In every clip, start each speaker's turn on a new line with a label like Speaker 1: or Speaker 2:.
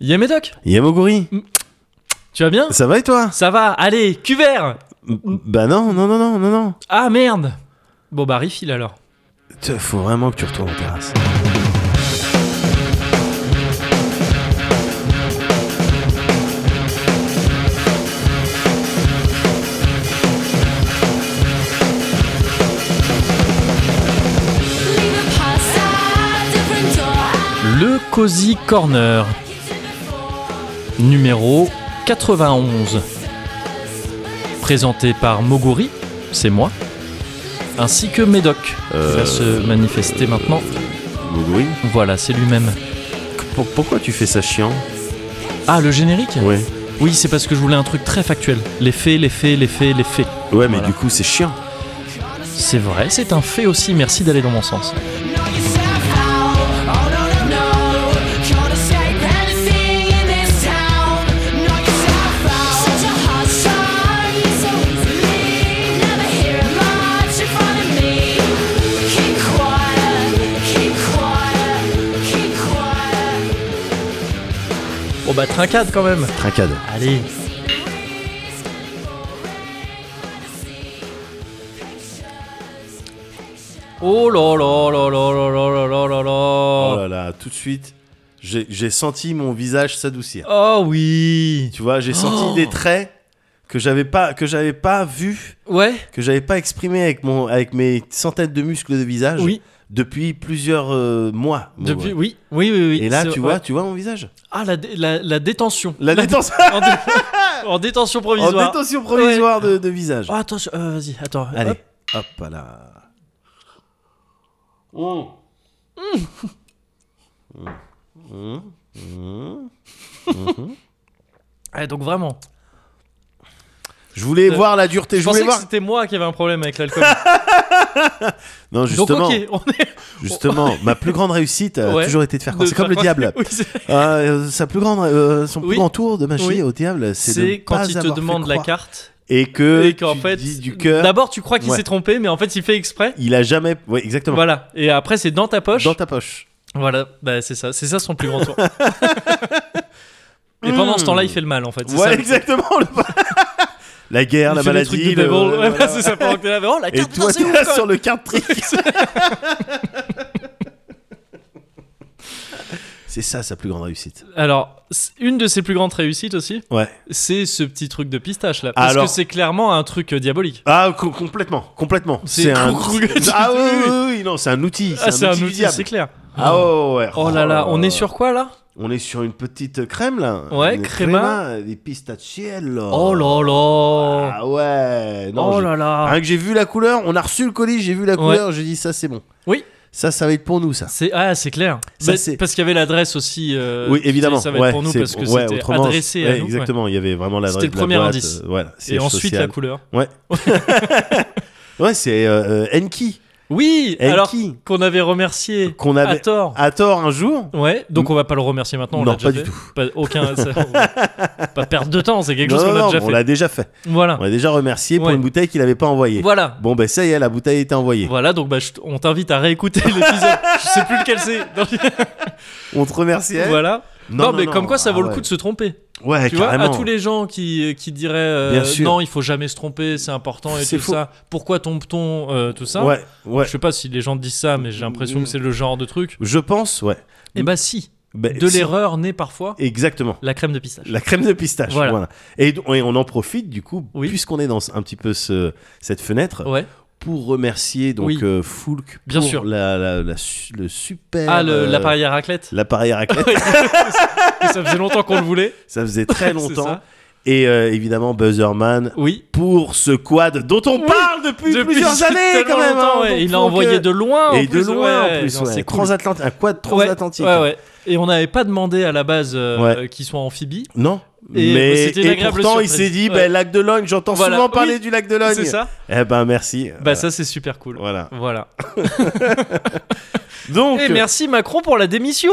Speaker 1: Yé Médoc,
Speaker 2: Yamoguri,
Speaker 1: tu vas bien
Speaker 2: ça va et toi
Speaker 1: Ça va, allez, cuvert
Speaker 2: Bah non, non, non, non, non, non.
Speaker 1: Ah merde Bon bah refile alors.
Speaker 2: Te- Faut vraiment que tu retournes en terrasse.
Speaker 1: Le Cozy Corner, numéro 91. Présenté par Moguri, c'est moi, ainsi que Médoc, qui va
Speaker 2: Euh,
Speaker 1: se manifester maintenant.
Speaker 2: Moguri
Speaker 1: Voilà, c'est lui-même.
Speaker 2: Pour- Pourquoi tu fais ça chiant
Speaker 1: Ah, le générique
Speaker 2: Ouais.
Speaker 1: Oui, c'est parce que je voulais un truc très factuel. Les faits, les faits, les faits, les faits.
Speaker 2: Ouais, mais
Speaker 1: Voilà.
Speaker 2: du coup, c'est chiant.
Speaker 1: C'est vrai, c'est un fait aussi, merci d'aller dans mon sens.
Speaker 3: Oh,
Speaker 1: Bon bah trincade quand même
Speaker 2: Trincade.
Speaker 1: Allez Oh là là là là là là là là là
Speaker 2: Oh
Speaker 1: là
Speaker 2: là là, tout de suite, j'ai j'ai senti mon visage s'adoucir.
Speaker 1: Oh oui
Speaker 2: Tu vois, j'ai
Speaker 1: Oh.
Speaker 2: senti des traits que j'avais pas que j'avais pas vu,
Speaker 1: Ouais
Speaker 2: que j'avais pas exprimé avec mon avec mes centaines de muscles de visage
Speaker 1: Oui
Speaker 2: depuis plusieurs euh, mois. Moguri.
Speaker 1: Depuis oui Oui oui oui
Speaker 2: Et là,
Speaker 1: c'est-
Speaker 2: tu vois,
Speaker 1: ouais.
Speaker 2: tu vois mon visage
Speaker 1: Ah la, dé- la, la détention
Speaker 2: La
Speaker 1: La-
Speaker 2: détention
Speaker 1: en, dé- en détention
Speaker 2: en
Speaker 1: provisoire
Speaker 2: détention provisoire de, de visage.
Speaker 1: Oh, attends, je- euh, vas-y, attends.
Speaker 2: Allez,
Speaker 1: hop.
Speaker 2: hop, là.
Speaker 1: Ouais, donc vraiment.
Speaker 2: Je voulais
Speaker 1: Euh,
Speaker 2: voir la dureté, je,
Speaker 1: Je
Speaker 2: voulais
Speaker 1: pensais que
Speaker 2: voir.
Speaker 1: c'était moi qui avait un problème avec l'alcool.
Speaker 2: Non,
Speaker 1: donc
Speaker 2: justement,
Speaker 1: ok, on est...
Speaker 2: justement, ma plus grande réussite a
Speaker 1: Ouais.
Speaker 2: toujours été de faire croire.
Speaker 1: de-
Speaker 2: C'est comme le diable.
Speaker 1: Oui, c'est-
Speaker 2: Ah, euh, sa plus grande, euh, son
Speaker 1: Oui.
Speaker 2: plus grand tour de magie
Speaker 1: Oui.
Speaker 2: au diable, c'est de
Speaker 1: C'est
Speaker 2: ne pas
Speaker 1: quand il te
Speaker 2: avoir fait
Speaker 1: demande la
Speaker 2: croire.
Speaker 1: carte
Speaker 2: et que
Speaker 1: et qu'en
Speaker 2: tu
Speaker 1: fait,
Speaker 2: dis du cœur,
Speaker 1: d'abord tu crois qu'il
Speaker 2: Ouais.
Speaker 1: s'est trompé, mais en fait il fait exprès.
Speaker 2: il a jamais. Ouais, exactement.
Speaker 1: Voilà. Et après c'est dans ta poche.
Speaker 2: Dans ta poche.
Speaker 1: Voilà. Bah c'est ça. C'est ça son plus grand tour. et pendant ce temps-là, il fait le mal en fait. C'est
Speaker 2: Hmm. Ouais,
Speaker 1: ça, le-
Speaker 2: exactement. le- la guerre,
Speaker 1: il
Speaker 2: la
Speaker 1: fait le truc
Speaker 2: maladie.
Speaker 1: de
Speaker 2: le-
Speaker 1: Devil. Ouais,
Speaker 2: voilà.
Speaker 1: bah, c'est ça. Pendant que t'es là, mais oh la
Speaker 2: Et
Speaker 1: carte, putain,
Speaker 2: toi,
Speaker 1: c'est
Speaker 2: t'es
Speaker 1: ouf,
Speaker 2: là
Speaker 1: quoi.
Speaker 2: sur le card trick. C'est ça sa plus grande réussite.
Speaker 1: Alors, c'est une de ses plus grandes réussites aussi,
Speaker 2: Ouais.
Speaker 1: c'est ce petit truc de pistache là, parce
Speaker 2: Alors-
Speaker 1: que c'est clairement un truc euh, diabolique.
Speaker 2: Ah, co- complètement, complètement.
Speaker 1: C'est
Speaker 2: C'est un.
Speaker 1: crou- crou-
Speaker 2: Ah oui, oui, oui, non, c'est un outil.
Speaker 1: Ah, c'est un
Speaker 2: outil, du
Speaker 1: outil,
Speaker 2: diable.
Speaker 1: c'est clair.
Speaker 2: Ah oh, ouais.
Speaker 1: Oh là là, on est sur quoi là
Speaker 2: On est sur une petite crème là.
Speaker 1: Ouais,
Speaker 2: Une
Speaker 1: créma.
Speaker 2: Des pistachiello.
Speaker 1: Oh là là.
Speaker 2: Ah ouais. Non,
Speaker 1: Oh
Speaker 2: j'ai-
Speaker 1: là là.
Speaker 2: Rien que j'ai vu la couleur, on a reçu le colis, j'ai vu la
Speaker 1: Ouais.
Speaker 2: couleur, j'ai dit ça c'est bon.
Speaker 1: Oui.
Speaker 2: Ça, ça va être pour nous ça.
Speaker 1: C'est ah c'est clair.
Speaker 2: Ça,
Speaker 1: Bah,
Speaker 2: c'est-
Speaker 1: parce qu'il y avait l'adresse aussi. euh,
Speaker 2: oui, évidemment.
Speaker 1: Ça va être
Speaker 2: ouais,
Speaker 1: pour nous
Speaker 2: c'est-
Speaker 1: parce que
Speaker 2: ouais,
Speaker 1: c'était
Speaker 2: autrement,
Speaker 1: adressé
Speaker 2: ouais,
Speaker 1: à nous.
Speaker 2: Exactement, il y avait vraiment l'adresse.
Speaker 1: C'était le
Speaker 2: de la
Speaker 1: premier
Speaker 2: boîte,
Speaker 1: indice.
Speaker 2: euh, voilà,
Speaker 1: ouais. Et
Speaker 2: siège
Speaker 1: ensuite
Speaker 2: social.
Speaker 1: la couleur.
Speaker 2: Ouais, c'est euh, euh, Enki.
Speaker 1: Oui.
Speaker 2: Enki.
Speaker 1: alors qu'on avait remercié
Speaker 2: Qu'on
Speaker 1: à
Speaker 2: avait
Speaker 1: tort.
Speaker 2: à tort un jour.
Speaker 1: Ouais. Donc on va pas le remercier maintenant. on
Speaker 2: non,
Speaker 1: l'a déjà
Speaker 2: pas du
Speaker 1: fait.
Speaker 2: tout.
Speaker 1: Pas, aucun. ça- on va pas perdre de temps. C'est quelque
Speaker 2: Non,
Speaker 1: chose qu'on
Speaker 2: non,
Speaker 1: a déjà
Speaker 2: non,
Speaker 1: fait.
Speaker 2: on l'a déjà fait.
Speaker 1: Voilà.
Speaker 2: On l'a déjà remercié pour
Speaker 1: Ouais.
Speaker 2: une bouteille qu'il n'avait pas envoyée.
Speaker 1: Voilà.
Speaker 2: Bon, ben ça y est, la bouteille était envoyée.
Speaker 1: Voilà, donc bah, je- on t'invite à réécouter l'épisode. je sais plus lequel c'est. Donc,
Speaker 2: On te hein remerciait.
Speaker 1: voilà. Non, mais comme quoi ça
Speaker 2: ah
Speaker 1: vaut le
Speaker 2: ouais.
Speaker 1: coup de se tromper.
Speaker 2: Ouais,
Speaker 1: Tu vois,
Speaker 2: carrément.
Speaker 1: à tous les gens qui, qui diraient euh,
Speaker 2: Bien sûr.
Speaker 1: non, il faut jamais se tromper, c'est important et
Speaker 2: C'est
Speaker 1: tout
Speaker 2: faux.
Speaker 1: ça. Pourquoi tombe-t-on euh, tout ça
Speaker 2: Ouais, ouais.
Speaker 1: Je sais pas si les gens disent ça, mais j'ai l'impression que c'est le genre de truc.
Speaker 2: Je pense, ouais.
Speaker 1: Eh bah si,
Speaker 2: Ben,
Speaker 1: de
Speaker 2: si-
Speaker 1: l'erreur naît parfois
Speaker 2: Exactement.
Speaker 1: la crème de pistache.
Speaker 2: La crème de pistache.
Speaker 1: Voilà.
Speaker 2: Voilà. Et, do- et on en profite du coup,
Speaker 1: Oui.
Speaker 2: puisqu'on est dans un petit peu ce- cette fenêtre,
Speaker 1: Ouais.
Speaker 2: pour remercier donc
Speaker 1: Oui.
Speaker 2: euh, Foulk
Speaker 1: Bien
Speaker 2: pour
Speaker 1: sûr.
Speaker 2: La, la- la su- le super
Speaker 1: Ah, le-
Speaker 2: euh,
Speaker 1: l'appareil à raclette.
Speaker 2: l'appareil à raclette.
Speaker 1: Et ça faisait longtemps qu'on le voulait.
Speaker 2: ça faisait très
Speaker 1: C'est
Speaker 2: longtemps.
Speaker 1: ça.
Speaker 2: Et euh, évidemment Buzzerman
Speaker 1: Oui.
Speaker 2: pour ce quad dont on
Speaker 1: Oui.
Speaker 2: parle depuis, plusieurs années
Speaker 1: tellement
Speaker 2: quand même.
Speaker 1: longtemps,
Speaker 2: hein.
Speaker 1: ouais.
Speaker 2: Donc,
Speaker 1: Il l'a
Speaker 2: faut
Speaker 1: envoyé
Speaker 2: que-
Speaker 1: de loin. en
Speaker 2: et de
Speaker 1: plus,
Speaker 2: loin
Speaker 1: ouais.
Speaker 2: en plus.
Speaker 1: Non,
Speaker 2: ouais.
Speaker 1: C'est cool.
Speaker 2: Transatlanti- Un quad transatlantique.
Speaker 1: Ouais, ouais. Et on n'avait pas demandé à la base euh,
Speaker 2: Ouais.
Speaker 1: qu'ils soient amphibies.
Speaker 2: Non.
Speaker 1: Et- mais
Speaker 2: mais
Speaker 1: c'était une
Speaker 2: et
Speaker 1: agréable
Speaker 2: pourtant il
Speaker 1: surprise.
Speaker 2: s'est dit,
Speaker 1: Ouais.
Speaker 2: ben, lac de Logne, j'entends
Speaker 1: Voilà.
Speaker 2: souvent
Speaker 1: Oui.
Speaker 2: parler du lac de Logne.
Speaker 1: C'est ça
Speaker 2: Eh ben merci.
Speaker 1: Bah
Speaker 2: Euh,
Speaker 1: ça c'est super cool.
Speaker 2: Voilà.
Speaker 1: Voilà.
Speaker 2: Donc, euh,
Speaker 1: Et merci Macron pour la démission.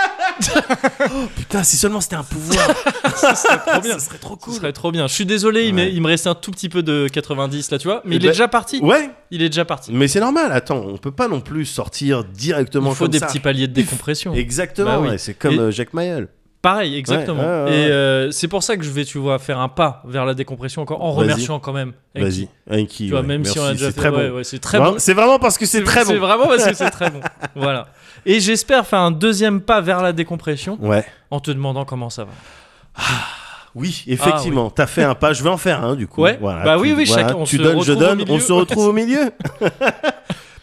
Speaker 2: euh, putain, si seulement c'était un pouvoir,
Speaker 1: Ça serait trop bien.
Speaker 2: ça serait trop
Speaker 1: Ce
Speaker 2: cool.
Speaker 1: serait trop bien. Je suis désolé, il m'est-
Speaker 2: Ouais.
Speaker 1: il me reste un tout petit peu de 90 là, tu vois. Mais
Speaker 2: Eh
Speaker 1: il est
Speaker 2: ben,
Speaker 1: déjà parti.
Speaker 2: Ouais,
Speaker 1: Il est déjà parti.
Speaker 2: mais c'est normal. Attends, on peut pas non plus sortir directement
Speaker 1: Il faut
Speaker 2: comme
Speaker 1: des
Speaker 2: ça.
Speaker 1: petits paliers de décompression.
Speaker 2: Exactement,
Speaker 1: Bah oui.
Speaker 2: ouais, c'est comme
Speaker 1: Et-
Speaker 2: euh, Jacques Mayol.
Speaker 1: Pareil, exactement.
Speaker 2: ouais, ouais,
Speaker 1: Et
Speaker 2: ouais.
Speaker 1: euh, c'est pour ça que je vais, tu vois, faire un pas vers la décompression encore en
Speaker 2: Vas-y.
Speaker 1: remerciant quand même. Enki.
Speaker 2: Vas-y, Enki.
Speaker 1: Tu vois,
Speaker 2: ouais,
Speaker 1: même si
Speaker 2: merci,
Speaker 1: on a déjà
Speaker 2: c'est
Speaker 1: fait.
Speaker 2: très
Speaker 1: ouais,
Speaker 2: bon.
Speaker 1: ouais, c'est très
Speaker 2: Vra-
Speaker 1: bon.
Speaker 2: C'est vraiment parce que c'est très bon.
Speaker 1: vraiment parce que c'est très bon. Voilà. Et j'espère faire un deuxième pas vers la décompression
Speaker 2: Ouais.
Speaker 1: en te demandant comment ça va.
Speaker 2: Oui, effectivement, t'as fait un pas. Je vais en faire un du coup.
Speaker 1: Ah, Ouais. Bah oui,
Speaker 2: tu-
Speaker 1: oui,
Speaker 2: voilà,
Speaker 1: chacun- on
Speaker 2: tu
Speaker 1: se
Speaker 2: donnes,
Speaker 1: retrouve
Speaker 2: je
Speaker 1: au
Speaker 2: donne, on
Speaker 1: milieu.
Speaker 2: se retrouve au milieu.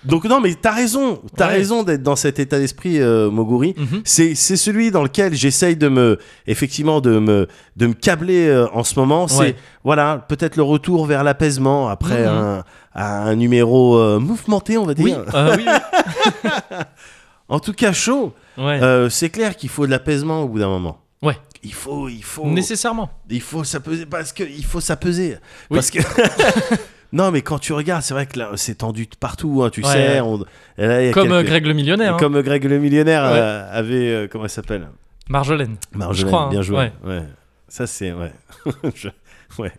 Speaker 2: Donc non, mais t'as raison, t'as
Speaker 1: Ouais.
Speaker 2: raison d'être dans cet état d'esprit, euh, Moguri.
Speaker 1: Mhm.
Speaker 2: C'est c'est celui dans lequel j'essaye de me, effectivement, de me, de me câbler euh, en ce moment. C'est
Speaker 1: Ouais.
Speaker 2: voilà, peut-être le retour vers l'apaisement après
Speaker 1: Mhm.
Speaker 2: un, un numéro euh, mouvementé, on va dire.
Speaker 1: Oui, euh, oui, oui.
Speaker 2: En tout cas, chaud.
Speaker 1: Ouais.
Speaker 2: Euh, c'est clair qu'il faut de l'apaisement au bout d'un moment.
Speaker 1: Ouais.
Speaker 2: Il faut, il faut.
Speaker 1: Nécessairement.
Speaker 2: Il faut s'apaiser parce que il faut s'apaiser
Speaker 1: Oui.
Speaker 2: parce que non mais quand tu regardes c'est vrai que là c'est tendu de partout hein, tu
Speaker 1: Ouais, ouais.
Speaker 2: sais on- et là, il y a
Speaker 1: Comme euh,
Speaker 2: quelques-
Speaker 1: Greg le millionnaire. hein.
Speaker 2: comme euh, Greg le millionnaire
Speaker 1: Ouais.
Speaker 2: euh, avait euh, comment elle s'appelle
Speaker 1: Marjolaine.
Speaker 2: Marjolaine
Speaker 1: crois, hein,
Speaker 2: bien joué
Speaker 1: ouais.
Speaker 2: Ouais. ça c'est ouais Je- ouais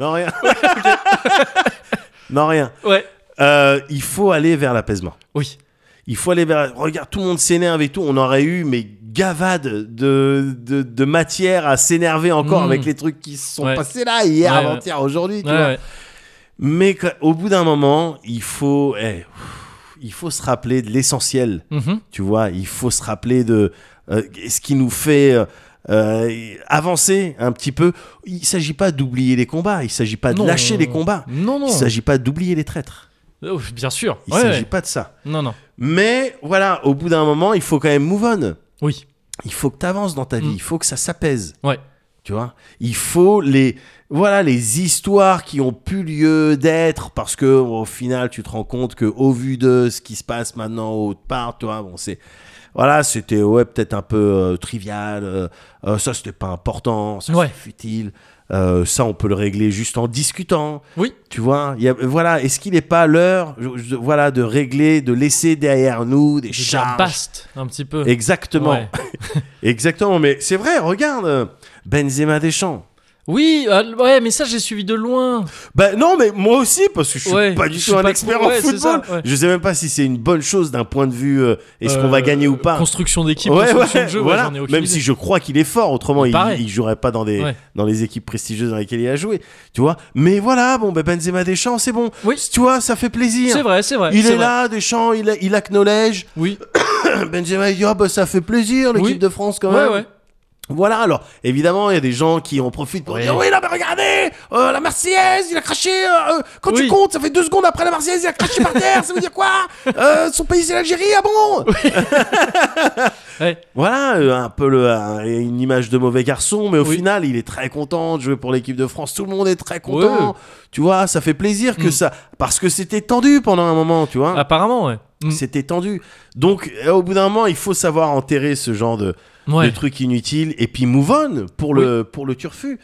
Speaker 2: non rien non rien
Speaker 1: Ouais.
Speaker 2: Euh, il faut aller vers l'apaisement
Speaker 1: Oui.
Speaker 2: il faut aller vers. Regarde, tout le monde s'énerve et tout. On aurait eu, mais gavade de, de, de matière à s'énerver encore
Speaker 1: Mhm.
Speaker 2: avec les trucs qui se sont
Speaker 1: Ouais.
Speaker 2: passés là, hier,
Speaker 1: Ouais, ouais.
Speaker 2: avant-hier, aujourd'hui. tu
Speaker 1: Ouais,
Speaker 2: vois.
Speaker 1: ouais.
Speaker 2: Mais que- au bout d'un moment, il faut, eh, ouf, il faut se rappeler de l'essentiel.
Speaker 1: Mhm.
Speaker 2: Tu vois, il faut se rappeler de euh, ce qui nous fait. euh, euh, avancer un petit peu. Il s'agit pas d'oublier les combats, il s'agit pas de
Speaker 1: Non.
Speaker 2: lâcher les combats,
Speaker 1: Non, non.
Speaker 2: il s'agit pas d'oublier les traîtres,
Speaker 1: Oh, Bien sûr.
Speaker 2: il
Speaker 1: Ouais,
Speaker 2: s'agit
Speaker 1: ouais.
Speaker 2: pas de ça.
Speaker 1: Non, non.
Speaker 2: Mais voilà, au bout d'un moment, il faut quand même move on.
Speaker 1: Oui.
Speaker 2: Il faut que tu avances dans ta vie,
Speaker 1: Mm.
Speaker 2: il faut que ça s'apaise.
Speaker 1: Ouais.
Speaker 2: Tu vois Il faut les voilà les histoires qui ont pu lieu d'être parce que au final, tu te rends compte que au vu de ce qui se passe maintenant autre part, tu vois, bon c'est voilà, c'était ouais, peut-être un peu euh, trivial, euh, euh, ça c'était pas important, ça
Speaker 1: Ouais.
Speaker 2: c'est futile. Euh, ça, on peut le régler juste en discutant.
Speaker 1: Oui.
Speaker 2: Tu vois, il y a- voilà, est-ce qu'il n'est pas l'heure, je- je- voilà, de régler, de laisser derrière nous des
Speaker 1: Je veux dire,
Speaker 2: charges
Speaker 1: Baste un petit peu.
Speaker 2: Exactement,
Speaker 1: Ouais.
Speaker 2: exactement. Mais c'est vrai, regarde, euh, Benzema Deschamps.
Speaker 1: Oui, euh, ouais, mais ça j'ai suivi de loin.
Speaker 2: Bah non, mais moi aussi, parce que je suis
Speaker 1: Ouais,
Speaker 2: pas du
Speaker 1: je
Speaker 2: tout
Speaker 1: suis
Speaker 2: un
Speaker 1: pas
Speaker 2: expert
Speaker 1: trop-
Speaker 2: en
Speaker 1: ouais, c'est
Speaker 2: football.
Speaker 1: ça, ouais.
Speaker 2: Je sais même pas si c'est une bonne chose d'un point de vue, euh, est-ce qu'on va
Speaker 1: Euh,
Speaker 2: gagner ou pas.
Speaker 1: Construction d'équipe,
Speaker 2: Ouais,
Speaker 1: construction
Speaker 2: ouais,
Speaker 1: de jeu, ouais,
Speaker 2: voilà.
Speaker 1: j'en ai aucune
Speaker 2: même
Speaker 1: idée.
Speaker 2: si je crois qu'il est fort, autrement il,
Speaker 1: Pareil.
Speaker 2: il jouerait pas dans des
Speaker 1: Ouais.
Speaker 2: dans les équipes prestigieuses dans lesquelles il a joué, tu vois. Mais voilà, bon, bah Benzema Deschamps, c'est bon,
Speaker 1: Oui.
Speaker 2: tu vois, ça fait plaisir.
Speaker 1: C'est vrai, c'est vrai.
Speaker 2: Il
Speaker 1: c'est
Speaker 2: est,
Speaker 1: vrai.
Speaker 2: là, Deschamps, il, il acknowledge.
Speaker 1: Oui.
Speaker 2: Benzema il dit, Ah, bah ça fait plaisir, l'équipe
Speaker 1: Oui.
Speaker 2: de France quand
Speaker 1: Ouais,
Speaker 2: même.
Speaker 1: ouais.
Speaker 2: Voilà, alors évidemment, il y a des gens qui en profitent pour
Speaker 1: Ouais.
Speaker 2: dire Oui, non, mais regardez, euh, la Marseillaise, il a craché. euh, euh, quand tu
Speaker 1: Oui.
Speaker 2: comptes, ça fait deux secondes après la Marseillaise, il a craché par terre. Ça veut dire quoi Euh, Son pays, c'est l'Algérie, ah bon
Speaker 1: Ouais.
Speaker 2: Voilà, euh, un peu le, euh, une image de mauvais garçon, mais au
Speaker 1: Oui.
Speaker 2: final, il est très content de jouer pour l'équipe de France. Tout le monde est très content.
Speaker 1: Ouais.
Speaker 2: Tu vois, ça fait plaisir que
Speaker 1: Mm.
Speaker 2: ça. Parce que c'était tendu pendant un moment, tu vois.
Speaker 1: Apparemment, ouais. Mm.
Speaker 2: C'était tendu. Donc, euh, au bout d'un moment, il faut savoir enterrer ce genre de,
Speaker 1: Ouais.
Speaker 2: de trucs inutiles et puis move on pour le, pour le turfu.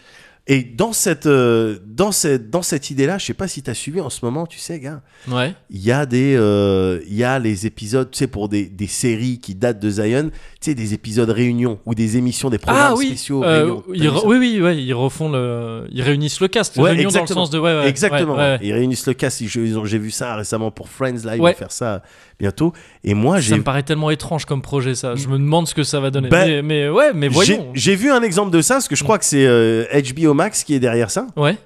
Speaker 2: Et dans cette, euh, dans cette, dans cette idée-là, je sais pas si tu as suivi en ce moment, tu sais, gars,
Speaker 1: Ouais.
Speaker 2: il y, a des, euh, il y a les épisodes, tu sais, pour des, des séries qui datent de Zion, tu sais, des épisodes réunions ou des émissions, des programmes
Speaker 1: Ah oui.
Speaker 2: spéciaux.
Speaker 1: euh,
Speaker 2: réunions. T'as
Speaker 1: ils
Speaker 2: vu
Speaker 1: re-
Speaker 2: ça
Speaker 1: oui, oui, ouais, ils refont le, ils réunissent le cast.
Speaker 2: Ouais,
Speaker 1: réunion dans le
Speaker 2: exactement.
Speaker 1: sens de ouais, ouais, ouais,
Speaker 2: Exactement.
Speaker 1: ouais, ouais.
Speaker 2: Ils réunissent le cas. si je- ils ont- J'ai vu ça récemment pour Friends, là, ils
Speaker 1: Ouais.
Speaker 2: vont faire ça bientôt. Et moi,
Speaker 1: Ça
Speaker 2: j'ai Mm.
Speaker 1: me paraît tellement étrange comme projet, ça. Je me demande ce que ça va donner.
Speaker 2: Ben,
Speaker 1: mais, mais ouais, mais
Speaker 2: j'ai-
Speaker 1: voyons.
Speaker 2: j'ai vu un exemple de ça, parce que je crois que c'est euh, HBO Max qui est derrière ça.
Speaker 1: Ouais.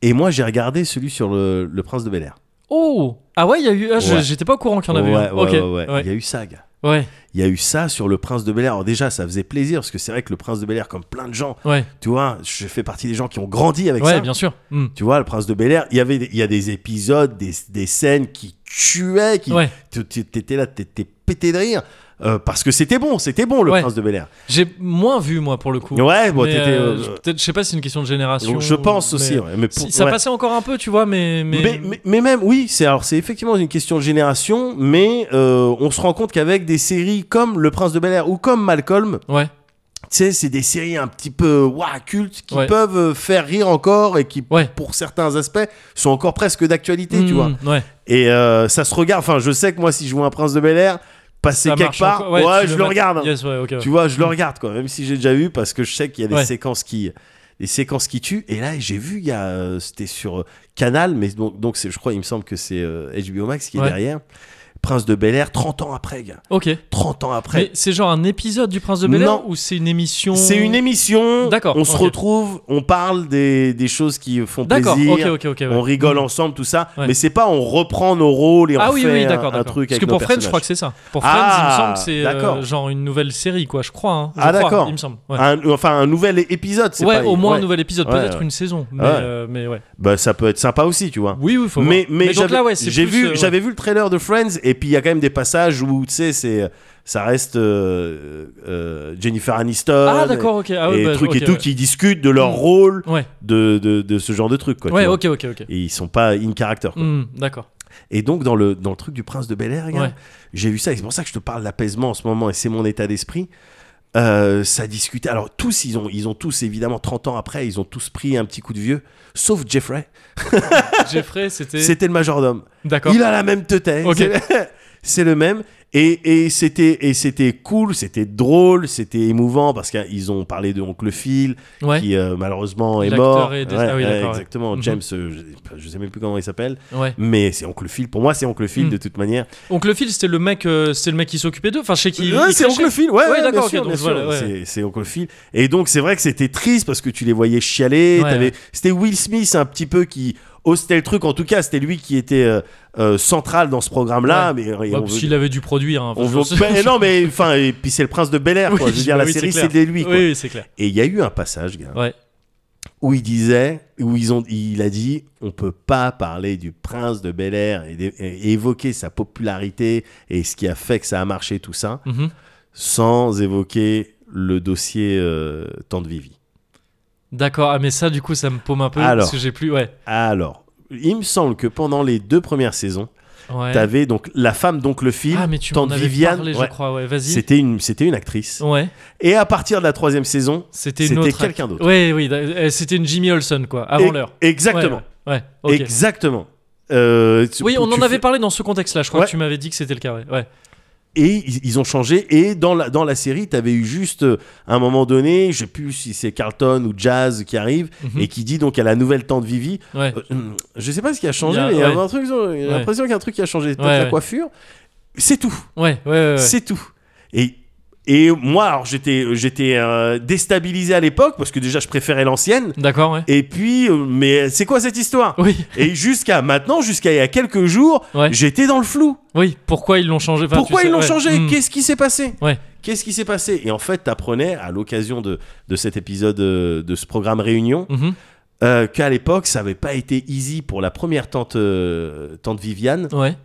Speaker 2: Et moi, j'ai regardé celui sur le, le Prince de Bel Air.
Speaker 1: Oh. Ah ouais, il y a eu. ah, je-
Speaker 2: Ouais.
Speaker 1: J'étais pas au courant qu'il y en avait.
Speaker 2: ouais,
Speaker 1: un.
Speaker 2: ouais,
Speaker 1: ok.
Speaker 2: ouais, ouais. Il y
Speaker 1: ouais.
Speaker 2: a eu ça, gars.
Speaker 1: Ouais.
Speaker 2: Il y a eu ça sur le Prince de Bel Air. Alors, déjà, ça faisait plaisir parce que c'est vrai que le Prince de Bel Air, comme plein de gens,
Speaker 1: Ouais.
Speaker 2: tu vois, je fais partie des gens qui ont grandi avec
Speaker 1: Ouais,
Speaker 2: ça.
Speaker 1: bien sûr. Mm.
Speaker 2: Tu vois, le Prince de Bel Air, il y avait, des- il y a des épisodes, des, des scènes qui tuaient, qui
Speaker 1: Ouais.
Speaker 2: t- t- t'étais là, t'étais pété de rire. euh, parce que c'était bon, c'était bon le
Speaker 1: Ouais.
Speaker 2: Prince de Bel Air.
Speaker 1: J'ai moins vu moi pour le coup.
Speaker 2: Ouais, bon,
Speaker 1: Mais,
Speaker 2: t'étais.
Speaker 1: euh,
Speaker 2: euh,
Speaker 1: je- peut-être- je sais pas si c'est une question de génération.
Speaker 2: je pense
Speaker 1: mais-
Speaker 2: aussi. ouais, mais
Speaker 1: Si,
Speaker 2: pour-
Speaker 1: ça
Speaker 2: ouais.
Speaker 1: passait encore un peu, tu vois, mais. mais...
Speaker 2: Mais, mais- mais même, oui, c'est alors c'est effectivement une question de génération, mais euh, on se rend compte qu'avec des séries comme Le Prince de Bel Air ou comme Malcolm,
Speaker 1: Ouais,
Speaker 2: tu sais, c'est des séries un petit peu ouah, cultes qui
Speaker 1: Ouais.
Speaker 2: peuvent euh, faire rire encore et qui,
Speaker 1: ouais.
Speaker 2: pour certains aspects, sont encore presque d'actualité, tu
Speaker 1: Mm,
Speaker 2: vois.
Speaker 1: Ouais.
Speaker 2: Et euh, ça se regarde. Enfin, je sais que moi, si je vois un Prince de Bel Air passer
Speaker 1: Ça
Speaker 2: quelque
Speaker 1: marche
Speaker 2: part,
Speaker 1: encore.
Speaker 2: ouais,
Speaker 1: tu
Speaker 2: je le
Speaker 1: mets-
Speaker 2: regarde. hein.
Speaker 1: Yes, ouais, ok. ouais.
Speaker 2: Tu vois, je le regarde quoi, même si j'ai déjà vu parce que je sais qu'il y a des
Speaker 1: Ouais.
Speaker 2: séquences qui des séquences qui tuent et là j'ai vu il y a euh, c'était sur euh, Canal mais donc donc c'est je crois il me semble que c'est euh, HBO Max qui est
Speaker 1: Ouais.
Speaker 2: derrière Prince de Bel Air 30 ans après, gars.
Speaker 1: Ok.
Speaker 2: 30 ans après.
Speaker 1: Mais c'est genre un épisode du Prince de Bel Air
Speaker 2: Non.
Speaker 1: ou c'est une émission
Speaker 2: C'est une émission.
Speaker 1: D'accord,
Speaker 2: On se
Speaker 1: ok.
Speaker 2: retrouve, on parle des, des choses qui font plaisir.
Speaker 1: D'accord, ok, ok, ok. ouais. Mmh.
Speaker 2: On rigole ensemble, tout ça.
Speaker 1: Ouais.
Speaker 2: Mais c'est pas on reprend nos rôles et on
Speaker 1: Ah oui,
Speaker 2: fait
Speaker 1: oui,
Speaker 2: un-
Speaker 1: d'accord,
Speaker 2: un,
Speaker 1: d'accord.
Speaker 2: truc
Speaker 1: Parce
Speaker 2: avec
Speaker 1: que
Speaker 2: nos
Speaker 1: pour Friends, je
Speaker 2: personnages.
Speaker 1: crois que c'est ça. Pour Friends,
Speaker 2: Ah,
Speaker 1: il me semble que c'est euh,
Speaker 2: d'accord.
Speaker 1: genre une nouvelle série, quoi, je crois. hein. Je
Speaker 2: Ah,
Speaker 1: crois,
Speaker 2: d'accord.
Speaker 1: Il me semble. Ouais,
Speaker 2: Un- enfin, un nouvel é- épisode, c'est
Speaker 1: Ouais,
Speaker 2: pas-
Speaker 1: au moins
Speaker 2: ouais.
Speaker 1: un nouvel épisode,
Speaker 2: Ouais,
Speaker 1: peut-être
Speaker 2: ouais.
Speaker 1: une saison. Mais,
Speaker 2: Ouais.
Speaker 1: euh, mais ouais.
Speaker 2: Bah, ça peut être sympa aussi, tu vois.
Speaker 1: Oui, oui, faut
Speaker 2: mais,
Speaker 1: voir.
Speaker 2: mais,
Speaker 1: donc
Speaker 2: j'avais-
Speaker 1: là, ouais, c'est
Speaker 2: j'ai
Speaker 1: plus,
Speaker 2: vu,
Speaker 1: euh, ouais.
Speaker 2: j'avais vu le trailer de Friends et puis il y a quand même des passages où tu sais, c'est ça reste euh, euh, Jennifer Aniston
Speaker 1: Ah, d'accord, ok. Ah, ouais,
Speaker 2: et
Speaker 1: bah,
Speaker 2: truc
Speaker 1: ok,
Speaker 2: et tout
Speaker 1: ouais.
Speaker 2: qui discutent de leur
Speaker 1: Mm.
Speaker 2: rôle
Speaker 1: Ouais,
Speaker 2: de, de, de ce genre de truc quoi. Bah, tu
Speaker 1: ouais,
Speaker 2: vois.
Speaker 1: ok, ok, ok.
Speaker 2: Et ils sont pas in character. quoi.
Speaker 1: Hmm, D'accord.
Speaker 2: Et donc dans le dans le truc du Prince de Bel Air,
Speaker 1: Ouais.
Speaker 2: j'ai vu ça et c'est pour ça que je te parle d'apaisement en ce moment et c'est mon état d'esprit. Euh, ça discutait. Alors tous, ils ont, ils ont tous évidemment 30 ans après, ils ont tous pris un petit coup de vieux, sauf Jeffrey.
Speaker 1: Jeffrey, c'était.
Speaker 2: C'était le majordome.
Speaker 1: D'accord.
Speaker 2: Il a la même tête. hein.
Speaker 1: Ok.
Speaker 2: C'est- C'est le même. Et, et c'était et c'était cool, c'était drôle, c'était émouvant parce qu'ils ont parlé de Oncle Phil
Speaker 1: Ouais,
Speaker 2: qui euh, malheureusement est
Speaker 1: L'acteur
Speaker 2: mort.
Speaker 1: est dé- ah oui, d'accord, ouais.
Speaker 2: exactement.
Speaker 1: Mhm.
Speaker 2: James, euh, je- je sais même plus comment il s'appelle,
Speaker 1: ouais.
Speaker 2: mais c'est Oncle Phil. Pour moi, c'est Oncle Phil
Speaker 1: Mhm.
Speaker 2: de toute manière.
Speaker 1: Donc le Phil, c'était le mec, euh, c'était le mec qui s'occupait d'eux. Enfin, je sais qu'il.
Speaker 2: Ouais,
Speaker 1: il
Speaker 2: c'est
Speaker 1: crachait.
Speaker 2: Oncle Phil. Ouais,
Speaker 1: Ouais,
Speaker 2: ouais,
Speaker 1: d'accord,
Speaker 2: bien
Speaker 1: ok,
Speaker 2: sûr,
Speaker 1: donc
Speaker 2: bien
Speaker 1: voilà,
Speaker 2: sûr.
Speaker 1: ouais.
Speaker 2: C'est- C'est Oncle Phil. Et donc c'est vrai que c'était triste parce que tu les voyais chialer.
Speaker 1: Ouais,
Speaker 2: t'avais-
Speaker 1: ouais.
Speaker 2: C'était Will Smith un petit peu qui hostait le truc. En tout cas, c'était lui qui était euh, euh, central dans ce programme-là. Mais euh, et
Speaker 1: Bah,
Speaker 2: on
Speaker 1: parce
Speaker 2: veut-
Speaker 1: qu'il avait dû produire. hein.
Speaker 2: on
Speaker 1: Enfin, je-
Speaker 2: veut- Ben non mais enfin et puis c'est le prince de Bel Air quoi.
Speaker 1: Oui,
Speaker 2: Je veux dire
Speaker 1: bah
Speaker 2: la
Speaker 1: oui, c'est
Speaker 2: série
Speaker 1: clair.
Speaker 2: c'est de lui quoi.
Speaker 1: Oui, oui, c'est clair.
Speaker 2: Et il y a eu un passage gars,
Speaker 1: Ouais.
Speaker 2: où il disait où ils ont il a dit on peut pas parler du prince de Bel Air et, d'é- et évoquer sa popularité et ce qui a fait que ça a marché tout ça
Speaker 1: Mhm.
Speaker 2: sans évoquer le dossier euh, Tante Vivi.
Speaker 1: D'accord. Ah, mais ça, du coup, ça me paume un peu
Speaker 2: Alors.
Speaker 1: parce que j'ai plus. Ouais.
Speaker 2: Alors il me semble que pendant les deux premières saisons,
Speaker 1: Ouais.
Speaker 2: t'avais donc la femme d'oncle Phil,
Speaker 1: Ah, mais tu m'en
Speaker 2: Tante
Speaker 1: avais
Speaker 2: Viviane,
Speaker 1: parlé, je
Speaker 2: ouais,
Speaker 1: crois. Ouais. Vas-y.
Speaker 2: c'était une c'était une actrice.
Speaker 1: Ouais.
Speaker 2: Et à partir de la troisième saison,
Speaker 1: C'était une
Speaker 2: c'était
Speaker 1: autre.
Speaker 2: quelqu'un d'autre.
Speaker 1: Ouais, oui. d'a- euh, C'était une Jimmy Olsen, quoi, avant
Speaker 2: Et-
Speaker 1: l'heure.
Speaker 2: Exactement.
Speaker 1: Ouais. ouais. Ouais, ok.
Speaker 2: Exactement. Euh, tu-
Speaker 1: Oui, on
Speaker 2: tu
Speaker 1: en
Speaker 2: fais-
Speaker 1: avait parlé dans ce contexte-là. Je crois que
Speaker 2: Ouais.
Speaker 1: tu m'avais dit que c'était le cas. Ouais. Ouais.
Speaker 2: Et ils, ils ont changé. Et dans la, dans la série, t'avais eu juste euh, à un moment donné, je sais plus si c'est Carlton ou Jazz qui arrive
Speaker 1: Mhm.
Speaker 2: et qui dit donc à la nouvelle tante Vivi.
Speaker 1: Ouais.
Speaker 2: euh, hum, je sais pas ce qui a changé,
Speaker 1: Il y a-
Speaker 2: mais il y a
Speaker 1: ouais.
Speaker 2: un truc, ils ont- j'ai
Speaker 1: Ouais.
Speaker 2: l'impression qu'il y a un truc qui a changé. Peut-être
Speaker 1: Ouais,
Speaker 2: la
Speaker 1: ouais.
Speaker 2: coiffure. C'est tout.
Speaker 1: Ouais. Ouais. ouais, ouais.
Speaker 2: C'est tout. Et. Et moi, alors j'étais, j'étais euh, déstabilisé à l'époque parce que déjà je préférais l'ancienne.
Speaker 1: D'accord. Ouais.
Speaker 2: Et puis, euh, mais c'est quoi cette histoire
Speaker 1: Oui.
Speaker 2: Et jusqu'à maintenant, jusqu'à il y a quelques jours,
Speaker 1: Ouais.
Speaker 2: j'étais dans le flou.
Speaker 1: Oui. Pourquoi ils l'ont changé Enfin, tu
Speaker 2: Pourquoi
Speaker 1: sais-
Speaker 2: ils l'ont
Speaker 1: ouais.
Speaker 2: changé
Speaker 1: Hmm.
Speaker 2: Qu'est-ce qui s'est passé
Speaker 1: Ouais.
Speaker 2: Qu'est-ce qui s'est passé Et en fait, t'apprenais à l'occasion de, de cet épisode euh, de ce programme Réunion
Speaker 1: Mhm.
Speaker 2: euh, qu'à l'époque, ça n'avait pas été easy pour la première tante, euh, tante Viviane,
Speaker 1: Ouais.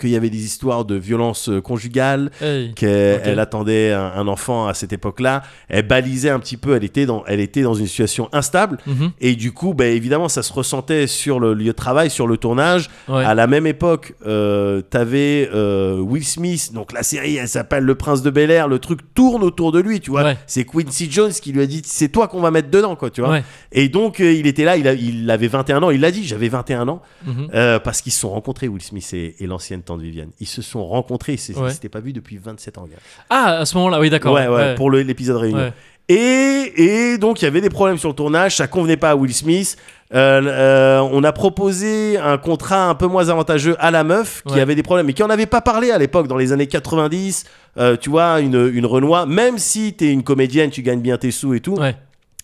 Speaker 2: qu'il y avait des histoires de violence euh, conjugale,
Speaker 1: Hey.
Speaker 2: qu'elle
Speaker 1: Ok.
Speaker 2: elle attendait un, un enfant à cette époque-là, elle balisait un petit peu, elle était dans, elle était dans une situation instable.
Speaker 1: Mhm.
Speaker 2: Et du coup, bah, évidemment, ça se ressentait sur le lieu de travail, sur le tournage.
Speaker 1: Ouais.
Speaker 2: À la même époque, euh, t'avais euh, Will Smith, donc la série, elle s'appelle Le Prince de Bel Air, le truc tourne autour de lui, tu vois.
Speaker 1: Ouais.
Speaker 2: C'est Quincy Jones qui lui a dit, c'est toi qu'on va mettre dedans, quoi, tu vois.
Speaker 1: Ouais.
Speaker 2: Et donc, euh, il était là, il, a- il avait 21 ans, il l'a dit, j'avais 21 ans,
Speaker 1: Mhm.
Speaker 2: euh, parce qu'ils se sont rencontrés, Will Smith et, et l'ancienne tante Viviane. Ils se sont rencontrés, c'est-
Speaker 1: Ouais.
Speaker 2: ils s'étaient pas vus depuis 27 ans, gars.
Speaker 1: Ah, à ce moment-là, oui, d'accord.
Speaker 2: Ouais, ouais, pour le- l'épisode réunion.
Speaker 1: Ouais.
Speaker 2: Et, et donc, il y avait des problèmes sur le tournage, ça convenait pas à Will Smith. Euh, euh, on a proposé un contrat un peu moins avantageux à la meuf qui
Speaker 1: Ouais.
Speaker 2: avait des problèmes, mais qui en avait pas parlé à l'époque, dans les années 90. Euh, tu vois, une, une Renoir, même si t'es une comédienne, tu gagnes bien tes sous et tout.
Speaker 1: Ouais.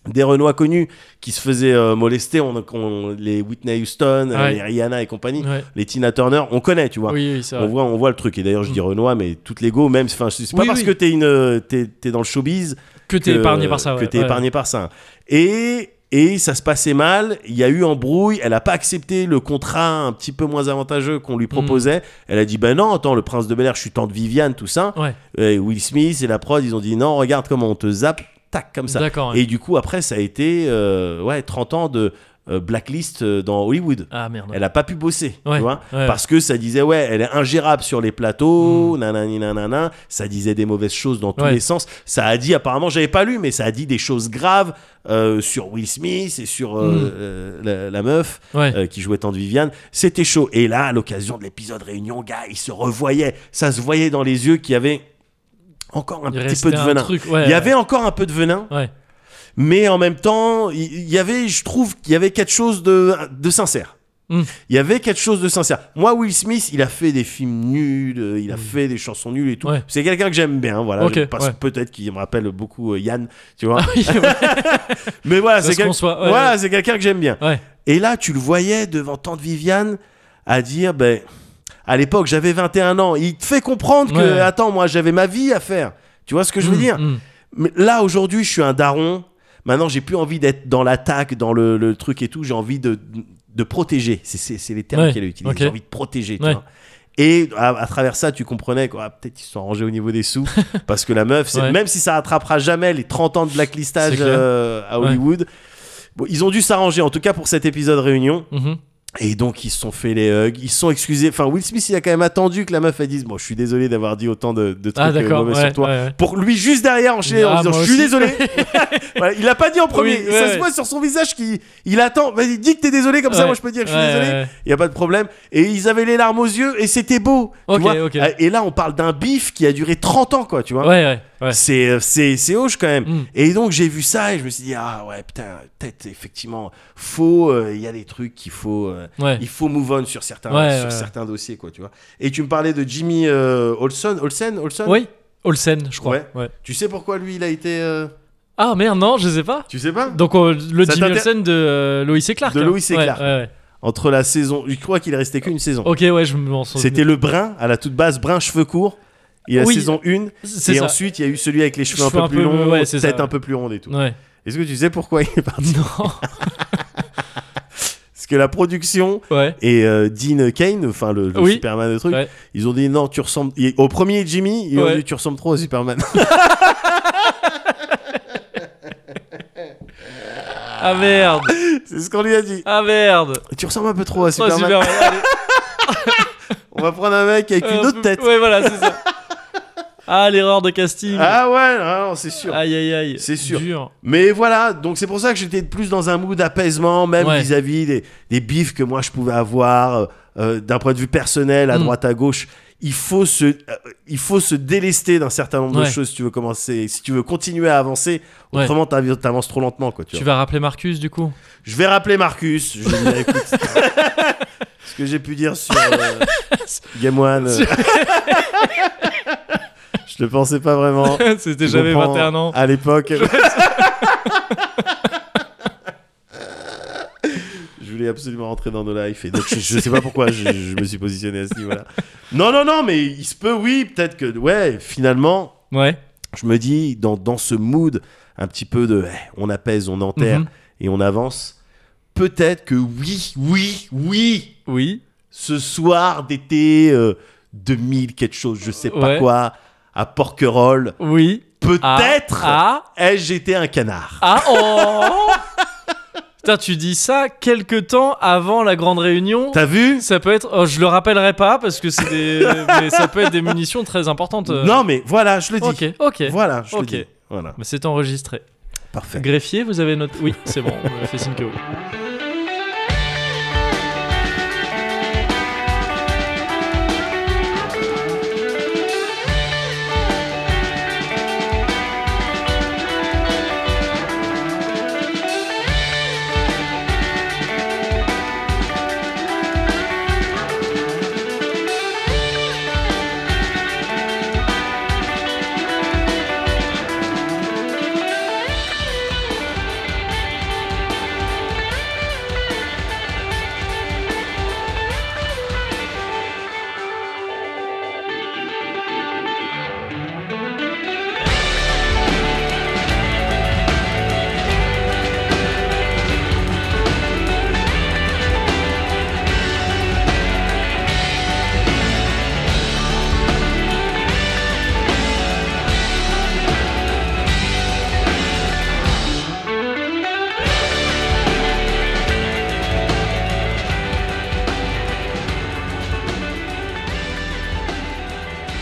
Speaker 2: Des Renois connus qui se faisaient euh, molester, on, on- les Whitney Houston, euh,
Speaker 1: Ouais.
Speaker 2: les Rihanna et compagnie,
Speaker 1: Ouais.
Speaker 2: les Tina Turner, on connaît, tu vois.
Speaker 1: Oui, oui, c'est
Speaker 2: On
Speaker 1: vrai. Mm.
Speaker 2: voit, on voit le truc. Et d'ailleurs, je dis Renoir, mais toutes les go, même. Enfin, c'est pas
Speaker 1: Oui,
Speaker 2: parce
Speaker 1: oui.
Speaker 2: que t'es une, euh, t'es, t'es dans le showbiz
Speaker 1: Que t'es épargné par ça.
Speaker 2: que
Speaker 1: ouais,
Speaker 2: t'es
Speaker 1: ouais.
Speaker 2: épargné par ça. Et, et ça se passait mal. Il y a eu embrouille. Elle a pas accepté le contrat un petit peu moins avantageux qu'on
Speaker 1: Mm.
Speaker 2: lui proposait. Elle a dit ben non, attends, le prince de Bel Air, je suis tante Viviane, tout ça.
Speaker 1: Ouais.
Speaker 2: Et Will Smith et la prod, ils ont dit non, regarde comment on te zappe, tac comme ça.
Speaker 1: D'accord. ouais.
Speaker 2: Et du coup après, ça a été euh, ouais 30 ans de euh, blacklist euh, dans Hollywood.
Speaker 1: Ah merde.
Speaker 2: Elle a pas pu bosser,
Speaker 1: Ouais,
Speaker 2: tu vois,
Speaker 1: ouais. Hmm.
Speaker 2: parce que ça disait ouais, elle est ingérable sur les plateaux, nanani nanana, ça disait des mauvaises choses dans tous
Speaker 1: Ouais.
Speaker 2: les sens. Ça a dit apparemment, j'avais pas lu, mais ça a dit des choses graves euh, sur Will Smith et sur euh,
Speaker 1: Mm.
Speaker 2: euh, la, la meuf
Speaker 1: Ouais.
Speaker 2: euh, qui jouait Tante Viviane. C'était chaud. Et là, à l'occasion de l'épisode Réunion, gars, ils se revoyaient, ça se voyait dans les yeux qu'il y avait encore un
Speaker 1: Il
Speaker 2: petit
Speaker 1: restait
Speaker 2: peu de
Speaker 1: un
Speaker 2: venin.
Speaker 1: truc, ouais,
Speaker 2: Il y avait encore un peu de venin,
Speaker 1: Ouais.
Speaker 2: mais en même temps, il il y avait, je trouve, qu'il y avait quelque chose de, de sincère.
Speaker 1: Mm.
Speaker 2: Il y avait quelque chose de sincère. Moi, Will Smith, il a fait des films nuls, euh, il a fait des chansons nulles et tout.
Speaker 1: Mm. Ouais.
Speaker 2: C'est quelqu'un que j'aime bien, voilà.
Speaker 1: Ok,
Speaker 2: Je- parce
Speaker 1: ouais.
Speaker 2: que peut-être qu'il me rappelle beaucoup euh, Yann, tu vois.
Speaker 1: Ah oui, ouais,
Speaker 2: Mais voilà,
Speaker 1: c'est
Speaker 2: c'est
Speaker 1: ce
Speaker 2: quelqu'un
Speaker 1: qu'on soit. ouais,
Speaker 2: voilà, c'est quelqu'un que j'aime bien.
Speaker 1: Ouais.
Speaker 2: Et là, tu le voyais devant tante Viviane à dire, ben, à l'époque, j'avais 21 ans. Il te fait comprendre que,
Speaker 1: Ouais.
Speaker 2: attends, moi, j'avais ma vie à faire. Tu vois ce que je veux
Speaker 1: Mm,
Speaker 2: dire
Speaker 1: mm.
Speaker 2: mais là, aujourd'hui, je suis un daron. Maintenant, j'ai plus envie d'être dans l'attaque, dans le, le truc et tout. J'ai envie de, de protéger. C'est- C'est c'est les termes
Speaker 1: Ouais,
Speaker 2: qu'elle a utilisés.
Speaker 1: ok.
Speaker 2: J'ai envie de protéger. tu
Speaker 1: Ouais.
Speaker 2: vois. Et à, à travers ça, tu comprenais quoi. Ah, Peut-être qu'ils se sont rangés au niveau des sous. parce que la meuf, c'est-
Speaker 1: Ouais.
Speaker 2: même si ça rattrapera jamais les 30 ans de blacklistage
Speaker 1: C'est clair.
Speaker 2: euh, à
Speaker 1: Ouais.
Speaker 2: Hollywood, bon, ils ont dû s'arranger, en tout cas pour cet épisode réunion.
Speaker 1: Mhm.
Speaker 2: Et donc, ils se sont fait les hugs. Ils se sont excusés. Enfin, Will Smith, il a quand même attendu que la meuf, elle dise Bon, je suis désolé d'avoir dit autant de, de trucs
Speaker 1: Ah,
Speaker 2: euh,
Speaker 1: d'accord.
Speaker 2: mauvais
Speaker 1: ouais,
Speaker 2: sur toi
Speaker 1: ouais, ouais.
Speaker 2: pour lui juste derrière enchaîner en
Speaker 1: Ah,
Speaker 2: disant
Speaker 1: moi
Speaker 2: je suis
Speaker 1: aussi.
Speaker 2: désolé Voilà, il l'a pas dit en premier
Speaker 1: Oui, ouais,
Speaker 2: ça se
Speaker 1: ouais.
Speaker 2: voit sur son visage qu'il il attend vas-y dis que t'es désolé comme ça
Speaker 1: Ouais.
Speaker 2: moi je peux dire je suis
Speaker 1: Ouais,
Speaker 2: désolé
Speaker 1: ouais, ouais.
Speaker 2: il y a pas de problème et ils avaient les larmes aux yeux et c'était beau tu
Speaker 1: Ok,
Speaker 2: vois.
Speaker 1: ok.
Speaker 2: Euh, et là on parle d'un bif qui a duré 30 ans quoi tu vois
Speaker 1: Ouais, ouais, ouais.
Speaker 2: c'est euh, c'est c'est hoche quand même
Speaker 1: Mm.
Speaker 2: et donc j'ai vu ça et je me suis dit ah ouais putain peut-être effectivement faut euh, il y a des trucs qu'il faut euh,
Speaker 1: Ouais.
Speaker 2: il faut move on sur certains
Speaker 1: Ouais,
Speaker 2: sur
Speaker 1: ouais.
Speaker 2: certains dossiers quoi tu vois et tu me parlais de Jimmy euh, Olsen Olsen Olsen
Speaker 1: Oui, Olsen, je crois.
Speaker 2: Ouais. tu sais pourquoi lui il a été euh,
Speaker 1: Ah merde, non, je sais pas.
Speaker 2: Tu sais pas
Speaker 1: Donc on- le
Speaker 2: Ça
Speaker 1: Jimmy
Speaker 2: t'inter-
Speaker 1: Olsen de euh, Lois et Clark.
Speaker 2: De
Speaker 1: hein.
Speaker 2: Lois et
Speaker 1: Ouais,
Speaker 2: Clark.
Speaker 1: ouais, ouais.
Speaker 2: Entre la saison, je crois qu'il est resté qu'une saison.
Speaker 1: Ok, ouais, je m'en souviens.
Speaker 2: C'était le brun à la toute base, brun cheveux courts. Il y a
Speaker 1: Oui.
Speaker 2: la saison 1
Speaker 1: C'est
Speaker 2: et
Speaker 1: ça.
Speaker 2: ensuite il y a eu celui avec les cheveux un peu
Speaker 1: Cheveux un
Speaker 2: plus
Speaker 1: peu-
Speaker 2: longs,
Speaker 1: ouais,
Speaker 2: tête
Speaker 1: c'est ça, ouais.
Speaker 2: un peu plus ronde et tout.
Speaker 1: Ouais.
Speaker 2: Est-ce que tu sais pourquoi il est parti
Speaker 1: Non.
Speaker 2: Parce que la production
Speaker 1: ouais.
Speaker 2: et euh, Dean Kane, enfin le, le
Speaker 1: Oui.
Speaker 2: Superman de truc,
Speaker 1: Ouais.
Speaker 2: ils ont dit non, tu ressembles. il- Au premier Jimmy, ils ont
Speaker 1: Ouais.
Speaker 2: dit tu ressembles trop à Superman.
Speaker 1: Ah merde.
Speaker 2: C'est ce qu'on lui a dit.
Speaker 1: Ah merde.
Speaker 2: Tu ressembles un peu trop à
Speaker 1: Oh,
Speaker 2: Superman.
Speaker 1: Superman, allez.
Speaker 2: On va prendre un mec avec une
Speaker 1: Euh,
Speaker 2: autre tête.
Speaker 1: Ouais, voilà, c'est ça. Ah, l'erreur de casting.
Speaker 2: Ah ouais, non, non, c'est sûr.
Speaker 1: Aïe, aïe, aïe.
Speaker 2: C'est sûr.
Speaker 1: Dur.
Speaker 2: Mais voilà, donc c'est pour ça que j'étais plus dans un mood d'apaisement, même
Speaker 1: Ouais.
Speaker 2: vis-à-vis des, des bifs que moi je pouvais avoir euh, euh, d'un point de vue personnel, à
Speaker 1: Mm.
Speaker 2: droite, à gauche. Il faut se, euh, il faut se délester d'un certain nombre de
Speaker 1: Ouais.
Speaker 2: choses si tu veux commencer, si tu veux continuer à avancer.
Speaker 1: Ouais.
Speaker 2: Autrement, t'av- t'avances trop lentement, quoi. Tu
Speaker 1: Tu
Speaker 2: vois.
Speaker 1: vas rappeler Marcus du coup
Speaker 2: Je vais rappeler Marcus. Je lui dis, écoute, ce que j'ai pu dire sur euh, Game One. euh, je le pensais pas vraiment.
Speaker 1: C'était
Speaker 2: Oh, Tu
Speaker 1: jamais
Speaker 2: comprends,
Speaker 1: 21 ans.
Speaker 2: À l'époque. Je voulais absolument rentrer dans nos lives et donc je, je sais pas pourquoi je, je me suis positionné à ce niveau-là. Non, non, non, mais il se peut, oui, peut-être que, ouais, finalement,
Speaker 1: Ouais.
Speaker 2: je me dis, dans, dans ce mood un petit peu de eh, on apaise, on enterre
Speaker 1: Mhm.
Speaker 2: et on avance, peut-être que oui, oui, oui,
Speaker 1: Oui.
Speaker 2: ce soir d'été euh, 2000, quelque chose, je sais pas
Speaker 1: Ouais.
Speaker 2: quoi, à Porquerolles,
Speaker 1: Oui. Ah.
Speaker 2: peut-être
Speaker 1: Ah.
Speaker 2: ai-je été un canard
Speaker 1: Ah oh Putain, tu dis ça quelques temps avant la grande réunion.
Speaker 2: T'as vu
Speaker 1: Ça peut être. oh, je le rappellerai pas parce que c'est des. mais ça peut être des munitions très importantes. euh.
Speaker 2: Non, mais voilà, je le dis.
Speaker 1: Ok, ok.
Speaker 2: Voilà, je
Speaker 1: Ok.
Speaker 2: le dis. Voilà,
Speaker 1: Mais c'est enregistré.
Speaker 2: parfait.
Speaker 1: Greffier, vous avez notre. Oui, c'est bon, on me fait signe que oui.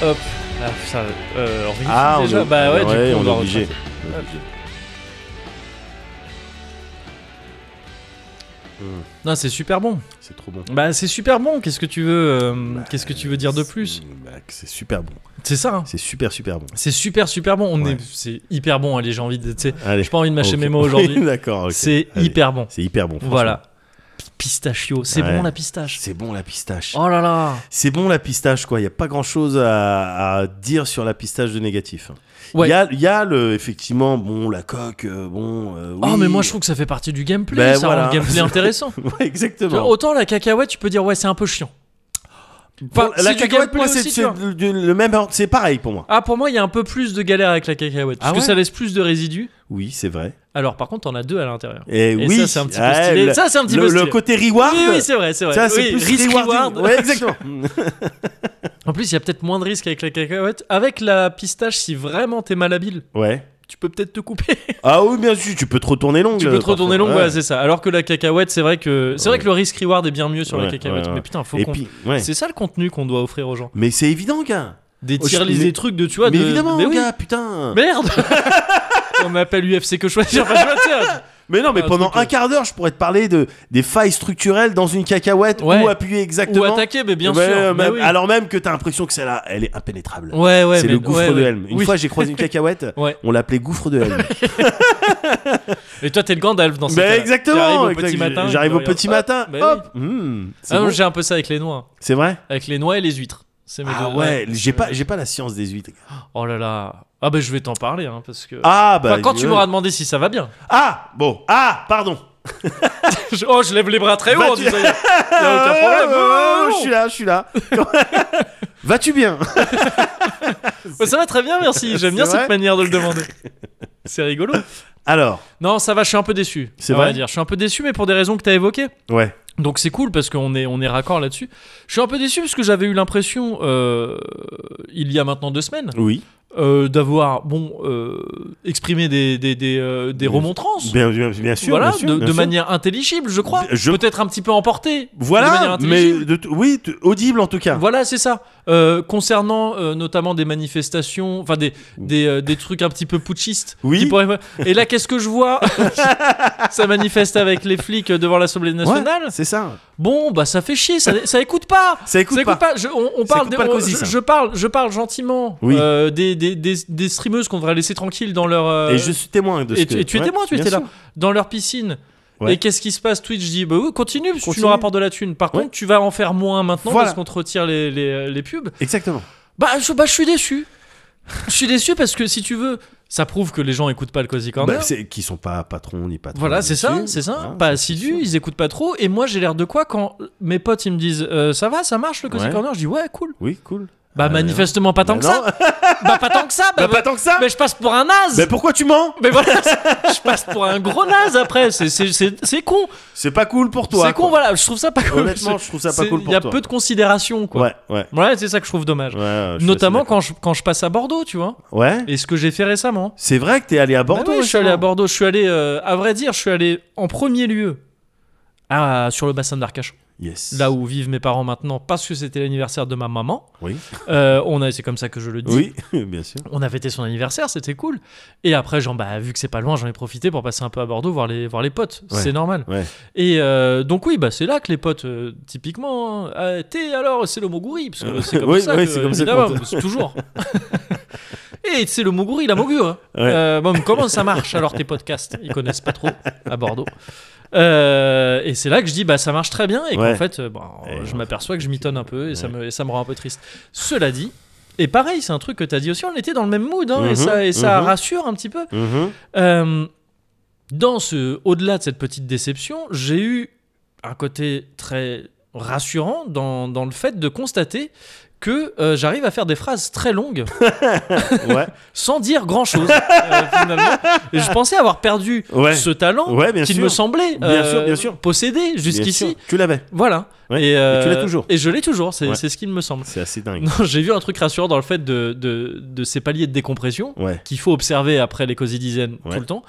Speaker 1: Hop. Ah, ça. Euh, on réussit
Speaker 2: Ah, on
Speaker 1: déjà.
Speaker 2: est-
Speaker 1: Bah ouais, du coup,
Speaker 2: on,
Speaker 1: doit
Speaker 2: est obligé.
Speaker 1: retracer.
Speaker 2: On est obligé.
Speaker 1: Non, c'est super bon.
Speaker 2: C'est trop bon.
Speaker 1: Bah, c'est super bon. Qu'est-ce que tu veux. euh, Qu'est-ce que tu veux dire de
Speaker 2: C'est-
Speaker 1: plus
Speaker 2: bah, que C'est super bon.
Speaker 1: C'est ça. hein.
Speaker 2: C'est super, super bon.
Speaker 1: C'est super, super bon. On
Speaker 2: Ouais.
Speaker 1: est. C'est hyper bon. Allez, j'ai envie de. tu sais,
Speaker 2: Allez.
Speaker 1: J'ai pas envie de mâcher
Speaker 2: Ok.
Speaker 1: mes mots aujourd'hui.
Speaker 2: D'accord, ok.
Speaker 1: C'est
Speaker 2: Allez.
Speaker 1: hyper bon.
Speaker 2: C'est hyper bon. franchement.
Speaker 1: Voilà. pistachio. C'est
Speaker 2: Ouais.
Speaker 1: bon la pistache.
Speaker 2: C'est bon la pistache.
Speaker 1: Oh là là.
Speaker 2: C'est bon la pistache, quoi. Il n'y a pas grand chose à, à dire sur la pistache de négatif. Il
Speaker 1: Ouais.
Speaker 2: y, a, il y a le, effectivement, bon, la coque, euh, bon. euh,
Speaker 1: Oh
Speaker 2: oui.
Speaker 1: mais moi je trouve que ça fait partie du gameplay.
Speaker 2: Ben,
Speaker 1: ça
Speaker 2: voilà.
Speaker 1: rend le gameplay intéressant.
Speaker 2: Ouais,
Speaker 1: Tu vois,
Speaker 2: exactement.
Speaker 1: Autant la cacahuète, tu peux dire ouais c'est un peu chiant. Enfin,
Speaker 2: Bon,
Speaker 1: c'est
Speaker 2: la
Speaker 1: du
Speaker 2: cacahuète,
Speaker 1: gameplay
Speaker 2: moi, c'est
Speaker 1: aussi, tu
Speaker 2: c'est
Speaker 1: vois.
Speaker 2: le- le le même. ordre. C'est pareil pour moi.
Speaker 1: Ah pour moi il y a un peu plus de galère avec la cacahuète. Parce
Speaker 2: Ah
Speaker 1: que
Speaker 2: ouais
Speaker 1: ça laisse plus de résidus.
Speaker 2: Oui, c'est vrai.
Speaker 1: Alors par contre on a deux à l'intérieur.
Speaker 2: Et,
Speaker 1: Et
Speaker 2: oui,
Speaker 1: ça c'est un petit peu
Speaker 2: ouais,
Speaker 1: stylé.
Speaker 2: le-
Speaker 1: ça c'est un petit
Speaker 2: le,
Speaker 1: peu
Speaker 2: le
Speaker 1: stylé.
Speaker 2: côté reward.
Speaker 1: oui, oui, c'est vrai, c'est vrai.
Speaker 2: ça, c'est
Speaker 1: Oui,
Speaker 2: plus
Speaker 1: risk
Speaker 2: rewarding.
Speaker 1: reward.
Speaker 2: Ouais, exactement.
Speaker 1: En plus, il y a peut-être moins de risques avec la cacahuète. Avec la pistache, si vraiment t'es malhabile,
Speaker 2: ouais.
Speaker 1: tu peux peut-être te couper.
Speaker 2: Ah oui, bien sûr, tu peux te retourner longue.
Speaker 1: tu peux te retourner long,
Speaker 2: parfois.
Speaker 1: voilà, c'est ça. Alors que la cacahuète, c'est vrai que c'est vrai
Speaker 2: Ouais.
Speaker 1: que le risk reward est bien mieux sur la
Speaker 2: Ouais,
Speaker 1: cacahuète.
Speaker 2: ouais, ouais.
Speaker 1: Mais putain, faut
Speaker 2: Et
Speaker 1: qu'on.
Speaker 2: puis, ouais.
Speaker 1: C'est ça le contenu qu'on doit offrir aux gens.
Speaker 2: Mais c'est évident, gars.
Speaker 1: Des
Speaker 2: Oh,
Speaker 1: tier
Speaker 2: je-
Speaker 1: lists,
Speaker 2: mais-
Speaker 1: des trucs de tu vois.
Speaker 2: mais
Speaker 1: de-
Speaker 2: évidemment,
Speaker 1: mais oui.
Speaker 2: gars, putain.
Speaker 1: Merde. On m'appelle UFC que choisir. Enfin, tu vois, tu vois.
Speaker 2: Mais non, mais
Speaker 1: Un
Speaker 2: pendant
Speaker 1: truc,
Speaker 2: un quart d'heure, je pourrais te parler de, des failles structurelles dans une cacahuète
Speaker 1: Ouais.
Speaker 2: où appuyer exactement.
Speaker 1: Ou attaquer, mais bien
Speaker 2: Ouais,
Speaker 1: sûr. mais
Speaker 2: même-
Speaker 1: oui.
Speaker 2: Alors même que t'as l'impression que celle-là, elle est impénétrable.
Speaker 1: Ouais, ouais.
Speaker 2: c'est
Speaker 1: mais-
Speaker 2: le gouffre
Speaker 1: ouais,
Speaker 2: de
Speaker 1: ouais.
Speaker 2: Helm. Une
Speaker 1: Oui.
Speaker 2: fois, j'ai croisé une cacahuète.
Speaker 1: Ouais.
Speaker 2: On l'appelait gouffre de Helm.
Speaker 1: Et toi, t'es le Gandalf dans ces
Speaker 2: Ben
Speaker 1: cas-là. T'arrives
Speaker 2: exactement.
Speaker 1: au petit
Speaker 2: exact-
Speaker 1: matin, et
Speaker 2: J'arrive
Speaker 1: tu
Speaker 2: au
Speaker 1: regardes.
Speaker 2: petit matin.
Speaker 1: Ben oui.
Speaker 2: Hop. Hmm, c'est
Speaker 1: Ah non,
Speaker 2: bon.
Speaker 1: j'ai Ah, un peu ça avec les noix.
Speaker 2: C'est vrai.
Speaker 1: Avec les noix et les huîtres. C'est mes
Speaker 2: Ah
Speaker 1: deux-
Speaker 2: ouais. J'ai
Speaker 1: c'est
Speaker 2: pas,
Speaker 1: mes-
Speaker 2: j'ai pas la science des huîtres.
Speaker 1: Oh là là. Ah bah je vais t'en parler hein, parce que.
Speaker 2: Ah bah.
Speaker 1: Enfin, quand tu
Speaker 2: euh,
Speaker 1: m'auras demandé si ça va bien.
Speaker 2: Ah bon. Ah pardon.
Speaker 1: Je- oh, je lève les bras très haut
Speaker 2: Bah,
Speaker 1: en
Speaker 2: tu-
Speaker 1: disant. Y a y a aucun problème.
Speaker 2: Ouais, ouais, ouais,
Speaker 1: Oh
Speaker 2: Je suis là, je suis là. Vas-tu bien
Speaker 1: Bah, ça va très bien, merci. J'aime
Speaker 2: C'est
Speaker 1: bien
Speaker 2: vrai
Speaker 1: cette manière de le demander. C'est rigolo.
Speaker 2: Alors.
Speaker 1: Non, ça va. Je suis un peu déçu.
Speaker 2: C'est
Speaker 1: à vrai
Speaker 2: vrai
Speaker 1: dire. Je suis un peu déçu, mais pour des raisons que t'as évoquées.
Speaker 2: Ouais.
Speaker 1: Donc c'est cool parce qu'on est on est raccord là-dessus. Je suis un peu déçu parce que j'avais eu l'impression euh, il y a maintenant deux semaines
Speaker 2: Oui.
Speaker 1: euh, d'avoir bon euh, exprimé des des des, euh, des
Speaker 2: Bien-
Speaker 1: remontrances.
Speaker 2: Bien, bien, bien sûr.
Speaker 1: voilà,
Speaker 2: bien sûr,
Speaker 1: de,
Speaker 2: bien
Speaker 1: de
Speaker 2: sûr.
Speaker 1: manière intelligible, je crois.
Speaker 2: Je-
Speaker 1: Peut-être un petit peu emporté. de manière
Speaker 2: Voilà, mais
Speaker 1: intelligible.
Speaker 2: de tout- oui, t- audible en tout cas.
Speaker 1: Voilà, c'est ça. Euh, concernant euh, notamment des manifestations, enfin des, des, euh, des trucs un petit peu putschistes.
Speaker 2: Oui.
Speaker 1: qui pourraient- Et là, qu'est-ce que je vois Ça manifeste avec les flics devant l'Assemblée nationale.
Speaker 2: Ouais, c'est ça.
Speaker 1: Bon, bah ça fait chier, ça, ça écoute pas.
Speaker 2: Ça écoute
Speaker 1: ça
Speaker 2: pas.
Speaker 1: écoute pas. Je- on, on
Speaker 2: Ça
Speaker 1: parle
Speaker 2: écoute
Speaker 1: des-
Speaker 2: pas le
Speaker 1: on-
Speaker 2: cosy,
Speaker 1: je,
Speaker 2: ça.
Speaker 1: je parle, je parle gentiment
Speaker 2: Oui.
Speaker 1: euh, des, des, des, des streameuses qu'on devrait laisser tranquilles dans leur. euh,
Speaker 2: Et je suis témoin de ce
Speaker 1: et
Speaker 2: que.
Speaker 1: tu- et tu
Speaker 2: ouais,
Speaker 1: étais moi, tu
Speaker 2: bien
Speaker 1: étais là,
Speaker 2: sûr.
Speaker 1: dans leur piscine.
Speaker 2: Ouais.
Speaker 1: Et qu'est-ce qui se passe Twitch dit bah oui, continue, parce que tu nous
Speaker 2: Continue.
Speaker 1: rapportes de la thune. Par
Speaker 2: Ouais.
Speaker 1: contre, tu vas en faire moins maintenant
Speaker 2: Voilà.
Speaker 1: parce qu'on te retire les, les, les pubs.
Speaker 2: Exactement.
Speaker 1: Bah je, bah, je suis déçu. je suis déçu parce que si tu veux, ça prouve que les gens écoutent pas le Cozy Corner.
Speaker 2: Bah, c'est qui sont pas patrons ni patrons.
Speaker 1: voilà, c'est ça,
Speaker 2: là-dessus.
Speaker 1: c'est ça.
Speaker 2: Voilà,
Speaker 1: pas
Speaker 2: c'est
Speaker 1: assidus,
Speaker 2: sûr.
Speaker 1: ils écoutent pas trop. Et moi, j'ai l'air de quoi quand mes potes ils me disent euh, ça va, ça marche le Cozy
Speaker 2: Ouais.
Speaker 1: Corner Je dis ouais, cool.
Speaker 2: Oui, cool.
Speaker 1: Bah
Speaker 2: Ah,
Speaker 1: manifestement pas tant
Speaker 2: Bah
Speaker 1: que
Speaker 2: non.
Speaker 1: ça. bah pas tant que ça. Bah,
Speaker 2: Bah, pas tant que Bah, ça.
Speaker 1: mais je passe pour un naze.
Speaker 2: Mais pourquoi tu mens
Speaker 1: Mais voilà, je passe pour un gros naze après. C'est- C'est c'est- c'est con.
Speaker 2: C'est pas cool pour toi.
Speaker 1: C'est con,
Speaker 2: quoi.
Speaker 1: voilà. Je trouve ça pas cool.
Speaker 2: Honnêtement, je trouve ça pas
Speaker 1: C'est-
Speaker 2: cool
Speaker 1: Il y a
Speaker 2: pour toi.
Speaker 1: peu de considération, quoi.
Speaker 2: Ouais, ouais.
Speaker 1: Voilà, c'est ça que je trouve dommage.
Speaker 2: Ouais, ouais, je suis
Speaker 1: Notamment
Speaker 2: assez d'accord.
Speaker 1: quand je, quand je passe à Bordeaux, tu vois.
Speaker 2: Ouais.
Speaker 1: Et ce que j'ai fait récemment.
Speaker 2: C'est vrai que t'es allé à Bordeaux.
Speaker 1: Bah oui, je suis allé à
Speaker 2: récemment.
Speaker 1: Bordeaux. Je suis allé, euh, à vrai dire, je suis allé en premier lieu à, sur le bassin d'Arcachon,
Speaker 2: Yes.
Speaker 1: là où vivent mes parents maintenant, parce que c'était l'anniversaire de ma maman.
Speaker 2: Oui.
Speaker 1: Euh, on a, c'est comme ça que je le dis.
Speaker 2: Oui, bien sûr.
Speaker 1: On a fêté son anniversaire, c'était cool. Et après, genre, bah, vu que c'est pas loin, j'en ai profité pour passer un peu à Bordeaux, voir les, voir les potes.
Speaker 2: Ouais.
Speaker 1: C'est normal.
Speaker 2: Ouais.
Speaker 1: Et euh, donc, oui, bah, c'est là que les potes, euh, typiquement, hein, euh, t'es alors, c'est le Moguri, parce que c'est comme
Speaker 2: Oui,
Speaker 1: ça.
Speaker 2: oui,
Speaker 1: que,
Speaker 2: c'est comme ça
Speaker 1: évidemment,
Speaker 2: qu'on-
Speaker 1: c'est toujours. Et c'est le Moguri, la Mogu. hein.
Speaker 2: Ouais.
Speaker 1: Euh, bon, mais comment ça marche alors tes podcasts Ils connaissent pas trop à Bordeaux. Euh, et c'est là que je dis bah ça marche très bien et
Speaker 2: Ouais.
Speaker 1: qu'en fait euh, bon,
Speaker 2: Et
Speaker 1: je
Speaker 2: en
Speaker 1: m'aperçois que je m'y tonne un peu et, ça
Speaker 2: Ouais.
Speaker 1: me, et ça me rend un peu triste. Cela dit, et pareil c'est un truc que t'as dit aussi, on était dans le même mood hein,
Speaker 2: Mhm,
Speaker 1: et ça, et ça
Speaker 2: mhm.
Speaker 1: rassure un petit peu.
Speaker 2: Mhm.
Speaker 1: Euh, dans ce, au-delà de cette petite déception, j'ai eu un côté très rassurant dans, dans le fait de constater que euh, j'arrive à faire des phrases très longues
Speaker 2: Ouais.
Speaker 1: sans dire grand chose finalement. Et je pensais avoir perdu
Speaker 2: Ouais.
Speaker 1: ce talent
Speaker 2: Ouais, bien
Speaker 1: qu'il
Speaker 2: sûr.
Speaker 1: me semblait
Speaker 2: Bien
Speaker 1: euh,
Speaker 2: sûr, bien sûr.
Speaker 1: posséder
Speaker 2: Bien
Speaker 1: jusqu'ici.
Speaker 2: sûr, Tu l'avais.
Speaker 1: Voilà.
Speaker 2: Ouais.
Speaker 1: Et,
Speaker 2: Et tu l'as
Speaker 1: euh,
Speaker 2: toujours.
Speaker 1: Et je l'ai toujours, c'est
Speaker 2: Ouais.
Speaker 1: c'est ce qu'il me semble.
Speaker 2: C'est assez dingue.
Speaker 1: Non, j'ai vu un truc rassurant dans le fait de, de, de ces paliers de décompression
Speaker 2: Ouais.
Speaker 1: qu'il faut observer après les cosy dizaines
Speaker 2: Ouais.
Speaker 1: tout le temps.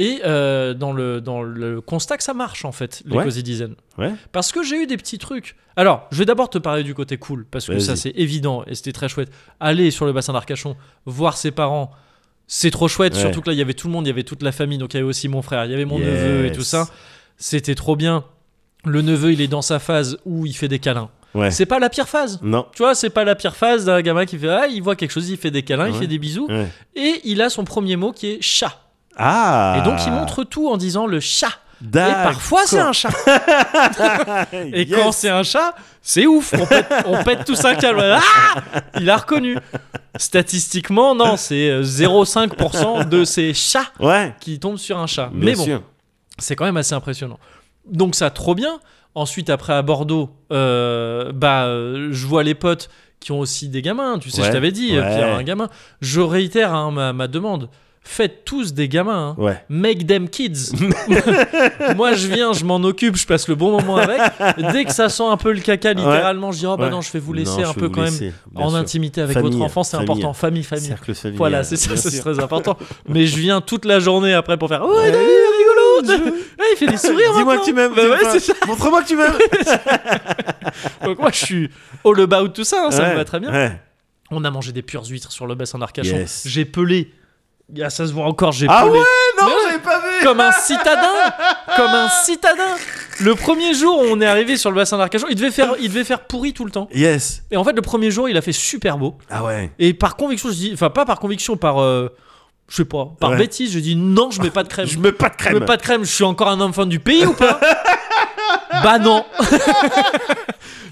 Speaker 1: Et euh, dans, le, dans le constat que ça marche, en fait, les
Speaker 2: Ouais.
Speaker 1: cosy dizaines.
Speaker 2: Ouais.
Speaker 1: Parce que j'ai eu des petits trucs. Alors, je vais d'abord te parler du côté cool, parce que
Speaker 2: Vas-y.
Speaker 1: ça, c'est évident et c'était très chouette. Aller sur le bassin d'Arcachon, voir ses parents. C'est trop chouette,
Speaker 2: Ouais.
Speaker 1: surtout que là il y avait tout le monde, il y avait toute la famille, donc il y avait aussi mon frère, il y avait mon
Speaker 2: Yes.
Speaker 1: neveu et tout ça. C'était trop bien. Le neveu il est dans sa phase où il fait des câlins.
Speaker 2: Ouais.
Speaker 1: C'est pas la pire phase.
Speaker 2: Non.
Speaker 1: Tu vois, c'est pas la pire phase d'un gamin qui fait ah, il voit quelque chose, il fait des câlins, il
Speaker 2: Ouais.
Speaker 1: fait des bisous,
Speaker 2: Ouais.
Speaker 1: et il a son premier mot qui est chat.
Speaker 2: Ah.
Speaker 1: Et donc il montre tout en disant le chat. Et parfois, c'est un chat. Et quand c'est un chat, c'est ouf. On pète, on pète tous un câble. Ah Il a reconnu. Statistiquement, non, c'est euh, 0,5% de ces chats
Speaker 2: Ouais,
Speaker 1: qui tombent sur un chat.
Speaker 2: bien
Speaker 1: Mais bon,
Speaker 2: sûr.
Speaker 1: c'est quand même assez impressionnant. Donc ça, trop bien. Ensuite, après à Bordeaux, euh, bah, euh, je vois les potes qui ont aussi des gamins. Tu sais,
Speaker 2: Ouais,
Speaker 1: je t'avais dit, euh,
Speaker 2: ouais.
Speaker 1: Pierre a un gamin. Je réitère hein, ma, ma demande. Faites tous des gamins. hein.
Speaker 2: Ouais.
Speaker 1: Make them kids. Moi, je viens, je m'en occupe, je passe le bon moment avec. Dès que ça sent un peu le caca, littéralement, je dis oh bah
Speaker 2: Ouais.
Speaker 1: non, je vais vous laisser un
Speaker 2: Non, je vais
Speaker 1: peu
Speaker 2: vous
Speaker 1: quand même
Speaker 2: laisser, bien
Speaker 1: en
Speaker 2: sûr.
Speaker 1: intimité avec
Speaker 2: Famille,
Speaker 1: votre enfant, c'est
Speaker 2: famille.
Speaker 1: important. Famille, famille.
Speaker 2: Cercle familial.
Speaker 1: Voilà, c'est ça,
Speaker 2: euh, bien
Speaker 1: c'est
Speaker 2: sûr. Eh
Speaker 1: très important. Mais je viens toute la journée après pour faire. Ouais, t'as vu,
Speaker 2: Ouais,
Speaker 1: rigolo Ouais, Il fait des sourires.
Speaker 2: Dis-moi
Speaker 1: maintenant.
Speaker 2: que tu m'aimes.
Speaker 1: Bah
Speaker 2: dis
Speaker 1: ouais,
Speaker 2: pas.
Speaker 1: c'est ça.
Speaker 2: Montre-moi que tu m'aimes.
Speaker 1: Donc moi, je suis all about tout ça, hein, ça me va très bien.
Speaker 2: Ouais.
Speaker 1: On a mangé des pures huîtres sur le bassin d'Arcachon.
Speaker 2: Yes.
Speaker 1: J'ai pelé. Ah, ça se voit encore, j'ai
Speaker 2: Ah
Speaker 1: pelé.
Speaker 2: ouais, non,
Speaker 1: Mais ouais.
Speaker 2: j'avais pas vu.
Speaker 1: Comme un citadin Comme un citadin Le premier jour où on est arrivé sur le bassin d'Arcachon, il devait faire, il devait faire pourri tout le temps.
Speaker 2: Yes.
Speaker 1: Et en fait, le premier jour, il a fait super beau.
Speaker 2: Ah ouais.
Speaker 1: Et par conviction, je dis, enfin pas par conviction, par euh, je sais pas, par
Speaker 2: Ouais.
Speaker 1: bêtise, je dis non, je mets pas de crème.
Speaker 2: Je mets pas de
Speaker 1: Je
Speaker 2: crème.
Speaker 1: mets pas de crème. Je suis encore un enfant du pays ou pas Bah non.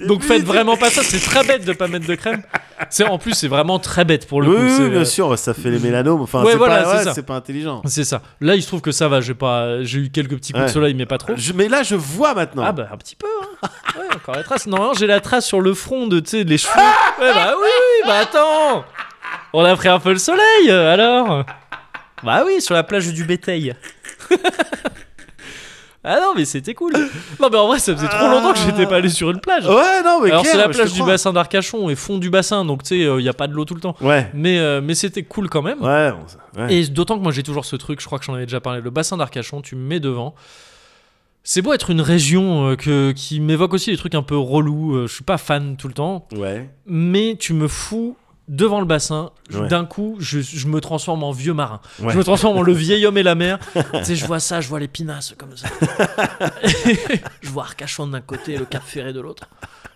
Speaker 1: Donc faites vraiment pas ça. C'est très bête de pas mettre de crème. C'est en plus c'est vraiment très bête pour le
Speaker 2: Oui,
Speaker 1: coup.
Speaker 2: oui,
Speaker 1: c'est,
Speaker 2: bien
Speaker 1: euh,
Speaker 2: sûr, ça fait les mélanomes. Enfin,
Speaker 1: Ouais,
Speaker 2: c'est
Speaker 1: voilà,
Speaker 2: pas,
Speaker 1: c'est
Speaker 2: ouais,
Speaker 1: ça.
Speaker 2: c'est pas intelligent.
Speaker 1: C'est ça. Là, il se trouve que ça va. J'ai pas, j'ai eu quelques petits coups
Speaker 2: Ouais.
Speaker 1: de soleil, mais pas trop.
Speaker 2: Je- mais là, je vois maintenant.
Speaker 1: Ah bah un petit peu. Hein. Ouais, encore la trace. Non, non, j'ai la trace sur le front de, tu sais, les cheveux. Ouais bah oui, oui, bah attends. On a pris un peu le soleil, euh, alors. Bah oui, sur la plage du Béteil. ah non, mais c'était cool. Non mais en vrai, ça faisait trop longtemps que j'étais pas allé sur une plage.
Speaker 2: Ouais, non, mais
Speaker 1: alors c'est
Speaker 2: clair,
Speaker 1: la
Speaker 2: je te
Speaker 1: plage du
Speaker 2: crois.
Speaker 1: bassin d'Arcachon et fond du bassin, donc tu sais, il y a pas de l'eau tout le temps.
Speaker 2: Ouais.
Speaker 1: Mais euh, mais c'était cool quand même.
Speaker 2: Ouais. bon, ça- ouais.
Speaker 1: Et d'autant que moi j'ai toujours ce truc, je crois que j'en avais déjà parlé, le bassin d'Arcachon, tu me mets devant. C'est beau être une région euh, que, qui m'évoque aussi des trucs un peu relous, euh, je suis pas fan tout le temps,
Speaker 2: Ouais.
Speaker 1: mais tu me fous devant le bassin, je-
Speaker 2: Ouais.
Speaker 1: d'un coup je, je me transforme en vieux marin,
Speaker 2: Ouais.
Speaker 1: je me transforme en le vieil homme et la mer, tu sais je vois ça, je vois les pinasses comme ça, je vois Arcachon d'un côté, le Cap Ferré de l'autre,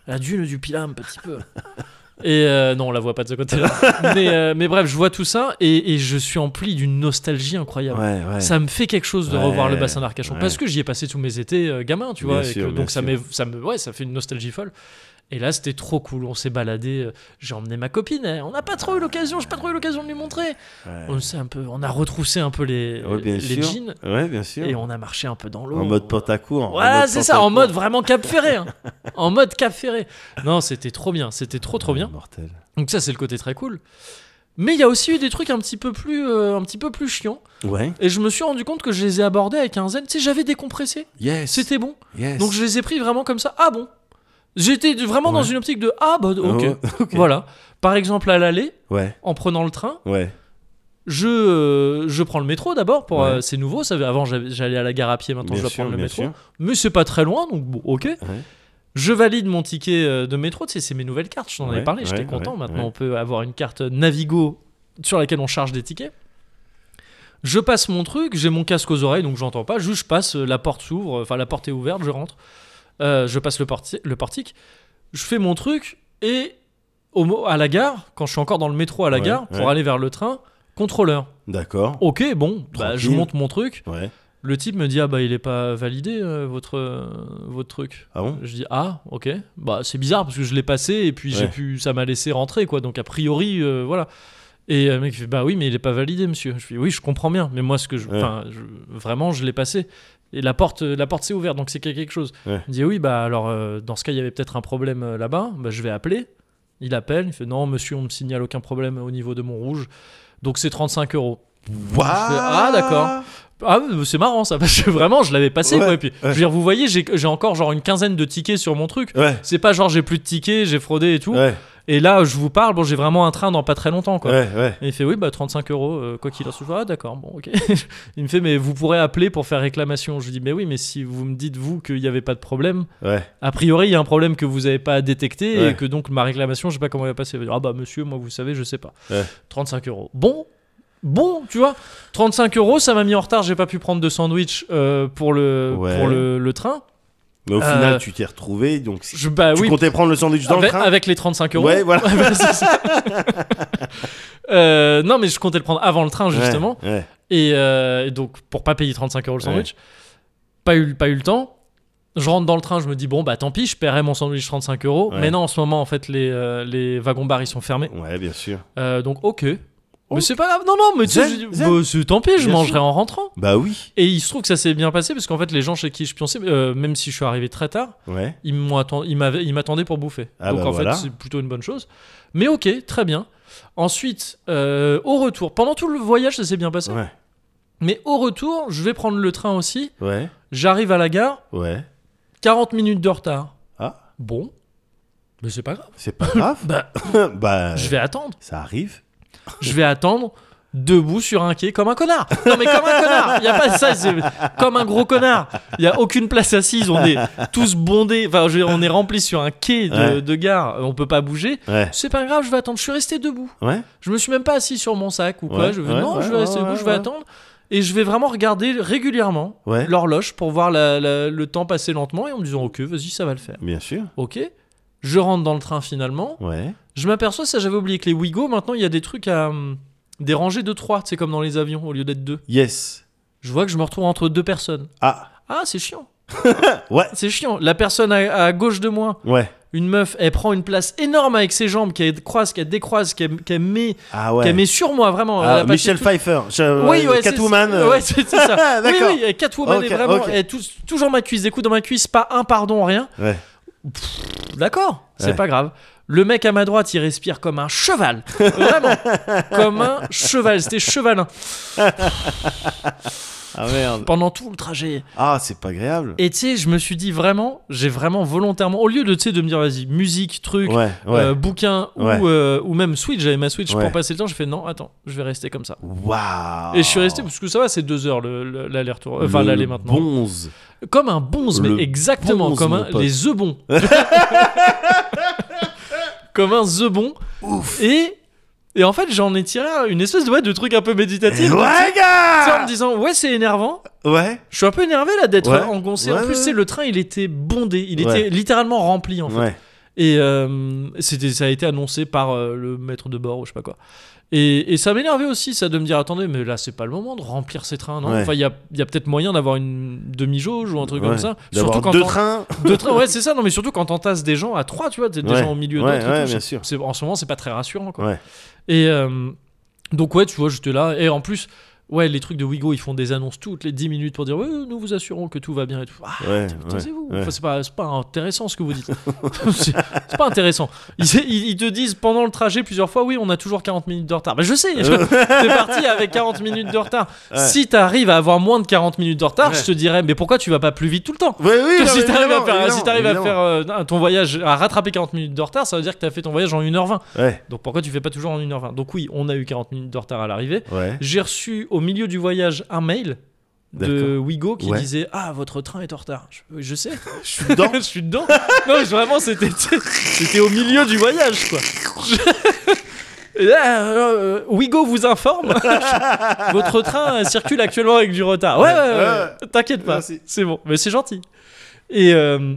Speaker 1: la dune du Pilat un petit peu. Et euh, non, on la voit pas de ce côté-là. mais, euh, mais bref, je vois tout ça et, et je suis empli d'une nostalgie incroyable.
Speaker 2: Ouais, ouais.
Speaker 1: Ça me fait quelque chose de
Speaker 2: Ouais,
Speaker 1: revoir le bassin d'Arcachon
Speaker 2: ouais.
Speaker 1: parce que j'y ai passé tous mes étés euh, gamin, tu
Speaker 2: Bien
Speaker 1: vois. et
Speaker 2: sûr,
Speaker 1: que-
Speaker 2: bien
Speaker 1: donc ça,
Speaker 2: sûr.
Speaker 1: m'est- ça me, ouais, ça fait une nostalgie folle. Et là, c'était trop cool. On s'est baladé. euh, J'ai emmené ma copine. hein. On n'a pas trop eu l'occasion. J'ai pas trop eu l'occasion de lui montrer.
Speaker 2: Ouais.
Speaker 1: On s'est un peu, on a retroussé un peu les,
Speaker 2: Ouais, bien
Speaker 1: les
Speaker 2: sûr.
Speaker 1: jeans
Speaker 2: Ouais, bien sûr.
Speaker 1: et on a marché un peu dans l'eau.
Speaker 2: En mode pantacourt.
Speaker 1: Voilà, c'est ça. En mode vraiment Cap Ferré. hein. en mode Cap Ferré. Non, c'était trop bien. C'était trop trop bien.
Speaker 2: Mortel.
Speaker 1: Donc ça, c'est le côté très cool. Mais il y a aussi eu des trucs un petit peu plus, euh, un petit peu plus chiants.
Speaker 2: Ouais.
Speaker 1: Et je me suis rendu compte que je les ai abordés avec un zen. Tu sais, j'avais décompressé.
Speaker 2: Yes.
Speaker 1: C'était bon.
Speaker 2: Yes.
Speaker 1: Donc je les ai pris vraiment comme ça. Ah bon J'étais vraiment dans
Speaker 2: Ouais.
Speaker 1: une optique de ah bah ok.
Speaker 2: Oh, ok.
Speaker 1: Voilà. Par exemple, à l'aller,
Speaker 2: Ouais.
Speaker 1: en prenant le train,
Speaker 2: Ouais.
Speaker 1: je, euh, je prends le métro d'abord. Pour
Speaker 2: Ouais.
Speaker 1: euh, c'est nouveau. Ça, avant j'avais- j'allais à la gare à pied. Maintenant je
Speaker 2: bien
Speaker 1: dois
Speaker 2: sûr,
Speaker 1: prendre le
Speaker 2: bien
Speaker 1: métro.
Speaker 2: sûr.
Speaker 1: Mais c'est pas très loin. Donc bon, ok.
Speaker 2: Ouais.
Speaker 1: Je valide mon ticket euh, de métro, tu sais, c'est mes nouvelles cartes, je t'en avais
Speaker 2: Ouais,
Speaker 1: parlé, j'étais
Speaker 2: ouais,
Speaker 1: content.
Speaker 2: ouais,
Speaker 1: Maintenant,
Speaker 2: ouais.
Speaker 1: on peut avoir une carte Navigo sur laquelle on charge des tickets. Je passe mon truc, j'ai mon casque aux oreilles, donc j'entends pas. Juste, je passe, euh, la porte s'ouvre, euh, enfin, la porte est ouverte, je rentre. Euh, je passe le, porti- le portique, je fais mon truc, et au mo- à la gare, quand je suis encore dans le métro à la
Speaker 2: Ouais,
Speaker 1: gare, pour
Speaker 2: ouais.
Speaker 1: aller vers le train, contrôleur.
Speaker 2: D'accord.
Speaker 1: Ok, bon, bah, je
Speaker 2: Tranquille.
Speaker 1: monte mon truc.
Speaker 2: Ouais.
Speaker 1: Le type me dit Ah, bah, il est pas validé, euh, votre, euh, votre truc.
Speaker 2: Ah bon
Speaker 1: Je dis ah ok bah c'est bizarre parce que je l'ai passé et puis j'ai
Speaker 2: Ouais.
Speaker 1: pu ça m'a laissé rentrer quoi donc a priori euh, voilà et euh, le mec il fait bah oui mais il est pas validé monsieur je dis oui je comprends bien mais moi ce que je
Speaker 2: Ouais.
Speaker 1: enfin je- vraiment je l'ai passé et la porte la porte s'est ouverte donc c'est qu'il y a quelque chose
Speaker 2: Ouais.
Speaker 1: il me dit oui bah alors euh, dans ce cas il y avait peut-être un problème euh, là-bas bah je vais appeler il appelle il fait non monsieur on me signale aucun problème au niveau de mon rouge donc c'est 35 euros
Speaker 2: What
Speaker 1: Ah, d'accord. ah, mais c'est marrant ça, parce que vraiment je l'avais passé
Speaker 2: Ouais,
Speaker 1: quoi. Et puis, je veux
Speaker 2: ouais.
Speaker 1: dire, vous voyez, j'ai j'ai encore genre une quinzaine de tickets sur mon truc.
Speaker 2: Ouais.
Speaker 1: C'est pas genre j'ai plus de tickets, j'ai fraudé et tout.
Speaker 2: Ouais.
Speaker 1: Et là, je vous parle, bon, j'ai vraiment un train dans pas très longtemps quoi.
Speaker 2: Ouais. Ouais.
Speaker 1: Et il fait oui, bah 35 euros, euh, quoi qu'il en soit. Ah, d'accord, bon, ok. il me fait, mais vous pourrez appeler pour faire réclamation. Je lui dis, mais oui, mais si vous me dites, vous, qu'il n'y avait pas de problème,
Speaker 2: Ouais.
Speaker 1: a priori, il y a un problème que vous n'avez pas détecté et
Speaker 2: Ouais.
Speaker 1: que donc ma réclamation, je sais pas comment elle va passer. Elle va dire, ah bah monsieur, moi vous savez, je sais pas.
Speaker 2: Ouais.
Speaker 1: 35 euros. Bon, bon, tu vois, 35 euros, ça m'a mis en retard, j'ai pas pu prendre de sandwich euh, pour, le,
Speaker 2: Ouais.
Speaker 1: pour le, le train.
Speaker 2: Mais au
Speaker 1: Euh,
Speaker 2: final, tu t'es retrouvé, donc si-
Speaker 1: Je, bah
Speaker 2: tu
Speaker 1: oui,
Speaker 2: comptais prendre le sandwich dans
Speaker 1: avec,
Speaker 2: le train.
Speaker 1: avec les 35 euros.
Speaker 2: Ouais, voilà.
Speaker 1: Bah, c'est ça. Euh, non, mais je comptais le prendre avant le train justement.
Speaker 2: Ouais. ouais.
Speaker 1: Et, euh, et donc, pour pas payer 35 euros le sandwich. pas eu, pas eu le temps. Je rentre dans le train, je me dis, bon, bah tant pis, je paierai mon sandwich 35 euros.
Speaker 2: Ouais.
Speaker 1: Mais non, en ce moment, en fait, les, euh, les wagons-bars, ils sont fermés.
Speaker 2: Ouais, bien sûr.
Speaker 1: Euh, donc, ok.
Speaker 2: Oh. Ok.
Speaker 1: Mais c'est pas grave, non, non, mais tu sais,
Speaker 2: Zen,
Speaker 1: je-
Speaker 2: zen.
Speaker 1: bah, c'est- tant pis, je
Speaker 2: Bien
Speaker 1: mangerai
Speaker 2: sûr.
Speaker 1: en rentrant.
Speaker 2: Bah oui.
Speaker 1: Et il se trouve que ça s'est bien passé parce qu'en fait, les gens chez qui je pionçais, euh, même si je suis arrivé très tard,
Speaker 2: Ouais.
Speaker 1: ils m'ont atten- ils m'avaient- ils m'attendaient pour bouffer.
Speaker 2: Ah
Speaker 1: Donc
Speaker 2: bah
Speaker 1: en
Speaker 2: voilà.
Speaker 1: fait, c'est plutôt une bonne chose. Mais ok, très bien. Ensuite, euh, au retour, pendant tout le voyage, ça s'est bien passé.
Speaker 2: Ouais.
Speaker 1: Mais au retour, je vais prendre le train aussi.
Speaker 2: Ouais.
Speaker 1: J'arrive à la gare,
Speaker 2: Ouais.
Speaker 1: 40 minutes de retard.
Speaker 2: Ah.
Speaker 1: Bon, mais c'est pas grave.
Speaker 2: C'est pas grave.
Speaker 1: Bah,
Speaker 2: bah.
Speaker 1: je vais attendre.
Speaker 2: Ça arrive.
Speaker 1: Je vais attendre debout sur un quai comme un connard. Non mais comme un connard. Y a pas ça. c'est- Comme un gros connard. Il y a aucune place assise. On est tous bondés. Enfin, je veux dire, on est remplis sur un quai de,
Speaker 2: Ouais.
Speaker 1: de gare. On peut pas bouger.
Speaker 2: Ouais.
Speaker 1: C'est pas grave, je vais attendre. Je suis resté debout.
Speaker 2: Ouais.
Speaker 1: Je me suis même pas assis sur mon sac ou quoi.
Speaker 2: Ouais,
Speaker 1: je vais-
Speaker 2: ouais,
Speaker 1: non,
Speaker 2: ouais,
Speaker 1: je vais
Speaker 2: ouais,
Speaker 1: rester debout,
Speaker 2: ouais,
Speaker 1: je vais
Speaker 2: ouais.
Speaker 1: attendre. Et je vais vraiment regarder régulièrement
Speaker 2: Ouais.
Speaker 1: l'horloge pour voir la- la- le temps passer lentement et en me disant ok, vas-y, ça va le faire.
Speaker 2: Bien sûr.
Speaker 1: Ok. Je rentre dans le train finalement.
Speaker 2: Ouais.
Speaker 1: Je m'aperçois, ça j'avais oublié que les Wigo, maintenant il y a des trucs à. hum, des rangées de 3, c'est comme dans les avions au lieu d'être deux.
Speaker 2: Yes.
Speaker 1: Je vois que je me retrouve entre deux personnes.
Speaker 2: Ah.
Speaker 1: Ah, c'est chiant.
Speaker 2: Ouais.
Speaker 1: C'est chiant. La personne à, à gauche de moi,
Speaker 2: Ouais.
Speaker 1: une meuf, elle prend une place énorme avec ses jambes, qu'elle croise, qu'elle décroise, qu'elle qu'elle met
Speaker 2: Ah ouais.
Speaker 1: qu'elle met sur moi vraiment.
Speaker 2: Ah,
Speaker 1: Elle a pas
Speaker 2: Michel
Speaker 1: fait
Speaker 2: Pfeiffer.
Speaker 1: tout-
Speaker 2: Je-
Speaker 1: Oui, ouais, c'est-
Speaker 2: Catwoman.
Speaker 1: c'est-
Speaker 2: euh,
Speaker 1: Ouais, c'est c'est ça. oui,
Speaker 2: D'accord.
Speaker 1: oui, Catwoman
Speaker 2: Ok,
Speaker 1: est vraiment.
Speaker 2: ok.
Speaker 1: elle tou- toujours ma cuisse, des coups dans ma cuisse, pas un pardon, rien.
Speaker 2: euh, Ouais.
Speaker 1: D'accord, c'est
Speaker 2: Ouais.
Speaker 1: pas grave. Le mec à ma droite, il respire comme un cheval. Vraiment. comme un cheval. C'était chevalin.
Speaker 2: Ah merde.
Speaker 1: Pendant tout le trajet.
Speaker 2: Ah, c'est pas agréable.
Speaker 1: Et tu sais, je me suis dit vraiment, j'ai vraiment volontairement, au lieu de, tu sais, de me dire, vas-y, musique, truc,
Speaker 2: Ouais.
Speaker 1: euh,
Speaker 2: Ouais.
Speaker 1: bouquin,
Speaker 2: Ouais.
Speaker 1: ou, euh, ou même Switch, j'avais ma Switch
Speaker 2: Ouais.
Speaker 1: pour passer le temps, j'ai fait, non, attends, je vais rester comme ça.
Speaker 2: Waouh.
Speaker 1: Et je suis resté, parce que ça va, c'est deux heures le- le- l'aller-retour. Euh, Enfin,
Speaker 2: Ah. Le
Speaker 1: l'aller maintenant.
Speaker 2: Bonze.
Speaker 1: Comme un bonze,
Speaker 2: Le
Speaker 1: mais exactement
Speaker 2: bonze,
Speaker 1: comme
Speaker 2: mon
Speaker 1: un.
Speaker 2: pote.
Speaker 1: Les œufs bons. comme un œuf bon.
Speaker 2: Ouf.
Speaker 1: Et, et en fait, j'en ai tiré une espèce de, ouais, de truc un peu
Speaker 2: Et
Speaker 1: méditatif.
Speaker 2: ouais,
Speaker 1: Tu sais, en
Speaker 2: gars.
Speaker 1: me disant, ouais, c'est énervant.
Speaker 2: Ouais.
Speaker 1: Je suis un peu énervé là d'être
Speaker 2: Ouais.
Speaker 1: engoncé.
Speaker 2: Ouais,
Speaker 1: en plus,
Speaker 2: ouais,
Speaker 1: c'est
Speaker 2: ouais.
Speaker 1: le train, il était bondé. Il
Speaker 2: Ouais.
Speaker 1: était littéralement rempli en fait.
Speaker 2: Ouais.
Speaker 1: Et euh, c'était, ça a été annoncé par euh, le maître de bord ou je sais pas quoi. Et, et ça m'énervait aussi, ça, de me dire attendez, mais là c'est pas le moment de remplir ces trains, non
Speaker 2: Ouais.
Speaker 1: Enfin, il y a, il y a peut-être moyen d'avoir une demi-jauge ou un truc
Speaker 2: Ouais.
Speaker 1: comme ça.
Speaker 2: D'avoir
Speaker 1: quand
Speaker 2: deux
Speaker 1: t'en-
Speaker 2: trains.
Speaker 1: deux trains, ouais, c'est ça. Non, mais surtout quand t'entasses des gens à trois, tu vois, t'es des
Speaker 2: Ouais.
Speaker 1: gens au milieu
Speaker 2: Ouais,
Speaker 1: d'autres. et
Speaker 2: ouais,
Speaker 1: tout,
Speaker 2: bien
Speaker 1: c'est-
Speaker 2: sûr.
Speaker 1: c'est- en ce moment, c'est pas très rassurant, quoi.
Speaker 2: Ouais.
Speaker 1: Et euh, donc ouais, tu vois, j'étais là. Et en plus, ouais, les trucs de Wigo, ils font des annonces toutes les 10 minutes pour dire ouais, nous vous assurons que tout va bien et tout. Ah,
Speaker 2: Ouais.
Speaker 1: Putain,
Speaker 2: ouais,
Speaker 1: c'est vous.
Speaker 2: ouais.
Speaker 1: Enfin, c'est pas, c'est pas intéressant ce que vous dites. c'est c'est pas intéressant. Ils, ils- ils te disent pendant le trajet plusieurs fois oui, on a toujours 40 minutes de retard. Bah, je sais, je- t'es parti avec 40 minutes de retard.
Speaker 2: Ouais.
Speaker 1: Si t'arrives à avoir moins de 40 minutes de retard,
Speaker 2: Ouais.
Speaker 1: je te dirais mais pourquoi tu vas pas plus vite tout le temps
Speaker 2: Ouais, oui,
Speaker 1: Que
Speaker 2: non,
Speaker 1: si
Speaker 2: mais
Speaker 1: t'arrives à
Speaker 2: évidemment,
Speaker 1: faire, si t'arrives à
Speaker 2: évidemment.
Speaker 1: faire euh, ton voyage, à rattraper 40 minutes de retard, ça veut dire que t'as fait ton voyage en 1h20.
Speaker 2: Ouais.
Speaker 1: Donc pourquoi tu fais pas toujours en 1h20 Donc oui, on a eu 40 minutes de retard à l'arrivée.
Speaker 2: Ouais.
Speaker 1: J'ai reçu au milieu du voyage un mail de
Speaker 2: D'accord.
Speaker 1: Wigo qui
Speaker 2: Ouais.
Speaker 1: disait Ah, votre train est en retard. Je, je sais.
Speaker 2: Je suis dedans.
Speaker 1: je suis dedans. non, mais vraiment, c'était c'était au milieu du voyage, quoi. Je- Et là, euh, euh, Wigo vous informe Votre train circule actuellement avec du retard. Ouais, ouais, ouais, ouais.
Speaker 2: Ouais.
Speaker 1: T'inquiète pas.
Speaker 2: Merci.
Speaker 1: C'est bon. Mais c'est gentil. Et. euh,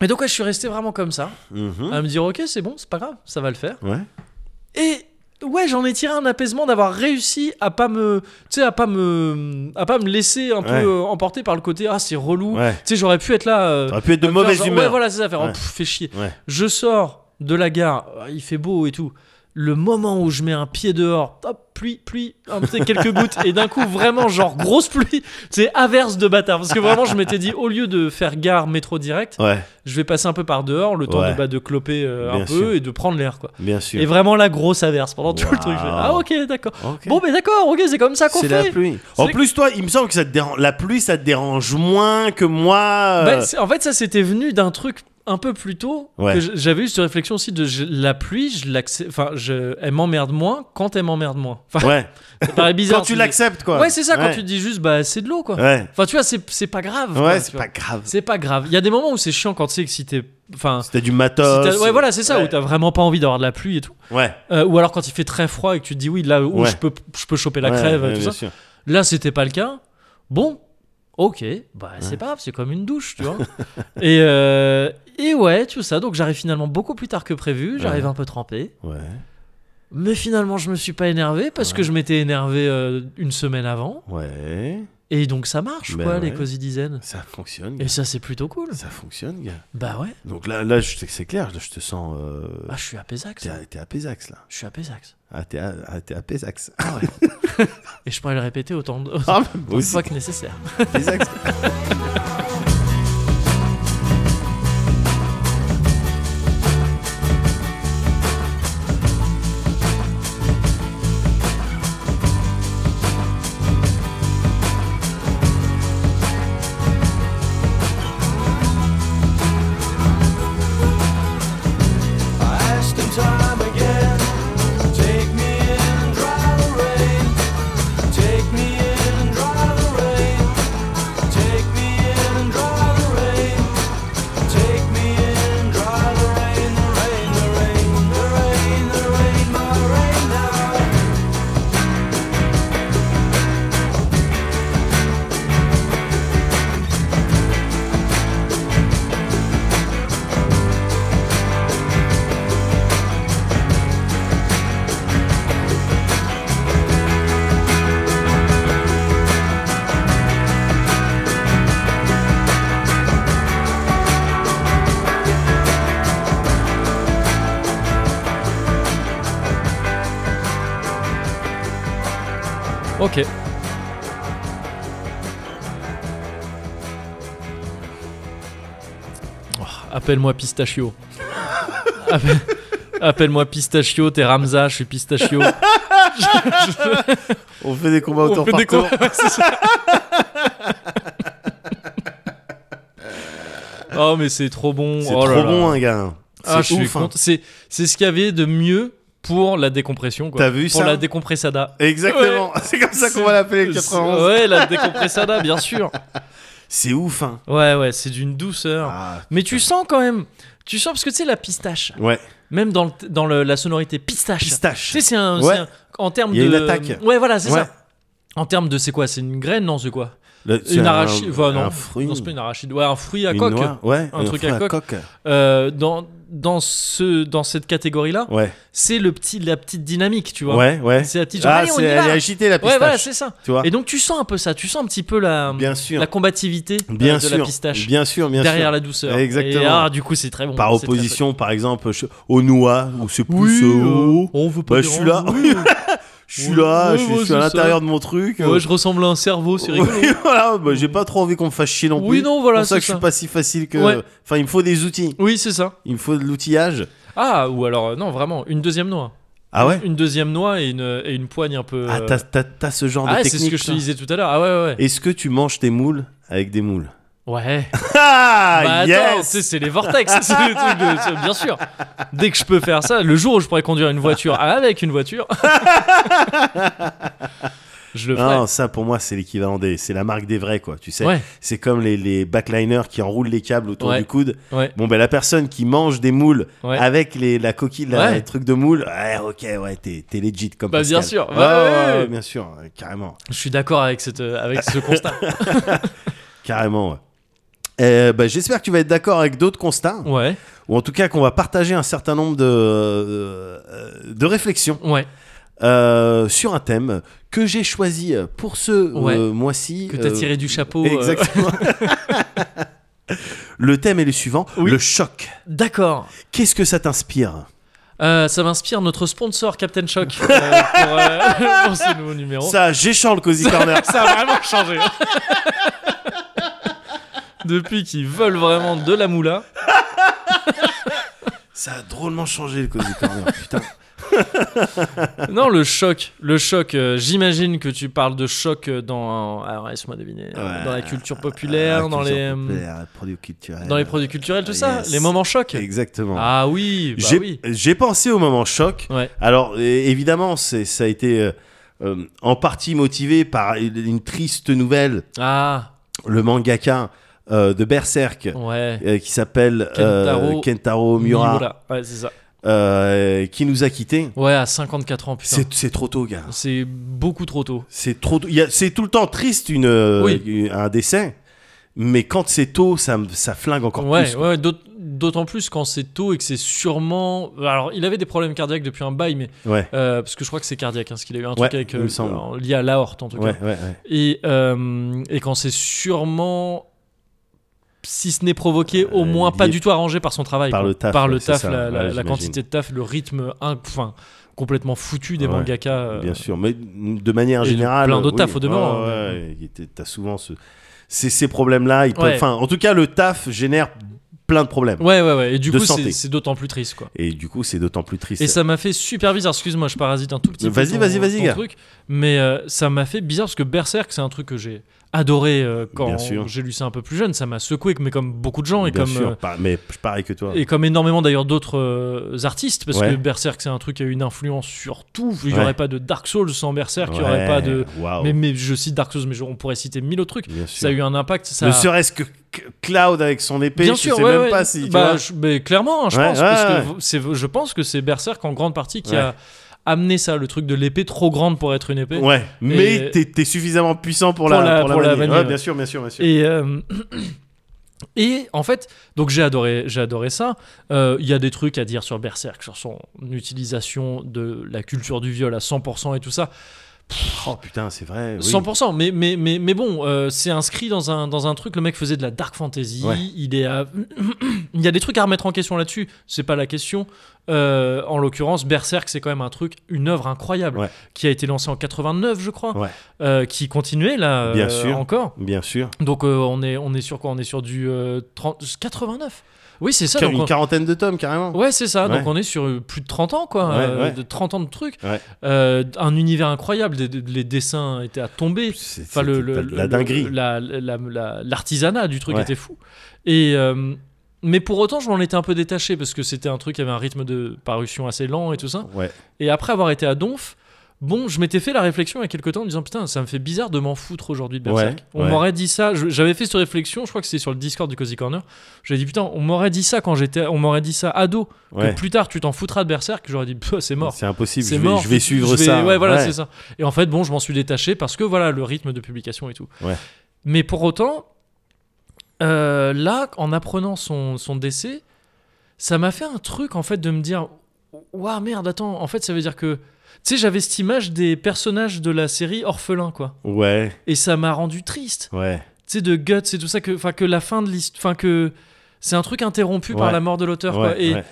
Speaker 1: et donc, ouais, je suis resté vraiment comme ça,
Speaker 2: Mhm.
Speaker 1: à me dire, ok, c'est bon, c'est pas grave, ça va le faire.
Speaker 2: Ouais.
Speaker 1: Et ouais, j'en ai tiré un apaisement d'avoir réussi à pas me, tu sais, à pas me, à pas me laisser un peu
Speaker 2: Ouais.
Speaker 1: euh, emporter par le côté ah c'est relou.
Speaker 2: Ouais.
Speaker 1: Tu sais, j'aurais pu être là. euh,
Speaker 2: T'aurais pu être de
Speaker 1: faire
Speaker 2: mauvaise
Speaker 1: genre,
Speaker 2: humeur.
Speaker 1: Ouais, voilà, c'est ça, faire oh,
Speaker 2: Ouais.
Speaker 1: pff, fais chier.
Speaker 2: Ouais.
Speaker 1: Je sors de la gare, euh, il fait beau et tout. Le moment où je mets un pied dehors, hop, pluie, pluie, un petit- quelques gouttes, et d'un coup, vraiment, genre, grosse pluie, c'est averse de bâtard. Parce que vraiment, je m'étais dit, au lieu de faire gare métro direct,
Speaker 2: Ouais,
Speaker 1: je vais passer un peu par dehors, le temps
Speaker 2: Ouais.
Speaker 1: de, bah, de cloper euh, un
Speaker 2: Bien
Speaker 1: peu
Speaker 2: sûr.
Speaker 1: et de prendre l'air, quoi.
Speaker 2: bien
Speaker 1: Et
Speaker 2: sûr.
Speaker 1: vraiment la grosse averse pendant tout le
Speaker 2: Waouh.
Speaker 1: truc. Je fais, Ah ok, d'accord.
Speaker 2: Ok.
Speaker 1: Bon, mais d'accord, ok, c'est comme ça qu'on
Speaker 2: c'est la
Speaker 1: fait.
Speaker 2: pluie. En
Speaker 1: C'est-
Speaker 2: plus, toi, il me semble que ça te dérange. La pluie, ça te dérange moins que moi. euh,
Speaker 1: Bah, c'est- en fait, ça c'était venu d'un truc un peu plus tôt.
Speaker 2: Ouais.
Speaker 1: que j- J'avais eu cette réflexion aussi de je- la pluie, je l'accepte. Enfin, je, elle m'emmerde moins quand elle m'emmerde moins. Enfin,
Speaker 2: ouais.
Speaker 1: ça paraît bizarre.
Speaker 2: Quand tu
Speaker 1: dis-
Speaker 2: l'acceptes, quoi.
Speaker 1: Ouais, c'est ça, quand
Speaker 2: Ouais.
Speaker 1: tu dis juste, bah c'est de l'eau quoi.
Speaker 2: Ouais.
Speaker 1: Enfin, tu vois, c'est c'est pas grave. quoi,
Speaker 2: Ouais,
Speaker 1: tu
Speaker 2: c'est
Speaker 1: vois.
Speaker 2: pas grave.
Speaker 1: C'est pas grave. Il y a des moments où c'est chiant quand tu sais que si t'es. Enfin.
Speaker 2: C'était du
Speaker 1: si
Speaker 2: matos.
Speaker 1: t'as- ouais, voilà, c'est ça,
Speaker 2: ouais.
Speaker 1: où t'as vraiment pas envie d'avoir de la pluie et tout.
Speaker 2: Ouais.
Speaker 1: Euh, ou alors quand il fait très froid et que tu te dis, oui, là où
Speaker 2: Ouais.
Speaker 1: je, peux, je peux choper la
Speaker 2: Ouais,
Speaker 1: crève,
Speaker 2: ouais,
Speaker 1: tout
Speaker 2: bien
Speaker 1: ça.
Speaker 2: sûr.
Speaker 1: Là, c'était pas le cas. Bon, ok, bah c'est pas grave, c'est comme une douche, tu vois. et, euh, et ouais, tout ça. Donc j'arrive finalement beaucoup plus tard que prévu. J'arrive
Speaker 2: Ouais.
Speaker 1: un peu trempé.
Speaker 2: Ouais.
Speaker 1: Mais finalement, je me suis pas énervé parce que je m'étais énervé euh, une semaine avant.
Speaker 2: Ouais.
Speaker 1: Et donc ça marche,
Speaker 2: Ben
Speaker 1: quoi, les
Speaker 2: ouais.
Speaker 1: cosy dizaines.
Speaker 2: Ça fonctionne. gars.
Speaker 1: Et ça, c'est plutôt cool.
Speaker 2: Ça fonctionne, gars.
Speaker 1: Bah ouais.
Speaker 2: Donc là, là je- c'est c'est clair, là, je te sens. euh,
Speaker 1: Ah, je suis à Pézax.
Speaker 2: t'es à- T'es à Pézax, là.
Speaker 1: Je suis à Pézax.
Speaker 2: Ah, t'es à, ah, t'es à Pézax.
Speaker 1: Et je pourrais le répéter autant de
Speaker 2: Ah,
Speaker 1: autant de
Speaker 2: aussi,
Speaker 1: fois que nécessaire.
Speaker 2: Pézax.
Speaker 4: I asked him time again, take me in, dry the rain, take me in, dry the rain, take me in, dry the rain, take me in, dry the rain, the rain, the rain, the rain, the rain, my rain now.
Speaker 1: Ok. Oh, Appelle-moi pistachio. Appelle- Appelle-moi pistachio, t'es Ramza, je suis pistachio.
Speaker 2: On fait des combats
Speaker 1: On
Speaker 2: autour
Speaker 1: fait
Speaker 2: par
Speaker 1: des
Speaker 2: tour.
Speaker 1: combats, c'est ça. oh mais c'est trop bon.
Speaker 2: C'est
Speaker 1: oh
Speaker 2: trop
Speaker 1: là là.
Speaker 2: bon, hein, gars.
Speaker 1: Ah, je
Speaker 2: C'est
Speaker 1: suis
Speaker 2: ouf. hein.
Speaker 1: content. C'est c'est ce qu'il y avait de mieux pour la décompression. quoi.
Speaker 2: T'as vu
Speaker 1: Pour
Speaker 2: ça
Speaker 1: la décompressada.
Speaker 2: Exactement. C'est comme ça qu'on va l'appeler le 91.
Speaker 1: Ouais, la décompressada, bien sûr.
Speaker 2: C'est ouf, hein.
Speaker 1: Ouais, ouais, c'est d'une douceur.
Speaker 2: Ah,
Speaker 1: Mais tu sens quand même, tu sens parce que tu sais la pistache,
Speaker 2: ouais.
Speaker 1: même dans, le- dans le- la sonorité pistache. Tu
Speaker 2: Pistache.
Speaker 1: sais, c'est un,
Speaker 2: Ouais.
Speaker 1: c'est un- en termes
Speaker 2: Il y
Speaker 1: de,
Speaker 2: a une attaque.
Speaker 1: ouais, voilà, c'est
Speaker 2: Ouais.
Speaker 1: ça. En termes de, c'est quoi, c'est une graine, non, c'est quoi
Speaker 2: Le- c'est
Speaker 1: Une
Speaker 2: un-
Speaker 1: arachide, enfin, non,
Speaker 2: Un fruit.
Speaker 1: Non, c'est pas une arachide, ouais, un fruit à
Speaker 2: une
Speaker 1: coque.
Speaker 2: noix. Ouais.
Speaker 1: Un truc
Speaker 2: fruit
Speaker 1: à Euh, dans dans ce dans cette catégorie là,
Speaker 2: Ouais.
Speaker 1: c'est le petit la petite dynamique, tu vois.
Speaker 2: Ouais, ouais.
Speaker 1: C'est la petite. genre,
Speaker 2: Ah,
Speaker 1: allez, on
Speaker 2: c'est-
Speaker 1: y va.
Speaker 2: elle est agitée, la
Speaker 1: Ouais, voilà,
Speaker 2: pistache.
Speaker 1: c'est ça.
Speaker 2: Tu vois.
Speaker 1: Et donc tu sens un peu ça, tu sens un petit peu la
Speaker 2: Bien sûr.
Speaker 1: la combativité euh, de
Speaker 2: Bien sûr,
Speaker 1: la pistache
Speaker 2: Bien sûr, bien
Speaker 1: derrière
Speaker 2: sûr.
Speaker 1: la douceur.
Speaker 2: Exactement.
Speaker 1: Et ah, du coup, c'est très bon.
Speaker 2: Par
Speaker 1: c'est très
Speaker 2: opposition, par exemple, je- aux noix, où c'est plus
Speaker 1: Oui,
Speaker 2: euh,
Speaker 1: euh,
Speaker 2: haut.
Speaker 1: on veut pas
Speaker 2: Bah,
Speaker 1: dire-
Speaker 2: je suis là.
Speaker 1: Oui,
Speaker 2: Je suis
Speaker 1: ouais,
Speaker 2: là, je suis-
Speaker 1: ouais,
Speaker 2: je suis à
Speaker 1: c'est
Speaker 2: l'intérieur de mon truc.
Speaker 1: ouais, je ressemble à un cerveau, c'est rigolo.
Speaker 2: Oui, voilà, bah, j'ai pas trop envie qu'on me fasse chier non plus.
Speaker 1: Oui, non, voilà,
Speaker 2: C'est pour ça
Speaker 1: c'est
Speaker 2: que je
Speaker 1: ça.
Speaker 2: suis pas si facile que.
Speaker 1: Ouais.
Speaker 2: Enfin, il me faut des outils.
Speaker 1: Oui, c'est ça.
Speaker 2: Il me faut de l'outillage.
Speaker 1: Ah, ou alors, euh, non, vraiment, une deuxième noix.
Speaker 2: Ah ouais
Speaker 1: Une deuxième noix et une, et une poigne un peu.
Speaker 2: Ah,
Speaker 1: euh,
Speaker 2: t'as, t'as- t'as ce genre
Speaker 1: ah, c'est
Speaker 2: de technique.
Speaker 1: ce que je te
Speaker 2: toi.
Speaker 1: disais tout à l'heure. Ah, ouais, ouais, ouais.
Speaker 2: Est-ce que tu manges tes moules avec des moules
Speaker 1: Ouais.
Speaker 2: Ah
Speaker 1: Bah, attends, tu
Speaker 2: yes
Speaker 1: sais, c'est les vortex. c'est le truc de- c'est- bien sûr. Dès que je peux faire ça, le jour où je pourrais conduire une voiture avec une voiture, je le ferai.
Speaker 2: Non, ça pour moi c'est l'équivalent des. C'est la marque des vrais quoi, tu sais.
Speaker 1: ouais,
Speaker 2: C'est comme les, les backliners qui enroulent les câbles autour
Speaker 1: Ouais.
Speaker 2: du coude.
Speaker 1: ouais.
Speaker 2: Bon, ben la personne qui mange des moules
Speaker 1: Ouais.
Speaker 2: avec les, la coquille, la-
Speaker 1: Ouais.
Speaker 2: le truc de moule, ouais, ok, ouais, t'es, t'es legit comme
Speaker 1: Bah, bien
Speaker 2: Pascal.
Speaker 1: sûr,
Speaker 2: Ouais,
Speaker 1: ouais,
Speaker 2: ouais,
Speaker 1: ouais.
Speaker 2: ouais, bien sûr, euh, carrément.
Speaker 1: Je suis d'accord avec, cette, euh, avec ce constat.
Speaker 2: Carrément, ouais. Euh, bah, J'espère que tu vas être d'accord avec d'autres constats,
Speaker 1: Ouais,
Speaker 2: ou en tout cas qu'on va partager un certain nombre de, euh, de réflexions
Speaker 1: ouais.
Speaker 2: euh, sur un thème que j'ai choisi pour ce euh,
Speaker 1: Ouais.
Speaker 2: mois-ci.
Speaker 1: Que t'as
Speaker 2: euh,
Speaker 1: tiré du chapeau. euh,
Speaker 2: Exactement. le thème est le suivant
Speaker 1: Oui.
Speaker 2: le choc.
Speaker 1: D'accord.
Speaker 2: Qu'est-ce que ça t'inspire
Speaker 1: Euh, ça m'inspire notre sponsor Captain Shock euh, pour, euh, pour ce nouveau numéro.
Speaker 2: Ça, j'échange le Cozy Corner.
Speaker 1: Ça a vraiment changé. Depuis qu'ils veulent vraiment de la moula.
Speaker 2: Ça a drôlement changé le Cozy Corner, putain.
Speaker 1: Non, le choc, le choc. euh, J'imagine que tu parles de choc dans, alors laisse-moi deviner, euh,
Speaker 2: Ouais.
Speaker 1: dans la culture populaire,
Speaker 2: Ah,
Speaker 1: dans
Speaker 2: culture
Speaker 1: les, euh,
Speaker 2: populaire, produits culturels.
Speaker 1: dans les produits culturels, tout
Speaker 2: Ah,
Speaker 1: ça,
Speaker 2: yes.
Speaker 1: les moments choc.
Speaker 2: Exactement.
Speaker 1: Ah oui, bah
Speaker 2: J'ai
Speaker 1: oui.
Speaker 2: j'ai pensé au moment choc.
Speaker 1: Ouais.
Speaker 2: Alors, é- évidemment, c'est- ça a été euh, euh, en partie motivé par une une triste nouvelle
Speaker 1: Ah
Speaker 2: le mangaka euh, de Berserk
Speaker 1: ouais.
Speaker 2: euh, qui s'appelle
Speaker 1: Kentaro-
Speaker 2: euh, Kentaro Miura,
Speaker 1: Miura. Ouais, c'est ça.
Speaker 2: euh, qui nous a quittés.
Speaker 1: Ouais, à 54 ans, putain.
Speaker 2: C'est c'est trop tôt, gars.
Speaker 1: C'est beaucoup trop tôt.
Speaker 2: C'est trop. tôt. Il y a- C'est tout le temps triste une, euh,
Speaker 1: Oui.
Speaker 2: une- un décès, mais quand c'est tôt, ça, me- ça flingue encore
Speaker 1: ouais,
Speaker 2: plus. quoi.
Speaker 1: ouais, d'aut- d'autant plus quand c'est tôt et que c'est sûrement. Alors, il avait des problèmes cardiaques depuis un bail, mais
Speaker 2: Ouais.
Speaker 1: euh, parce que je crois que c'est cardiaque, hein, parce qu'il a eu un
Speaker 2: Ouais,
Speaker 1: truc avec
Speaker 2: il me semble.
Speaker 1: euh, lié à l'aorte en tout
Speaker 2: Ouais,
Speaker 1: cas.
Speaker 2: ouais, ouais.
Speaker 1: Et, euh, et quand c'est sûrement, si ce n'est provoqué, au
Speaker 2: Euh,
Speaker 1: moins
Speaker 2: lié
Speaker 1: pas du tout arrangé par son travail.
Speaker 2: par
Speaker 1: quoi.
Speaker 2: le taf,
Speaker 1: Par le
Speaker 2: ouais, c'est
Speaker 1: taf,
Speaker 2: ça.
Speaker 1: la, la-
Speaker 2: Ouais,
Speaker 1: la
Speaker 2: j'imagine.
Speaker 1: quantité de taf, le rythme inc- enfin, complètement foutu des
Speaker 2: Ouais,
Speaker 1: mangaka. euh,
Speaker 2: Bien sûr, mais de manière
Speaker 1: et de-
Speaker 2: générale.
Speaker 1: plein d'autres
Speaker 2: oui.
Speaker 1: tafs au demeurant,
Speaker 2: Ouais,
Speaker 1: hein,
Speaker 2: ouais, ouais, il était- T'as souvent ce- ces, ces problèmes-là. ils peuvent-
Speaker 1: Ouais.
Speaker 2: Enfin, en tout cas, le taf génère plein de problèmes.
Speaker 1: Ouais, ouais, ouais. Et du
Speaker 2: De
Speaker 1: coup, c'est
Speaker 2: santé.
Speaker 1: c'est d'autant plus triste, quoi.
Speaker 2: Et du coup, c'est d'autant plus triste.
Speaker 1: Et ça m'a fait super bizarre. Excuse-moi, je parasite un tout petit peu.
Speaker 2: Vas-y,
Speaker 1: ton-
Speaker 2: vas-y, vas-y,
Speaker 1: ton
Speaker 2: gars.
Speaker 1: truc. Mais euh, ça m'a fait bizarre parce que Berserk, c'est un truc que j'ai adoré euh, quand
Speaker 2: Bien sûr.
Speaker 1: j'ai lu ça un peu plus jeune. Ça m'a secoué, mais comme beaucoup de gens et
Speaker 2: Bien
Speaker 1: comme.
Speaker 2: sûr,
Speaker 1: euh,
Speaker 2: pas- mais pareil que toi.
Speaker 1: Et comme énormément d'ailleurs d'autres euh, artistes, parce
Speaker 2: Ouais.
Speaker 1: que Berserk c'est un truc qui a une influence sur tout. Il n'y
Speaker 2: Ouais.
Speaker 1: aurait pas de Dark Souls sans Berserk, il n'y
Speaker 2: Ouais,
Speaker 1: aurait pas de.
Speaker 2: waouh,
Speaker 1: Mais, mais je cite Dark Souls, mais je- on pourrait citer mille autres trucs.
Speaker 2: bien sûr.
Speaker 1: Ça a eu un impact. Ça
Speaker 2: Ne
Speaker 1: a-
Speaker 2: serait-ce que C- Cloud avec son épée,
Speaker 1: Bien
Speaker 2: je
Speaker 1: sûr,
Speaker 2: sais
Speaker 1: ouais,
Speaker 2: même
Speaker 1: ouais.
Speaker 2: pas si. tu
Speaker 1: Bah,
Speaker 2: vois.
Speaker 1: je- mais clairement, hein, je
Speaker 2: Ouais,
Speaker 1: pense,
Speaker 2: ouais,
Speaker 1: parce que
Speaker 2: ouais.
Speaker 1: v- c'est, je pense que c'est Berserk en grande partie qui a amené ça, le truc de l'épée trop grande pour être une épée.
Speaker 2: Ouais, mais t'es t'es suffisamment puissant pour, la, pour, la manier. Ouais, bien sûr, bien sûr, bien sûr.
Speaker 1: Et euh, et en fait, donc j'ai adoré, j'ai adoré ça. Euh, Il y a des trucs à dire sur Berserk, sur son utilisation de la culture du viol à 100% et tout ça.
Speaker 2: Oh putain, c'est vrai. oui.
Speaker 1: 100%, mais, mais, mais, mais bon, euh, c'est inscrit dans un, dans un truc, le mec faisait de la dark fantasy,
Speaker 2: Ouais.
Speaker 1: il, est à- il y a des trucs à remettre en question là-dessus, c'est pas la question. Euh, en l'occurrence, Berserk, c'est quand même un truc, une œuvre incroyable,
Speaker 2: Ouais.
Speaker 1: qui a été lancée en 89, je crois,
Speaker 2: Ouais.
Speaker 1: euh, qui continuait là
Speaker 2: Bien
Speaker 1: euh,
Speaker 2: sûr.
Speaker 1: encore.
Speaker 2: Bien sûr.
Speaker 1: Donc euh, on, est, on est sur quoi On est sur du euh, 30 89 Oui, c'est ça.
Speaker 2: Car-
Speaker 1: donc
Speaker 2: une
Speaker 1: on-
Speaker 2: quarantaine de tomes, carrément.
Speaker 1: Ouais, c'est ça. Donc
Speaker 2: Ouais.
Speaker 1: on est sur euh, plus de 30 ans, quoi.
Speaker 2: Ouais,
Speaker 1: euh,
Speaker 2: ouais.
Speaker 1: De 30 ans de trucs.
Speaker 2: Ouais.
Speaker 1: Euh, un univers incroyable. des- des- les dessins étaient à tomber.
Speaker 2: C'est-
Speaker 1: Enfin, le,
Speaker 2: c'est
Speaker 1: le-
Speaker 2: de la-
Speaker 1: le-
Speaker 2: la dinguerie.
Speaker 1: le- la- la- la- l'artisanat du truc
Speaker 2: Ouais.
Speaker 1: était fou. Et, euh, mais pour autant, je m'en étais un peu détaché parce que c'était un truc qui avait un rythme de parution assez lent et tout ça.
Speaker 2: Ouais.
Speaker 1: Et après avoir été à Donf, bon, je m'étais fait la réflexion il y a quelques temps en me disant putain, ça me fait bizarre de m'en foutre aujourd'hui de Berserk.
Speaker 2: Ouais,
Speaker 1: on
Speaker 2: ouais.
Speaker 1: m'aurait dit ça, je- j'avais fait cette réflexion, je crois que c'est sur le Discord du Cozy Corner. J'avais dit putain, on m'aurait dit ça quand j'étais, on m'aurait dit ça ado,
Speaker 2: ouais.
Speaker 1: que plus tard tu t'en foutras de Berserk, j'aurais dit Pah, c'est mort.
Speaker 2: C'est impossible.
Speaker 1: C'est
Speaker 2: Je vais,
Speaker 1: mort.
Speaker 2: je vais suivre
Speaker 1: Je vais-
Speaker 2: ça.
Speaker 1: Ouais, voilà, c'est ça. Et en fait, bon, je m'en suis détaché parce que voilà, le rythme de publication et tout.
Speaker 2: Ouais.
Speaker 1: Mais pour autant, euh, là, en apprenant son, son décès, ça m'a fait un truc en fait de me dire Waouh, merde, attends, en fait, ça veut dire que. Tu sais, j'avais cette image des personnages de la série orphelins, quoi.
Speaker 2: Ouais,
Speaker 1: Et ça m'a rendu triste.
Speaker 2: ouais.
Speaker 1: Tu sais, de Guts et tout ça, que, enfin, que la fin de l'histoire. Enfin, que. C'est un truc interrompu par
Speaker 2: Ouais.
Speaker 1: la mort de l'auteur, quoi.
Speaker 2: ouais,
Speaker 1: Et,
Speaker 2: ouais.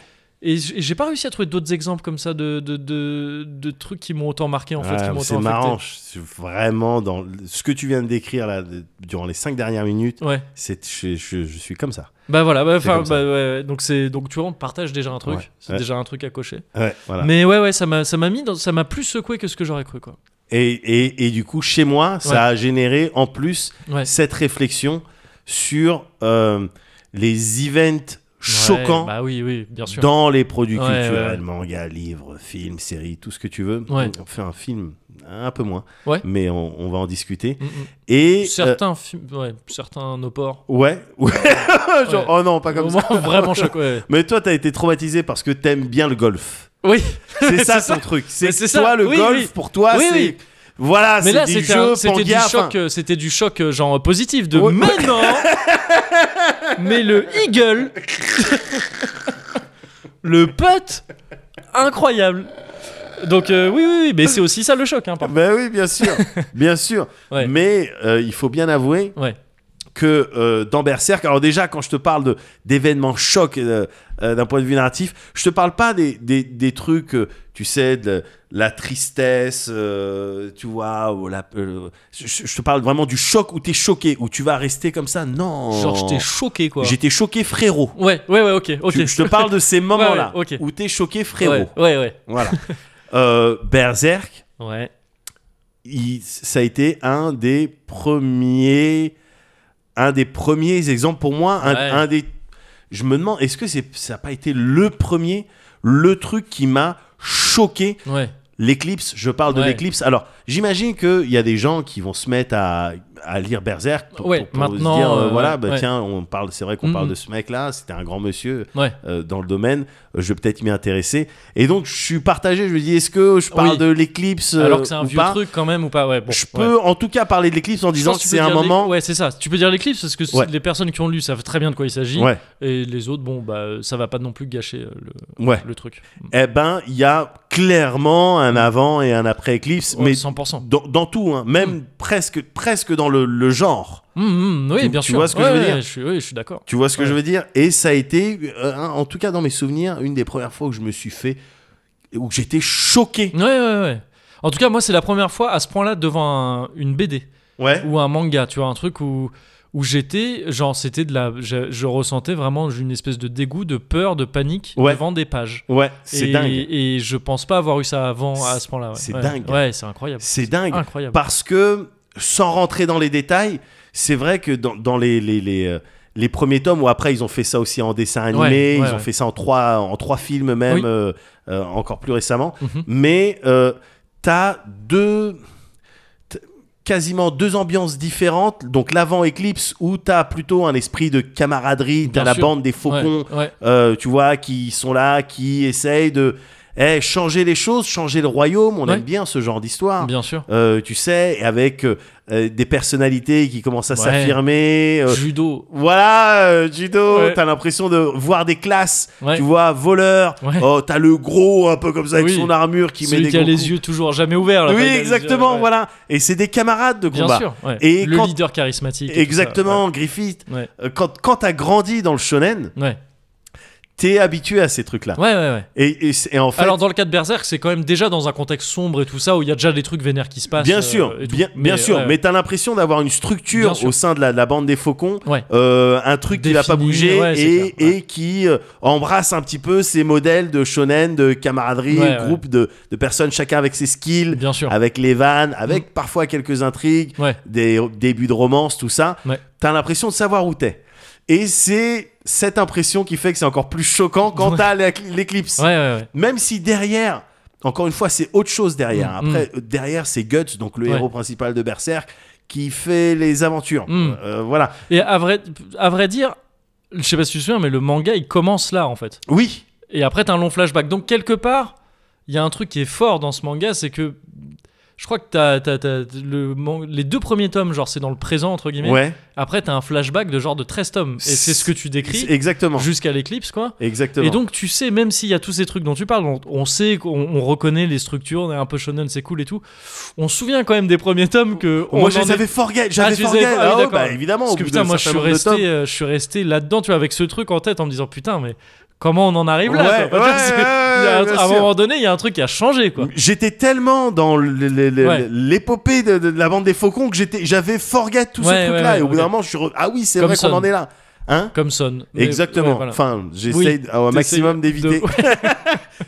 Speaker 1: et j- et j'ai pas réussi à trouver d'autres exemples comme ça de, de, de, de trucs qui m'ont autant marqué en fait. qui
Speaker 2: Ouais,
Speaker 1: m'ont
Speaker 2: Ah, c'est
Speaker 1: autant
Speaker 2: marrant.
Speaker 1: affecté.
Speaker 2: je suis vraiment, dans le- ce que tu viens de décrire là, de- durant les cinq dernières minutes,
Speaker 1: Ouais.
Speaker 2: c'est, je, je- je suis comme ça.
Speaker 1: Bah voilà. bah,
Speaker 2: C'est
Speaker 1: enfin,
Speaker 2: comme ça.
Speaker 1: bah, ouais, ouais. Donc c'est donc tu vois on partage déjà un truc.
Speaker 2: Ouais,
Speaker 1: C'est
Speaker 2: ouais.
Speaker 1: déjà un truc à cocher.
Speaker 2: Ouais, voilà.
Speaker 1: Mais ouais ouais ça m'a ça m'a mis dans, ça m'a plus secoué que ce que j'aurais cru quoi.
Speaker 2: Et, et- et du coup, chez moi,
Speaker 1: Ouais.
Speaker 2: ça a généré en plus
Speaker 1: Ouais.
Speaker 2: cette réflexion sur euh, les events choquants
Speaker 1: Ouais, bah oui oui bien sûr.
Speaker 2: dans les produits
Speaker 1: Ouais, ouais, ouais.
Speaker 2: culturels, manga, livres, films, séries, tout ce que tu veux.
Speaker 1: Ouais.
Speaker 2: On fait un film un peu moins,
Speaker 1: Ouais.
Speaker 2: mais on, on va en discuter.
Speaker 1: Mm, mm.
Speaker 2: Et euh,
Speaker 1: certains films- ouais certains opports.
Speaker 2: ouais, ouais. Genre,
Speaker 1: Ouais.
Speaker 2: oh non, pas comme ça.
Speaker 1: vraiment choqué. ouais.
Speaker 2: Mais toi, t'as été traumatisé parce que t'aimes bien le golf.
Speaker 1: Oui.
Speaker 2: C'est ça
Speaker 1: C'est
Speaker 2: ton truc. C'est
Speaker 1: c'est ça.
Speaker 2: toi le
Speaker 1: Oui,
Speaker 2: golf
Speaker 1: oui.
Speaker 2: pour toi.
Speaker 1: Oui,
Speaker 2: c'est
Speaker 1: oui.
Speaker 2: voilà,
Speaker 1: Mais
Speaker 2: c'est
Speaker 1: là
Speaker 2: des
Speaker 1: c'était
Speaker 2: jeux
Speaker 1: un- c'était du
Speaker 2: panga, enfin,
Speaker 1: choc euh, c'était du choc euh, genre positif de
Speaker 2: Ouais.
Speaker 1: maintenant. mais le eagle le putt incroyable. Donc euh, oui, oui oui mais c'est aussi ça le choc hein, par
Speaker 2: Ben oui, bien sûr, bien sûr.
Speaker 1: Ouais.
Speaker 2: Mais euh, il faut bien avouer
Speaker 1: Ouais.
Speaker 2: que euh, dans Berserk, alors déjà quand je te parle de d'événements chocs euh, euh, d'un point de vue narratif, je te parle pas des, des, des trucs, euh, tu sais, de la tristesse, euh, tu vois, ou la, euh, je, je te parle vraiment du choc où t'es choqué, où tu vas rester comme ça. Non,
Speaker 1: Genre, j'étais choqué, quoi.
Speaker 2: J'étais choqué frérot.
Speaker 1: Ouais, ouais, ouais, ok, ok.
Speaker 2: Tu- je te parle de ces moments-là
Speaker 1: ouais, ok.
Speaker 2: où t'es choqué frérot.
Speaker 1: ouais, ouais, ouais,
Speaker 2: Voilà. Euh, Berserk,
Speaker 1: ouais.
Speaker 2: il- ça a été un des premiers un des premiers exemples pour moi un,
Speaker 1: Ouais.
Speaker 2: un des je me demande est-ce que c'est ça n'a pas été le premier le truc qui m'a choqué
Speaker 1: ouais.
Speaker 2: l'éclipse je parle de
Speaker 1: Ouais.
Speaker 2: l'éclipse alors J'imagine qu'il y a des gens qui vont se mettre à, à lire Berserk pour,
Speaker 1: Ouais,
Speaker 2: pour- pour se
Speaker 1: maintenant,
Speaker 2: dire euh,
Speaker 1: euh,
Speaker 2: voilà, bah,
Speaker 1: ouais.
Speaker 2: tiens, on parle, c'est vrai qu'on
Speaker 1: Mhm.
Speaker 2: parle de ce mec-là, c'était un grand monsieur
Speaker 1: Ouais.
Speaker 2: euh, dans le domaine, euh, je vais peut-être m'y intéresser. Et donc, je suis partagé, je me dis, est-ce que je parle
Speaker 1: Oui.
Speaker 2: de l'éclipse euh,
Speaker 1: Alors que c'est un
Speaker 2: ou
Speaker 1: vieux
Speaker 2: pas
Speaker 1: truc quand même ou pas ouais, bon,
Speaker 2: Je
Speaker 1: ouais.
Speaker 2: peux en tout cas parler de l'éclipse en
Speaker 1: Je
Speaker 2: disant
Speaker 1: pense
Speaker 2: que
Speaker 1: tu peux
Speaker 2: c'est un
Speaker 1: dire
Speaker 2: moment.
Speaker 1: l'é- Ouais, c'est ça. Tu peux dire l'éclipse parce que c-
Speaker 2: Ouais.
Speaker 1: les personnes qui ont lu savent très bien de quoi il s'agit.
Speaker 2: Ouais,
Speaker 1: Et les autres, bon, bah, euh, ça va pas non plus gâcher euh, le,
Speaker 2: ouais.
Speaker 1: le truc.
Speaker 2: Eh ben, il y a clairement un avant et un après éclipse,
Speaker 1: mais
Speaker 2: mais
Speaker 1: 100%.
Speaker 2: dans, dans tout, hein, même
Speaker 1: Hmm.
Speaker 2: presque, presque dans le, le genre.
Speaker 1: Hum, hum, oui,
Speaker 2: Tu-
Speaker 1: bien
Speaker 2: tu
Speaker 1: sûr.
Speaker 2: vois ce que je veux
Speaker 1: Ouais,
Speaker 2: dire
Speaker 1: ouais, je suis, oui, je suis d'accord.
Speaker 2: Tu vois ce que
Speaker 1: Ouais.
Speaker 2: je veux dire Et ça a été, euh, hein, en tout cas dans mes souvenirs, une des premières fois où je me suis fait, où j'étais choqué.
Speaker 1: Ouais, ouais, ouais. En tout cas, moi, c'est la première fois à ce point-là devant un- une BD
Speaker 2: Ouais.
Speaker 1: ou un manga, tu vois, un truc où, où j'étais, genre, c'était de la. Je, je ressentais vraiment une espèce de dégoût, de peur, de panique
Speaker 2: Ouais.
Speaker 1: devant des pages.
Speaker 2: Ouais, c'est
Speaker 1: Et-
Speaker 2: dingue.
Speaker 1: Et je pense pas avoir eu ça avant à ce point-là. ouais.
Speaker 2: C'est
Speaker 1: Ouais.
Speaker 2: dingue.
Speaker 1: Ouais, c'est incroyable.
Speaker 2: C'est dingue.
Speaker 1: Incroyable.
Speaker 2: Parce que, sans rentrer dans les détails, c'est vrai que dans, dans les, les, les, euh, les premiers tomes, où après ils ont fait ça aussi en dessin animé,
Speaker 1: Ouais, ouais,
Speaker 2: ils
Speaker 1: ouais.
Speaker 2: ont fait ça en trois, en trois films même,
Speaker 1: Oui.
Speaker 2: euh, euh, encore plus récemment.
Speaker 1: Mhm.
Speaker 2: Mais euh, t'as deux. t- quasiment deux ambiances différentes donc l'avant éclipse où t'as plutôt un esprit de camaraderie
Speaker 1: Bien
Speaker 2: t'as la
Speaker 1: sûr.
Speaker 2: bande des
Speaker 1: Ouais,
Speaker 2: faucons
Speaker 1: ouais.
Speaker 2: euh, tu vois, qui sont là, qui essayent de eh, changer les choses, changer le royaume. On
Speaker 1: Ouais.
Speaker 2: aime bien ce genre d'histoire.
Speaker 1: Bien sûr.
Speaker 2: Euh, tu sais, et avec euh, euh, des personnalités qui commencent à
Speaker 1: Ouais.
Speaker 2: s'affirmer. euh,
Speaker 1: Judo.
Speaker 2: voilà, euh, judo,
Speaker 1: Ouais.
Speaker 2: t'as l'impression de voir des classes,
Speaker 1: Ouais.
Speaker 2: tu vois, voleur.
Speaker 1: Ouais.
Speaker 2: Oh, t'as le gros, un peu comme ça, avec
Speaker 1: Oui.
Speaker 2: son armure qui met
Speaker 1: Celui
Speaker 2: des
Speaker 1: qui a
Speaker 2: gros
Speaker 1: les
Speaker 2: coups.
Speaker 1: yeux toujours jamais ouverts. là,
Speaker 2: Oui,
Speaker 1: il a les
Speaker 2: exactement,
Speaker 1: yeux, ouais.
Speaker 2: voilà. Et c'est des camarades de
Speaker 1: Bien
Speaker 2: combat.
Speaker 1: sûr. ouais.
Speaker 2: Et
Speaker 1: le
Speaker 2: quand-
Speaker 1: leader charismatique. et tout ça,
Speaker 2: Exactement, Griffith.
Speaker 1: Ouais.
Speaker 2: Euh, Quand, quand t'as grandi dans le shonen,
Speaker 1: Ouais.
Speaker 2: t'es habitué à ces trucs-là.
Speaker 1: Ouais, ouais, ouais.
Speaker 2: Et, et, c'est- et en fait,
Speaker 1: Alors, dans le cas de Berserk, c'est quand même déjà dans un contexte sombre et tout ça, où il y a déjà des trucs vénères qui se passent.
Speaker 2: Bien
Speaker 1: euh,
Speaker 2: sûr,
Speaker 1: et tout.
Speaker 2: bien, bien
Speaker 1: Mais,
Speaker 2: sûr,
Speaker 1: ouais,
Speaker 2: mais t'as l'impression d'avoir une
Speaker 1: Bien
Speaker 2: structure
Speaker 1: sûr.
Speaker 2: au sein de la, de la bande des faucons,
Speaker 1: Ouais.
Speaker 2: euh, un truc qui va pas
Speaker 1: Défini,
Speaker 2: bouger
Speaker 1: ouais, c'est
Speaker 2: et,
Speaker 1: clair, ouais.
Speaker 2: et qui euh, embrasse un petit peu ces modèles de shonen, de camaraderie,
Speaker 1: Ouais, ouais.
Speaker 2: groupe De, de personnes chacun avec ses skills,
Speaker 1: Bien sûr. Mm.
Speaker 2: avec les vannes, avec parfois quelques intrigues,
Speaker 1: Ouais.
Speaker 2: des r- débuts de romance, tout ça.
Speaker 1: Ouais.
Speaker 2: T'as l'impression de savoir où t'es. Et c'est cette impression qui fait que c'est encore plus choquant quand
Speaker 1: Ouais.
Speaker 2: t'as l'écl- l'éclipse.
Speaker 1: Ouais, ouais, ouais.
Speaker 2: Même si derrière, encore une fois, c'est autre chose derrière.
Speaker 1: Mm,
Speaker 2: Après, euh, derrière, c'est Guts, donc le
Speaker 1: Ouais.
Speaker 2: héros principal de Berserk, qui fait les aventures.
Speaker 1: Mm.
Speaker 2: Euh, voilà.
Speaker 1: Et à vrai, à vrai dire, je sais pas si tu te souviens, mais le manga, il commence là, en fait.
Speaker 2: Oui,
Speaker 1: Et après, t'as un long flashback. Donc, quelque part, il y a un truc qui est fort dans ce manga, c'est que je crois que t'as, t'as- t'as le man- les deux premiers tomes, genre, c'est dans le présent, entre guillemets.
Speaker 2: ouais,
Speaker 1: Après, t'as un flashback de genre de 13 tomes. Et c'est ce que tu décris
Speaker 2: C'est- exactement.
Speaker 1: jusqu'à l'éclipse, quoi.
Speaker 2: Exactement.
Speaker 1: Et donc, tu sais, même s'il y a tous ces trucs dont tu parles, on, on sait qu'on on reconnaît les structures, on est un peu shonen, c'est cool et tout. On se souvient quand même des premiers tomes que. on
Speaker 2: moi, je
Speaker 1: en
Speaker 2: les
Speaker 1: est-
Speaker 2: avais forget.
Speaker 1: Ah,
Speaker 2: J'avais
Speaker 1: tu les
Speaker 2: forget.
Speaker 1: avais- ah oui,
Speaker 2: Ah, ouais,
Speaker 1: d'accord.
Speaker 2: bah, évidemment.
Speaker 1: Parce
Speaker 2: au
Speaker 1: que
Speaker 2: bout
Speaker 1: putain,
Speaker 2: d'un
Speaker 1: moi je suis
Speaker 2: certain nombre de
Speaker 1: resté,
Speaker 2: tomes.
Speaker 1: euh, je suis resté là-dedans, tu vois, avec ce truc en tête, en me disant putain, mais comment on en arrive là
Speaker 2: Ouais,
Speaker 1: quoi Enfin,
Speaker 2: ouais,
Speaker 1: c'est- il y a un-
Speaker 2: ouais,
Speaker 1: À un
Speaker 2: bien
Speaker 1: moment donné, il y a un truc qui a changé, quoi.
Speaker 2: J'étais tellement dans le- le- le-
Speaker 1: Ouais.
Speaker 2: l'épopée de, de la bande des faucons que j'étais, j'avais forget tout
Speaker 1: Ouais,
Speaker 2: ce
Speaker 1: ouais,
Speaker 2: truc-là.
Speaker 1: ouais,
Speaker 2: et au bout d'un
Speaker 1: ok.
Speaker 2: moment, je suis. re- Ah oui, c'est
Speaker 1: Comme
Speaker 2: vrai qu'on
Speaker 1: Son.
Speaker 2: en est là. Hein
Speaker 1: Comme Son. Mais-
Speaker 2: Exactement.
Speaker 1: ouais, voilà.
Speaker 2: Enfin, j'essaye
Speaker 1: Oui,
Speaker 2: au maximum
Speaker 1: T'essayes de-
Speaker 2: d'éviter,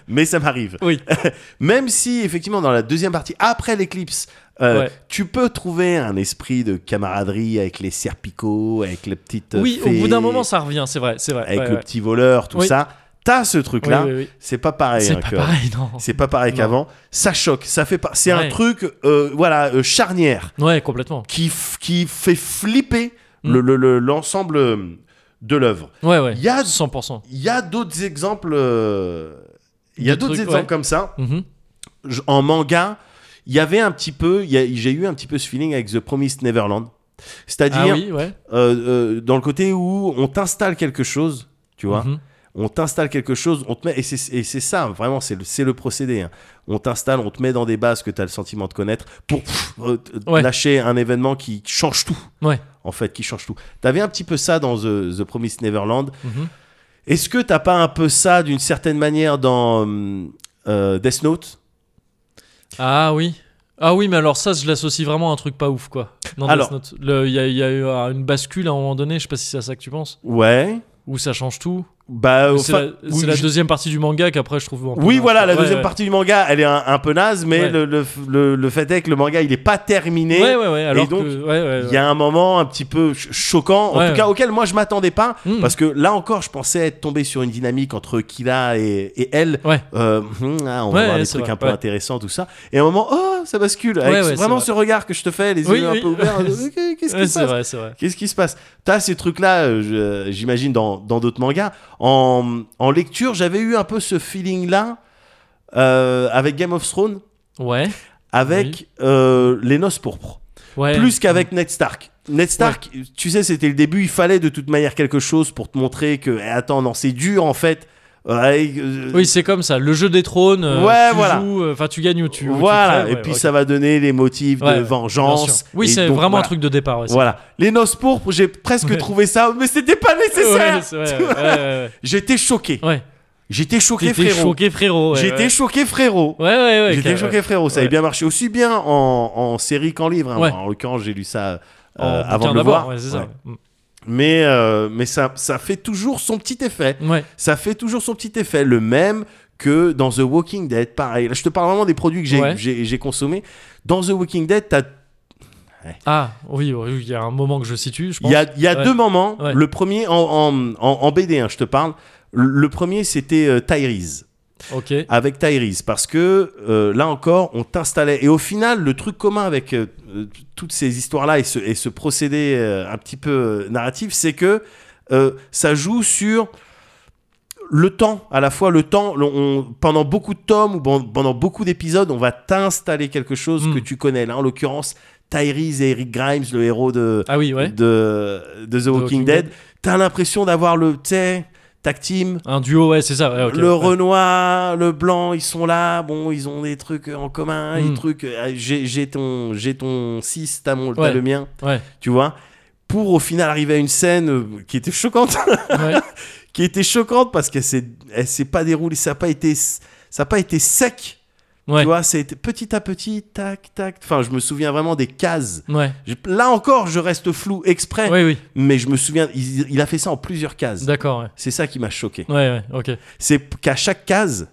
Speaker 2: mais ça m'arrive.
Speaker 1: oui,
Speaker 2: Même si, effectivement, dans la deuxième partie, après l'éclipse, euh,
Speaker 1: Ouais.
Speaker 2: tu peux trouver un esprit de camaraderie avec les serpicots, avec les petites. euh,
Speaker 1: oui au
Speaker 2: fées,
Speaker 1: bout d'un moment, ça revient, c'est vrai, c'est vrai.
Speaker 2: Avec
Speaker 1: ouais,
Speaker 2: le
Speaker 1: ouais.
Speaker 2: petit voleur, tout
Speaker 1: Oui.
Speaker 2: ça. T'as ce truc-là.
Speaker 1: Oui, oui, oui.
Speaker 2: C'est pas pareil.
Speaker 1: C'est
Speaker 2: hein,
Speaker 1: pas
Speaker 2: que-
Speaker 1: pareil, non.
Speaker 2: C'est pas pareil
Speaker 1: Non.
Speaker 2: qu'avant. Ça choque. Ça fait pas. C'est un
Speaker 1: Ouais.
Speaker 2: truc, euh, voilà, euh, charnière
Speaker 1: Ouais, complètement.
Speaker 2: qui, f- qui fait flipper
Speaker 1: Mm.
Speaker 2: le- le- le- l'ensemble euh, de l'œuvre.
Speaker 1: Ouais, ouais.
Speaker 2: Il y a-
Speaker 1: 100%.
Speaker 2: Il y a d'autres exemples. euh, Il y a
Speaker 1: Des
Speaker 2: d'autres
Speaker 1: trucs,
Speaker 2: exemples
Speaker 1: ouais.
Speaker 2: comme ça.
Speaker 1: Mhm.
Speaker 2: je- en manga, il y avait un petit peu, il y a- j'ai eu un petit peu ce feeling avec The Promised Neverland.
Speaker 1: Ah
Speaker 2: C'est-à-dire,
Speaker 1: oui, ouais.
Speaker 2: euh, euh, dans le côté où on t'installe quelque chose, tu vois,
Speaker 1: Mhm.
Speaker 2: on t'installe quelque chose, on te met, et c'est et c'est ça, vraiment, c'est le, c'est le procédé. hein. On t'installe, on te met dans des bases que tu as le sentiment de connaître pour pff, euh, t-
Speaker 1: Ouais.
Speaker 2: lâcher un événement qui change tout.
Speaker 1: Ouais.
Speaker 2: En fait, qui change tout. T'avais un petit peu ça dans The, The Promised Neverland.
Speaker 1: Mhm.
Speaker 2: Est-ce que t'as pas un peu ça d'une certaine manière dans hum, euh, Death Note
Speaker 1: Ah oui. Ah oui, mais alors ça, je l'associe vraiment à un truc pas ouf, quoi. Dans Death
Speaker 2: Alors-
Speaker 1: Note. ah, Le- Il y, a- il y a eu euh, une bascule à un moment donné, je sais pas si c'est à ça que tu penses,
Speaker 2: Ouais.
Speaker 1: où ça change tout.
Speaker 2: Bah,
Speaker 1: C'est
Speaker 2: enfin,
Speaker 1: la,
Speaker 2: oui,
Speaker 1: c'est la
Speaker 2: je-
Speaker 1: deuxième partie du manga qu'après je trouve. un peu
Speaker 2: Oui,
Speaker 1: naze,
Speaker 2: voilà,
Speaker 1: quoi.
Speaker 2: la
Speaker 1: Ouais,
Speaker 2: deuxième
Speaker 1: ouais.
Speaker 2: partie du manga, elle est un, un peu naze, mais
Speaker 1: Ouais.
Speaker 2: le, le, le- le fait est que le manga, il est pas terminé.
Speaker 1: Ouais, ouais, ouais. Alors
Speaker 2: donc,
Speaker 1: que- ouais, ouais, ouais.
Speaker 2: Il y a un moment un petit peu ch- choquant, en
Speaker 1: Ouais.
Speaker 2: tout cas auquel moi je m'attendais pas,
Speaker 1: Mm.
Speaker 2: parce que là encore je pensais être tombé sur une dynamique entre Kila et, et elle.
Speaker 1: Ouais.
Speaker 2: Euh, hum, ah, on
Speaker 1: Ouais,
Speaker 2: va voir
Speaker 1: ouais,
Speaker 2: des
Speaker 1: c'est
Speaker 2: trucs
Speaker 1: vrai,
Speaker 2: un peu
Speaker 1: ouais.
Speaker 2: intéressants, tout ça. Et à un moment, oh, ça bascule, avec
Speaker 1: Ouais, ouais,
Speaker 2: ce-
Speaker 1: c'est
Speaker 2: vraiment
Speaker 1: vrai.
Speaker 2: ce regard que je te fais, les yeux
Speaker 1: Oui,
Speaker 2: un
Speaker 1: oui.
Speaker 2: peu ouverts. en disant, Ok, Qu'est-ce
Speaker 1: Ouais,
Speaker 2: qui se
Speaker 1: c'est
Speaker 2: passe
Speaker 1: vrai, c'est vrai.
Speaker 2: Qu'est-ce qui se passe T'as ces trucs-là, euh, je- j'imagine, dans dans d'autres mangas. En, en lecture, j'avais eu un peu ce feeling-là euh, avec Game of Thrones,
Speaker 1: Ouais,
Speaker 2: avec euh, Les Noces Pourpres
Speaker 1: ouais.
Speaker 2: plus qu'avec Ned Stark. Ned Stark, tu sais, c'était le début, il fallait de toute manière quelque chose pour te montrer que, eh, attends, non, c'est dur en fait. Ouais, euh,
Speaker 1: Oui, c'est comme ça. Le jeu des trônes. euh,
Speaker 2: Ouais,
Speaker 1: tu
Speaker 2: voilà.
Speaker 1: joues, euh, Enfin, tu gagnes ou tu. ou tu
Speaker 2: voilà,
Speaker 1: crèves,
Speaker 2: et
Speaker 1: ouais,
Speaker 2: puis
Speaker 1: ok.
Speaker 2: ça va donner les motifs
Speaker 1: Ouais, ouais,
Speaker 2: de
Speaker 1: Bien sûr.
Speaker 2: vengeance.
Speaker 1: Oui,
Speaker 2: Et
Speaker 1: c'est
Speaker 2: donc,
Speaker 1: vraiment
Speaker 2: voilà.
Speaker 1: un truc de départ. Ouais, c'est-
Speaker 2: Voilà. Les noces pourpres, j'ai presque
Speaker 1: Ouais.
Speaker 2: trouvé ça, mais c'était pas nécessaire.
Speaker 1: Ouais, c'est- ouais,
Speaker 2: Tu vois
Speaker 1: ouais, ouais,
Speaker 2: J'étais choqué.
Speaker 1: ouais. Ouais.
Speaker 2: J'étais choqué,
Speaker 1: T'étais
Speaker 2: frérot.
Speaker 1: choqué, frérot. ouais,
Speaker 2: J'étais
Speaker 1: ouais.
Speaker 2: choqué, frérot.
Speaker 1: Ouais, ouais, ouais.
Speaker 2: J'étais
Speaker 1: carré-
Speaker 2: choqué, frérot. Ça
Speaker 1: Ouais.
Speaker 2: avait bien marché aussi bien en, en série qu'en livre. hein.
Speaker 1: Ouais.
Speaker 2: En l'occurrence, j'ai lu ça euh,
Speaker 1: En bouquin
Speaker 2: avant de le
Speaker 1: d'abord,
Speaker 2: voir.
Speaker 1: ouais, c'est
Speaker 2: Ouais.
Speaker 1: ça. Mm.
Speaker 2: Mais, euh, mais ça, ça fait toujours son petit effet.
Speaker 1: Ouais.
Speaker 2: Ça fait toujours son petit effet. Le même que dans The Walking Dead. Pareil. Là, je te parle vraiment des produits que j'ai
Speaker 1: Ouais.
Speaker 2: j'ai- j'ai consommés. Dans The Walking Dead, t'as-
Speaker 1: Ah, oui, oui, il y a un moment que je situe, je
Speaker 2: il
Speaker 1: pense.
Speaker 2: y a, il y a
Speaker 1: Ouais.
Speaker 2: deux moments.
Speaker 1: Ouais.
Speaker 2: Le premier, en, en, en- en BD, hein, je te parle. Le- Le premier, c'était euh, Tyrese.
Speaker 1: Ok.
Speaker 2: Avec Tyrese. Parce que euh, là encore, on t'installait. Et au final, le truc commun avec euh, euh, toutes ces histoires-là et ce, et ce procédé euh, un petit peu euh, narratif, c'est que euh, ça joue sur le temps, à la fois le temps, le- on- pendant beaucoup de tomes ou bon- pendant beaucoup d'épisodes, on va t'installer quelque chose
Speaker 1: Mm.
Speaker 2: que tu connais. Là, en l'occurrence, Tyrese et Eric Grimes, le héros de,
Speaker 1: Ah oui, ouais.
Speaker 2: de, de The Walking,
Speaker 1: Walking
Speaker 2: Dead,
Speaker 1: Dead.
Speaker 2: t'as l'impression d'avoir le, tu sais, tag team,
Speaker 1: Un duo, ouais, c'est ça. ouais, Ah, ok.
Speaker 2: le
Speaker 1: Ouais.
Speaker 2: Renoir, le Blanc, ils sont là. Bon, ils ont des trucs en commun,
Speaker 1: Mm.
Speaker 2: des trucs. euh, J'ai j'ai ton, j'ai ton 6, t'as mon- t'as
Speaker 1: Ouais.
Speaker 2: le mien.
Speaker 1: Ouais.
Speaker 2: Tu vois Pour au final arriver à une scène euh, qui était choquante,
Speaker 1: Ouais.
Speaker 2: qui était choquante parce qu'elle s'est, elle s'est pas déroulée, ça n'a pas été, ça a pas été sec.
Speaker 1: Ouais.
Speaker 2: Tu vois, ça a été petit à petit, tac, tac. Enfin, je me souviens vraiment des cases.
Speaker 1: Ouais.
Speaker 2: Je- là encore, je reste flou exprès,
Speaker 1: Oui, oui.
Speaker 2: mais je me souviens, il, il a fait ça en plusieurs cases.
Speaker 1: D'accord, ouais.
Speaker 2: C'est ça qui m'a choqué
Speaker 1: Ouais, ouais, ok.
Speaker 2: c'est p- qu'à chaque case,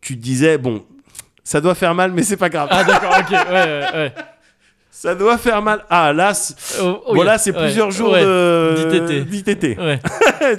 Speaker 2: tu te disais, bon, ça doit faire mal, mais c'est pas grave.
Speaker 1: Ah, d'accord, ok. Ouais, ouais, ouais.
Speaker 2: Ça doit faire mal. Ah, là, c'est-
Speaker 1: Oh, oh,
Speaker 2: bon, là,
Speaker 1: yeah.
Speaker 2: c'est
Speaker 1: Ouais,
Speaker 2: plusieurs jours
Speaker 1: ouais. d'ITT.
Speaker 2: de... d'ITT.
Speaker 1: Ouais,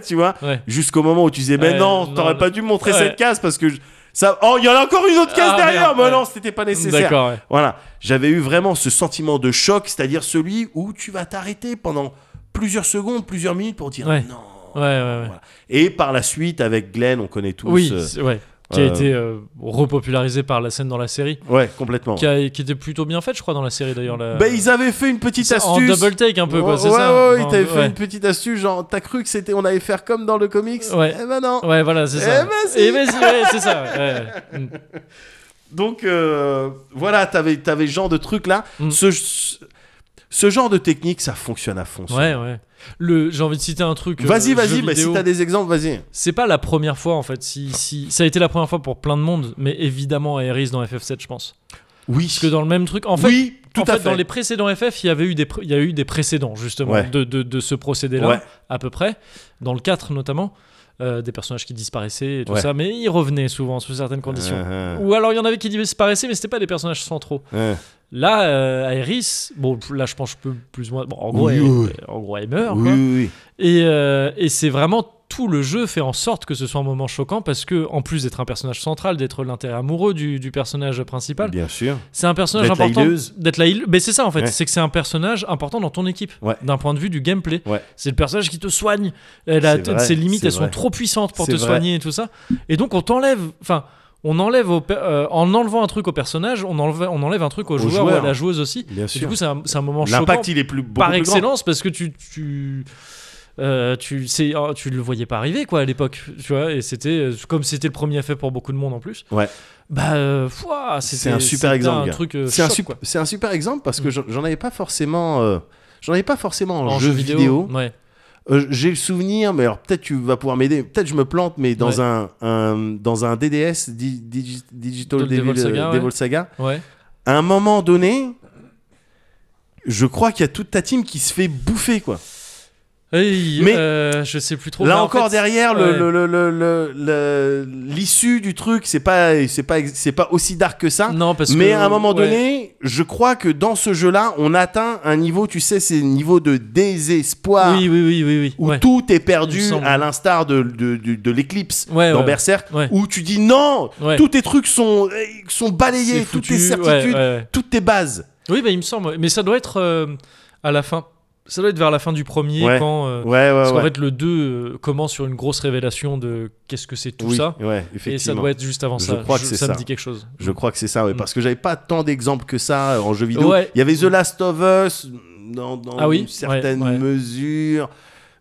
Speaker 2: tu vois
Speaker 1: ouais.
Speaker 2: Jusqu'au moment où tu disais, mais
Speaker 1: Ouais,
Speaker 2: non,
Speaker 1: non,
Speaker 2: t'aurais
Speaker 1: là-
Speaker 2: pas dû me montrer
Speaker 1: Ouais.
Speaker 2: cette case parce que. je- Ça... Oh, il y en a encore une autre case
Speaker 1: Ah,
Speaker 2: derrière,
Speaker 1: merde,
Speaker 2: mais
Speaker 1: ouais.
Speaker 2: non, c'était pas nécessaire.
Speaker 1: D'accord, ouais.
Speaker 2: Voilà, j'avais eu vraiment ce sentiment de choc, c'est-à-dire celui où tu vas t'arrêter pendant plusieurs secondes, plusieurs minutes pour dire
Speaker 1: Ouais.
Speaker 2: non.
Speaker 1: Ouais, ouais, ouais.
Speaker 2: Voilà. Et par la suite, avec Glenn, on connaît tous.
Speaker 1: Oui,
Speaker 2: euh,
Speaker 1: c'est- ouais. Qui a
Speaker 2: euh,
Speaker 1: été euh, repopularisé par la scène dans la série.
Speaker 2: Ouais, complètement.
Speaker 1: Qui, a- qui était plutôt bien faite, je crois, dans la série d'ailleurs. La...
Speaker 2: Bah, ils avaient fait une petite
Speaker 1: Ça,
Speaker 2: astuce.
Speaker 1: En double take un peu, quoi,
Speaker 2: ouais,
Speaker 1: c'est
Speaker 2: ouais,
Speaker 1: ça
Speaker 2: ouais, ils
Speaker 1: Enfin,
Speaker 2: t'avaient fait
Speaker 1: ouais.
Speaker 2: une petite astuce, genre, t'as cru que c'était, on allait faire comme dans le comics
Speaker 1: Ouais.
Speaker 2: Eh ben non.
Speaker 1: Ouais, voilà, c'est
Speaker 2: Eh
Speaker 1: ça.
Speaker 2: ben, si.
Speaker 1: ben, si, ouais, c'est ça. ouais, ouais. Mm.
Speaker 2: Donc, euh, voilà, t'avais, t'avais ce genre de truc là.
Speaker 1: Mm.
Speaker 2: Ce, ce genre de technique, ça fonctionne à fond. ça.
Speaker 1: Ouais, ouais. Le, j'ai envie de citer un truc. euh,
Speaker 2: Vas-y,
Speaker 1: jeu
Speaker 2: vas-y, bah, si
Speaker 1: vidéo.
Speaker 2: t'as des exemples, vas-y.
Speaker 1: C'est pas la première fois en fait. Si, si... Ça a été la première fois pour plein de monde, mais évidemment à Eris dans FF7, je pense.
Speaker 2: Oui.
Speaker 1: Parce que dans le même truc, en fait,
Speaker 2: oui, tout
Speaker 1: en
Speaker 2: à
Speaker 1: fait,
Speaker 2: fait.
Speaker 1: dans les précédents FF, il y avait eu des, pré- il y a eu des précédents justement
Speaker 2: Ouais.
Speaker 1: de, de- de ce procédé-là,
Speaker 2: Ouais.
Speaker 1: à peu près, dans le 4 notamment, euh, des personnages qui disparaissaient et tout
Speaker 2: Ouais.
Speaker 1: ça, mais ils revenaient souvent sous certaines conditions.
Speaker 2: Euh,
Speaker 1: Ou alors il y en avait qui disparaissaient, mais c'était pas des personnages centraux.
Speaker 2: euh,
Speaker 1: Là, euh, Aerys, bon, là je pense que je peux plus ou moins. Bon, en gros,
Speaker 2: Oui,
Speaker 1: elle, euh,
Speaker 2: oui.
Speaker 1: en gros, elle meurt.
Speaker 2: oui,
Speaker 1: quoi.
Speaker 2: oui, oui.
Speaker 1: Et, euh, et c'est vraiment tout le jeu fait en sorte que ce soit un moment choquant parce que, en plus d'être un personnage central, d'être l'intérêt amoureux du, du personnage principal,
Speaker 2: Bien sûr.
Speaker 1: c'est un personnage
Speaker 2: D'être la
Speaker 1: important.
Speaker 2: hileuse.
Speaker 1: D'être la hile- Mais c'est ça en fait,
Speaker 2: Ouais.
Speaker 1: c'est que c'est un personnage important dans ton équipe,
Speaker 2: Ouais.
Speaker 1: d'un point de vue du gameplay.
Speaker 2: Ouais.
Speaker 1: C'est le personnage qui te soigne. Elle a-
Speaker 2: C'est vrai,
Speaker 1: ses limites,
Speaker 2: c'est
Speaker 1: elles
Speaker 2: vrai.
Speaker 1: sont trop puissantes pour
Speaker 2: C'est
Speaker 1: te
Speaker 2: vrai.
Speaker 1: soigner et tout ça. Et donc on t'enlève. Enfin. On enlève au pe- euh, en enlevant un truc au personnage, on enlève, on enlève un truc au,
Speaker 2: Au
Speaker 1: joueur, ou à
Speaker 2: joueur.
Speaker 1: la joueuse aussi.
Speaker 2: Bien
Speaker 1: Et du
Speaker 2: sûr.
Speaker 1: coup, c'est un, c'est un moment choquant
Speaker 2: L'impact, il est plus beaucoup
Speaker 1: par
Speaker 2: plus grand.
Speaker 1: excellence parce que tu tu euh, tu c'est- oh, tu le voyais pas arriver quoi à l'époque tu vois et c'était euh, comme c'était le premier fait pour beaucoup de monde en plus
Speaker 2: Ouais.
Speaker 1: bah euh, ouah, c'était-
Speaker 2: C'est un super
Speaker 1: c'était
Speaker 2: exemple,
Speaker 1: un
Speaker 2: gars.
Speaker 1: truc euh,
Speaker 2: C'est un,
Speaker 1: choc,
Speaker 2: sup-
Speaker 1: quoi. Mm.
Speaker 2: c'est un super exemple parce que j'en- j'en avais pas forcément. euh, J'en avais pas forcément en,
Speaker 1: en
Speaker 2: jeu, vidéo.
Speaker 1: ouais
Speaker 2: Euh, J'ai le souvenir, mais alors peut-être tu vas pouvoir m'aider. Peut-être je me plante, mais dans
Speaker 1: Ouais.
Speaker 2: un, un- dans un DDS, Di- Digi- Digital
Speaker 1: Devil
Speaker 2: Devil, euh,
Speaker 1: Saga, ouais.
Speaker 2: Devil Saga,
Speaker 1: ouais
Speaker 2: à un moment donné, je crois qu'il y a toute ta team qui se fait bouffer quoi.
Speaker 1: Mais
Speaker 2: Mais-
Speaker 1: je sais plus trop.
Speaker 2: Là
Speaker 1: Bah, en
Speaker 2: encore
Speaker 1: fait,
Speaker 2: derrière le-
Speaker 1: ouais.
Speaker 2: le- le- le- le- le- l'issue du truc, c'est pas c'est pas c'est pas aussi dark que ça.
Speaker 1: Non, parce
Speaker 2: mais
Speaker 1: que-
Speaker 2: à un moment
Speaker 1: ouais.
Speaker 2: donné, je crois que dans ce jeu-là, on atteint un niveau, tu sais, c'est un niveau de désespoir
Speaker 1: Oui, oui, oui, oui, oui.
Speaker 2: bah, où
Speaker 1: ouais.
Speaker 2: tout est
Speaker 1: Il me
Speaker 2: perdu,
Speaker 1: semble.
Speaker 2: à l'instar de, de, de- de l'éclipse
Speaker 1: Ouais,
Speaker 2: dans
Speaker 1: ouais,
Speaker 2: Berserk,
Speaker 1: ouais.
Speaker 2: où tu dis non,
Speaker 1: Ouais.
Speaker 2: tous tes trucs sont, euh, sont
Speaker 1: C'est
Speaker 2: balayés, toutes
Speaker 1: foutu,
Speaker 2: tes certitudes,
Speaker 1: ouais, ouais, ouais.
Speaker 2: toutes tes bases.
Speaker 1: Oui, bah, il me semble. Mais ça doit être euh, à la fin. Ça doit être vers la fin du premier
Speaker 2: Ouais.
Speaker 1: quand. euh,
Speaker 2: Ouais, ouais,
Speaker 1: Parce qu'en
Speaker 2: ouais.
Speaker 1: fait, le 2 euh, commence sur une grosse révélation de qu'est-ce que c'est tout
Speaker 2: Oui,
Speaker 1: ça. Et
Speaker 2: ouais,
Speaker 1: ça
Speaker 2: effectivement.
Speaker 1: doit être juste avant
Speaker 2: Je
Speaker 1: ça.
Speaker 2: crois que c'est
Speaker 1: ça. me
Speaker 2: ça.
Speaker 1: dit quelque chose.
Speaker 2: Je crois que c'est ça, ouais,
Speaker 1: Mm.
Speaker 2: parce que j'avais pas tant d'exemples que ça euh, en jeu vidéo.
Speaker 1: Ouais.
Speaker 2: Il y avait The Last of Us mm, dans, dans
Speaker 1: Ah oui,
Speaker 2: une certaine
Speaker 1: ouais, ouais.
Speaker 2: mesure,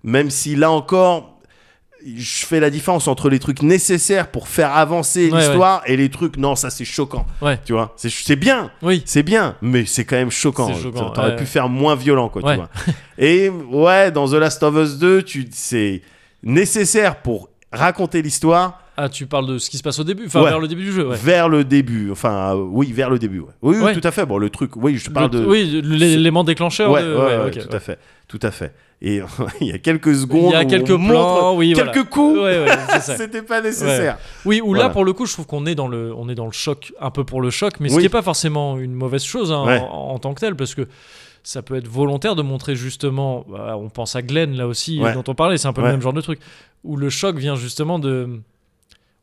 Speaker 2: même si là encore, je fais la différence entre les trucs nécessaires pour faire avancer
Speaker 1: Ouais,
Speaker 2: l'histoire et les trucs, non, ça c'est choquant.
Speaker 1: Ouais.
Speaker 2: Tu vois, c'est- c'est bien,
Speaker 1: Oui.
Speaker 2: c'est bien, mais c'est quand même choquant.
Speaker 1: C'est choquant,
Speaker 2: T'aurais
Speaker 1: ouais.
Speaker 2: pu faire moins violent, quoi,
Speaker 1: Ouais.
Speaker 2: tu vois. Et ouais, dans The Last of Us 2, tu, c'est nécessaire pour raconter l'histoire
Speaker 1: Ah, tu parles de ce qui se passe au début, enfin
Speaker 2: Ouais.
Speaker 1: vers le début du jeu. Ouais.
Speaker 2: vers le début. Enfin, euh, oui, vers le début, ouais. Oui, oui,
Speaker 1: Ouais.
Speaker 2: tout à fait. Bon, le truc, oui, je parle
Speaker 1: Le-
Speaker 2: de.
Speaker 1: Oui, l'élément déclencheur.
Speaker 2: ouais,
Speaker 1: de-
Speaker 2: ouais, ouais,
Speaker 1: ok,
Speaker 2: tout à fait. Tout à fait. Et il y a quelques secondes.
Speaker 1: Il y a
Speaker 2: où
Speaker 1: quelques
Speaker 2: on montre
Speaker 1: plans, oui, voilà.
Speaker 2: quelques coups.
Speaker 1: Ouais, ouais, c'est ça.
Speaker 2: C'était pas nécessaire.
Speaker 1: Oui, ou là
Speaker 2: Voilà.
Speaker 1: pour le coup, je trouve qu'on est dans le, on est dans le choc, un peu pour le choc, mais ce
Speaker 2: Oui.
Speaker 1: qui n'est pas forcément une mauvaise chose hein,
Speaker 2: Ouais.
Speaker 1: en, en tant que tel, parce que ça peut être volontaire de montrer justement. bah, on pense à Glenn là aussi,
Speaker 2: Ouais.
Speaker 1: dont on parlait, c'est un peu
Speaker 2: Ouais.
Speaker 1: le même genre de truc, où le choc vient justement de,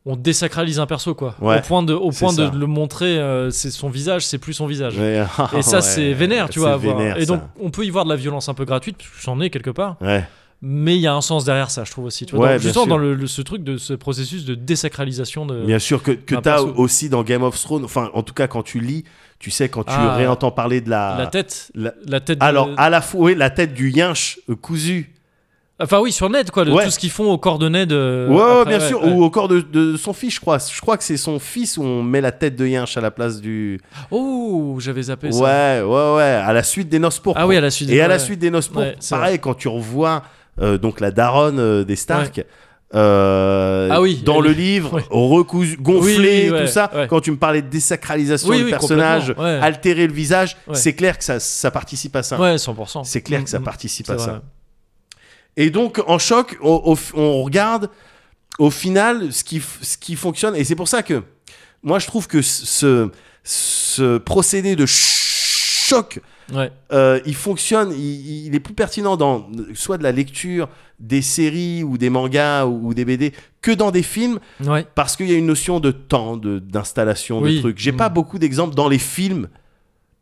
Speaker 1: on désacralise un perso quoi,
Speaker 2: Ouais.
Speaker 1: au point de, au
Speaker 2: C'est
Speaker 1: point de
Speaker 2: ça.
Speaker 1: le montrer, euh, c'est son visage, c'est plus son visage.
Speaker 2: Ouais.
Speaker 1: Et ça,
Speaker 2: Ouais,
Speaker 1: c'est vénère, tu vois. à
Speaker 2: C'est
Speaker 1: voir.
Speaker 2: vénère,
Speaker 1: Et donc,
Speaker 2: ça.
Speaker 1: on peut y voir de la violence un peu gratuite, parce que j'en ai quelque part.
Speaker 2: Ouais.
Speaker 1: Mais il y a un sens derrière ça, je trouve aussi. Tu vois,
Speaker 2: Ouais,
Speaker 1: dans-
Speaker 2: bien
Speaker 1: justement,
Speaker 2: sûr.
Speaker 1: dans le, le- ce truc de ce processus de désacralisation de.
Speaker 2: Bien sûr que, que
Speaker 1: Euh, un
Speaker 2: t'as
Speaker 1: perso.
Speaker 2: aussi dans Game of Thrones, enfin en tout cas quand tu lis, tu sais quand tu
Speaker 1: Ah.
Speaker 2: réentends parler de la,
Speaker 1: La tête,
Speaker 2: la-
Speaker 1: la tête. de-
Speaker 2: alors ah. à la fois oui, la tête du yinche euh, cousu,
Speaker 1: enfin oui, sur Ned quoi, de
Speaker 2: Ouais.
Speaker 1: tout ce qu'ils font aux coordonnées de.
Speaker 2: ouais, ouais,
Speaker 1: Euh, après,
Speaker 2: bien sûr,
Speaker 1: ouais.
Speaker 2: ou au corps de, de son fils je crois, je crois que c'est son fils où on met la tête de yinche à la place du,
Speaker 1: Oh, j'avais zappé
Speaker 2: ouais
Speaker 1: ça.
Speaker 2: ouais ouais, à la suite des noces pourpres.
Speaker 1: Ah oui, à la suite.
Speaker 2: Et à la
Speaker 1: ouais.
Speaker 2: suite des noces pourpres,
Speaker 1: Ouais, c'est
Speaker 2: pareil, quand tu revois euh, donc la daronne euh, des Stark. euh,
Speaker 1: Ah oui,
Speaker 2: dans
Speaker 1: elle-
Speaker 2: le livre,
Speaker 1: ouais.
Speaker 2: recousu, gonflé,
Speaker 1: Oui, oui, ouais,
Speaker 2: tout ça.
Speaker 1: ouais.
Speaker 2: Quand tu me parlais de désacralisation
Speaker 1: Oui,
Speaker 2: du
Speaker 1: oui,
Speaker 2: personnage,
Speaker 1: complètement, ouais.
Speaker 2: altérer le visage,
Speaker 1: Ouais.
Speaker 2: c'est clair que ça, ça participe à ça.
Speaker 1: Ouais, 100%.
Speaker 2: C'est clair que ça
Speaker 1: Mm, mm,
Speaker 2: participe
Speaker 1: c'est
Speaker 2: à
Speaker 1: vrai.
Speaker 2: ça. Et donc, en choc, on, on- on regarde au final ce qui, f- ce qui fonctionne. Et c'est pour ça que moi, je trouve que ce, ce procédé de ch- choc
Speaker 1: Ouais.
Speaker 2: euh, il fonctionne, il, il est plus pertinent dans soit de la lecture des séries ou des mangas ou, ou des BD que dans des films
Speaker 1: Ouais.
Speaker 2: parce qu'il y a une notion de temps, de- d'installation, de,
Speaker 1: Oui.
Speaker 2: trucs. J'ai
Speaker 1: Mm.
Speaker 2: pas beaucoup d'exemples dans les films.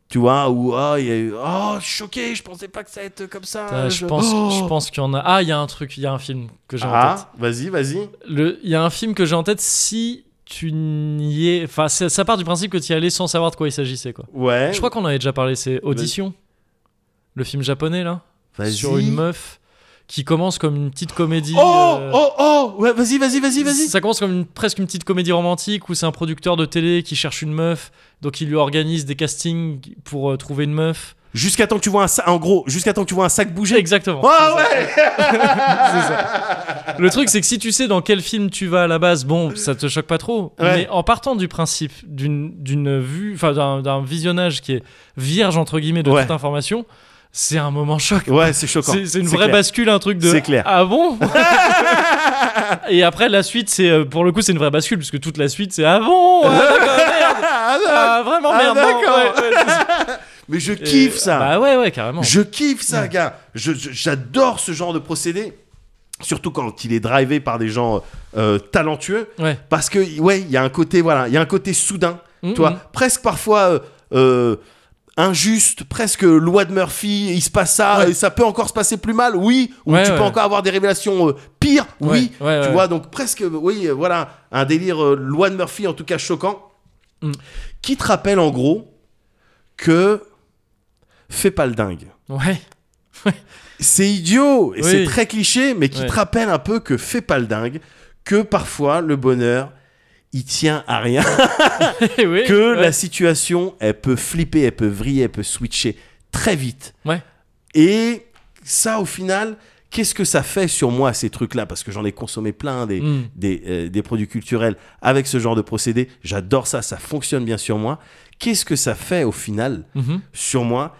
Speaker 2: Tu vois, où ah, il y a eu, oh, je suis choqué, je pensais pas que ça allait être comme ça.
Speaker 1: Putain, Euh, Je pense, je
Speaker 2: Oh
Speaker 1: pense qu'il y en a. Ah, il y a un truc, il y a un film que j'ai en tête.
Speaker 2: Ah, vas-y, vas-y.
Speaker 1: Le- Il y a un film que j'ai en tête si tu n'y es. Enfin, ça ça part du principe que tu y allais sans savoir de quoi il s'agissait, quoi.
Speaker 2: Ouais.
Speaker 1: Je crois qu'on en avait déjà parlé, c'est Audition, le film japonais, là,
Speaker 2: Vas-y.
Speaker 1: sur une meuf qui commence comme une petite comédie.
Speaker 2: Oh,
Speaker 1: euh,
Speaker 2: oh, oh, ouais, vas-y, vas-y, vas-y, vas-y.
Speaker 1: Ça commence comme une- presque une petite comédie romantique où c'est un producteur de télé qui cherche une meuf, donc il lui organise des castings pour euh, trouver une meuf.
Speaker 2: Jusqu'à temps que tu vois un sac, en gros, jusqu'à temps que tu vois un sac bouger.
Speaker 1: Exactement.
Speaker 2: Ah ouais!
Speaker 1: C'est ça. Le truc, c'est que si tu sais dans quel film tu vas à la base, bon, ça te choque pas trop.
Speaker 2: Ouais.
Speaker 1: Mais en partant du principe d'une d'une vue, enfin d'un- d'un visionnage qui est vierge entre guillemets de
Speaker 2: Ouais.
Speaker 1: toute information, c'est un moment choc.
Speaker 2: Ouais, c'est choquant.
Speaker 1: C'est c'est une vraie
Speaker 2: clair.
Speaker 1: bascule, un truc de.
Speaker 2: C'est clair.
Speaker 1: Ah bon Et après, la suite, c'est euh, pour le coup, c'est une vraie bascule, parce que toute la suite, c'est ah bon Ah, d'accord, merde.
Speaker 2: Ah, non,
Speaker 1: Ah, Vraiment
Speaker 2: Ah,
Speaker 1: merde non,
Speaker 2: d'accord.
Speaker 1: ouais, ouais, c'est ça.
Speaker 2: Mais je kiffe
Speaker 1: Et-
Speaker 2: ça.
Speaker 1: Bah ouais, ouais, carrément.
Speaker 2: je kiffe ça, gars. Je- je- J'adore ce genre de procédé. Surtout quand il est drivé par des gens euh, talentueux.
Speaker 1: Ouais.
Speaker 2: Parce que, ouais, il y a un côté, voilà, il y a un côté soudain.
Speaker 1: Mhm.
Speaker 2: Toi, presque parfois euh, euh, injuste, presque loi de Murphy. Il se passe ça,
Speaker 1: Ouais.
Speaker 2: et ça peut encore se passer plus mal, oui. Ou
Speaker 1: Ouais,
Speaker 2: tu peux
Speaker 1: ouais.
Speaker 2: encore avoir des révélations euh, pires, oui.
Speaker 1: Ouais, ouais,
Speaker 2: tu
Speaker 1: ouais.
Speaker 2: vois, donc presque, euh, oui, euh, voilà, un délire euh, loi de Murphy, en tout cas choquant.
Speaker 1: Mm.
Speaker 2: Qui te rappelle en gros que fais pas le dingue.
Speaker 1: Ouais.
Speaker 2: C'est idiot et
Speaker 1: Oui.
Speaker 2: c'est très cliché, mais qui
Speaker 1: Ouais.
Speaker 2: te rappelle un peu que fais pas le dingue, que parfois le bonheur il tient à rien,
Speaker 1: Eh oui,
Speaker 2: que
Speaker 1: ouais.
Speaker 2: la situation elle peut flipper, elle peut vriller, elle peut switcher très vite.
Speaker 1: Ouais.
Speaker 2: Et ça au final, qu'est-ce que ça fait sur moi ces trucs-là Parce que j'en ai consommé plein des,
Speaker 1: Mm.
Speaker 2: des, euh, des produits culturels avec ce genre de procédé. J'adore ça, ça fonctionne bien sur moi. Qu'est-ce que ça fait au final
Speaker 1: Mhm.
Speaker 2: sur moi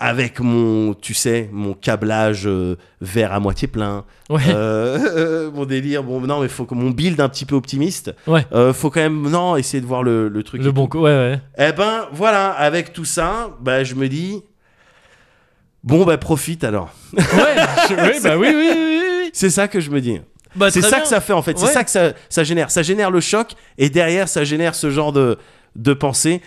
Speaker 2: avec mon, tu sais, mon câblage euh, verre à moitié plein,
Speaker 1: Ouais,
Speaker 2: euh, mon délire, bon, non, mais faut que mon build un petit peu optimiste.
Speaker 1: Ouais.
Speaker 2: Euh, faut quand même, non, essayer de voir le, le truc.
Speaker 1: le
Speaker 2: et
Speaker 1: bon
Speaker 2: tout.
Speaker 1: coup, ouais, ouais.
Speaker 2: Eh ben, voilà, avec tout ça, bah, je me dis, bon, bah, profite alors.
Speaker 1: Ouais, je- oui, bah oui, oui, oui, oui, oui.
Speaker 2: C'est ça que je me dis.
Speaker 1: Bah,
Speaker 2: c'est
Speaker 1: très
Speaker 2: ça
Speaker 1: bien.
Speaker 2: que ça fait en fait. C'est
Speaker 1: Ouais.
Speaker 2: ça que ça, ça génère. Ça génère le choc et derrière, ça génère ce genre de, de pensée.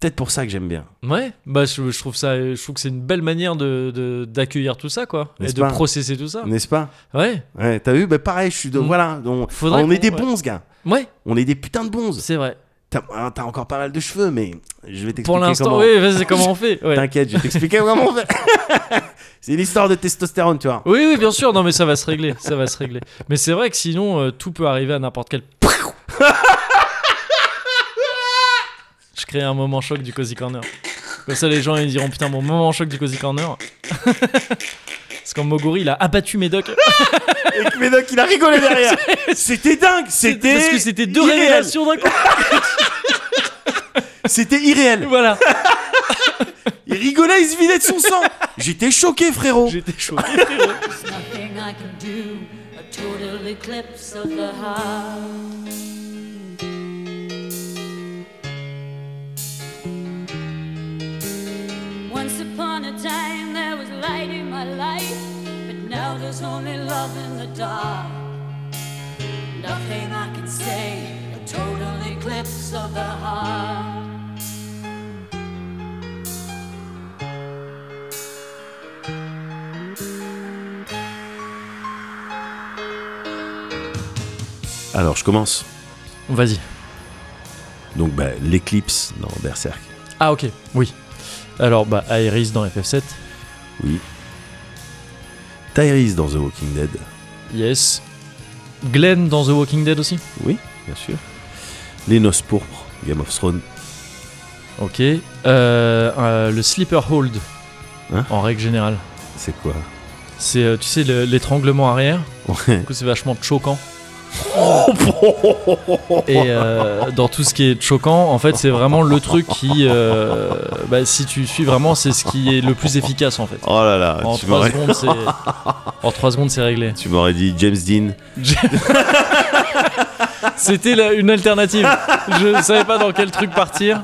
Speaker 2: Peut-être pour ça que j'aime bien.
Speaker 1: Ouais, bah je, je trouve ça, je trouve que c'est une belle manière de de- d'accueillir tout ça quoi, et
Speaker 2: N'est-ce
Speaker 1: de
Speaker 2: pas
Speaker 1: processer tout ça.
Speaker 2: N'est-ce pas
Speaker 1: Ouais,
Speaker 2: Ouais, t'as vu Bah, pareil, je suis de.
Speaker 1: Ah. Mm.
Speaker 2: Voilà. On,
Speaker 1: Faudrait
Speaker 2: on est
Speaker 1: qu'on-
Speaker 2: des
Speaker 1: ouais.
Speaker 2: bons, ce gars.
Speaker 1: ouais,
Speaker 2: On est des putains de bons.
Speaker 1: c'est vrai.
Speaker 2: T'as ah, t'as encore pas mal de cheveux, mais je vais t'expliquer.
Speaker 1: Pour l'instant,
Speaker 2: comment-
Speaker 1: oui, vas-y, comment on fait ouais.
Speaker 2: T'inquiète, je vais t'expliquer comment on fait. c'est l'histoire de testostérone, tu vois.
Speaker 1: Oui, oui, bien sûr. Non, mais ça va se régler, ça va se régler. Mais c'est vrai que sinon, euh, tout peut arriver à n'importe quel. Je crée un moment choc du cozy corner. Comme ça, les gens ils diront putain mon moment choc du cozy corner. Parce qu'en Moguri, il a abattu Médoc.
Speaker 2: Et que Médoc, il a rigolé derrière. C'était dingue. C'était.
Speaker 1: Parce que c'était deux
Speaker 2: irréel.
Speaker 1: révélations d'un coup.
Speaker 2: C'était irréel.
Speaker 1: Voilà.
Speaker 2: Il rigolait, il se vidait de son sang. J'étais choqué, frérot.
Speaker 1: J'étais chaud.
Speaker 3: There's nothing I can do, a total eclipse of the heart. Once upon a time there was light in my life, but now there's only love in the dark. Nothing I can say, a total eclipse of the heart.
Speaker 2: Alors, je commence.
Speaker 1: Vas-y.
Speaker 2: Donc, bah, l'éclipse dans Berserk.
Speaker 1: Ah ok. Oui. Alors bah Iris dans FF7.
Speaker 2: Oui. Tyrese dans The Walking Dead.
Speaker 1: Yes. Glenn dans The Walking Dead aussi.
Speaker 2: Oui, bien sûr. Les Noces Pourpres, Game of Thrones.
Speaker 1: Ok. Euh, euh, le sleeper hold.
Speaker 2: Hein
Speaker 1: en règle générale.
Speaker 2: C'est quoi
Speaker 1: C'est, euh, tu sais, le- l'étranglement arrière.
Speaker 2: Ouais.
Speaker 1: Du coup, c'est vachement choquant. Et euh, dans tout ce qui est choquant, en fait, c'est vraiment le truc qui, euh, bah, si tu suis vraiment, c'est ce qui est le plus efficace en fait.
Speaker 2: Oh là là,
Speaker 1: En
Speaker 2: tu
Speaker 1: 3
Speaker 2: m'aurais,
Speaker 1: secondes, c'est en trois secondes, c'est réglé.
Speaker 2: tu m'aurais dit James Dean.
Speaker 1: C'était la- une alternative. Je savais pas dans quel truc partir.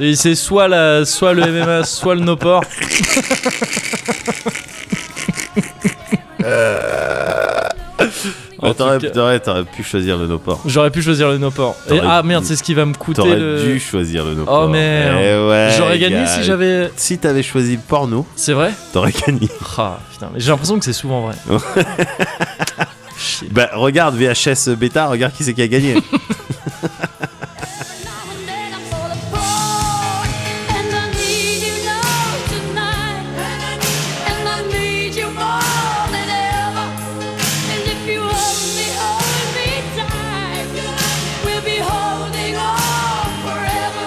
Speaker 1: Et c'est soit la, soit le MMA, soit le no port. En tout
Speaker 2: Oh, T'aurais,
Speaker 1: cas-
Speaker 2: t'aurais- t'aurais pu choisir le Noport.
Speaker 1: J'aurais pu choisir le no port. Et
Speaker 2: T'aurais
Speaker 1: ah
Speaker 2: dû-
Speaker 1: merde, c'est ce qui va me coûter.
Speaker 2: T'aurais
Speaker 1: le... Oh,
Speaker 2: dû Eh choisir le Noport.
Speaker 1: merde. J'aurais gagné si j'avais.
Speaker 2: Si t'avais choisi porno,
Speaker 1: C'est vrai
Speaker 2: t'aurais gagné.
Speaker 1: Ah putain, mais j'ai l'impression que c'est souvent vrai.
Speaker 2: Bah regarde VHS bêta, regarde qui c'est qui a gagné.
Speaker 3: Now and then I'm full of pride, and I need you now tonight, and I need you more than ever. And if you hold me, hold me tight, we'll be holding on forever,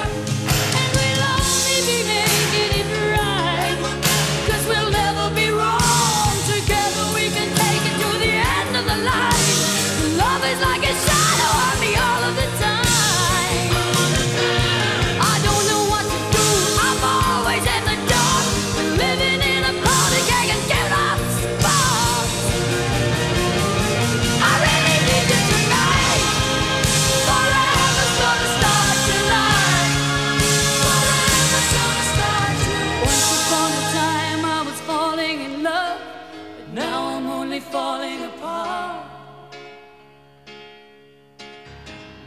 Speaker 3: and we'll only be making it right, 'cause we'll never be wrong. Together we can take it to the end of the line. Love is like a shadow on me all of the time. I don't know what to do. I'm always in the dark. Living in a party gang and get off spark. I really need you tonight. Forever's gonna start tonight. Forever's gonna start tonight. Once upon a time I was falling in love, but now I'm only falling apart.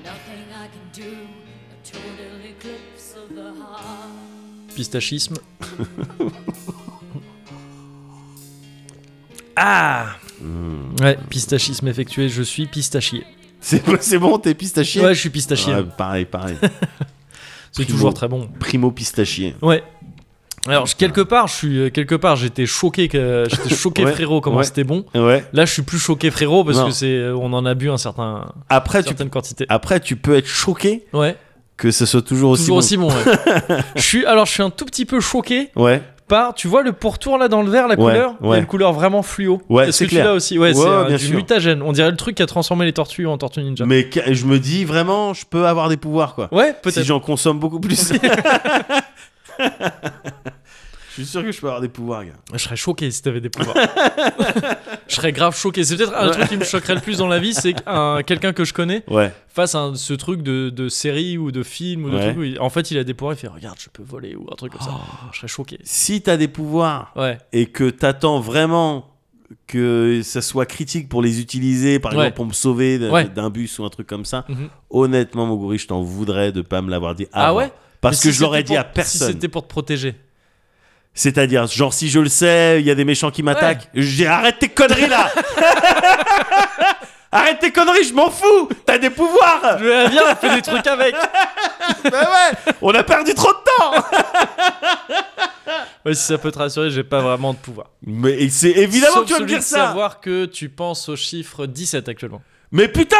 Speaker 3: Nothing I can do. A total eclipse of the heart.
Speaker 1: Pistachisme. ah
Speaker 2: Hmm.
Speaker 1: Ouais, pistachisme effectué, je suis pistachier.
Speaker 2: c'est, c'est bon, t'es pistachier
Speaker 1: Ouais, je suis pistachier.
Speaker 2: Ouais, Pareil, pareil.
Speaker 1: c'est
Speaker 2: primo.
Speaker 1: toujours très bon.
Speaker 2: Primo pistachier.
Speaker 1: Ouais. Alors, je- quelque part, je suis euh, quelque part, j'étais choqué que j'étais choqué
Speaker 2: Ouais,
Speaker 1: frérot comment
Speaker 2: ouais.
Speaker 1: c'était bon.
Speaker 2: Ouais.
Speaker 1: Là, je suis plus choqué frérot parce
Speaker 2: Non.
Speaker 1: que c'est euh, on en a bu un certain
Speaker 2: Après tu, Ah.
Speaker 1: certaine quantité.
Speaker 2: après, tu peux être choqué
Speaker 1: Ouais,
Speaker 2: que ce soit toujours aussi
Speaker 1: toujours
Speaker 2: bon.
Speaker 1: aussi bon. ouais. je suis alors je suis un tout petit peu choqué
Speaker 2: Ouais.
Speaker 1: par, tu vois le pourtour là dans le vert, la
Speaker 2: Ouais,
Speaker 1: couleur, il y a
Speaker 2: ouais.
Speaker 1: une couleur vraiment fluo.
Speaker 2: Ouais,
Speaker 1: Est-ce
Speaker 2: c'est
Speaker 1: que
Speaker 2: clair.
Speaker 1: tu l'as aussi Ouais,
Speaker 2: Ouais,
Speaker 1: c'est
Speaker 2: ouais,
Speaker 1: euh,
Speaker 2: bien
Speaker 1: du
Speaker 2: sûr.
Speaker 1: mutagène. On dirait le truc qui a transformé les tortues en tortues ninja.
Speaker 2: Mais ca- je me dis vraiment, je peux avoir des pouvoirs quoi.
Speaker 1: Ouais,
Speaker 2: si
Speaker 1: peut-être.
Speaker 2: j'en consomme beaucoup plus. suis sûr que je peux avoir des pouvoirs, gars.
Speaker 1: Je serais choqué si t'avais des pouvoirs. je serais grave choqué. C'est peut-être un
Speaker 2: Ouais.
Speaker 1: truc qui me choquerait le plus dans la vie, c'est qu'un quelqu'un que je connais
Speaker 2: Ouais.
Speaker 1: fasse un, ce truc de, de série ou de film ou de
Speaker 2: Ouais.
Speaker 1: truc où il- en fait il a des pouvoirs, il fait regarde, je peux voler ou un truc comme ça.
Speaker 2: Oh.
Speaker 1: Je serais choqué.
Speaker 2: Si t'as des pouvoirs
Speaker 1: Ouais.
Speaker 2: et que t'attends vraiment que ça soit critique pour les utiliser, par
Speaker 1: Ouais.
Speaker 2: exemple pour me sauver d'un
Speaker 1: Ouais.
Speaker 2: d'un bus ou un truc comme ça,
Speaker 1: Mhm.
Speaker 2: honnêtement, Moguri, je t'en voudrais de pas me l'avoir dit
Speaker 1: Ah
Speaker 2: avant.
Speaker 1: ouais
Speaker 2: Parce
Speaker 1: Mais
Speaker 2: que
Speaker 1: si
Speaker 2: je l'aurais
Speaker 1: c'était
Speaker 2: dit à
Speaker 1: pour- Si
Speaker 2: personne.
Speaker 1: c'était pour te protéger.
Speaker 2: C'est-à-dire, genre, si je le sais, il y a des méchants qui m'attaquent, je dis arrête tes conneries là Arrête tes conneries, je m'en fous T'as des pouvoirs
Speaker 1: Je viens, on fait des trucs avec.
Speaker 2: Bah On a perdu trop de temps
Speaker 1: Ouais, si ça peut te rassurer, j'ai pas vraiment de pouvoir.
Speaker 2: Mais c'est évidemment
Speaker 1: Sauf
Speaker 2: que tu vas me
Speaker 1: celui
Speaker 2: dire
Speaker 1: de
Speaker 2: ça
Speaker 1: savoir que tu penses au chiffre 17 actuellement.
Speaker 2: Mais putain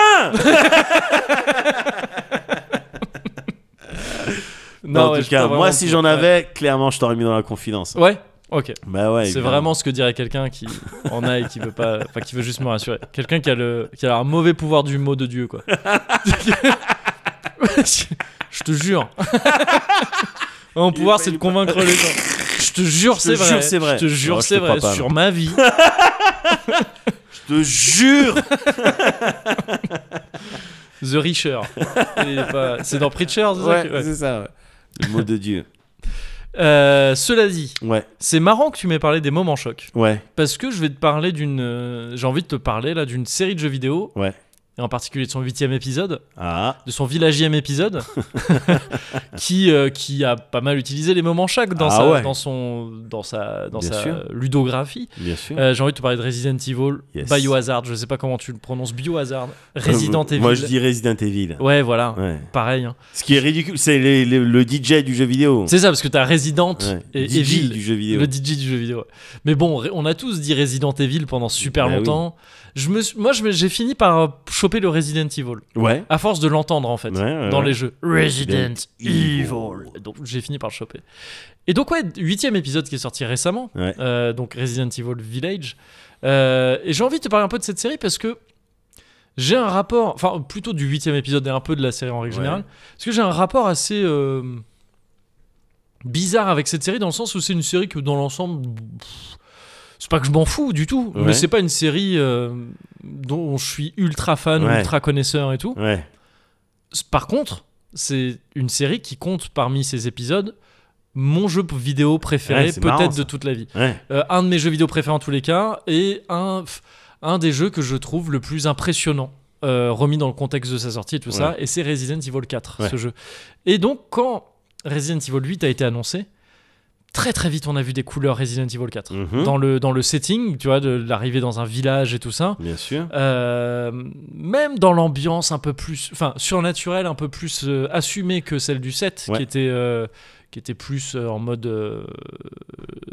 Speaker 2: En
Speaker 1: ouais,
Speaker 2: tout
Speaker 1: j'ai pas
Speaker 2: cas,
Speaker 1: vraiment
Speaker 2: moi
Speaker 1: de
Speaker 2: si
Speaker 1: pouvoir.
Speaker 2: j'en avais, clairement je t'aurais mis dans la confidence.
Speaker 1: Ouais. Ouais Ok.
Speaker 2: Bah ouais.
Speaker 1: C'est
Speaker 2: évidemment.
Speaker 1: vraiment ce que dirait quelqu'un qui en a et qui veut pas, enfin qui veut juste me rassurer. Quelqu'un qui a le, qui a un mauvais pouvoir du mot de Dieu, quoi. je je te jure. Mon pouvoir, c'est de convaincre les gens. Je te jure,
Speaker 2: Je te
Speaker 1: c'est vrai.
Speaker 2: jure, c'est vrai.
Speaker 1: Je te jure,
Speaker 2: Oh, je
Speaker 1: c'est
Speaker 2: te crois
Speaker 1: vrai.
Speaker 2: pas,
Speaker 1: Sur ma vie.
Speaker 2: Je te jure
Speaker 1: The Richer. Et pas- C'est dans Preacher, c'est ça que- ouais.
Speaker 2: ça. ouais. Le mot de Dieu.
Speaker 1: Euh, Cela dit,
Speaker 2: Ouais,
Speaker 1: c'est marrant que tu m'aies parlé des moments chocs.
Speaker 2: ouais,
Speaker 1: Parce que je vais te parler d'une. euh, J'ai envie de te parler, là, d'une série de jeux vidéo.
Speaker 2: ouais.
Speaker 1: Et en particulier de son huitième épisode.
Speaker 2: Ah,
Speaker 1: de son villagième épisode, qui, euh, qui a pas mal utilisé les moments chaque dans,
Speaker 2: Ah
Speaker 1: sa,
Speaker 2: ouais.
Speaker 1: dans, son, dans sa, dans
Speaker 2: Bien
Speaker 1: sa
Speaker 2: sûr.
Speaker 1: ludographie.
Speaker 2: bien sûr.
Speaker 1: Euh, J'ai envie de te parler de Resident Evil,
Speaker 2: Yes.
Speaker 1: Biohazard, je sais pas comment tu le prononces, Biohazard, Resident
Speaker 2: Euh,
Speaker 1: Evil.
Speaker 2: Moi je dis Resident Evil.
Speaker 1: Ouais, voilà,
Speaker 2: Ouais.
Speaker 1: pareil. hein.
Speaker 2: Ce qui est ridicule, c'est les- les- le DJ du jeu vidéo.
Speaker 1: C'est ça, parce que t'as Resident
Speaker 2: Ouais.
Speaker 1: et
Speaker 2: DJ
Speaker 1: Evil.
Speaker 2: du jeu vidéo.
Speaker 1: Le DJ du jeu vidéo. Mais bon, on a tous dit Resident Evil pendant super
Speaker 2: Bah oui.
Speaker 1: longtemps. Je me, suis- moi, je me- j'ai fini par euh, choper le Resident Evil.
Speaker 2: Ouais.
Speaker 1: À force de l'entendre en fait,
Speaker 2: Ouais, ouais,
Speaker 1: dans
Speaker 2: hein, ouais.
Speaker 1: les jeux. Resident
Speaker 2: Evil.
Speaker 1: Evil. Donc j'ai fini par le choper. Et donc ouais, huitième épisode qui est sorti récemment,
Speaker 2: Ouais.
Speaker 1: Euh, donc Resident Evil Village. Euh, et j'ai envie de te parler un peu de cette série parce que j'ai un rapport, enfin plutôt du huitième épisode et un peu de la série en règle
Speaker 2: Ouais.
Speaker 1: générale, parce que j'ai un rapport assez euh, bizarre avec cette série dans le sens où c'est une série que dans l'ensemble, pff, c'est pas que je m'en fous du tout, mais
Speaker 2: Ouais.
Speaker 1: c'est pas une série euh, dont je suis ultra fan,
Speaker 2: Ouais.
Speaker 1: ultra connaisseur et tout.
Speaker 2: Ouais.
Speaker 1: C- Par contre, c'est une série qui compte parmi ses épisodes mon jeu p- vidéo préféré,
Speaker 2: Ouais, c'est marrant,
Speaker 1: peut-être de
Speaker 2: ça.
Speaker 1: toute la vie.
Speaker 2: Ouais.
Speaker 1: Euh, un de mes jeux vidéo préférés en tous les cas, et un, pff, un des jeux que je trouve le plus impressionnant. euh, remis dans le contexte de sa sortie et tout ça, et c'est Resident Evil 4,
Speaker 2: Ouais.
Speaker 1: ce jeu. Et donc, quand Resident Evil 8 a été annoncé, très très vite on a vu des couleurs Resident Evil 4.
Speaker 2: Mhm.
Speaker 1: Dans, le, dans le setting, tu vois, de l'arrivée dans un village et tout ça,
Speaker 2: Bien sûr.
Speaker 1: euh, même dans l'ambiance un peu plus, enfin surnaturelle, un peu plus euh, assumée que celle du 7,
Speaker 2: Ouais.
Speaker 1: qui était euh, qui était plus euh, en mode euh,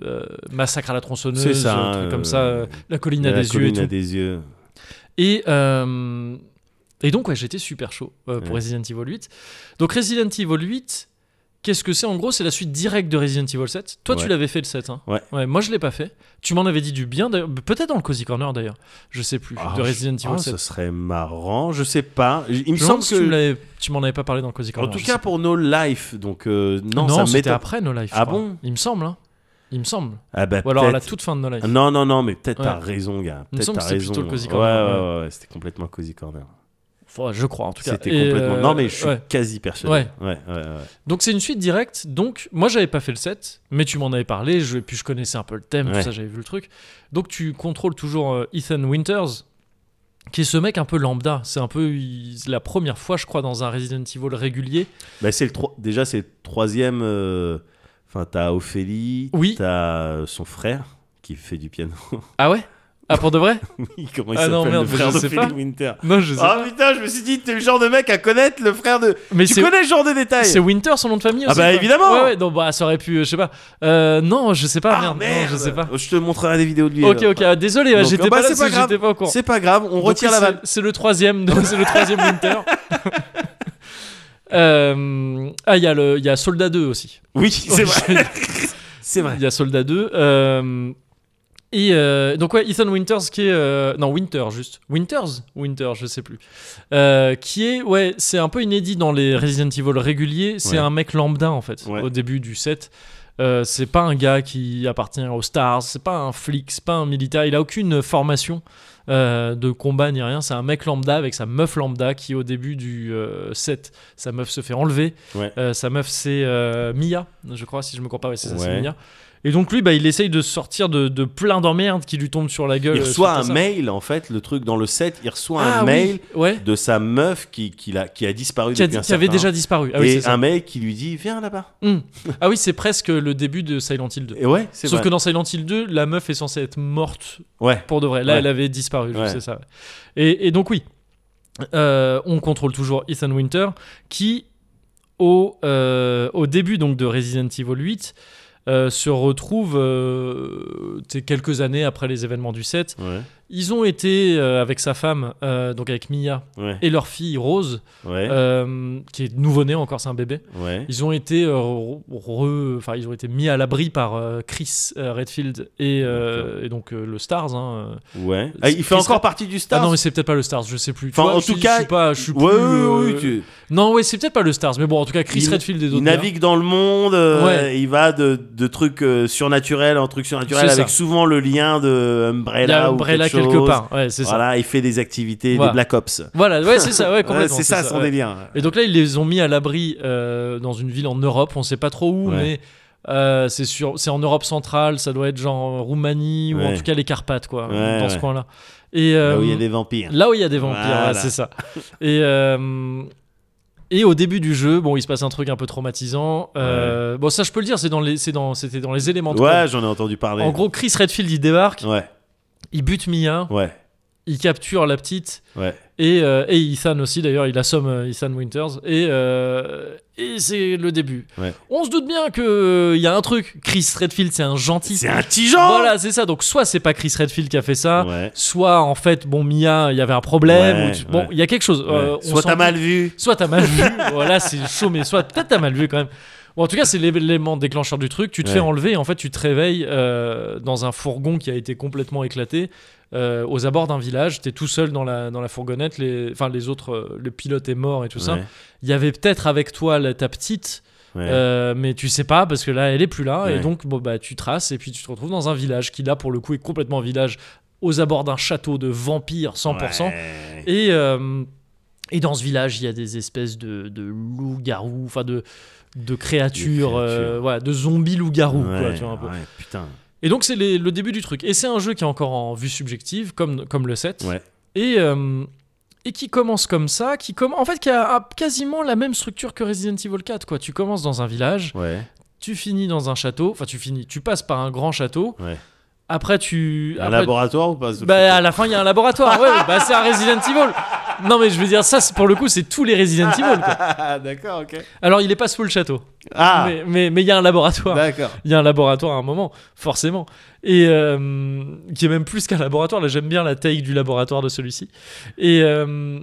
Speaker 1: euh, massacre à la tronçonneuse,
Speaker 2: C'est ça,
Speaker 1: un truc
Speaker 2: euh,
Speaker 1: comme ça, euh, la colline à
Speaker 2: La
Speaker 1: des yeux et
Speaker 2: colline
Speaker 1: tout.
Speaker 2: a des yeux.
Speaker 1: Et euh, et donc ouais, j'étais super chaud euh, pour
Speaker 2: Ouais.
Speaker 1: Resident Evil 8. Donc Resident Evil 8. Qu'est-ce que c'est En gros, c'est la suite directe de Resident Evil 7. Toi, tu
Speaker 2: Ouais.
Speaker 1: l'avais fait le 7. Hein
Speaker 2: Ouais.
Speaker 1: Moi, je l'ai pas fait. Tu m'en avais dit du bien, d'ailleurs. peut-être dans le Cozy Corner d'ailleurs. Je sais plus.
Speaker 2: Ah,
Speaker 1: de Resident
Speaker 2: je-
Speaker 1: Evil
Speaker 2: ah,
Speaker 1: 7.
Speaker 2: ce serait marrant, je sais pas. Il me
Speaker 1: Je semble
Speaker 2: semble
Speaker 1: que, tu me
Speaker 2: que.
Speaker 1: l'avais- tu m'en avais pas parlé dans le Cozy
Speaker 2: En
Speaker 1: Corner.
Speaker 2: tout
Speaker 1: je
Speaker 2: cas
Speaker 1: sais.
Speaker 2: pour nos lives, donc euh, non,
Speaker 1: non,
Speaker 2: ça
Speaker 1: c'était
Speaker 2: m'étonne.
Speaker 1: après No Life. je
Speaker 2: Ah
Speaker 1: crois.
Speaker 2: bon
Speaker 1: Il me semble. hein. Il me semble.
Speaker 2: Ah bah
Speaker 1: Ou alors à la
Speaker 2: peut-être. Ah
Speaker 1: toute fin de No Life.
Speaker 2: Non, non, non, mais peut-être
Speaker 1: Ouais.
Speaker 2: t'as raison, gars.
Speaker 1: Il me
Speaker 2: Peut-être
Speaker 1: semble que
Speaker 2: t'as
Speaker 1: c'était
Speaker 2: raison. hein.
Speaker 1: plutôt le Cozy
Speaker 2: Ouais,
Speaker 1: Corner,
Speaker 2: Ouais, ouais, ouais, c'était complètement Cozy Corner.
Speaker 1: Enfin, je crois en tout cas.
Speaker 2: C'était
Speaker 1: Et,
Speaker 2: complètement.
Speaker 1: euh,
Speaker 2: Non, mais je suis
Speaker 1: ouais.
Speaker 2: quasi persuadé. Ouais, ouais, ouais. ouais.
Speaker 1: Donc c'est une suite directe. Donc moi j'avais pas fait le set, mais tu m'en avais parlé. Je, puis je connaissais un peu le thème, tout
Speaker 2: Ouais.
Speaker 1: ça, j'avais vu le truc. Donc tu contrôles toujours euh, Ethan Winters, qui est ce mec un peu lambda. C'est un peu il- la première fois, je crois, dans un Resident Evil régulier.
Speaker 2: Bah, c'est le trois- Déjà, c'est le troisième. euh, Enfin, t'as Ophélie.
Speaker 1: Oui.
Speaker 2: T'as euh, son frère qui fait du piano.
Speaker 1: Ah ouais Ah pour de vrai
Speaker 2: Oui, Comment il
Speaker 1: Ah non,
Speaker 2: s'appelle
Speaker 1: merde,
Speaker 2: le frère
Speaker 1: je sais
Speaker 2: d'Ophélie
Speaker 1: pas.
Speaker 2: Winter
Speaker 1: Non, je sais.
Speaker 2: Ah
Speaker 1: pas.
Speaker 2: putain, je me suis dit, t'es le genre de mec à connaître le frère de.
Speaker 1: Mais
Speaker 2: tu
Speaker 1: c'est
Speaker 2: connais le genre de détails
Speaker 1: C'est Winter son nom de famille
Speaker 2: Ah
Speaker 1: aussi,
Speaker 2: bah,
Speaker 1: quoi.
Speaker 2: évidemment.
Speaker 1: Ouais ouais, non bah ça aurait pu euh, je sais pas. Euh, non, je sais pas
Speaker 2: Ah,
Speaker 1: merde, non, je sais pas.
Speaker 2: Je te montrerai des vidéos de lui.
Speaker 1: OK
Speaker 2: alors.
Speaker 1: OK, ah, désolé,
Speaker 2: Donc,
Speaker 1: j'étais
Speaker 2: ah
Speaker 1: pas
Speaker 2: bah,
Speaker 1: là, parce
Speaker 2: c'est
Speaker 1: que
Speaker 2: pas grave.
Speaker 1: j'étais pas au courant.
Speaker 2: C'est pas grave, on
Speaker 1: Donc,
Speaker 2: retire la
Speaker 1: c'est-
Speaker 2: vanne.
Speaker 1: C'est le troisième, de- c'est le troisième Winter. Euh, ah, il y, a le- il y a Soldat 2 aussi.
Speaker 2: Oui, c'est vrai. C'est vrai.
Speaker 1: Il y a Soldat 2. euh, et euh, donc, ouais, Ethan Winters qui est. euh, non, Winter juste. Winters Winter, je sais plus. Euh, qui est. Ouais, c'est un peu inédit dans les Resident Evil réguliers. C'est
Speaker 2: Ouais.
Speaker 1: un mec lambda en fait,
Speaker 2: Ouais.
Speaker 1: au début du set. Euh, c'est pas un gars qui appartient aux stars, c'est pas un flic, c'est pas un militaire, il a aucune formation euh, de combat ni rien. C'est un mec lambda avec sa meuf lambda qui, au début du euh, set, sa meuf se fait enlever.
Speaker 2: Ouais.
Speaker 1: Euh, sa meuf, c'est euh, Mia, je crois, si je me comprends pas, ouais, c'est ça, c'est
Speaker 2: Ouais.
Speaker 1: Mia. Et donc, lui, bah, il essaye de sortir de, de plein d'emmerdes qui lui tombent sur la gueule.
Speaker 2: Il
Speaker 1: euh,
Speaker 2: reçoit
Speaker 1: suite à
Speaker 2: un
Speaker 1: ça.
Speaker 2: mail, en fait, le truc dans le set, il reçoit
Speaker 1: Ah
Speaker 2: un
Speaker 1: oui,
Speaker 2: mail
Speaker 1: ouais,
Speaker 2: de sa meuf qui, qui, a, qui a disparu
Speaker 1: qui, a-
Speaker 2: depuis un
Speaker 1: qui avait
Speaker 2: certain
Speaker 1: déjà
Speaker 2: temps.
Speaker 1: disparu. Ah oui, c'est
Speaker 2: et
Speaker 1: ça.
Speaker 2: un mail qui lui dit Viens là-bas.
Speaker 1: Hum. Ah oui, c'est presque le début de Silent Hill 2.
Speaker 2: Et ouais, c'est
Speaker 1: Sauf
Speaker 2: vrai.
Speaker 1: que dans Silent Hill 2, la meuf est censée être morte
Speaker 2: Ouais.
Speaker 1: pour de vrai. Là,
Speaker 2: Ouais.
Speaker 1: elle avait disparu, je
Speaker 2: Ouais.
Speaker 1: sais ça. Et, et donc oui, Euh, on contrôle toujours Ethan Winter, qui au, euh, au début donc de Resident Evil 8 euh, se retrouve euh, t'sais, quelques années après les événements du 7.
Speaker 2: Ouais,
Speaker 1: Ils ont été euh, avec sa femme, euh, donc avec Mia,
Speaker 2: ouais,
Speaker 1: et leur fille Rose,
Speaker 2: ouais,
Speaker 1: euh, qui est nouveau-née encore, c'est un bébé.
Speaker 2: ouais.
Speaker 1: Ils ont été euh, re- re- enfin ils ont été mis à l'abri par euh, Chris euh, Redfield et, euh, et donc euh, le Stars. hein, euh.
Speaker 2: ouais. Ah, il fait
Speaker 1: Chris-
Speaker 2: encore partie du
Speaker 1: Ah
Speaker 2: Stars
Speaker 1: non mais c'est peut-être pas le Stars, je sais plus. Tu
Speaker 2: Enfin,
Speaker 1: vois,
Speaker 2: en
Speaker 1: je suis-
Speaker 2: tout cas,
Speaker 1: je suis pas, je suis plus,
Speaker 2: Ouais, ouais,
Speaker 1: euh,
Speaker 2: ouais, tu-
Speaker 1: Non ouais c'est peut-être pas le Stars, mais bon en tout cas Chris
Speaker 2: Il-
Speaker 1: Redfield et
Speaker 2: Il
Speaker 1: d'autres. gars.
Speaker 2: navigue dans le monde, euh,
Speaker 1: Ouais.
Speaker 2: il va de, de trucs euh, surnaturels en trucs surnaturels,
Speaker 1: C'est
Speaker 2: avec
Speaker 1: ça.
Speaker 2: souvent le lien de
Speaker 1: Il y a
Speaker 2: Umbrella,
Speaker 1: Umbrella
Speaker 2: ou quelque,
Speaker 1: quelque
Speaker 2: chose.
Speaker 1: part. Ouais c'est ça.
Speaker 2: Voilà, il fait des activités,
Speaker 1: Voilà.
Speaker 2: des Black Ops.
Speaker 1: Voilà ouais c'est ça ouais complètement.
Speaker 2: Ouais, c'est ça, son
Speaker 1: ouais.
Speaker 2: délire.
Speaker 1: Et donc là ils les ont mis à l'abri euh, dans une ville en Europe, on sait pas trop où
Speaker 2: Ouais.
Speaker 1: mais. euh, c'est sur- c'est en Europe centrale, ça doit être genre Roumanie ou en
Speaker 2: Ouais.
Speaker 1: tout cas les Carpates quoi,
Speaker 2: Ouais,
Speaker 1: dans ce
Speaker 2: ouais.
Speaker 1: coin-là. Et
Speaker 2: Là où il y a
Speaker 1: euh,
Speaker 2: des vampires.
Speaker 1: Là où il y a des vampires,
Speaker 2: Voilà.
Speaker 1: ouais, c'est ça. Et, euh, et au début du jeu, bon, il se passe un truc un peu traumatisant. Euh, Bon, ça, je peux le dire, c'est dans les, c'est dans, c'était dans les éléments. de
Speaker 2: Ouais,
Speaker 1: code.
Speaker 2: j'en ai entendu parler.
Speaker 1: En gros, Chris Redfield, il débarque,
Speaker 2: Ouais,
Speaker 1: il bute Mia,
Speaker 2: ouais,
Speaker 1: il capture la petite.
Speaker 2: ouais.
Speaker 1: Et, euh, et Ethan aussi, d'ailleurs, il assomme euh, Ethan Winters. Et, euh, et c'est le début.
Speaker 2: Ouais.
Speaker 1: On se doute bien qu'il y a un truc. Chris Redfield, c'est un gentil.
Speaker 2: C'est un tigeant
Speaker 1: Voilà, c'est ça. Donc, soit c'est pas Chris Redfield qui a fait ça,
Speaker 2: Ouais.
Speaker 1: soit en fait bon Mia il y avait un problème
Speaker 2: Ouais,
Speaker 1: ou tu- bon
Speaker 2: ouais.
Speaker 1: il y a quelque chose Euh,
Speaker 2: Ouais.
Speaker 1: on
Speaker 2: Soit
Speaker 1: sent-
Speaker 2: t'as mal vu.
Speaker 1: soit t'as mal vu voilà c'est chaud mais soit peut-être t'as mal vu quand même Bon, en tout cas c'est l'élément déclencheur du truc tu te
Speaker 2: Ouais.
Speaker 1: fais enlever et en fait tu te réveilles euh, dans un fourgon qui a été complètement éclaté euh, aux abords d'un village t'es tout seul dans la, dans la fourgonnette les, enfin les autres euh, le pilote est mort et tout ça
Speaker 2: Ouais,
Speaker 1: il y avait peut-être avec toi la- ta petite
Speaker 2: ouais.
Speaker 1: euh, mais tu sais pas parce que là elle est plus là et
Speaker 2: Ouais.
Speaker 1: donc bon bah tu traces et puis tu te retrouves dans un village qui là pour le coup est complètement village aux abords d'un château de vampires 100%
Speaker 2: Ouais.
Speaker 1: et euh, et dans ce village, il y a des espèces de, de loups-garous, enfin de, de créatures,
Speaker 2: créatures.
Speaker 1: euh, voilà, de zombies loups-garous. quoi,
Speaker 2: Ouais,
Speaker 1: tu vois, un peu.
Speaker 2: ouais, putain.
Speaker 1: Et donc, c'est les- le début du truc. Et c'est un jeu qui est encore en vue subjective, comme, comme le 7.
Speaker 2: Ouais.
Speaker 1: Et, euh, et qui commence comme ça, qui comm- en fait, qui a, a quasiment la même structure que Resident Evil 4. Quoi. Tu commences dans un village,
Speaker 2: Ouais,
Speaker 1: tu finis dans un château, enfin tu finis, tu passes par un grand château.
Speaker 2: Ouais. Bah
Speaker 1: Après tu,
Speaker 2: Un
Speaker 1: après-
Speaker 2: laboratoire ou pas ce
Speaker 1: bah à la fin il y a un laboratoire. ouais, bah c'est un Resident Evil. Non mais je veux dire ça c'est- pour le coup c'est tous les Resident Evil. quoi.
Speaker 2: Ah, d'accord, ok.
Speaker 1: Alors il est pas sous le château,
Speaker 2: Ah, Bah.
Speaker 1: mais mais mais il y a un laboratoire.
Speaker 2: d'accord.
Speaker 1: Il y a un laboratoire à un moment, forcément. Et euh, qui est même plus qu'un laboratoire. Là, j'aime bien la taille du laboratoire de celui-ci. Et, euh,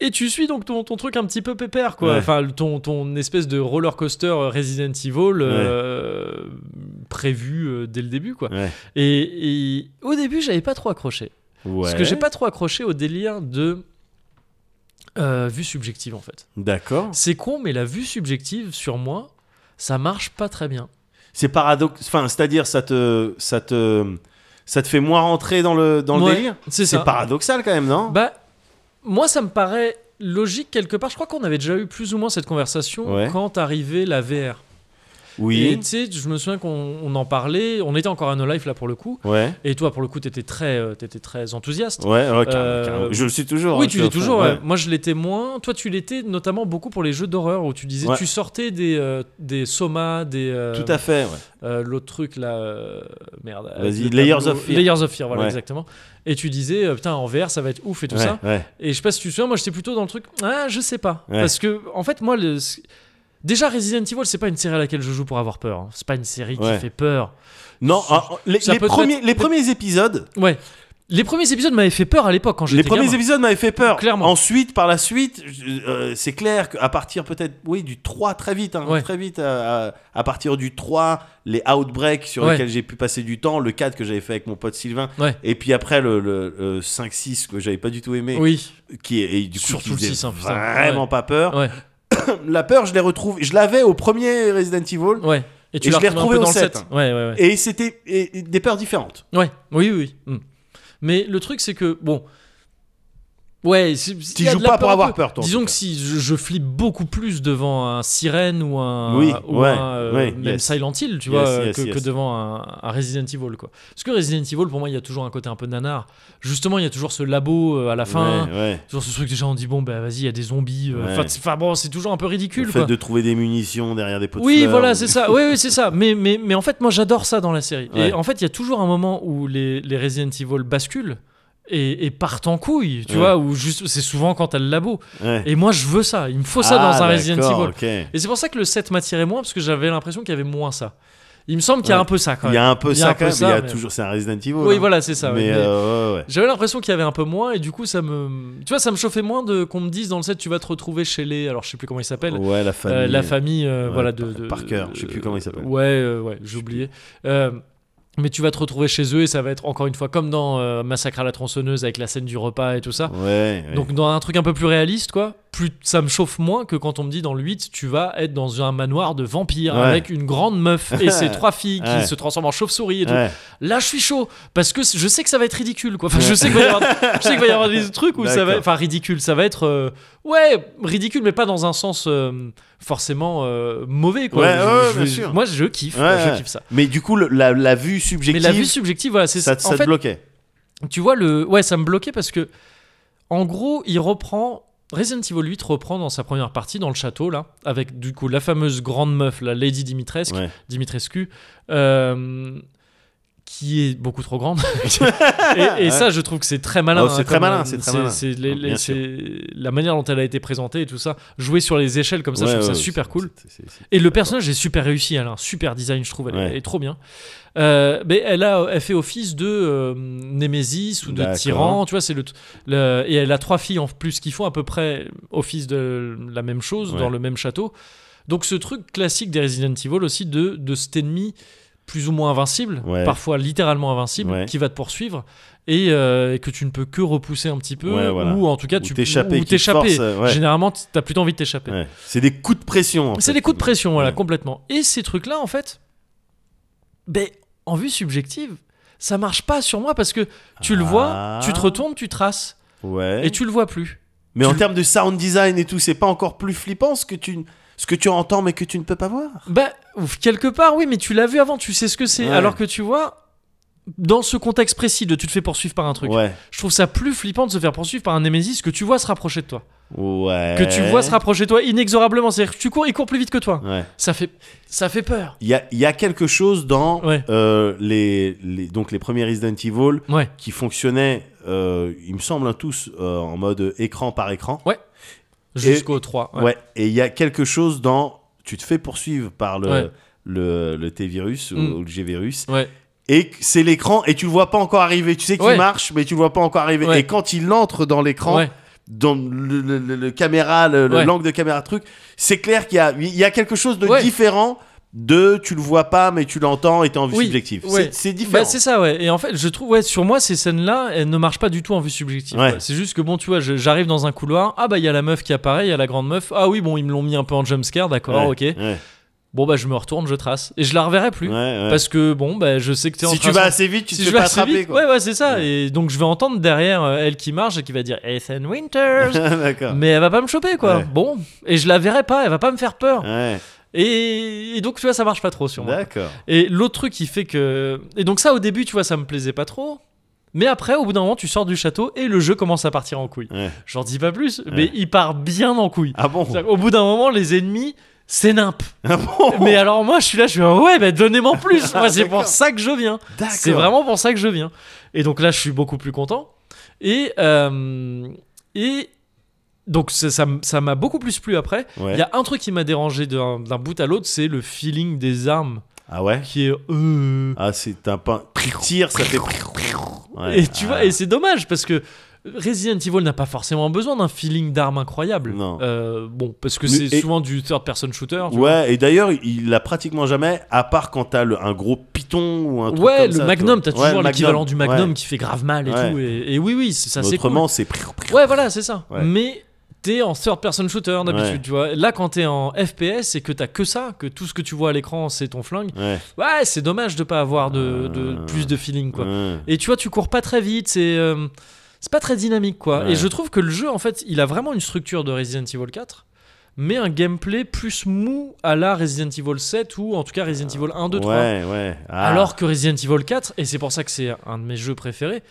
Speaker 1: et tu suis donc ton, ton truc un petit peu pépère, quoi.
Speaker 2: Ouais.
Speaker 1: Enfin, le- ton, ton espèce de roller coaster Resident Evil euh, prévu euh, dès le début, quoi.
Speaker 2: Ouais.
Speaker 1: Et, et au début, j'avais pas trop accroché. Parce que j'ai pas trop accroché au délire de. euh, vue subjective en fait.
Speaker 2: D'accord.
Speaker 1: C'est con, mais la vue subjective sur moi, ça marche pas très bien.
Speaker 2: C'est paradoxe. Enfin, c'est-à-dire, ça te, ça te, ça te fait moins rentrer dans le, dans le
Speaker 1: Ouais,
Speaker 2: délire.
Speaker 1: C'est ça.
Speaker 2: C'est paradoxal quand même, non
Speaker 1: Bah, moi, ça me paraît logique quelque part. Je crois qu'on avait déjà eu plus ou moins cette conversation
Speaker 2: Ouais.
Speaker 1: quand arrivait la VR. Et
Speaker 2: Oui.
Speaker 1: tu sais, je me souviens qu'on on en parlait. On était encore à No Life là pour le coup.
Speaker 2: Ouais.
Speaker 1: Et toi, pour le coup, t'étais très, euh, t'étais très enthousiaste.
Speaker 2: Ouais. ouais, carrément,
Speaker 1: Euh,
Speaker 2: carrément. Je le suis toujours.
Speaker 1: Oui,
Speaker 2: hein,
Speaker 1: tu
Speaker 2: je
Speaker 1: l'es
Speaker 2: le fais,
Speaker 1: toujours. ouais. Moi, je l'étais moins. Toi, tu l'étais notamment beaucoup pour les jeux d'horreur où tu disais,
Speaker 2: Ouais.
Speaker 1: tu sortais des, euh, des Soma, des. euh,
Speaker 2: Tout à fait. ouais.
Speaker 1: euh, L'autre truc là, euh, merde. avec le
Speaker 2: Vas-y, Layers
Speaker 1: tableau-
Speaker 2: of Fear.
Speaker 1: Layers of Fear, voilà,
Speaker 2: Ouais.
Speaker 1: exactement. Et tu disais, euh, putain, en VR, ça va être ouf et tout
Speaker 2: Ouais,
Speaker 1: ça.
Speaker 2: ouais.
Speaker 1: Et je sais pas si tu te souviens, moi j'étais plutôt dans le truc. Ah, je sais pas.
Speaker 2: Ouais.
Speaker 1: Parce que, en fait, moi, le... c- déjà Resident Evil, c'est pas une série à laquelle je joue pour avoir peur. hein. C'est pas une série
Speaker 2: Ouais.
Speaker 1: qui fait peur.
Speaker 2: Non, ah, ah, les,
Speaker 1: Ça
Speaker 2: les
Speaker 1: peut te
Speaker 2: premiers, les premiers épisodes,
Speaker 1: Ouais. Les premiers épisodes m'avaient fait peur à l'époque quand j'étais
Speaker 2: les premiers
Speaker 1: gamin.
Speaker 2: épisodes m'avaient fait peur.
Speaker 1: Clairement.
Speaker 2: Ensuite, par la suite, je- euh, c'est clair qu'à partir peut-être, oui, du 3 très vite, hein,
Speaker 1: Ouais.
Speaker 2: très vite, à, à- à partir du 3, les outbreaks sur
Speaker 1: Ouais.
Speaker 2: lesquels j'ai pu passer du temps, le 4 que j'avais fait avec mon pote Sylvain,
Speaker 1: Ouais.
Speaker 2: et puis après le, le- le 5-6 que j'avais pas du tout aimé,
Speaker 1: Oui.
Speaker 2: qui est et du coup
Speaker 1: Surtout
Speaker 2: qui
Speaker 1: le
Speaker 2: faisait
Speaker 1: 6, hein, putain.
Speaker 2: vraiment
Speaker 1: Ouais.
Speaker 2: pas peur.
Speaker 1: Ouais.
Speaker 2: La peur, je l'ai retrouve, je l'avais au premier Resident Evil.
Speaker 1: Ouais. Et
Speaker 2: Et
Speaker 1: tu l'as
Speaker 2: je l'ai
Speaker 1: retrouvé un peu
Speaker 2: retrouvé au
Speaker 1: dans le
Speaker 2: set.
Speaker 1: set. Ouais, ouais, ouais.
Speaker 2: Et c'était et- et des peurs différentes.
Speaker 1: Ouais, oui, oui. oui. Mm. Mais le truc, c'est que, bon. Ouais, c'est-
Speaker 2: Tu
Speaker 1: il y a
Speaker 2: joues
Speaker 1: de la
Speaker 2: pas pour
Speaker 1: un
Speaker 2: avoir
Speaker 1: peu.
Speaker 2: peur, toi, en
Speaker 1: Disons
Speaker 2: tout
Speaker 1: que si je, je flippe beaucoup plus devant un Sirène ou un.
Speaker 2: Oui,
Speaker 1: ou
Speaker 2: ouais,
Speaker 1: un, euh,
Speaker 2: ouais,
Speaker 1: même
Speaker 2: yes.
Speaker 1: Silent Hill, tu
Speaker 2: Yes,
Speaker 1: vois,
Speaker 2: yes,
Speaker 1: que,
Speaker 2: yes.
Speaker 1: que devant un, un Resident Evil, quoi. Parce que Resident Evil, pour moi, il y a toujours un côté un peu nanar. Justement, il y a toujours ce labo euh, à la fin.
Speaker 2: Ouais, ouais.
Speaker 1: Toujours ce truc, déjà, on dit, bon, bah vas-y, il y a des zombies. euh,
Speaker 2: Ouais.
Speaker 1: Enfin, c'est- enfin, bon, c'est toujours un peu ridicule,
Speaker 2: Le
Speaker 1: quoi.
Speaker 2: fait de trouver des munitions derrière des pots de
Speaker 1: Oui,
Speaker 2: fleurs.
Speaker 1: voilà, c'est ça. Oui, oui, c'est ça. Mais, mais, mais en fait, moi, j'adore ça dans la série.
Speaker 2: Ouais.
Speaker 1: Et en fait, il y a toujours un moment où les, les Resident Evil basculent et, et partent en couille, tu
Speaker 2: Ouais.
Speaker 1: vois, ou juste, c'est souvent quand t'as le labo.
Speaker 2: Ouais.
Speaker 1: Et moi, je veux ça. Il me faut ça dans un
Speaker 2: Ah,
Speaker 1: Resident
Speaker 2: d'accord,
Speaker 1: Evil.
Speaker 2: ok.
Speaker 1: Et c'est pour ça que le 7 m'attirait moins, parce que j'avais l'impression qu'il y avait moins ça. Il me semble qu'il y a
Speaker 2: Ouais.
Speaker 1: un peu ça quand
Speaker 2: Il
Speaker 1: même.
Speaker 2: y a un peu
Speaker 1: Il y a
Speaker 2: ça
Speaker 1: un
Speaker 2: quand
Speaker 1: peu
Speaker 2: même, mais il y a
Speaker 1: ça, mais-
Speaker 2: toujours c'est un Resident Evil.
Speaker 1: Oui,
Speaker 2: hein.
Speaker 1: voilà, c'est ça. ouais.
Speaker 2: Mais
Speaker 1: Mais
Speaker 2: euh, ouais, ouais.
Speaker 1: J'avais l'impression qu'il y avait un peu moins, et du coup, ça me. Tu vois, ça me chauffait moins de qu'on me dise dans le 7, tu vas te retrouver chez les. Alors, je sais plus comment il s'appelle.
Speaker 2: Ouais, la famille.
Speaker 1: Euh, la famille euh,
Speaker 2: Ouais,
Speaker 1: voilà de,
Speaker 2: Par-
Speaker 1: de-
Speaker 2: Parker, je sais plus comment il s'appelle.
Speaker 1: ouais euh, ouais j'ai oublié Euh, mais tu vas te retrouver chez eux et ça va être encore une fois comme dans euh, Massacre à la tronçonneuse avec la scène du repas et tout ça.
Speaker 2: Ouais, ouais.
Speaker 1: Donc dans un truc un peu plus réaliste quoi, plus ça me chauffe moins que quand on me dit dans le 8 tu vas être dans un manoir de vampires
Speaker 2: Ouais.
Speaker 1: avec une grande meuf et ses trois filles qui
Speaker 2: Ouais.
Speaker 1: se transforment en chauve-souris et tout.
Speaker 2: Ouais.
Speaker 1: Là je suis chaud parce que c- je sais que ça va être ridicule quoi. Enfin je sais qu'il va y avoir, je sais qu'il va y avoir des trucs où ça va
Speaker 2: D'accord.
Speaker 1: enfin ridicule, ça va être euh, ouais, ridicule mais pas dans un sens euh, forcément euh, mauvais quoi.
Speaker 2: Ouais,
Speaker 1: Je-
Speaker 2: ouais,
Speaker 1: je-
Speaker 2: bien
Speaker 1: je-
Speaker 2: sûr.
Speaker 1: Moi je kiffe,
Speaker 2: Ouais,
Speaker 1: je
Speaker 2: ouais.
Speaker 1: kiffe ça.
Speaker 2: Mais du coup, le- la, la vue subjective,
Speaker 1: Mais la vue subjective voilà, c'est
Speaker 2: ça, te-
Speaker 1: en
Speaker 2: ça
Speaker 1: fait,
Speaker 2: te bloquait.
Speaker 1: tu vois le ouais ça me bloquait parce que en gros il reprend Resident Evil 8 reprend dans sa première partie dans le château là avec du coup la fameuse grande meuf la Lady Dimitrescu
Speaker 2: Ouais.
Speaker 1: Dimitrescu euh, qui est beaucoup trop grande et, et ça je trouve que c'est très malin
Speaker 2: Oh, c'est très
Speaker 1: comme,
Speaker 2: malin,
Speaker 1: euh,
Speaker 2: c'est très malin.
Speaker 1: c'est les- les-
Speaker 2: Bien
Speaker 1: c'est la manière dont elle a été présentée et tout ça jouer sur les échelles comme ça
Speaker 2: Ouais,
Speaker 1: je trouve
Speaker 2: ouais,
Speaker 1: ça super
Speaker 2: c'est-
Speaker 1: cool
Speaker 2: c'est- c'est- c'est-
Speaker 1: et le personnage est super réussi, elle a un super design, je trouve, elle,
Speaker 2: Ouais.
Speaker 1: elle est trop bien. Euh, mais elle, a, elle fait office de euh, Némésis ou de
Speaker 2: D'accord.
Speaker 1: tyran, tu vois, c'est le, t- le- Et elle a trois filles en plus qui font à peu près office de la même chose
Speaker 2: Ouais.
Speaker 1: dans le même château. Donc ce truc classique des Resident Evil aussi de, de cet ennemi plus ou moins invincible,
Speaker 2: Ouais.
Speaker 1: parfois littéralement invincible,
Speaker 2: Ouais.
Speaker 1: qui va te poursuivre et euh, que tu ne peux que repousser un petit peu,
Speaker 2: Ouais, voilà.
Speaker 1: ou en tout cas
Speaker 2: Ou
Speaker 1: tu
Speaker 2: t'échapper,
Speaker 1: ou
Speaker 2: qui te force, euh, ouais.
Speaker 1: Généralement, tu as plutôt envie de t'échapper.
Speaker 2: Ouais. C'est des coups de pression. en
Speaker 1: C'est
Speaker 2: fait. euh,
Speaker 1: des coups de pression, voilà,
Speaker 2: Ouais.
Speaker 1: complètement. Et ces trucs-là, en fait, ben, en vue subjective, ça marche pas sur moi parce que tu le vois,
Speaker 2: Ah.
Speaker 1: tu te retournes, tu traces
Speaker 2: Ouais.
Speaker 1: et tu le vois plus.
Speaker 2: Mais
Speaker 1: tu-
Speaker 2: en termes de sound design et tout, c'est pas encore plus flippant ce que tu ce que tu entends mais que tu ne peux pas voir.
Speaker 1: Bah, ouf, quelque part, oui, mais tu l'as vu avant, tu sais ce que c'est.
Speaker 2: Ouais.
Speaker 1: Alors que tu vois, dans ce contexte précis de tu te fais poursuivre par un truc,
Speaker 2: Ouais.
Speaker 1: je trouve ça plus flippant de se faire poursuivre par un Némésis que tu vois se rapprocher de toi.
Speaker 2: Ouais.
Speaker 1: Que tu vois se rapprocher de toi inexorablement. C'est-à-dire que tu cours, il court plus vite que toi.
Speaker 2: Ouais.
Speaker 1: Ça, fait, ça fait peur.
Speaker 2: Il y a, il y a quelque chose dans
Speaker 1: Ouais.
Speaker 2: euh, les, les donc les premiers Resident Evil
Speaker 1: Ouais.
Speaker 2: qui fonctionnaient, euh, il me semble, hein, tous euh, en mode écran par écran.
Speaker 1: Jusqu'au 3.
Speaker 2: Ouais. Et il y a quelque chose dans tu te fais poursuivre par le
Speaker 1: Ouais.
Speaker 2: le, le T-virus ou-
Speaker 1: Mm.
Speaker 2: ou le G-virus
Speaker 1: ouais.
Speaker 2: et que c'est l'écran et tu le vois pas encore arriver. Tu sais qu'il
Speaker 1: Ouais.
Speaker 2: marche mais tu le vois pas encore arriver.
Speaker 1: Ouais.
Speaker 2: Et quand il entre dans l'écran,
Speaker 1: ouais.
Speaker 2: dans le, le- le- le caméra, le- le-
Speaker 1: Ouais.
Speaker 2: l'angle de caméra truc, c'est clair qu'il y a, il y a quelque chose de
Speaker 1: Ouais.
Speaker 2: différent de tu le vois pas mais tu l'entends et t'es en vue
Speaker 1: Oui,
Speaker 2: subjective. C'est-
Speaker 1: ouais.
Speaker 2: C'est
Speaker 1: Bah,
Speaker 2: différent.
Speaker 1: c'est ça, ouais. Et en fait, je trouve, ouais, sur moi, ces scènes-là, elles ne marchent pas du tout en vue subjective.
Speaker 2: Ouais.
Speaker 1: quoi. C'est juste que, bon, tu vois, je- j'arrive dans un couloir. Ah, bah, il y a la meuf qui apparaît, il y a la grande meuf. Ah, oui, bon, ils me l'ont mis un peu en jumpscare, d'accord,
Speaker 2: Ouais,
Speaker 1: ok.
Speaker 2: ouais,
Speaker 1: Bon, bah, je me retourne, je trace. Et je la reverrai plus.
Speaker 2: ouais, ouais.
Speaker 1: Parce que, bon, bah, je sais que t'es en
Speaker 2: si
Speaker 1: train
Speaker 2: tu vas
Speaker 1: de-
Speaker 2: assez vite, tu
Speaker 1: si
Speaker 2: te
Speaker 1: je
Speaker 2: fais
Speaker 1: vais
Speaker 2: pas
Speaker 1: assez
Speaker 2: attraper.
Speaker 1: vite-
Speaker 2: quoi.
Speaker 1: Ouais, ouais, c'est ça.
Speaker 2: Ouais.
Speaker 1: Et donc, je vais entendre derrière euh, elle qui marche et qui va dire Ethan Winters.
Speaker 2: D'accord.
Speaker 1: Mais elle va pas me choper, quoi.
Speaker 2: Ouais.
Speaker 1: Bon. Et je la verrai pas, elle va pas me faire peur.
Speaker 2: Ouais,
Speaker 1: Et... et donc, tu vois, ça marche pas trop sur moi.
Speaker 2: d'accord.
Speaker 1: Et l'autre truc qui fait que. Et donc, ça, au début, tu vois, ça me plaisait pas trop. Mais après, au bout d'un moment, tu sors du château et le jeu commence à partir en couille.
Speaker 2: Ouais.
Speaker 1: J'en dis pas plus, mais
Speaker 2: Ouais.
Speaker 1: il part bien en couille.
Speaker 2: Ah bon
Speaker 1: C'est-à-dire qu'au bout d'un moment, les ennemis, c'est nimp.
Speaker 2: Ah bon
Speaker 1: Mais alors, moi, je suis là, je suis là, ouais, bah donnez-moi plus. Moi, c'est pour
Speaker 2: D'accord.
Speaker 1: ça que je viens.
Speaker 2: D'accord.
Speaker 1: C'est vraiment pour ça que je viens. Et donc là, je suis beaucoup plus content. Et. euh, et donc ça ça m- ça m'a beaucoup plus plu après. Il
Speaker 2: Ouais.
Speaker 1: y a un truc qui m'a dérangé d'un d'un bout à l'autre, c'est le feeling des armes
Speaker 2: Ah ouais
Speaker 1: qui est... euh,
Speaker 2: Ah, c'est un pain. Tu tires, ça fait. Ouais.
Speaker 1: Et tu vois,
Speaker 2: Ah.
Speaker 1: et c'est dommage parce que Resident Evil n'a pas forcément besoin d'un feeling d'arme incroyable.
Speaker 2: Non.
Speaker 1: Euh, bon, parce que
Speaker 2: Mais-
Speaker 1: c'est
Speaker 2: et-
Speaker 1: souvent du third-person shooter. tu
Speaker 2: Ouais, et d'ailleurs, il l'a pratiquement jamais, à part quand t'as le- un gros piton ou
Speaker 1: vois.
Speaker 2: un truc
Speaker 1: Ouais,
Speaker 2: comme
Speaker 1: le
Speaker 2: ça, tu
Speaker 1: Magnum,
Speaker 2: vois.
Speaker 1: t'as
Speaker 2: Ouais,
Speaker 1: toujours
Speaker 2: le
Speaker 1: l'équivalent du Magnum
Speaker 2: ouais.
Speaker 1: qui fait grave mal et
Speaker 2: Ouais.
Speaker 1: tout. Et, et oui, oui, c'est- ça c'est cool.
Speaker 2: Autrement, c'est.
Speaker 1: Ouais, voilà, c'est ça.
Speaker 2: Ouais.
Speaker 1: Mais t'es en third person shooter d'habitude,
Speaker 2: Ouais.
Speaker 1: tu vois. Là, quand t'es en FPS et que t'as que ça, que tout ce que tu vois à l'écran c'est ton flingue,
Speaker 2: Ouais.
Speaker 1: ouais, c'est dommage de pas avoir de, de-
Speaker 2: Euh,
Speaker 1: plus de feeling, quoi.
Speaker 2: Ouais.
Speaker 1: Et tu vois, tu cours pas très vite, c'est euh, c'est pas très dynamique quoi.
Speaker 2: Ouais.
Speaker 1: Et je trouve que le jeu en fait, il a vraiment une structure de Resident Evil 4, mais un gameplay plus mou à la Resident Evil 7 ou en tout cas Resident Evil 1 2 3.
Speaker 2: Ouais, ouais. Ah.
Speaker 1: Alors que Resident Evil 4 et c'est pour ça que c'est un de mes jeux préférés,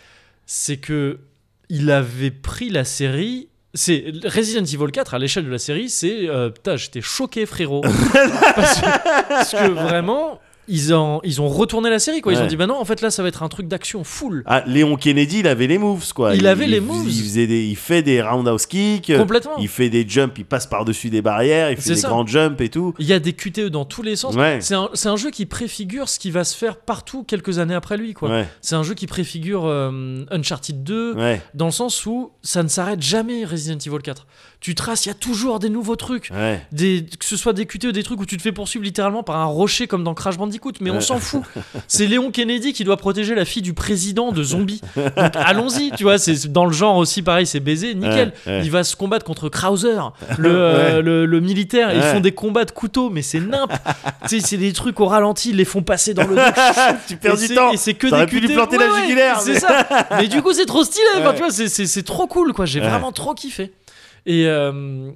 Speaker 1: c'est que il avait pris la série c'est Resident Evil 4 à l'échelle de la série, c'est euh, putain, j'étais choqué frérot. parce, que, parce que vraiment ils ont, ils ont retourné la série quoi. Ils
Speaker 2: Ouais.
Speaker 1: ont dit bah non en fait là ça va être un truc d'action full.
Speaker 2: Ah, Léon Kennedy, il avait les moves, quoi.
Speaker 1: Il avait les moves.
Speaker 2: Il, faisait des, il fait des roundhouse kicks. euh,
Speaker 1: Complètement.
Speaker 2: Il fait des jumps, il passe par-dessus des barrières, il
Speaker 1: C'est
Speaker 2: fait des
Speaker 1: ça.
Speaker 2: grands jumps et tout.
Speaker 1: Il y a des QTE dans tous les sens.
Speaker 2: Ouais.
Speaker 1: C'est un, c'est un jeu qui préfigure ce qui va se faire partout quelques années après lui. quoi.
Speaker 2: Ouais,
Speaker 1: C'est un jeu qui préfigure euh, Uncharted 2,
Speaker 2: ouais,
Speaker 1: dans le sens où ça ne s'arrête jamais Resident Evil 4. Tu traces, il y a toujours des nouveaux trucs.
Speaker 2: ouais.
Speaker 1: Des, que ce soit des QTE, des trucs où tu te fais poursuivre littéralement par un rocher comme dans Crash Bandicoot, mais on
Speaker 2: Ouais.
Speaker 1: s'en fout. C'est Léon Kennedy qui doit protéger la fille du président de zombies. Donc allons-y, tu vois, c'est c'est dans le genre aussi pareil, c'est baiser, nickel.
Speaker 2: Ouais, ouais.
Speaker 1: Il va se combattre contre Krauser, le, euh,
Speaker 2: Ouais.
Speaker 1: le, le militaire. Ils
Speaker 2: Ouais.
Speaker 1: font des combats de couteau, mais c'est nimp. tu sais, c'est des trucs au ralenti, ils les font passer dans le dos.
Speaker 2: tu perds
Speaker 1: Et
Speaker 2: du
Speaker 1: c'est-
Speaker 2: temps.
Speaker 1: Et c'est que
Speaker 2: T'aurais
Speaker 1: des
Speaker 2: pu lui
Speaker 1: QTE.
Speaker 2: planter la
Speaker 1: Ouais, ouais,
Speaker 2: jugulaire,
Speaker 1: C'est
Speaker 2: mais-
Speaker 1: ça. Mais du coup, c'est trop stylé. Enfin,
Speaker 2: Ouais.
Speaker 1: tu vois, c'est- c'est c'est trop cool, quoi. J'ai
Speaker 2: Ouais.
Speaker 1: vraiment trop kiffé. Et. euh,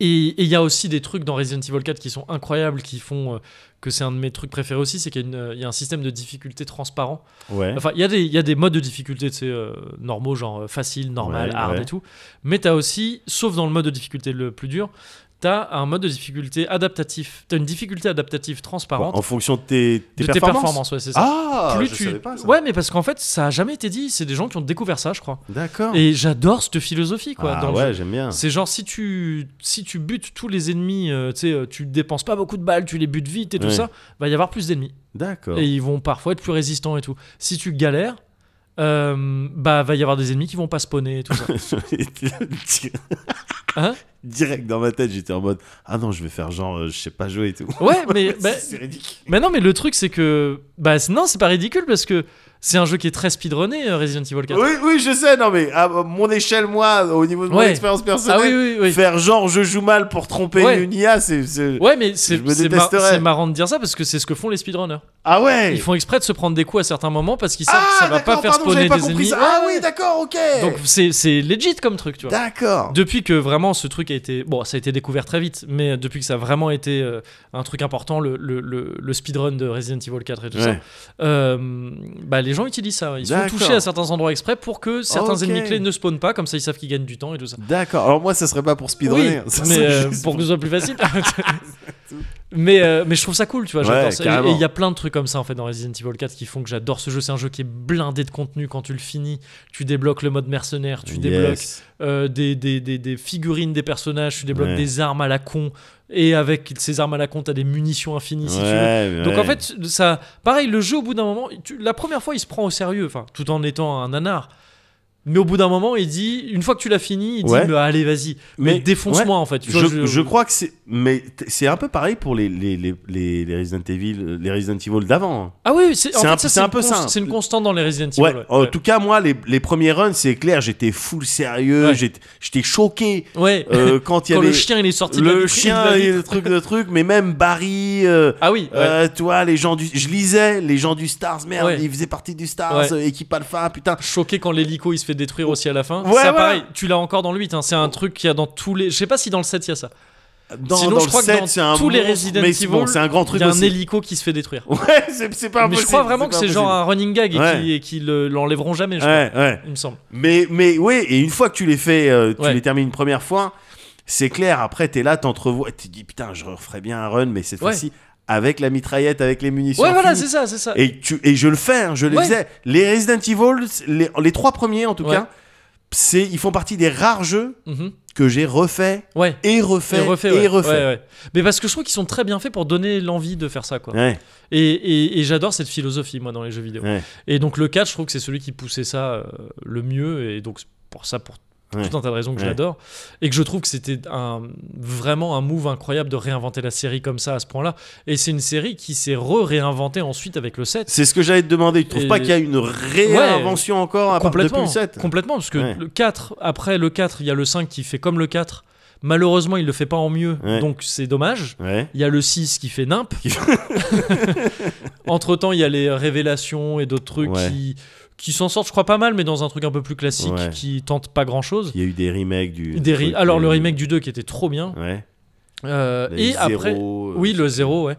Speaker 1: et et il y a aussi des trucs dans Resident Evil 4 qui sont incroyables, qui font euh, que c'est un de mes trucs préférés aussi, c'est qu'il y, a une, euh, il y a un système de difficulté transparent.
Speaker 2: Ouais.
Speaker 1: Enfin, il y, a des- il y a des modes de difficulté tu sais, euh, normaux, genre euh, facile, normal,
Speaker 2: Ouais,
Speaker 1: hard
Speaker 2: ouais.
Speaker 1: et tout. Mais t'as aussi, sauf dans le mode de difficulté le plus dur, t'as un mode de difficulté adaptatif. T'as une difficulté adaptative transparente
Speaker 2: En fonction de tes, tes
Speaker 1: de tes
Speaker 2: performances.
Speaker 1: performances, ouais, c'est ça.
Speaker 2: Ah,
Speaker 1: Plus
Speaker 2: je
Speaker 1: tu-
Speaker 2: savais pas ça.
Speaker 1: Ouais, mais parce qu'en fait, ça a jamais été dit. C'est des gens qui ont découvert ça, je crois.
Speaker 2: D'accord.
Speaker 1: Et j'adore cette philosophie, quoi.
Speaker 2: ah,
Speaker 1: dans le
Speaker 2: ouais,
Speaker 1: jeu.
Speaker 2: j'aime bien.
Speaker 1: C'est genre si tu si tu butes tous les ennemis, euh, tu sais, euh, tu dépenses pas beaucoup de balles, tu les butes vite et tout
Speaker 2: Ouais.
Speaker 1: ça, va y avoir plus d'ennemis
Speaker 2: D'accord.
Speaker 1: et ils vont parfois être plus résistants et tout. Si tu galères, euh, bah va y avoir des ennemis qui vont pas spawner et tout ça. Hein
Speaker 2: Direct dans ma tête, j'étais en mode Ah non, je vais faire genre, euh, je sais pas jouer et tout.
Speaker 1: ouais, mais bah,
Speaker 2: c'est ridicule.
Speaker 1: mais non, mais le truc c'est que bah c'est- non, c'est pas ridicule parce que c'est un jeu qui est très speedrunné euh, Resident Evil 4.
Speaker 2: Oui, oui, je sais, non mais à mon échelle, moi, au niveau de mon
Speaker 1: Ouais.
Speaker 2: expérience personnelle,
Speaker 1: ah oui oui oui.
Speaker 2: faire genre je joue mal pour tromper
Speaker 1: Ouais.
Speaker 2: une IA, c'est. c'est-
Speaker 1: Ouais, mais c'est
Speaker 2: Je me
Speaker 1: c'est mar-
Speaker 2: détesterais.
Speaker 1: c'est marrant de dire ça parce que c'est ce que font les speedrunners.
Speaker 2: Ah ouais
Speaker 1: Ils font exprès de se prendre des coups à certains moments parce qu'ils savent
Speaker 2: Ah,
Speaker 1: que ça va pas
Speaker 2: d'accord,
Speaker 1: faire
Speaker 2: pardon,
Speaker 1: spawner
Speaker 2: j'avais pas
Speaker 1: des
Speaker 2: compris
Speaker 1: ennemis.
Speaker 2: ça.
Speaker 1: Ouais,
Speaker 2: Ah
Speaker 1: ouais.
Speaker 2: oui, d'accord, ok.
Speaker 1: Donc c'est c'est legit comme truc, tu vois.
Speaker 2: D'accord.
Speaker 1: Depuis que vraiment ce truc a été. Bon, ça a été découvert très vite, mais depuis que ça a vraiment été euh, un truc important, le, le, le, le speedrun de Resident Evil 4 et tout ça,
Speaker 2: Ouais.
Speaker 1: euh, bah, les gens utilisent ça. Ils se font
Speaker 2: D'accord.
Speaker 1: toucher à certains endroits exprès pour que certains
Speaker 2: Ok.
Speaker 1: ennemis clés ne spawnent pas, comme ça ils savent qu'ils gagnent du temps et tout ça.
Speaker 2: D'accord. Alors moi, ça serait pas pour
Speaker 1: Oui,
Speaker 2: speedrunner. Ça
Speaker 1: mais
Speaker 2: serait
Speaker 1: euh,
Speaker 2: juste
Speaker 1: pour que ce soit plus facile. mais, euh, mais je trouve ça cool, tu vois. j'adore
Speaker 2: Ouais,
Speaker 1: ça.
Speaker 2: carrément.
Speaker 1: Et il y a plein de trucs comme ça en fait dans Resident Evil 4 qui font que j'adore ce jeu. C'est un jeu qui est blindé de contenu quand tu le finis. Tu débloques le mode mercenaire, tu
Speaker 2: Yes.
Speaker 1: débloques euh, des, des, des, des figurines des personnages, tu débloques
Speaker 2: Ouais.
Speaker 1: des armes à la con, et avec ces armes à la con, t'as des munitions infinies si tu veux.
Speaker 2: Ouais, mais
Speaker 1: Donc
Speaker 2: ouais.
Speaker 1: en fait, ça, pareil, le jeu au bout d'un moment, tu- la première fois il se prend au sérieux, enfin tout en étant un anard. Mais au bout d'un moment, il dit, une fois que tu l'as fini, il dit,
Speaker 2: Ouais.
Speaker 1: mais allez vas-y, mais,
Speaker 2: Mais-
Speaker 1: défonce-moi en fait. Tu vois,
Speaker 2: je, je crois que c'est. Mais t- c'est un peu pareil pour les, les, les, les, les Resident Evil, euh, les Resident Evil d'avant. hein.
Speaker 1: Ah oui, oui, c'est en
Speaker 2: c'est
Speaker 1: fait,
Speaker 2: un-
Speaker 1: ça,
Speaker 2: c'est un
Speaker 1: une
Speaker 2: peu
Speaker 1: const-
Speaker 2: ça.
Speaker 1: C'est une constante dans les Resident Evil.
Speaker 2: Ouais,
Speaker 1: ouais.
Speaker 2: en
Speaker 1: Ouais.
Speaker 2: tout cas, moi, les, les premiers runs, c'est clair, j'étais full sérieux,
Speaker 1: Ouais.
Speaker 2: j'étais j'étais choqué
Speaker 1: Ouais.
Speaker 2: euh, quand il y
Speaker 1: Quand
Speaker 2: avait
Speaker 1: le chien il est sorti de la
Speaker 2: le
Speaker 1: vitrine, de
Speaker 2: chien
Speaker 1: la
Speaker 2: et
Speaker 1: vitre.
Speaker 2: le truc, le truc, mais même Barry, euh,
Speaker 1: Ah oui, ouais.
Speaker 2: euh, tu vois, les gens du. Je lisais, les gens du Stars, merde,
Speaker 1: Ouais.
Speaker 2: ils faisaient partie du Stars,
Speaker 1: Ouais.
Speaker 2: euh, équipe Alpha, putain.
Speaker 1: choqué quand l'hélico il se fait détruire aussi à la fin.
Speaker 2: Ouais,
Speaker 1: ça
Speaker 2: ouais.
Speaker 1: pareil, tu l'as encore dans le 8, hein. c'est un truc qu'il y a dans tous les je sais pas si dans le 7 il y a ça.
Speaker 2: Dans,
Speaker 1: Sinon,
Speaker 2: dans
Speaker 1: je
Speaker 2: le
Speaker 1: crois que
Speaker 2: 7,
Speaker 1: dans
Speaker 2: c'est un
Speaker 1: tous les
Speaker 2: monstre,
Speaker 1: Resident
Speaker 2: mais c'est
Speaker 1: Evil,
Speaker 2: bon, c'est un grand truc
Speaker 1: il y a un
Speaker 2: aussi.
Speaker 1: hélico qui se fait détruire.
Speaker 2: Ouais, c'est c'est pas
Speaker 1: Mais
Speaker 2: impossible.
Speaker 1: je crois vraiment que
Speaker 2: pas
Speaker 1: c'est genre un running gag et
Speaker 2: Ouais.
Speaker 1: qui- et qu'ils le- l'enlèveront jamais, je
Speaker 2: impossible. Ouais, ouais.
Speaker 1: crois, il me semble.
Speaker 2: Mais, mais ouais, et une fois que tu les fais, euh, tu
Speaker 1: Ouais.
Speaker 2: les termines une première fois, c'est clair, après t'es là, t'entrevois, tu te dis putain, je referais bien un run, mais cette
Speaker 1: Ouais.
Speaker 2: fois-ci, avec la mitraillette, avec les munitions.
Speaker 1: Ouais voilà, c'est
Speaker 2: infinies.
Speaker 1: ça, c'est ça.
Speaker 2: et, tu, et je le fais, hein, je le
Speaker 1: Ouais.
Speaker 2: faisais. Les Resident Evil, les, les trois premiers en tout
Speaker 1: Ouais.
Speaker 2: cas, c'est, ils font partie des rares jeux
Speaker 1: Mhm.
Speaker 2: que j'ai refait
Speaker 1: Ouais.
Speaker 2: et refait
Speaker 1: Et
Speaker 2: et
Speaker 1: refait,
Speaker 2: refait.
Speaker 1: ouais. Ouais, ouais. Mais parce que je trouve qu'ils sont très bien faits pour donner l'envie de faire ça quoi.
Speaker 2: Ouais,
Speaker 1: Et, et- et j'adore cette philosophie moi dans les jeux vidéo.
Speaker 2: ouais.
Speaker 1: Et donc le 4, je trouve que c'est celui qui poussait ça euh, le mieux et donc c'est pour ça pour
Speaker 2: Ouais.
Speaker 1: tout un tas de raisons que
Speaker 2: Ouais.
Speaker 1: j'adore et que je trouve que c'était un, vraiment un move incroyable de réinventer la série comme ça à ce point-là. Et c'est une série qui s'est re-réinventée ensuite avec le 7.
Speaker 2: C'est ce que j'allais te demander. Tu trouves
Speaker 1: Et-
Speaker 2: pas qu'il y a une réinvention encore à part depuis
Speaker 1: Complètement,
Speaker 2: le 7
Speaker 1: complètement, parce que
Speaker 2: Ouais.
Speaker 1: le 4, après le 4, il y a le 5 qui fait comme le 4. Malheureusement, il le fait pas en mieux,
Speaker 2: Ouais.
Speaker 1: donc c'est dommage.
Speaker 2: Ouais.
Speaker 1: Il y a le 6 qui fait nimp.
Speaker 2: Qui-
Speaker 1: Entre temps, il y a les révélations et d'autres trucs
Speaker 2: Ouais.
Speaker 1: qui, qui s'en sortent, je crois, pas mal, mais dans un truc un peu plus classique
Speaker 2: Ouais.
Speaker 1: qui tente pas grand chose.
Speaker 2: Il y a eu des remakes du.
Speaker 1: Des ri-
Speaker 2: truc,
Speaker 1: Alors, le
Speaker 2: euh,
Speaker 1: remake du 2 qui était trop bien.
Speaker 2: Ouais.
Speaker 1: Euh,
Speaker 2: Il y a eu
Speaker 1: et
Speaker 2: Zéro,
Speaker 1: après.
Speaker 2: euh,
Speaker 1: Oui, le 0, ouais.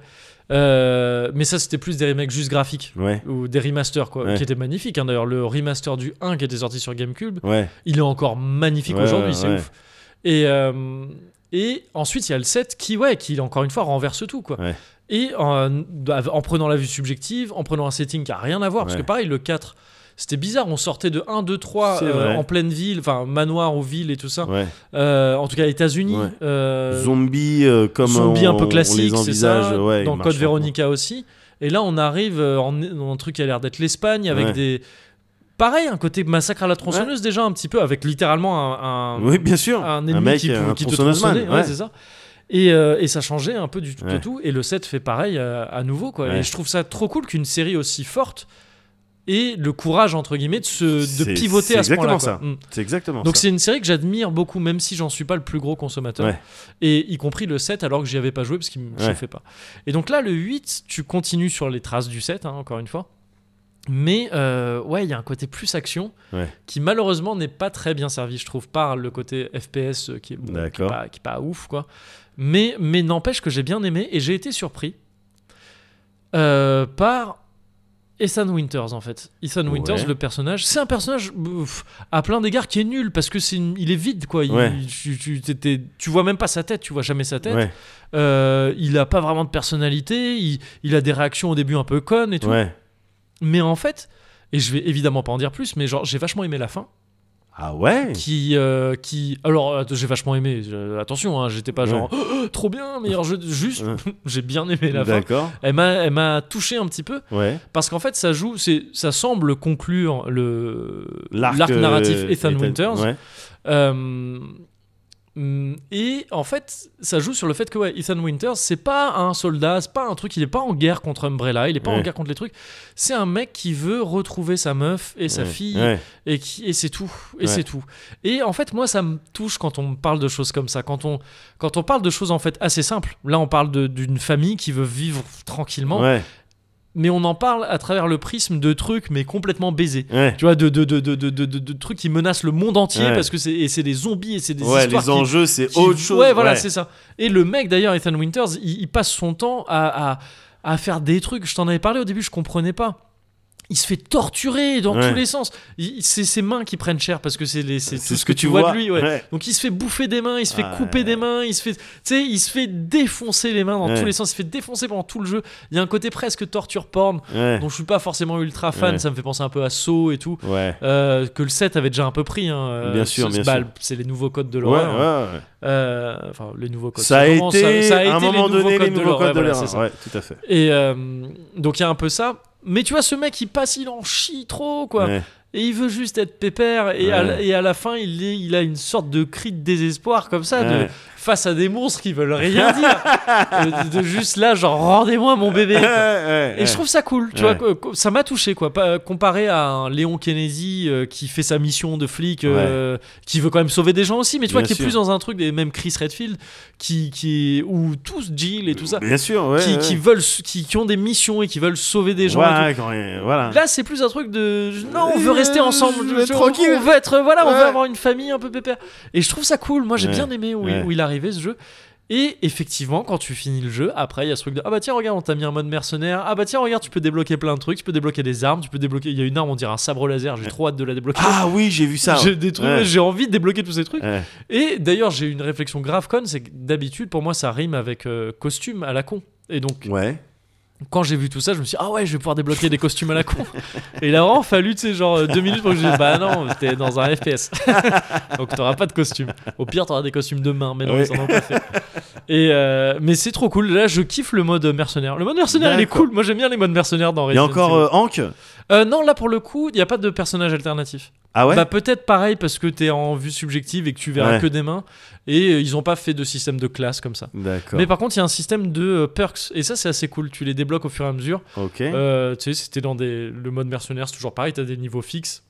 Speaker 1: Euh, mais ça, c'était plus des remakes juste graphiques
Speaker 2: Ouais.
Speaker 1: ou des remasters quoi,
Speaker 2: Ouais.
Speaker 1: qui étaient magnifiques hein. d'ailleurs le remaster du 1 qui était sorti sur Gamecube
Speaker 2: Ouais.
Speaker 1: il est encore magnifique
Speaker 2: Ouais,
Speaker 1: aujourd'hui
Speaker 2: ouais,
Speaker 1: c'est
Speaker 2: ouais.
Speaker 1: ouf et euh, et ensuite il y a le 7 qui ouais qui encore une fois renverse tout quoi
Speaker 2: Ouais.
Speaker 1: et en, en prenant la vue subjective en prenant un setting qui a rien à voir parce
Speaker 2: Ouais.
Speaker 1: que pareil le 4 c'était bizarre, on sortait de 1, 2, 3
Speaker 2: C'est
Speaker 1: euh,
Speaker 2: vrai.
Speaker 1: en pleine ville, enfin manoir ou ville et tout ça.
Speaker 2: Ouais.
Speaker 1: Euh, en tout cas, États-Unis.
Speaker 2: Ouais.
Speaker 1: euh,
Speaker 2: Zombie euh, comme
Speaker 1: zombie
Speaker 2: on,
Speaker 1: un peu classique,
Speaker 2: on les
Speaker 1: c'est
Speaker 2: envisage.
Speaker 1: ça.
Speaker 2: ouais,
Speaker 1: dans
Speaker 2: ils
Speaker 1: Code
Speaker 2: marchent
Speaker 1: Veronica aussi. Et là, on arrive euh, en, dans un truc qui a l'air d'être l'Espagne avec
Speaker 2: Ouais.
Speaker 1: des. Pareil, un côté massacre à la tronçonneuse déjà un petit peu, avec littéralement un, un,
Speaker 2: ensemble. Oui, bien sûr.
Speaker 1: un ennemi
Speaker 2: mec,
Speaker 1: qui, peut-
Speaker 2: un
Speaker 1: qui te
Speaker 2: tronçonneuse-man,
Speaker 1: tronçonnait. Ouais,
Speaker 2: ouais.
Speaker 1: c'est ça. Et, euh, et ça changeait un peu du, de
Speaker 2: Ouais.
Speaker 1: tout. Et le 7 fait pareil euh, à nouveau. Quoi.
Speaker 2: Ouais.
Speaker 1: Et je trouve ça trop cool qu'une série aussi forte ait le courage, entre guillemets, de, se, de
Speaker 2: C'est-
Speaker 1: pivoter
Speaker 2: c'est
Speaker 1: à ce point-là.
Speaker 2: exactement
Speaker 1: quoi. Mm.
Speaker 2: C'est exactement
Speaker 1: Donc
Speaker 2: ça.
Speaker 1: c'est une série que j'admire beaucoup, même si j'en suis pas le plus gros consommateur.
Speaker 2: Ouais.
Speaker 1: Et y compris le 7, alors que j'y avais pas joué parce qu'il me
Speaker 2: Ouais.
Speaker 1: chauffait pas. Et donc là, le 8, tu continues sur les traces du 7, hein, encore une fois. Mais euh, ouais, il y a un côté plus action
Speaker 2: Ouais.
Speaker 1: qui malheureusement n'est pas très bien servi, je trouve, par le côté FPS euh, qui est, bon, qui est
Speaker 2: D'accord.
Speaker 1: pas, qui est pas ouf, quoi. Mais, mais n'empêche que j'ai bien aimé et j'ai été surpris euh, par Ethan Winters en fait. Ethan Winters,
Speaker 2: Ouais.
Speaker 1: le personnage, c'est un personnage ouf, à plein d'égards qui est nul parce que c'est une- il est vide quoi. Il-
Speaker 2: Ouais.
Speaker 1: tu, tu- t'es- t'es- tu vois même pas sa tête, tu vois jamais sa tête.
Speaker 2: Ouais,
Speaker 1: Euh, il a pas vraiment de personnalité. Il, il a des réactions au début un peu connes et tout.
Speaker 2: ouais.
Speaker 1: Mais en fait, et je vais évidemment pas en dire plus, mais genre j'ai vachement aimé la fin
Speaker 2: Ah ouais
Speaker 1: qui euh, qui alors att- j'ai vachement aimé. je- attention, hein, j'étais pas genre Oh, trop bien meilleur jeu de- juste
Speaker 2: Ouais.
Speaker 1: j'ai bien aimé la fin.
Speaker 2: D'accord.
Speaker 1: Elle m'a elle m'a touché un petit peu.
Speaker 2: Ouais.
Speaker 1: Parce qu'en fait, ça joue, c'est, ça semble conclure le l'arc
Speaker 2: euh,
Speaker 1: narratif Ethan, Winters.
Speaker 2: Ouais.
Speaker 1: Euh, mm, et en fait, ça joue sur le fait que ouais, Ethan Winters, c'est pas un soldat, c'est pas un truc, il est pas en guerre contre Umbrella, il est pas en
Speaker 2: Ouais.
Speaker 1: guerre contre les trucs. C'est un mec qui veut retrouver sa meuf et sa
Speaker 2: Ouais.
Speaker 1: fille
Speaker 2: Ouais.
Speaker 1: et, qui, et c'est tout et
Speaker 2: Ouais.
Speaker 1: c'est tout et en fait moi ça me touche quand on parle de choses comme ça quand on quand on parle de choses en fait assez simples là on parle de- d'une famille qui veut vivre tranquillement
Speaker 2: Ouais.
Speaker 1: mais on en parle à travers le prisme de trucs mais complètement baisés.
Speaker 2: Ouais.
Speaker 1: Tu vois, de, de, de, de, de, de- de- de trucs qui menacent le monde entier
Speaker 2: Ouais.
Speaker 1: parce que c'est et c'est des zombies et c'est des
Speaker 2: Ouais,
Speaker 1: histoires
Speaker 2: les
Speaker 1: qui-
Speaker 2: enjeux, c'est
Speaker 1: qui-
Speaker 2: autre chose.
Speaker 1: Ouais, voilà, c'est ça. Et le mec d'ailleurs, Ethan Winters, il, il passe son temps à, à, à faire des trucs. Je t'en avais parlé au début, je comprenais pas. Il se fait torturer dans
Speaker 2: Ouais. Euh,
Speaker 1: tous les sens. Il- il- C'est ses mains qui prennent cher parce que c'est les- c'est
Speaker 2: C'est
Speaker 1: tout ce que, tu vois, de lui. ouais.
Speaker 2: Ouais.
Speaker 1: Donc il se fait bouffer des mains, il se fait
Speaker 2: Ah,
Speaker 1: couper
Speaker 2: ouais.
Speaker 1: des mains, il se fait, tu sais, il se fait défoncer les mains dans
Speaker 2: Ouais.
Speaker 1: tous les sens, il se fait défoncer pendant tout le jeu. Il y a un côté presque torture porn
Speaker 2: Ouais.
Speaker 1: dont je suis pas forcément ultra fan,
Speaker 2: Ouais.
Speaker 1: ça me fait penser un peu à Saw et tout.
Speaker 2: Ouais.
Speaker 1: euh, que le 7 avait déjà un peu pris. hein, euh,
Speaker 2: Bien
Speaker 1: ce-
Speaker 2: sûr, bien
Speaker 1: bah,
Speaker 2: sûr.
Speaker 1: C'est les nouveaux codes de
Speaker 2: Ouais,
Speaker 1: l'horreur. hein.
Speaker 2: ouais, ouais.
Speaker 1: Euh, enfin, les nouveaux codes.
Speaker 2: Ça a
Speaker 1: c'est vraiment-
Speaker 2: été,
Speaker 1: ça- ça a
Speaker 2: à un
Speaker 1: été
Speaker 2: moment
Speaker 1: les nouveaux
Speaker 2: donné,
Speaker 1: codes
Speaker 2: les
Speaker 1: de
Speaker 2: nouveaux
Speaker 1: l'horreur,
Speaker 2: codes de
Speaker 1: voilà, c'est
Speaker 2: l'heure.
Speaker 1: ça.
Speaker 2: Ouais, tout à fait.
Speaker 1: Et euh, donc il y a un peu ça. Mais tu vois, ce mec, il passe, il en chie trop, quoi.
Speaker 2: Ouais.
Speaker 1: Et il veut juste être pépère. Et, à, la-
Speaker 2: Ouais.
Speaker 1: et à la fin, il, est- il a une sorte de cri de désespoir, comme ça, de,
Speaker 2: Ouais.
Speaker 1: face à des monstres qui veulent rien dire. Euh, de, de juste là, genre, rendez-moi mon bébé.
Speaker 2: Ouais,
Speaker 1: quoi.
Speaker 2: ouais,
Speaker 1: Et je
Speaker 2: ouais.
Speaker 1: trouve ça cool, tu vois,
Speaker 2: Ouais.
Speaker 1: que- que- ça m'a touché quoi, pas- comparé à un Léon Kennedy euh, qui fait sa mission de flic, euh, qui veut quand même sauver des gens aussi, mais tu vois,
Speaker 2: Bien
Speaker 1: qui
Speaker 2: sûr.
Speaker 1: est plus dans un truc des mêmes Chris Redfield, qui, qui est- ou tous Jill et tout ça,
Speaker 2: Bien sûr, ouais.
Speaker 1: qui,
Speaker 2: ouais.
Speaker 1: qui veulent, s- qui, qui ont des missions et qui veulent sauver des gens. et
Speaker 2: Ouais, quand même,
Speaker 1: tout.
Speaker 2: Voilà.
Speaker 1: Là, c'est plus un truc de non, on veut
Speaker 2: Euh,
Speaker 1: rester ensemble,
Speaker 2: je veux être
Speaker 1: on-
Speaker 2: tranquille.
Speaker 1: on veut être voilà, on
Speaker 2: Ouais.
Speaker 1: veut avoir une famille un peu pépère. Et je trouve ça cool. Moi, j'ai
Speaker 2: Ouais.
Speaker 1: bien aimé où, il-
Speaker 2: Ouais.
Speaker 1: où il arrivait ce jeu. Et effectivement, quand tu finis le jeu, après il y a ce truc de ah bah tiens regarde on t'a mis un mode mercenaire, ah bah tiens regarde tu peux débloquer plein de trucs, tu peux débloquer des armes, tu peux débloquer il y a une arme on dirait un sabre laser, j'ai trop hâte de la débloquer.
Speaker 2: Ah oui, j'ai vu ça.
Speaker 1: j'ai des trucs,
Speaker 2: Ouais.
Speaker 1: j'ai envie de débloquer tous ces trucs.
Speaker 2: Ouais.
Speaker 1: Et d'ailleurs j'ai une réflexion grave conne, c'est que d'habitude pour moi ça rime avec euh, costume à la con. Et donc
Speaker 2: Ouais.
Speaker 1: quand j'ai vu tout ça, je me suis dit, ah ouais, je vais pouvoir débloquer des costumes à la con. Et il a vraiment fallu, tu sais, genre euh, deux minutes pour que je dise, bah non, t'es dans un FPS. Donc t'auras pas de costume. Au pire, t'auras des costumes de main, mais non,
Speaker 2: Oui.
Speaker 1: ils en ont pas fait. Et euh, mais c'est trop cool. Là, je kiffe le mode mercenaire. Le mode mercenaire, il est
Speaker 2: D'accord.
Speaker 1: cool. Moi, j'aime bien les modes mercenaires dans
Speaker 2: Il y a
Speaker 1: Resident
Speaker 2: encore
Speaker 1: Evil.
Speaker 2: euh, Hank
Speaker 1: Euh, non, là, pour le coup, il n'y a pas de personnage alternatif.
Speaker 2: Ah ouais
Speaker 1: Bah peut-être pareil parce que t'es en vue subjective et que tu verras
Speaker 2: Ouais.
Speaker 1: que des mains. Et euh, ils ont pas fait de système de classe comme ça.
Speaker 2: D'accord.
Speaker 1: Mais par contre, il y a un système de euh, perks et ça c'est assez cool. Tu les débloques au fur et à mesure.
Speaker 2: Ok.
Speaker 1: Euh, tu sais, c'était dans des, le mode mercenaire, c'est toujours pareil. T'as des niveaux fixes,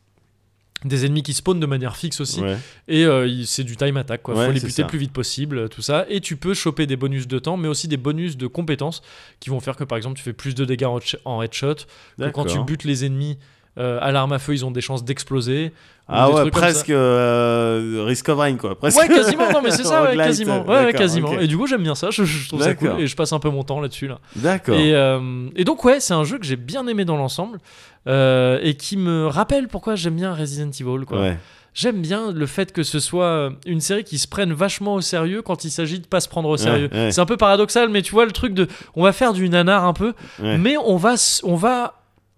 Speaker 1: des ennemis qui spawnent de manière fixe aussi.
Speaker 2: Ouais.
Speaker 1: Et euh, il- c'est du time attack, quoi.
Speaker 2: Ouais,
Speaker 1: Faut les
Speaker 2: c'est
Speaker 1: buter
Speaker 2: ça.
Speaker 1: le plus vite possible, euh, tout ça. Et tu peux choper des bonus de temps, mais aussi des bonus de compétences qui vont faire que, par exemple, tu fais plus de dégâts en ch- en headshot. que quand tu
Speaker 2: D'accord.
Speaker 1: butes les ennemis euh, à l'arme à feu, ils ont des chances d'exploser. ou
Speaker 2: Ah
Speaker 1: des
Speaker 2: ouais,
Speaker 1: trucs comme
Speaker 2: presque euh, Risk of Rain, quoi.
Speaker 1: ça.
Speaker 2: Presque.
Speaker 1: Ouais, quasiment, non, mais c'est ça, ouais,
Speaker 2: Roguelite, euh,
Speaker 1: quasiment. Ouais, Ouais,
Speaker 2: d'accord,
Speaker 1: quasiment.
Speaker 2: ok.
Speaker 1: Et du coup, j'aime bien ça, je, je trouve ça cool,
Speaker 2: D'accord.
Speaker 1: et je passe un peu mon temps là-dessus, là.
Speaker 2: D'accord.
Speaker 1: Et, euh, et donc, ouais, c'est un jeu que j'ai bien aimé dans l'ensemble, euh, et qui me rappelle pourquoi j'aime bien Resident Evil, quoi.
Speaker 2: Ouais.
Speaker 1: J'aime bien le fait que ce soit euh, une série qui se prenne vachement au sérieux quand il s'agit de pas se prendre au sérieux.
Speaker 2: ouais.
Speaker 1: C'est un peu paradoxal, mais tu vois le truc de, on va faire du nanar un peu,
Speaker 2: Ouais.
Speaker 1: mais on va, s- on va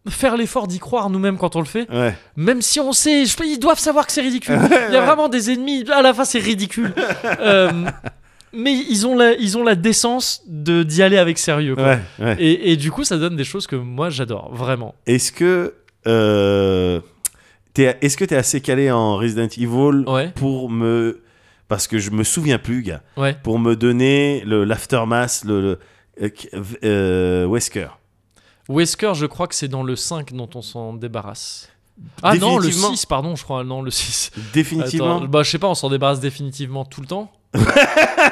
Speaker 1: faire l'effort d'y croire nous-mêmes quand on le fait,
Speaker 2: Ouais.
Speaker 1: même si on sait, je- ils doivent savoir que c'est ridicule. Il y a vraiment des ennemis, à la fin c'est ridicule. Euh, mais ils ont la, ils ont la décence de d'y aller avec sérieux. quoi.
Speaker 2: Ouais. ouais.
Speaker 1: Et, et du coup, ça donne des choses que moi j'adore vraiment.
Speaker 2: Est-ce que euh, t'es- est-ce que t'es assez calé en Resident Evil
Speaker 1: Ouais.
Speaker 2: pour me parce que je me souviens plus, gars,
Speaker 1: Ouais.
Speaker 2: pour me donner le l'aftermath, le, le euh, euh, Wesker.
Speaker 1: Wesker, je crois que c'est dans le 5 dont on s'en débarrasse. Ah non, le
Speaker 2: Définitivement.
Speaker 1: 6, pardon, je crois. Non, le 6.
Speaker 2: Définitivement.
Speaker 1: Attends, bah, je sais pas, on s'en débarrasse définitivement tout le temps.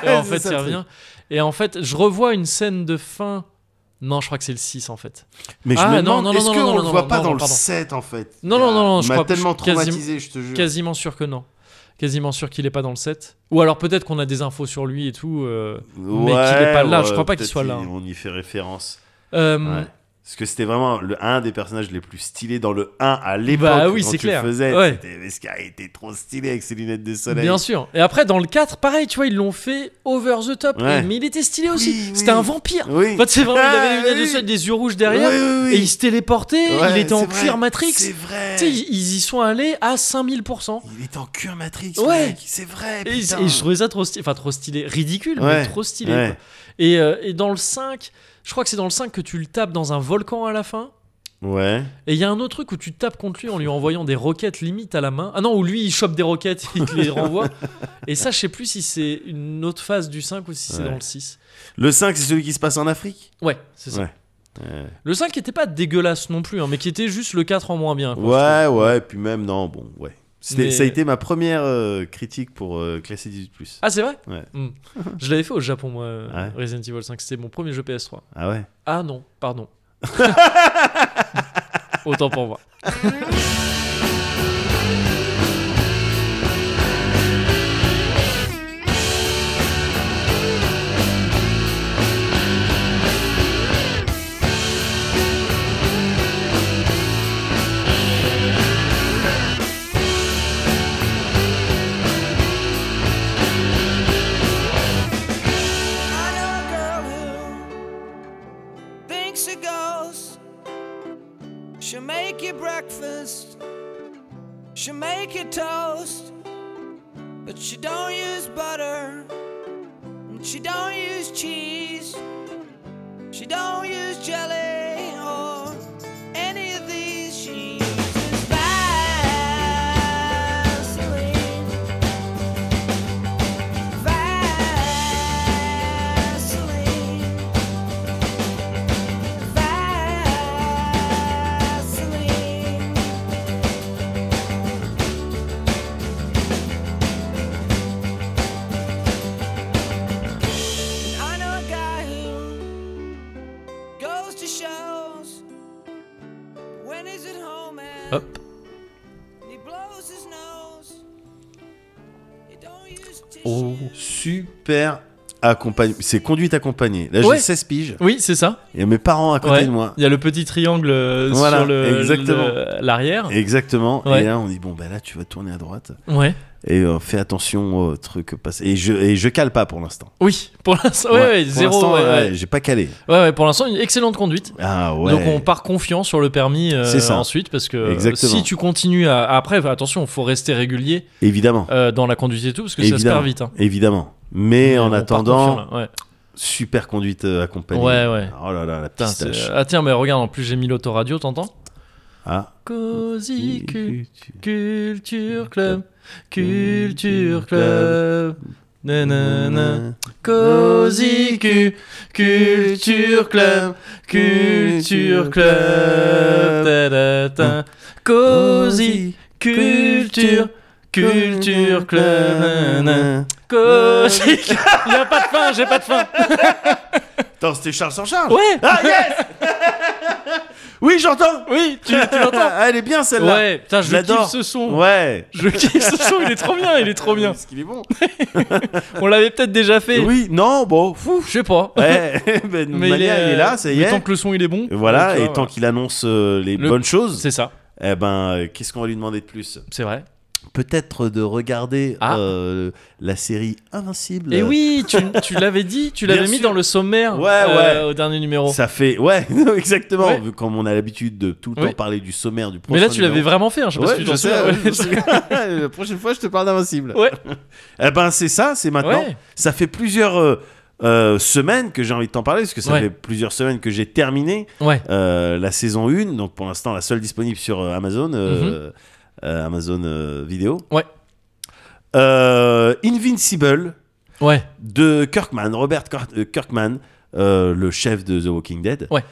Speaker 1: Et en
Speaker 2: C'est
Speaker 1: fait,
Speaker 2: ça,
Speaker 1: il
Speaker 2: le truc.
Speaker 1: revient. Et en fait, je revois une scène de fin. Non, je crois que c'est le 6 en fait.
Speaker 2: Mais je
Speaker 1: Ah,
Speaker 2: me
Speaker 1: non,
Speaker 2: demande,
Speaker 1: non, non,
Speaker 2: est-ce
Speaker 1: non, non,
Speaker 2: qu'on le
Speaker 1: non,
Speaker 2: voit
Speaker 1: non,
Speaker 2: pas
Speaker 1: non,
Speaker 2: dans le
Speaker 1: pardon.
Speaker 2: 7 en fait
Speaker 1: Non, non, non, non, je
Speaker 2: Il m'a
Speaker 1: crois-
Speaker 2: tellement
Speaker 1: quasiment-
Speaker 2: traumatisé, je te jure.
Speaker 1: Quasiment sûr que non. Quasiment sûr qu'il est pas dans le 7. Ou alors peut-être qu'on a des infos sur lui et tout. euh. mais qu'il est pas là, je crois pas qu'il
Speaker 2: peut-être
Speaker 1: soit là.
Speaker 2: On y fait référence.
Speaker 1: Euh,
Speaker 2: Ouais. Parce que c'était vraiment le, un des personnages les plus stylés dans le 1 à l'époque.
Speaker 1: Bah oui,
Speaker 2: quand
Speaker 1: c'est
Speaker 2: tu
Speaker 1: clair.
Speaker 2: Le faisais,
Speaker 1: Ouais.
Speaker 2: c'était- mais ce gars était trop stylé avec ses lunettes de soleil.
Speaker 1: Bien sûr. Et après, dans le 4, pareil, tu vois, ils l'ont fait over the top.
Speaker 2: Ouais.
Speaker 1: Mais il était stylé aussi.
Speaker 2: Oui, oui.
Speaker 1: C'était un vampire.
Speaker 2: Oui.
Speaker 1: En fait, c'est vraiment, il avait des
Speaker 2: Ah,
Speaker 1: lunettes de
Speaker 2: oui.
Speaker 1: soleil, des yeux rouges derrière.
Speaker 2: Oui, oui, oui.
Speaker 1: Et il se téléportait,
Speaker 2: Ouais,
Speaker 1: il était en
Speaker 2: c'est vrai,
Speaker 1: cuir Matrix.
Speaker 2: C'est
Speaker 1: Tu
Speaker 2: vrai.
Speaker 1: sais, ils ils y sont allés à 5000%.
Speaker 2: Il est en cuir Matrix.
Speaker 1: Ouais.
Speaker 2: mec, C'est vrai.
Speaker 1: Et,
Speaker 2: putain.
Speaker 1: et je trouvais ça trop stylé, enfin trop stylé, ridicule, mais
Speaker 2: Ouais,
Speaker 1: trop stylé.
Speaker 2: ouais.
Speaker 1: quoi. Et, euh, et dans le 5, je crois que c'est dans le 5 que tu le tapes dans un volcan à la fin.
Speaker 2: Ouais.
Speaker 1: Et il y a un autre truc où tu tapes contre lui en lui envoyant des roquettes limite à la main. Ah non, où lui il chope des roquettes et il te les renvoie. Et ça, je sais plus si c'est une autre phase du 5 ou si c'est
Speaker 2: Ouais.
Speaker 1: dans le 6.
Speaker 2: Le 5, c'est celui qui se passe en Afrique
Speaker 1: Ouais, c'est ça.
Speaker 2: Ouais. Ouais,
Speaker 1: Le 5 qui était pas dégueulasse non plus, hein, mais qui était juste le 4 en moins bien. quoi, je trouve.
Speaker 2: ouais, ouais, puis même, non, bon, ouais. C'était-
Speaker 1: Mais-
Speaker 2: Ça a été ma première euh, critique pour euh, Classé 18.
Speaker 1: Ah, c'est vrai
Speaker 2: Ouais.
Speaker 1: Hmm. Je l'avais fait au Japon, moi, euh,
Speaker 2: Ouais.
Speaker 1: Resident Evil 5. C'était mon premier jeu PS3.
Speaker 2: Ah ouais
Speaker 1: Ah non, pardon. Autant pour moi.
Speaker 4: I know a girl who thinks a ghost. She'll make you breakfast, she'll make you toast, but she don't use butter, and she don't use cheese, she don't use jelly or any of these. She uses Vaseline. Vaseline. Vaseline. And I know a guy who goes to shows when he's at home and
Speaker 1: Hop.
Speaker 4: he blows his nose. He don't use
Speaker 1: Oh.
Speaker 4: tissue.
Speaker 2: Super accompagné. C'est conduite accompagnée. Là,
Speaker 1: Ouais.
Speaker 2: j'ai 16 piges.
Speaker 1: Oui, c'est ça.
Speaker 2: Il y a mes parents à côté
Speaker 1: Ouais.
Speaker 2: de moi.
Speaker 1: Il y a le petit triangle euh,
Speaker 2: Voilà,
Speaker 1: sur le-
Speaker 2: exactement.
Speaker 1: le- l'arrière.
Speaker 2: Exactement.
Speaker 1: Ouais.
Speaker 2: Et là, on dit bon, ben là, tu vas tourner à droite.
Speaker 1: Ouais.
Speaker 2: Et euh, fais attention au truc passé. Et je, et je cale pas pour l'instant.
Speaker 1: Oui, pour l'instant, ouais, ouais,
Speaker 2: pour
Speaker 1: zéro.
Speaker 2: l'instant,
Speaker 1: Ouais,
Speaker 2: ouais,
Speaker 1: ouais.
Speaker 2: J'ai pas calé.
Speaker 1: Ouais, ouais, pour l'instant, une excellente conduite.
Speaker 2: Ah ouais.
Speaker 1: Donc on part confiant sur le permis euh,
Speaker 2: C'est ça.
Speaker 1: ensuite parce que euh,
Speaker 2: Exactement.
Speaker 1: si tu continues à après attention faut rester régulier
Speaker 2: Évidemment.
Speaker 1: euh, dans la conduite et tout parce que ça se
Speaker 2: Évidemment.
Speaker 1: perd vite hein.
Speaker 2: Évidemment. Mais,
Speaker 1: Mais on
Speaker 2: en
Speaker 1: part
Speaker 2: attendant,
Speaker 1: confiant, là, ouais.
Speaker 2: super conduite euh, accompagnée.
Speaker 1: Ouais, ouais.
Speaker 2: Oh là là, la
Speaker 1: Putain,
Speaker 2: petite
Speaker 1: c'est- euh,
Speaker 2: tâche.
Speaker 1: ah tiens mais regarde en plus j'ai mis l'autoradio t'entends
Speaker 2: Ah.
Speaker 1: Cozy Cul- Culture Club. Culture Club. Nanana. Cozy Cu- Culture Club. Culture Club. Ta -da -ta. Cozy Culture. Culture Club. Nanana. Cozy. Il n'y a pas de fin, j'ai pas de fin.
Speaker 2: Attends, c'était Charles sans charge
Speaker 1: Ouais,
Speaker 2: Ah, yes Oui, j'entends
Speaker 1: oui, tu, tu l'entends.
Speaker 2: Ah, Elle est bien celle-là
Speaker 1: Ouais, putain,
Speaker 2: Je
Speaker 1: je kiffe
Speaker 2: l'adore.
Speaker 1: ce son.
Speaker 2: Ouais
Speaker 1: Je kiffe ce son, il est trop bien, il est trop bien.
Speaker 2: Parce qu'il est bon
Speaker 1: On l'avait peut-être déjà fait.
Speaker 2: Oui, non, bon, fou
Speaker 1: Je sais pas.
Speaker 2: Ouais, ben,
Speaker 1: Mais
Speaker 2: Mania, il est là, ça y
Speaker 1: mais tant
Speaker 2: est
Speaker 1: que le son il est bon.
Speaker 2: Voilà,
Speaker 1: tu vois,
Speaker 2: et tant qu'il annonce euh, les
Speaker 1: Le-
Speaker 2: bonnes choses,
Speaker 1: C'est ça,
Speaker 2: eh ben, euh, qu'est-ce qu'on va lui demander de plus
Speaker 1: c'est vrai.
Speaker 2: Peut-être de regarder
Speaker 1: Ah.
Speaker 2: euh, la série Invincible.
Speaker 1: Et oui, tu, tu l'avais dit, tu
Speaker 2: Bien
Speaker 1: l'avais mis
Speaker 2: sûr.
Speaker 1: dans le sommaire
Speaker 2: Ouais,
Speaker 1: euh,
Speaker 2: ouais.
Speaker 1: au dernier numéro.
Speaker 2: Ça fait, ouais, exactement.
Speaker 1: Ouais.
Speaker 2: Vu Comme on a l'habitude de tout le
Speaker 1: Oui.
Speaker 2: temps parler du sommaire du prochain.
Speaker 1: mais là tu l'avais
Speaker 2: numéro.
Speaker 1: vraiment fait, hein, je sais pas si
Speaker 2: Ouais,
Speaker 1: tu
Speaker 2: j'en
Speaker 1: te
Speaker 2: sais,
Speaker 1: souviens.
Speaker 2: ouais, je- La prochaine fois, je te parle d'Invincible.
Speaker 1: Ouais.
Speaker 2: Eh ben, c'est ça, c'est maintenant.
Speaker 1: Ouais.
Speaker 2: Ça fait plusieurs euh, euh, semaines que j'ai envie de t'en parler, parce que ça
Speaker 1: Ouais.
Speaker 2: fait plusieurs semaines que j'ai terminé
Speaker 1: Ouais.
Speaker 2: euh, la saison 1. Donc, pour l'instant, la seule disponible sur euh, Amazon, euh, euh, Amazon euh, Vidéo.
Speaker 1: Mhm. Ouais.
Speaker 2: Euh, Invincible
Speaker 1: Ouais.
Speaker 2: de Kirkman, Robert Cor- euh, Kirkman, euh, le chef de The Walking Dead,
Speaker 1: Ouais.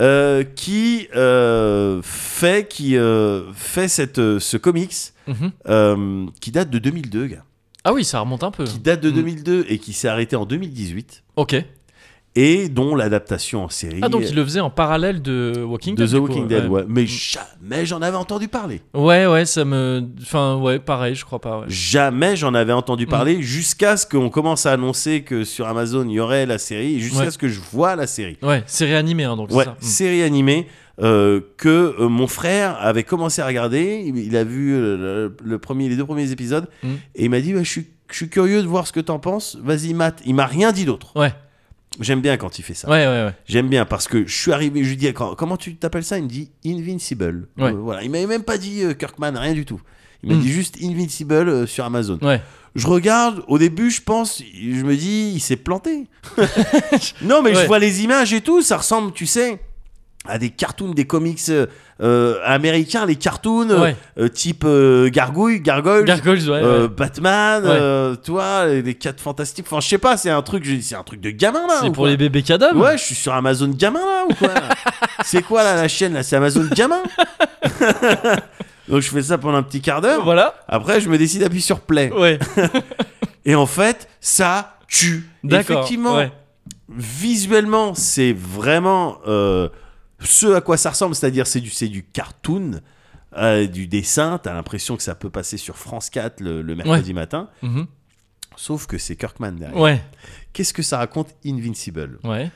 Speaker 2: euh, qui euh, fait, qui, euh, fait cette, euh, ce comics
Speaker 1: Mhm.
Speaker 2: euh, qui date de 2002, gars.
Speaker 1: Ah oui, ça remonte un peu.
Speaker 2: qui date de
Speaker 1: Mm.
Speaker 2: 2002 et qui s'est arrêté en 2018,
Speaker 1: Ok.
Speaker 2: et dont l'adaptation en série
Speaker 1: Ah donc il le faisait en parallèle de Walking
Speaker 2: de
Speaker 1: Dead.
Speaker 2: The
Speaker 1: du coup, Mm.
Speaker 2: Walking Dead, ouais. mais jamais j'en avais entendu parler.
Speaker 1: Ouais, ouais, ça me. Enfin, ouais, pareil, je crois pas. ouais.
Speaker 2: Jamais j'en avais entendu
Speaker 1: Mm.
Speaker 2: parler jusqu'à ce qu'on commence à annoncer que sur Amazon il y aurait la série, et jusqu'à
Speaker 1: Ouais.
Speaker 2: ce que je vois la série.
Speaker 1: Ouais, c'est réanimé, hein, donc
Speaker 2: Ouais,
Speaker 1: c'est ça.
Speaker 2: série animée euh, que euh, mon frère avait commencé à regarder. Il, il a vu euh, le, le premier, les deux premiers épisodes
Speaker 1: Mm.
Speaker 2: et il m'a dit bah, je, suis, je suis curieux de voir ce que t'en penses. Vas-y, Matt. Il m'a rien dit d'autre.
Speaker 1: Ouais.
Speaker 2: J'aime bien quand il fait ça.
Speaker 1: Ouais, ouais, ouais.
Speaker 2: J'aime bien parce que je suis arrivé, je lui dis Quand- comment tu t'appelles ça Il me dit Invincible.
Speaker 1: Ouais.
Speaker 2: Euh, voilà, il m'avait même pas dit euh, Kirkman, rien du tout. Il m'a
Speaker 1: Mm.
Speaker 2: dit juste Invincible euh, sur Amazon.
Speaker 1: Ouais.
Speaker 2: Je regarde, au début, je pense, je me dis, il s'est planté. non, mais
Speaker 1: Ouais.
Speaker 2: je vois les images et tout, ça ressemble, tu sais, à des cartoons, des comics euh, euh, américains, les cartoons euh,
Speaker 1: Ouais.
Speaker 2: euh, type euh, gargouille, gargoyle,
Speaker 1: Gargoyles, ouais.
Speaker 2: euh,
Speaker 1: ouais.
Speaker 2: Batman,
Speaker 1: Ouais.
Speaker 2: euh, toi, des quatre fantastiques. Enfin, je sais pas, c'est un truc, je dis, c'est un truc de gamin là.
Speaker 1: C'est
Speaker 2: ou
Speaker 1: pour
Speaker 2: quoi
Speaker 1: les bébés cadavres.
Speaker 2: Ouais, je suis sur Amazon gamin là ou quoi C'est quoi là la chaîne là C'est Amazon gamin Donc je fais ça pendant un petit quart d'heure.
Speaker 1: Voilà.
Speaker 2: Après, je me décide d'appuyer sur play.
Speaker 1: Ouais.
Speaker 2: Et en fait, ça tue.
Speaker 1: D'accord.
Speaker 2: Effectivement,
Speaker 1: ouais.
Speaker 2: visuellement, c'est vraiment euh, ce à quoi ça ressemble, c'est-à-dire c'est du, c'est du cartoon, euh, du dessin. T'as l'impression que ça peut passer sur France 4 le, le mercredi matin,
Speaker 1: Mhm.
Speaker 2: sauf que c'est Kirkman derrière.
Speaker 1: Ouais.
Speaker 2: Qu'est-ce que ça raconte Invincible
Speaker 1: Ouais.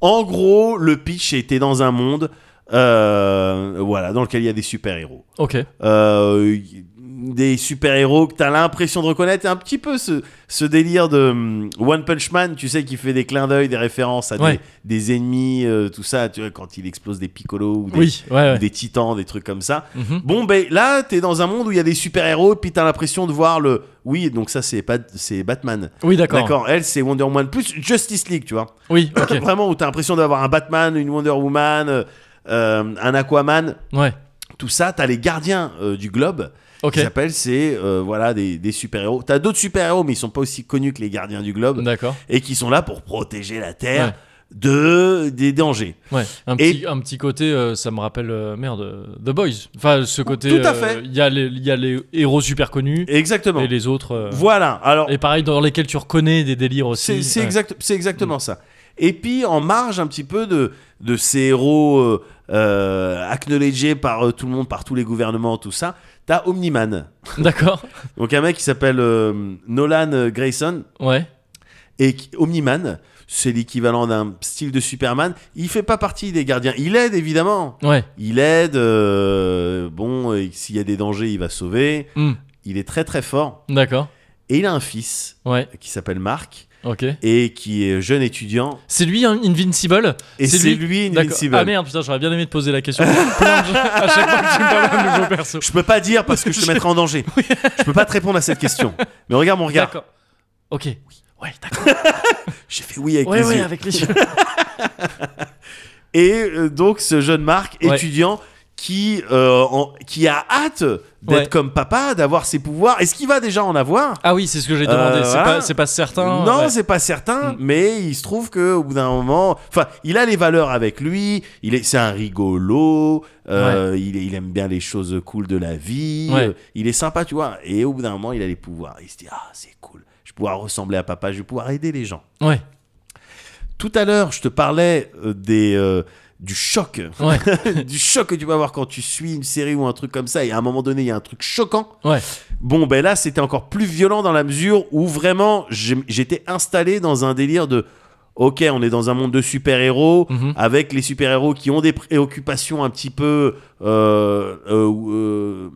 Speaker 2: En gros, le pitch était dans un monde euh, voilà, dans lequel il y a des super-héros.
Speaker 1: Ok.
Speaker 2: Euh, y- des super-héros que t'as l'impression de reconnaître. C'est un petit peu ce, ce délire de hum, One Punch Man, tu sais, qui fait des clins d'œil, des références à des-
Speaker 1: Ouais.
Speaker 2: des, ennemis, euh, tout ça, tu vois, quand il explose des piccolos ou des,
Speaker 1: Oui. Ouais. ouais.
Speaker 2: des titans, des trucs comme ça.
Speaker 1: Mhm.
Speaker 2: Bon, ben là, t'es dans un monde où il y a des super-héros, puis t'as l'impression de voir le. Oui, donc ça, c'est pas- c'est Batman.
Speaker 1: Oui, d'accord.
Speaker 2: D'accord, elle, c'est Wonder Woman, plus Justice League, tu vois.
Speaker 1: Oui, ok.
Speaker 2: Vraiment, où t'as l'impression d'avoir un Batman, une Wonder Woman, euh, euh, un Aquaman,
Speaker 1: ouais.
Speaker 2: tout ça. T'as les gardiens euh, du globe.
Speaker 1: Ok.
Speaker 2: Qui s'appellent, c'est euh, voilà, des, des super-héros. T'as d'autres super-héros, mais ils sont pas aussi connus que les gardiens du globe.
Speaker 1: D'accord.
Speaker 2: Et qui sont là pour protéger la Terre
Speaker 1: Ouais.
Speaker 2: de, des dangers.
Speaker 1: Ouais. Un
Speaker 2: Et-
Speaker 1: petit, un petit côté, euh, ça me rappelle, euh, merde, euh, The Boys. Enfin, ce côté.
Speaker 2: Tout à
Speaker 1: euh,
Speaker 2: fait.
Speaker 1: Il y, a les- il y a les héros super connus
Speaker 2: Exactement.
Speaker 1: et les autres. euh,
Speaker 2: Voilà. Alors,
Speaker 1: Et pareil, dans lesquels tu reconnais des délires
Speaker 2: c'est
Speaker 1: aussi.
Speaker 2: c'est
Speaker 1: Ouais. Mm.
Speaker 2: exact, c'est exactement ça. Et puis, en marge un petit peu de, de ces héros euh, euh, acknowledgés par euh, tout le monde, par tous les gouvernements, tout ça, t'as Omniman.
Speaker 1: D'accord.
Speaker 2: Donc un mec qui s'appelle euh, Nolan Grayson
Speaker 1: Ouais.
Speaker 2: et qui- Omniman, c'est l'équivalent d'un style de Superman. Il fait pas partie des gardiens. Il aide évidemment.
Speaker 1: Ouais.
Speaker 2: Il aide. euh, bon, euh, s'il y a des dangers, il va sauver.
Speaker 1: Hmm.
Speaker 2: Il est très très fort.
Speaker 1: D'accord.
Speaker 2: Et il a un fils
Speaker 1: Ouais.
Speaker 2: qui s'appelle Marc
Speaker 1: Ok.
Speaker 2: et qui est jeune étudiant.
Speaker 1: C'est lui, hein, Invincible.
Speaker 2: Et
Speaker 1: C'est
Speaker 2: c'est
Speaker 1: lui
Speaker 2: lui,
Speaker 1: D'accord.
Speaker 2: Invincible.
Speaker 1: Ah merde, putain, j'aurais bien aimé te poser la question. Plein de- à chaque fois que tu me parles d'un nouveau perso.
Speaker 2: Je peux pas dire parce que je te
Speaker 1: Je-
Speaker 2: mettrai en danger. Je peux pas te répondre à cette question. Mais regarde mon regard.
Speaker 1: D'accord. Ok. Ouais, d'accord.
Speaker 2: J'ai fait oui avec
Speaker 1: Ouais,
Speaker 2: les
Speaker 1: ouais,
Speaker 2: yeux.
Speaker 1: avec les yeux.
Speaker 2: Et euh, donc ce jeune Marc,
Speaker 1: Ouais.
Speaker 2: étudiant, qui, euh, en- qui a hâte d'être
Speaker 1: Ouais.
Speaker 2: comme papa, d'avoir ses pouvoirs. Est-ce qu'il va déjà en avoir
Speaker 1: Ah oui, c'est ce que j'ai demandé.
Speaker 2: Euh,
Speaker 1: c'est,
Speaker 2: voilà.
Speaker 1: pas, c'est pas certain.
Speaker 2: non,
Speaker 1: ouais.
Speaker 2: c'est pas certain,
Speaker 1: Mm.
Speaker 2: mais il se trouve que au bout d'un moment, enfin, il a les valeurs avec lui. Il est, c'est un rigolo. euh, il, est- il aime bien les choses cool de la vie.
Speaker 1: Ouais.
Speaker 2: euh, il est sympa, tu vois. Et au bout d'un moment, il a les pouvoirs. Il se dit ah c'est cool. Je vais pouvoir ressembler à papa. Je vais pouvoir aider les gens.
Speaker 1: Ouais,
Speaker 2: Tout à l'heure, je te parlais euh, des euh, du choc,
Speaker 1: ouais,
Speaker 2: du choc que tu vas avoir quand tu suis une série ou un truc comme ça. Et à un moment donné, il y a un truc choquant.
Speaker 1: ouais.
Speaker 2: Bon, ben là, c'était encore plus violent dans la mesure où vraiment, j'ai- j'étais installé dans un délire de. Ok, on est dans un monde de super-héros,
Speaker 1: Mhm.
Speaker 2: avec les super-héros qui ont des préoccupations un petit peu. euh, euh, euh,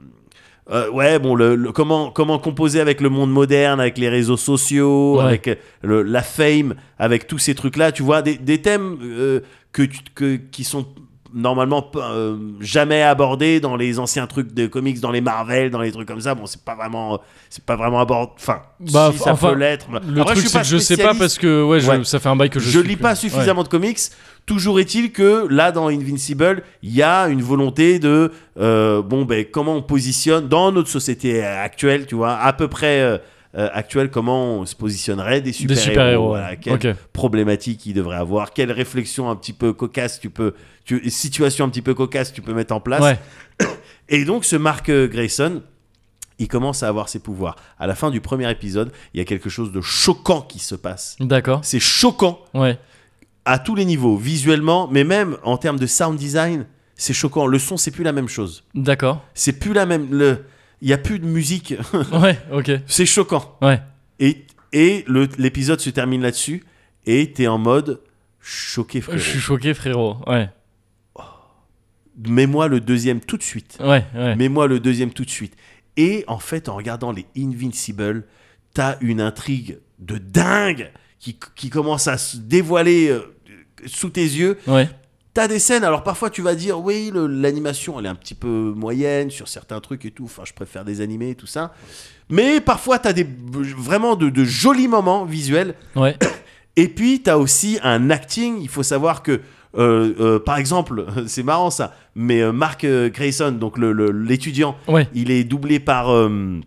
Speaker 2: euh, ouais, bon, le, le- comment, comment composer avec le monde moderne, avec les réseaux sociaux,
Speaker 1: Ouais.
Speaker 2: avec le- la fame, avec tous ces trucs-là, tu vois, des, des thèmes euh, que, tu- que- qui sont normalement p- euh, jamais abordés dans les anciens trucs de comics, dans les Marvel, dans les trucs comme ça. Bon, c'est pas vraiment, c'est pas vraiment abordé. Enfin,
Speaker 1: Bah,
Speaker 2: si, ça
Speaker 1: enfin,
Speaker 2: peut l'être.
Speaker 1: Le
Speaker 2: Après,
Speaker 1: truc,
Speaker 2: suis
Speaker 1: c'est que je sais pas
Speaker 2: spécialiste.
Speaker 1: parce que ouais, je-
Speaker 2: Ouais.
Speaker 1: ça fait un bail que je
Speaker 2: Je
Speaker 1: suis plus-
Speaker 2: lis pas
Speaker 1: ouais.
Speaker 2: suffisamment de comics. Toujours est-il que là, dans Invincible, il y a une volonté de euh, bon ben comment on positionne dans notre société euh, actuelle, tu vois, à peu près euh, euh, actuelle, comment on se positionnerait des super
Speaker 1: Des super-héros.
Speaker 2: voilà,
Speaker 1: ouais.
Speaker 2: quelle
Speaker 1: Ok.
Speaker 2: problématique ils devraient avoir, quelle réflexion un petit peu cocasse tu peux, tu, situation un petit peu cocasse tu peux mettre en place.
Speaker 1: Ouais.
Speaker 2: Et donc ce Mark euh, Grayson, il commence à avoir ses pouvoirs. À la fin du premier épisode, il y a quelque chose de choquant qui se passe.
Speaker 1: D'accord.
Speaker 2: C'est choquant
Speaker 1: Ouais.
Speaker 2: à tous les niveaux, visuellement, mais même en termes de sound design, c'est choquant. Le son, c'est plus la même chose.
Speaker 1: D'accord.
Speaker 2: C'est plus la même. Le, il y a plus de musique.
Speaker 1: ouais. Ok.
Speaker 2: c'est choquant.
Speaker 1: Ouais.
Speaker 2: Et et le- l'épisode se termine là-dessus. Et t'es en mode choqué, frérot.
Speaker 1: Je suis choqué, frérot. Ouais.
Speaker 2: Mets-moi le deuxième tout de suite.
Speaker 1: Ouais. Ouais.
Speaker 2: Mets-moi le deuxième tout de suite. Et en fait, en regardant les Invincible, t'as une intrigue de dingue qui, qui commence à se dévoiler euh, sous tes yeux.
Speaker 1: Ouais.
Speaker 2: T'as des scènes, alors parfois tu vas dire oui, le- l'animation elle est un petit peu moyenne sur certains trucs et tout, enfin je préfère des animés et tout ça. Mais parfois t'as des, vraiment de, de jolis moments visuels.
Speaker 1: Ouais.
Speaker 2: Et puis t'as aussi un acting, il faut savoir que euh, euh, par exemple, c'est marrant ça, mais euh, Mark euh, Grayson, donc le- le- l'étudiant,
Speaker 1: Ouais.
Speaker 2: il est doublé par. euh,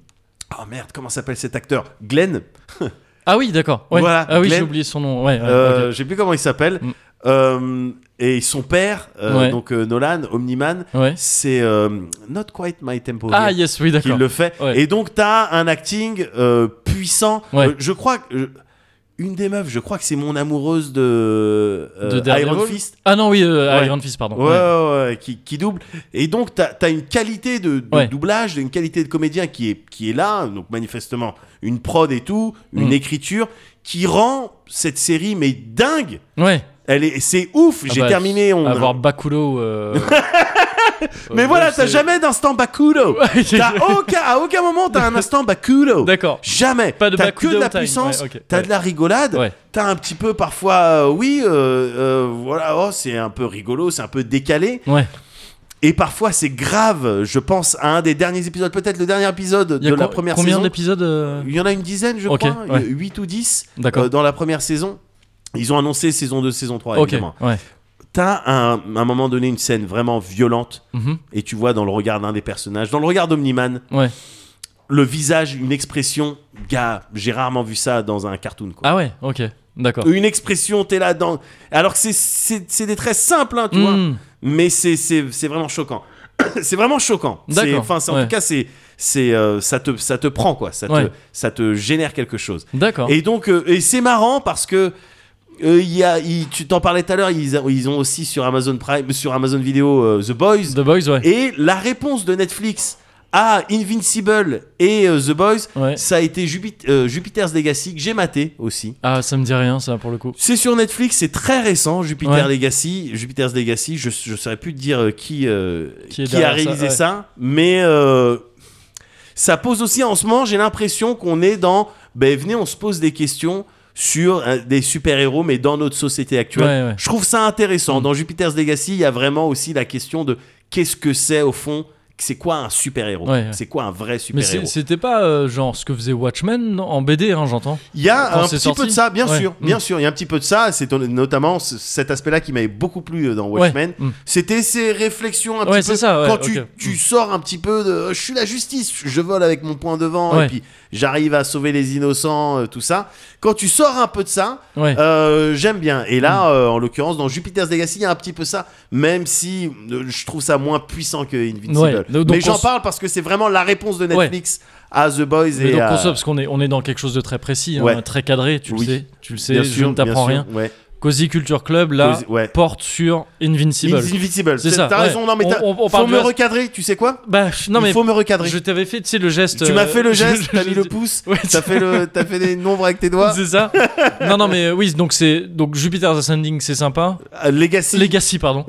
Speaker 2: oh merde, comment s'appelle cet acteur Glenn
Speaker 1: Ah oui, d'accord. Ouais.
Speaker 2: Voilà,
Speaker 1: ah oui,
Speaker 2: Glenn.
Speaker 1: j'ai oublié son nom. Ouais. ouais,
Speaker 2: Euh,
Speaker 1: ok.
Speaker 2: Je sais plus comment il s'appelle.
Speaker 1: Mm.
Speaker 2: Euh, et son père, euh,
Speaker 1: Ouais.
Speaker 2: donc euh, Nolan, Omniman,
Speaker 1: Ouais.
Speaker 2: c'est euh, Not Quite My Tempo
Speaker 1: Ah
Speaker 2: Here
Speaker 1: yes, oui,
Speaker 2: qui
Speaker 1: d'accord.
Speaker 2: le fait.
Speaker 1: Ouais.
Speaker 2: Et donc, t'as un acting euh, puissant.
Speaker 1: Ouais.
Speaker 2: Euh, je crois que. je- Une des meufs, je crois que c'est mon amoureuse de, euh,
Speaker 1: De
Speaker 2: Iron
Speaker 1: Daredevil
Speaker 2: Fist.
Speaker 1: Ah non, oui, euh,
Speaker 2: Ouais.
Speaker 1: Iron Fist, pardon.
Speaker 2: Ouais, ouais, ouais, qui, qui double. Et donc, t'as as une qualité de, de
Speaker 1: Ouais.
Speaker 2: doublage, une qualité de comédien qui est, qui est là, donc manifestement une prod et tout, une
Speaker 1: Mm.
Speaker 2: écriture qui rend cette série, mais dingue.
Speaker 1: Ouais.
Speaker 2: Elle est, c'est ouf.
Speaker 1: Ah
Speaker 2: J'ai
Speaker 1: bah,
Speaker 2: terminé. On,
Speaker 1: Avoir Bakulo. euh,
Speaker 2: Mais
Speaker 1: euh,
Speaker 2: voilà,
Speaker 1: c'est-
Speaker 2: t'as jamais d'instant Bakudo.
Speaker 1: Ouais, j'ai-
Speaker 2: T'as aucun, à aucun moment t'as un instant Bakudo.
Speaker 1: D'accord.
Speaker 2: Jamais.
Speaker 1: Pas de
Speaker 2: T'as que
Speaker 1: Bakudo
Speaker 2: de la
Speaker 1: time.
Speaker 2: puissance.
Speaker 1: Ouais, ok.
Speaker 2: T'as
Speaker 1: Ouais.
Speaker 2: de la rigolade.
Speaker 1: Ouais.
Speaker 2: T'as un petit peu parfois, euh, oui, euh, euh, voilà, oh, c'est un peu rigolo, c'est un peu décalé.
Speaker 1: Ouais.
Speaker 2: Et parfois c'est grave. Je pense à un des derniers épisodes, peut-être le dernier épisode
Speaker 1: Il y a
Speaker 2: de la
Speaker 1: co-
Speaker 2: première
Speaker 1: combien
Speaker 2: saison.
Speaker 1: d'épisodes euh,
Speaker 2: Il y en a une dizaine, je
Speaker 1: Ok,
Speaker 2: crois,
Speaker 1: ouais.
Speaker 2: 8 ou 10
Speaker 1: D'accord.
Speaker 2: euh, dans la première saison. Ils ont annoncé saison 2, saison 3,
Speaker 1: Ok.
Speaker 2: évidemment.
Speaker 1: Ouais.
Speaker 2: T'as un- à un moment donné une scène vraiment violente
Speaker 1: Mhm.
Speaker 2: et tu vois dans le regard d'un des personnages, dans le regard d'Omniman,
Speaker 1: Ouais.
Speaker 2: le visage, une expression, gars, j'ai rarement vu ça dans un cartoon. Quoi.
Speaker 1: Ah ouais. Ok. D'accord.
Speaker 2: Une expression, t'es là dans. Alors que c'est- c'est c'est des traits simples, hein, tu vois.
Speaker 1: Hmm.
Speaker 2: Mais c'est c'est- c'est vraiment choquant. C'est vraiment choquant. C'est-
Speaker 1: D'accord,
Speaker 2: Enfin, c'est- en
Speaker 1: ouais.
Speaker 2: tout cas, c'est c'est euh, ça te ça te prend quoi. Ça
Speaker 1: Ouais.
Speaker 2: te ça te génère quelque chose.
Speaker 1: D'accord.
Speaker 2: Et donc euh, et c'est marrant parce que euh, il y a il- tu t'en parlais tout à l'heure. Ils, a- ils ont aussi sur Amazon Prime, sur Amazon Vidéo, The Boys.
Speaker 1: The Boys, ouais.
Speaker 2: Et la réponse de Netflix à Invincible et euh, The Boys,
Speaker 1: Ouais.
Speaker 2: ça a été Jupit- euh, Jupiter's Legacy, que j'ai maté aussi.
Speaker 1: Ah, ça me dit rien, ça, pour le coup.
Speaker 2: C'est sur Netflix, c'est très récent, Jupiter
Speaker 1: Ouais.
Speaker 2: Legacy. Jupiter's Legacy, je ne saurais plus te dire euh, qui, euh,
Speaker 1: Qui est
Speaker 2: qui, a
Speaker 1: derrière ça,
Speaker 2: réalisé ça,
Speaker 1: ouais.
Speaker 2: mais euh, ça pose aussi en ce moment, j'ai l'impression qu'on est dans, ben venez, on se pose des questions sur euh, des super-héros, mais dans notre société actuelle.
Speaker 1: Ouais, Mm. ouais.
Speaker 2: Je trouve ça intéressant. Dans Jupiter's Legacy, il y a vraiment aussi la question de qu'est-ce que c'est au fond c'est quoi un super-héros
Speaker 1: Ouais, ouais.
Speaker 2: C'est quoi un vrai
Speaker 1: Mais
Speaker 2: super-héros
Speaker 1: c'est- c'était pas euh, genre ce que faisait Watchmen en BD, hein, j'entends.
Speaker 2: Il y a
Speaker 1: Quand
Speaker 2: un
Speaker 1: c'est
Speaker 2: petit
Speaker 1: sorti.
Speaker 2: peu de ça, bien
Speaker 1: Ouais.
Speaker 2: sûr, bien
Speaker 1: Mm.
Speaker 2: sûr. Il y a un petit peu de ça. C'est ton- notamment ce- cet aspect-là qui m'avait beaucoup plu euh, dans Watchmen.
Speaker 1: Ouais, mm.
Speaker 2: C'était ces réflexions un
Speaker 1: Ouais,
Speaker 2: petit peu.
Speaker 1: c'est ça, ouais,
Speaker 2: quand tu,
Speaker 1: ok.
Speaker 2: tu
Speaker 1: Mm.
Speaker 2: sors un petit peu de, euh, je suis la justice, je vole avec mon poing devant
Speaker 1: Ouais.
Speaker 2: et puis j'arrive à sauver les innocents, euh, tout ça. Quand tu sors un peu de ça,
Speaker 1: Ouais. Mm.
Speaker 2: euh, j'aime bien. Et là, euh, en l'occurrence, dans Jupiter's Legacy, il y a un petit peu ça, même si euh, je trouve ça moins puissant que Invincible.
Speaker 1: Ouais. Donc,
Speaker 2: Mais
Speaker 1: on
Speaker 2: j'en
Speaker 1: s-
Speaker 2: parle parce que c'est vraiment la réponse de Netflix à The Boys
Speaker 1: Mais
Speaker 2: et
Speaker 1: donc
Speaker 2: à-
Speaker 1: on sait, parce qu'on est, on est dans quelque chose de très précis, hein,
Speaker 2: euh, Ouais.
Speaker 1: très cadré, tu le
Speaker 2: Oui.
Speaker 1: sais, tu le sais,
Speaker 2: Bien
Speaker 1: je
Speaker 2: sûr,
Speaker 1: ne t'apprends
Speaker 2: bien
Speaker 1: rien.
Speaker 2: sûr, Ouais.
Speaker 1: Cozy Culture Club, là,
Speaker 2: Cozy- ouais.
Speaker 1: porte sur Invincible.
Speaker 2: Invincible.
Speaker 1: C'est
Speaker 2: C'est
Speaker 1: ça,
Speaker 2: T'as
Speaker 1: ouais.
Speaker 2: raison. Non, mais
Speaker 1: On-
Speaker 2: t'as-
Speaker 1: on- on
Speaker 2: faut
Speaker 1: parle
Speaker 2: me
Speaker 1: de-
Speaker 2: recadrer. Tu sais quoi
Speaker 1: Bah, non mais
Speaker 2: Il faut me recadrer.
Speaker 1: je t'avais fait, tu sais, le geste.
Speaker 2: Tu m'as
Speaker 1: euh,
Speaker 2: fait le
Speaker 1: je-
Speaker 2: geste.
Speaker 1: je-
Speaker 2: T'as mis
Speaker 1: je-
Speaker 2: le pouce.
Speaker 1: Ouais,
Speaker 2: T'as fait le. T'as fait des nombres avec tes doigts.
Speaker 1: C'est ça Non, non, mais euh, oui, donc c'est donc Jupiter's Ascending, c'est sympa.
Speaker 2: Euh, Legacy. Ah,
Speaker 1: Legacy, pardon.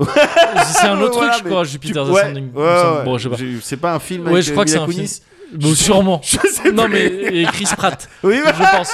Speaker 1: c'est un autre
Speaker 2: Voilà,
Speaker 1: truc, je
Speaker 2: mais
Speaker 1: crois,
Speaker 2: tu-
Speaker 1: Jupiter's
Speaker 2: ouais,
Speaker 1: Ascending.
Speaker 2: ouais, ouais.
Speaker 1: Bon, je sais pas.
Speaker 2: C'est pas un film.
Speaker 1: Ouais,
Speaker 2: avec,
Speaker 1: je crois
Speaker 2: euh,
Speaker 1: que c'est
Speaker 2: Mila
Speaker 1: un
Speaker 2: Kunis
Speaker 1: film. Bon, sûrement.
Speaker 2: Je sais
Speaker 1: Non,
Speaker 2: plus.
Speaker 1: mais et Chris Pratt,
Speaker 2: Oui,
Speaker 1: je pense.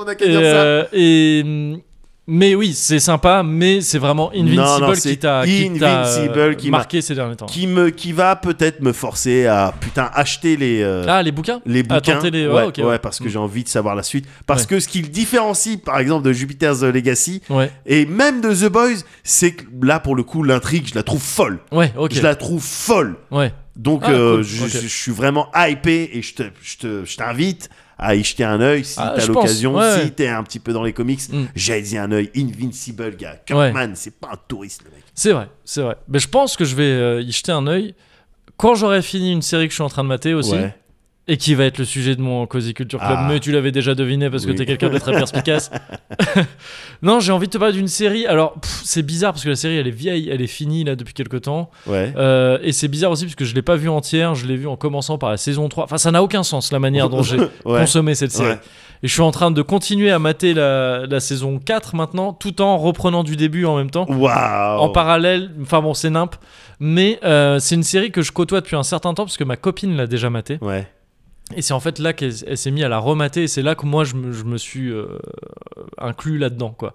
Speaker 2: on a qu'à
Speaker 1: Et,
Speaker 2: dire ça.
Speaker 1: euh, et, hum, mais oui, c'est sympa, mais c'est vraiment Invincible
Speaker 2: Non, non, c'est
Speaker 1: qui t'a qui t'a, euh,
Speaker 2: Invincible qui m'a-
Speaker 1: marqué ces derniers temps.
Speaker 2: Qui me, qui va peut-être me forcer à putain acheter les. euh,
Speaker 1: Ah, les bouquins
Speaker 2: les
Speaker 1: Ah,
Speaker 2: bouquins.
Speaker 1: tenter les-
Speaker 2: Ouais,
Speaker 1: ouais, ok, ouais. Mm.
Speaker 2: ouais, parce que j'ai envie de savoir la suite. Parce
Speaker 1: Ouais.
Speaker 2: que ce qui le différencie, par exemple, de Jupiter's Legacy
Speaker 1: Ouais,
Speaker 2: et même de The Boys, c'est que là, pour le coup, l'intrigue, je la trouve folle.
Speaker 1: ouais, ok.
Speaker 2: Je la trouve folle.
Speaker 1: Ouais.
Speaker 2: Donc,
Speaker 1: Ah,
Speaker 2: euh,
Speaker 1: cool.
Speaker 2: je,
Speaker 1: Ok.
Speaker 2: je- je suis vraiment hypé et je te- je te- je t'invite à y jeter un œil si
Speaker 1: Ah,
Speaker 2: t'as
Speaker 1: je pense,
Speaker 2: l'occasion,
Speaker 1: ouais, ouais.
Speaker 2: si t'es un petit peu dans les comics.
Speaker 1: Mm.
Speaker 2: J'ai dit un œil. Invincible, gars. Kirkman, c'est pas un touriste, le mec.
Speaker 1: C'est vrai, c'est vrai. Mais je pense que je vais euh, y jeter un œil quand j'aurai fini une série que je suis en train de mater aussi
Speaker 2: Ouais.
Speaker 1: et qui va être le sujet de mon Cozy Culture Club.
Speaker 2: Ah.
Speaker 1: Mais tu l'avais déjà deviné parce que
Speaker 2: Oui.
Speaker 1: t'es quelqu'un de très perspicace. non, j'ai envie de te parler d'une série. Alors, pff, c'est bizarre parce que la série elle est vieille, elle est finie là depuis quelques temps.
Speaker 2: Ouais.
Speaker 1: Euh, et c'est bizarre aussi parce que je l'ai pas vue entière, je l'ai vue en commençant par la saison 3. Enfin, ça n'a aucun sens la manière dont j'ai
Speaker 2: Ouais.
Speaker 1: consommé cette série.
Speaker 2: Ouais.
Speaker 1: Et je suis en train de continuer à mater la, la saison 4 maintenant tout en reprenant du début en même temps
Speaker 2: Waouh.
Speaker 1: en parallèle, enfin bon, c'est nimp, mais euh, c'est une série que je côtoie depuis un certain temps parce que ma copine l'a déjà matée.
Speaker 2: Ouais.
Speaker 1: Et c'est en fait là qu'elle elle s'est mise à la remater et c'est là que moi je me, je me suis euh, inclus là-dedans, quoi.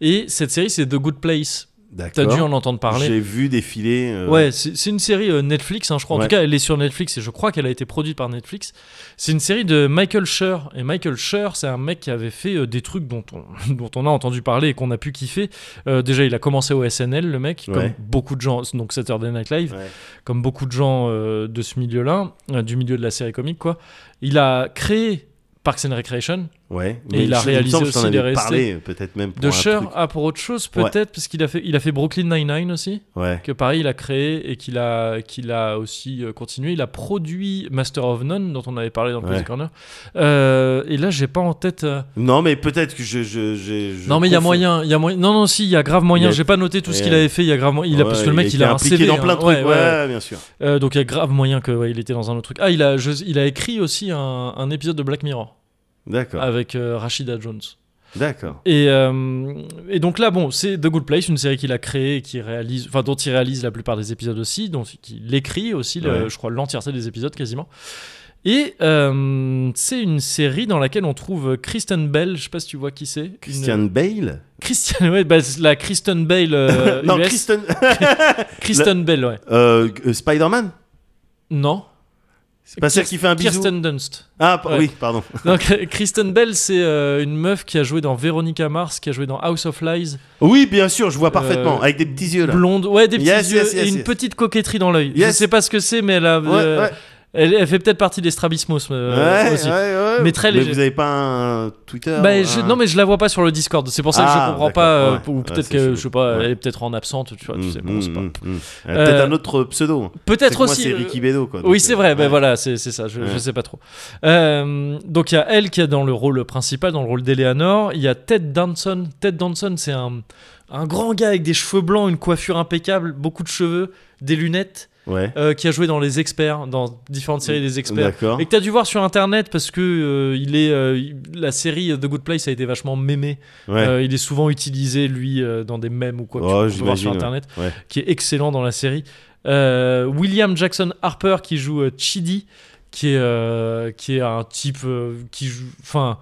Speaker 1: Et cette série, c'est The Good Place. T'as
Speaker 2: D'accord.
Speaker 1: dû en entendre parler.
Speaker 2: J'ai euh, vu défiler. euh,
Speaker 1: Ouais, c'est c'est une série euh, Netflix, hein, je crois. En
Speaker 2: Ouais.
Speaker 1: tout cas, elle est sur Netflix et je crois qu'elle a été produite par Netflix. C'est une série de Michael Schur. Et Michael Schur, c'est un mec qui avait fait euh, des trucs dont on, dont on a entendu parler et qu'on a pu kiffer. Euh, déjà, il a commencé au SNL, le mec, comme
Speaker 2: Ouais.
Speaker 1: beaucoup de gens, donc Saturday Night Live,
Speaker 2: Ouais.
Speaker 1: comme beaucoup de gens euh, de ce milieu-là, euh, du milieu de la série comique, quoi. Il a créé Parks and Recreation,
Speaker 2: Ouais.
Speaker 1: Et il a
Speaker 2: je- me
Speaker 1: réalisé
Speaker 2: semble que je t'en
Speaker 1: aussi les
Speaker 2: avais
Speaker 1: restés
Speaker 2: parlé, peut-être même pour
Speaker 1: de
Speaker 2: un
Speaker 1: Schur
Speaker 2: truc.
Speaker 1: à pour autre chose,
Speaker 2: Ouais.
Speaker 1: peut-être, parce qu'il a fait, il a fait Brooklyn Nine-Nine aussi.
Speaker 2: Ouais.
Speaker 1: que pareil il a créé et qu'il a, qu'il a aussi euh, continué. Il a produit Master of None dont on avait parlé dans le
Speaker 2: Ouais.
Speaker 1: Cozy Corner. Euh, et là j'ai pas en tête. euh,
Speaker 2: Non, mais peut-être que je. je, je- je
Speaker 1: non mais il y a
Speaker 2: confonds.
Speaker 1: moyen, il y a moyen. Non non si il y a grave moyen.
Speaker 2: Il y a-
Speaker 1: J'ai pas noté tout ce
Speaker 2: Ouais.
Speaker 1: qu'il avait fait. Il y a grave moyen. Il a parce
Speaker 2: Ouais,
Speaker 1: que le mec
Speaker 2: été
Speaker 1: il a un
Speaker 2: impliqué
Speaker 1: CV
Speaker 2: dans
Speaker 1: hein.
Speaker 2: plein de
Speaker 1: Ouais,
Speaker 2: trucs.
Speaker 1: ouais, ouais.
Speaker 2: ouais, bien sûr.
Speaker 1: Euh, donc il y a grave moyen que ouais, il était dans un autre truc. Ah il a, je- il a écrit aussi un, un épisode de Black Mirror
Speaker 2: D'accord.
Speaker 1: avec euh, Rashida Jones.
Speaker 2: D'accord.
Speaker 1: Et, euh, et donc là, bon, c'est The Good Place, une série qu'il a créée et qui réalise, enfin, dont il réalise la plupart des épisodes aussi, dont il écrit aussi, le-
Speaker 2: Ouais.
Speaker 1: je crois, l'entièreté des épisodes quasiment. Et euh, c'est une série dans laquelle on trouve Kristen Bell, je sais pas si tu vois qui c'est. Une-
Speaker 2: Christian
Speaker 1: euh,
Speaker 2: Bale
Speaker 1: Christian, ouais, bah, c'est la Kristen Bale. euh,
Speaker 2: Non,
Speaker 1: US.
Speaker 2: Kristen.
Speaker 1: Kristen Bell, ouais.
Speaker 2: Euh, euh, Spider-Man
Speaker 1: Non.
Speaker 2: C'est pas celle qui fait un bisou
Speaker 1: Kirsten Dunst.
Speaker 2: Ah, p-
Speaker 1: Ouais.
Speaker 2: oui, pardon.
Speaker 1: Donc, euh, Kristen Bell, c'est euh, une meuf qui a joué dans Veronica Mars, qui a joué dans House of Lies,
Speaker 2: Oui, bien sûr, je vois parfaitement.
Speaker 1: Euh,
Speaker 2: avec des petits yeux, là.
Speaker 1: blonde, ouais, des petits
Speaker 2: Yes,
Speaker 1: yeux
Speaker 2: yes, yes,
Speaker 1: et une
Speaker 2: yes.
Speaker 1: petite coquetterie dans l'œil. Je
Speaker 2: Yes.
Speaker 1: sais pas ce que c'est, mais elle, a,
Speaker 2: Ouais,
Speaker 1: euh,
Speaker 2: ouais.
Speaker 1: elle, elle fait peut-être partie des strabismos euh,
Speaker 2: ouais,
Speaker 1: aussi.
Speaker 2: ouais, ouais.
Speaker 1: Mais très léger.
Speaker 2: vous avez pas un Twitter
Speaker 1: Bah,
Speaker 2: ou
Speaker 1: je-
Speaker 2: un-
Speaker 1: non mais je la vois pas sur le Discord, c'est pour ça que
Speaker 2: Ah,
Speaker 1: je comprends
Speaker 2: d'accord,
Speaker 1: pas, euh,
Speaker 2: ouais.
Speaker 1: ou
Speaker 2: Ouais,
Speaker 1: peut-être
Speaker 2: c'est
Speaker 1: que
Speaker 2: chaud.
Speaker 1: je sais pas,
Speaker 2: Ouais.
Speaker 1: elle est peut-être en absente, tu vois, tu
Speaker 2: Mm,
Speaker 1: sais, bon,
Speaker 2: mm,
Speaker 1: c'est pas-
Speaker 2: mm, mm. Elle a Peut-être
Speaker 1: Euh,
Speaker 2: un autre pseudo. C'est
Speaker 1: Peut-être
Speaker 2: que moi,
Speaker 1: aussi.
Speaker 2: C'est
Speaker 1: euh,
Speaker 2: Ricky Bedo, quoi.
Speaker 1: Oui,
Speaker 2: donc,
Speaker 1: c'est
Speaker 2: euh,
Speaker 1: vrai, ben
Speaker 2: ouais.
Speaker 1: voilà, c'est c'est ça, je, je
Speaker 2: Ouais.
Speaker 1: sais pas trop. Euh, donc il y a elle qui est dans le rôle principal, dans le rôle d'Eleanor. Il y a Ted Danson. Ted Danson, c'est un, un grand gars avec des cheveux blancs, une coiffure impeccable, beaucoup de cheveux, des lunettes.
Speaker 2: Ouais.
Speaker 1: euh, qui a joué dans Les Experts, dans différentes séries des Experts.
Speaker 2: D'accord.
Speaker 1: Et que t'as dû voir sur internet parce que euh, il est, euh, il- la série euh, The Good Place a été vachement mémée.
Speaker 2: Ouais.
Speaker 1: Euh, il est souvent utilisé, lui, euh, dans des mèmes ou quoi que
Speaker 2: Oh,
Speaker 1: tu peux voir sur
Speaker 2: j'imagine, ouais.
Speaker 1: internet,
Speaker 2: Ouais.
Speaker 1: qui est excellent dans la série. Euh, William Jackson Harper qui joue euh, Chidi, qui est, euh, qui est un type euh, qui joue. Enfin.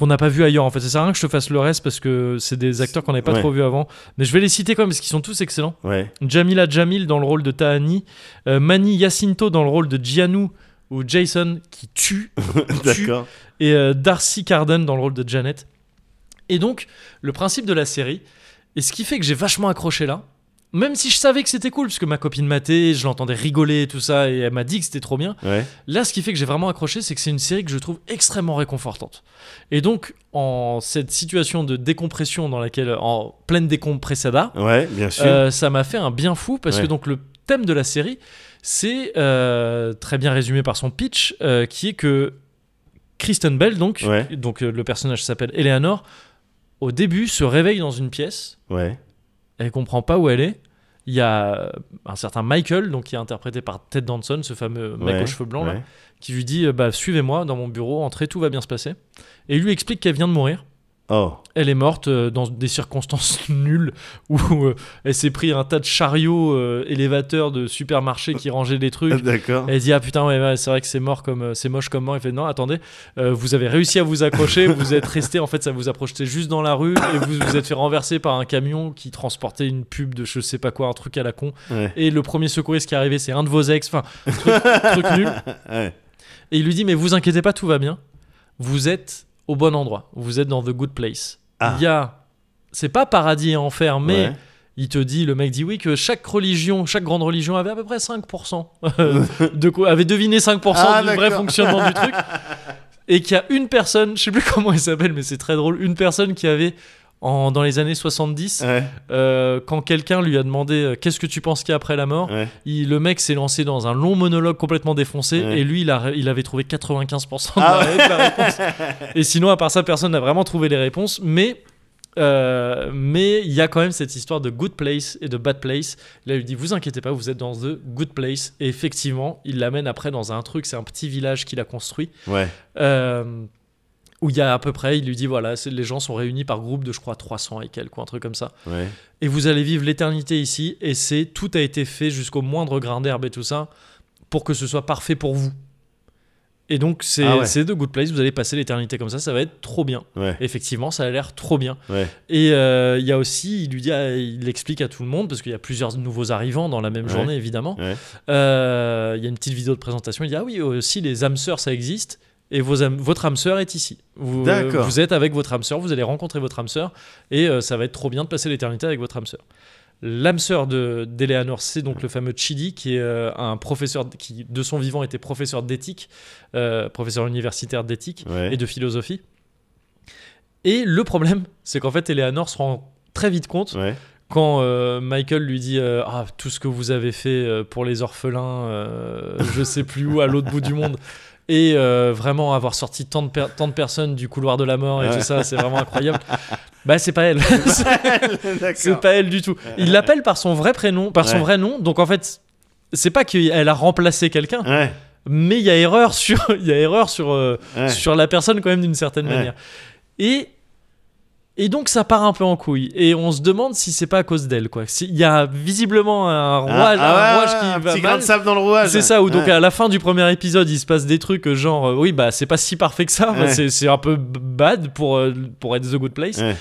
Speaker 1: qu'on n'a pas vu ailleurs. En fait, ça sert à rien que je te fasse le reste parce que c'est des acteurs qu'on n'avait pas
Speaker 2: Ouais.
Speaker 1: trop vu avant. Mais je vais les citer quand même parce qu'ils sont tous excellents.
Speaker 2: Ouais.
Speaker 1: Jamila Jamil dans le rôle de Tahani, euh, Mani Yacinto dans le rôle de Gianu ou Jason qui tue,
Speaker 2: D'accord.
Speaker 1: et euh, Darcy Carden dans le rôle de Janet. Et donc, le principe de la série, et ce qui fait que j'ai vachement accroché là, même si je savais que c'était cool, parce que ma copine matait, je l'entendais rigoler et tout ça, et elle m'a dit que c'était trop bien,
Speaker 2: Ouais.
Speaker 1: Là, ce qui fait que j'ai vraiment accroché, c'est que c'est une série que je trouve extrêmement réconfortante. Et donc, en cette situation de décompression dans laquelle, en pleine décompressada,
Speaker 2: Ouais, bien sûr.
Speaker 1: euh, ça m'a fait un bien fou parce
Speaker 2: Ouais.
Speaker 1: que donc le thème de la série, c'est euh, très bien résumé par son pitch, euh, qui est que Kristen Bell, donc,
Speaker 2: Ouais.
Speaker 1: donc euh, le personnage s'appelle Eleanor, au début se réveille dans une pièce
Speaker 2: Ouais.
Speaker 1: elle comprend pas où elle est. Il y a un certain Michael, donc qui est interprété par Ted Danson, ce fameux mec
Speaker 2: ouais,
Speaker 1: aux cheveux blancs, là,
Speaker 2: ouais.
Speaker 1: qui lui dit euh, bah, Suivez-moi dans mon bureau, entrez, tout va bien se passer. Et il lui explique qu'elle vient de mourir.
Speaker 2: Oh.
Speaker 1: Elle est morte euh, dans des circonstances nulles où euh, elle s'est pris un tas de chariots euh, élévateurs de supermarchés qui rangeaient des trucs.
Speaker 2: D'accord.
Speaker 1: Elle dit ah putain ouais, ouais, c'est vrai que c'est mort comme euh, c'est moche comme mort. Il fait non attendez euh, vous avez réussi à vous accrocher vous êtes resté en fait ça vous a projeté juste dans la rue et vous vous êtes fait renverser par un camion qui transportait une pub de je sais pas quoi un truc à la con
Speaker 2: Ouais.
Speaker 1: et le premier secouriste qui est arrivé c'est un de vos ex enfin truc, truc nul
Speaker 2: Ouais.
Speaker 1: et il lui dit mais vous inquiétez pas tout va bien vous êtes au bon endroit vous êtes dans the good place
Speaker 2: Ah.
Speaker 1: il y a c'est pas paradis et enfer mais
Speaker 2: Ouais.
Speaker 1: il te dit, le mec dit oui, que chaque religion, chaque grande religion avait à peu près 5%. euh, de quoi Avait deviné 5%
Speaker 2: Ah,
Speaker 1: du vrai
Speaker 2: d'accord.
Speaker 1: fonctionnement du truc. Et qu'il y a une personne, je sais plus comment elle s'appelle, mais c'est très drôle, une personne qui avait, en, dans les années 70,
Speaker 2: Ouais.
Speaker 1: euh, quand quelqu'un lui a demandé euh, qu'est-ce que tu penses qu'il y a après la mort,
Speaker 2: Ouais.
Speaker 1: il- le mec s'est lancé dans un long monologue complètement défoncé
Speaker 2: Ouais.
Speaker 1: et lui, il, a- il avait trouvé 95% de,
Speaker 2: Ah
Speaker 1: la, de la réponse. Et sinon, à part ça, personne n'a vraiment trouvé les réponses, mais. euh, mais il y a quand même cette histoire de good place et de bad place. Là, il lui dit Vous inquiétez pas, vous êtes dans the good place. Et effectivement, il l'amène après dans un truc, c'est un petit village qu'il a construit.
Speaker 2: Ouais.
Speaker 1: euh, où il y a à peu près, il lui dit Voilà, c'est- les gens sont réunis par groupe de, je crois, 300 et quelques, ou un truc comme ça
Speaker 2: Ouais.
Speaker 1: et vous allez vivre l'éternité ici et c'est tout a été fait jusqu'au moindre grain d'herbe et tout ça pour que ce soit parfait pour vous et donc c'est
Speaker 2: Ah ouais.
Speaker 1: c'est The Good Place vous allez passer l'éternité comme ça ça va être trop bien
Speaker 2: Ouais.
Speaker 1: effectivement ça a l'air trop bien
Speaker 2: Ouais.
Speaker 1: et euh, il y a aussi il lui dit à- il explique à tout le monde parce qu'il y a plusieurs nouveaux arrivants dans la même
Speaker 2: Ouais.
Speaker 1: journée évidemment
Speaker 2: Ouais.
Speaker 1: Euh, il y a une petite vidéo de présentation il dit ah oui aussi les âmes sœurs ça existe et vos âmes- votre âme sœur est ici. Vous, euh,
Speaker 2: D'accord.
Speaker 1: vous êtes avec votre âme sœur, vous allez rencontrer votre âme sœur, et euh, ça va être trop bien de passer l'éternité avec votre âme sœur. L'âme sœur de- d'Eleanor, c'est donc le fameux Chidi, qui est euh, un professeur d- qui, de son vivant, était professeur d'éthique, euh, professeur universitaire d'éthique
Speaker 2: Ouais.
Speaker 1: et de philosophie. Et le problème, c'est qu'en fait, Eleanor se rend très vite compte
Speaker 2: Ouais.
Speaker 1: quand euh, Michael lui dit euh, ah tout ce que vous avez fait euh, pour les orphelins euh, je sais plus où à l'autre bout du monde et euh, vraiment avoir sorti tant de, per- tant de personnes du couloir de la mort et
Speaker 2: Ouais.
Speaker 1: tout ça c'est vraiment incroyable bah c'est pas elle C'est- c'est
Speaker 2: D'accord.
Speaker 1: pas elle du tout il l'appelle par son vrai prénom par son
Speaker 2: Ouais.
Speaker 1: vrai nom donc en fait c'est pas qu'elle a remplacé quelqu'un
Speaker 2: Ouais.
Speaker 1: mais il y a erreur sur il y a erreur sur euh,
Speaker 2: Ouais.
Speaker 1: sur la personne quand même d'une certaine
Speaker 2: Ouais.
Speaker 1: manière. Et et donc ça part un peu en couille et on se demande si c'est pas à cause d'elle quoi. Si- Il y a visiblement un
Speaker 2: Ah,
Speaker 1: rouage,
Speaker 2: ah
Speaker 1: un
Speaker 2: ouais,
Speaker 1: rouage
Speaker 2: ouais,
Speaker 1: qui
Speaker 2: un
Speaker 1: va
Speaker 2: petit
Speaker 1: mal.
Speaker 2: grain de sable dans le rouage.
Speaker 1: C'est ça, ou donc
Speaker 2: Ouais.
Speaker 1: à la fin du premier épisode, il se passe des trucs euh, genre, euh, oui, bah c'est pas si parfait que ça, bah,
Speaker 2: Ouais.
Speaker 1: c'est c'est un peu b- bad pour, euh, pour être The Good Place.
Speaker 2: Ouais.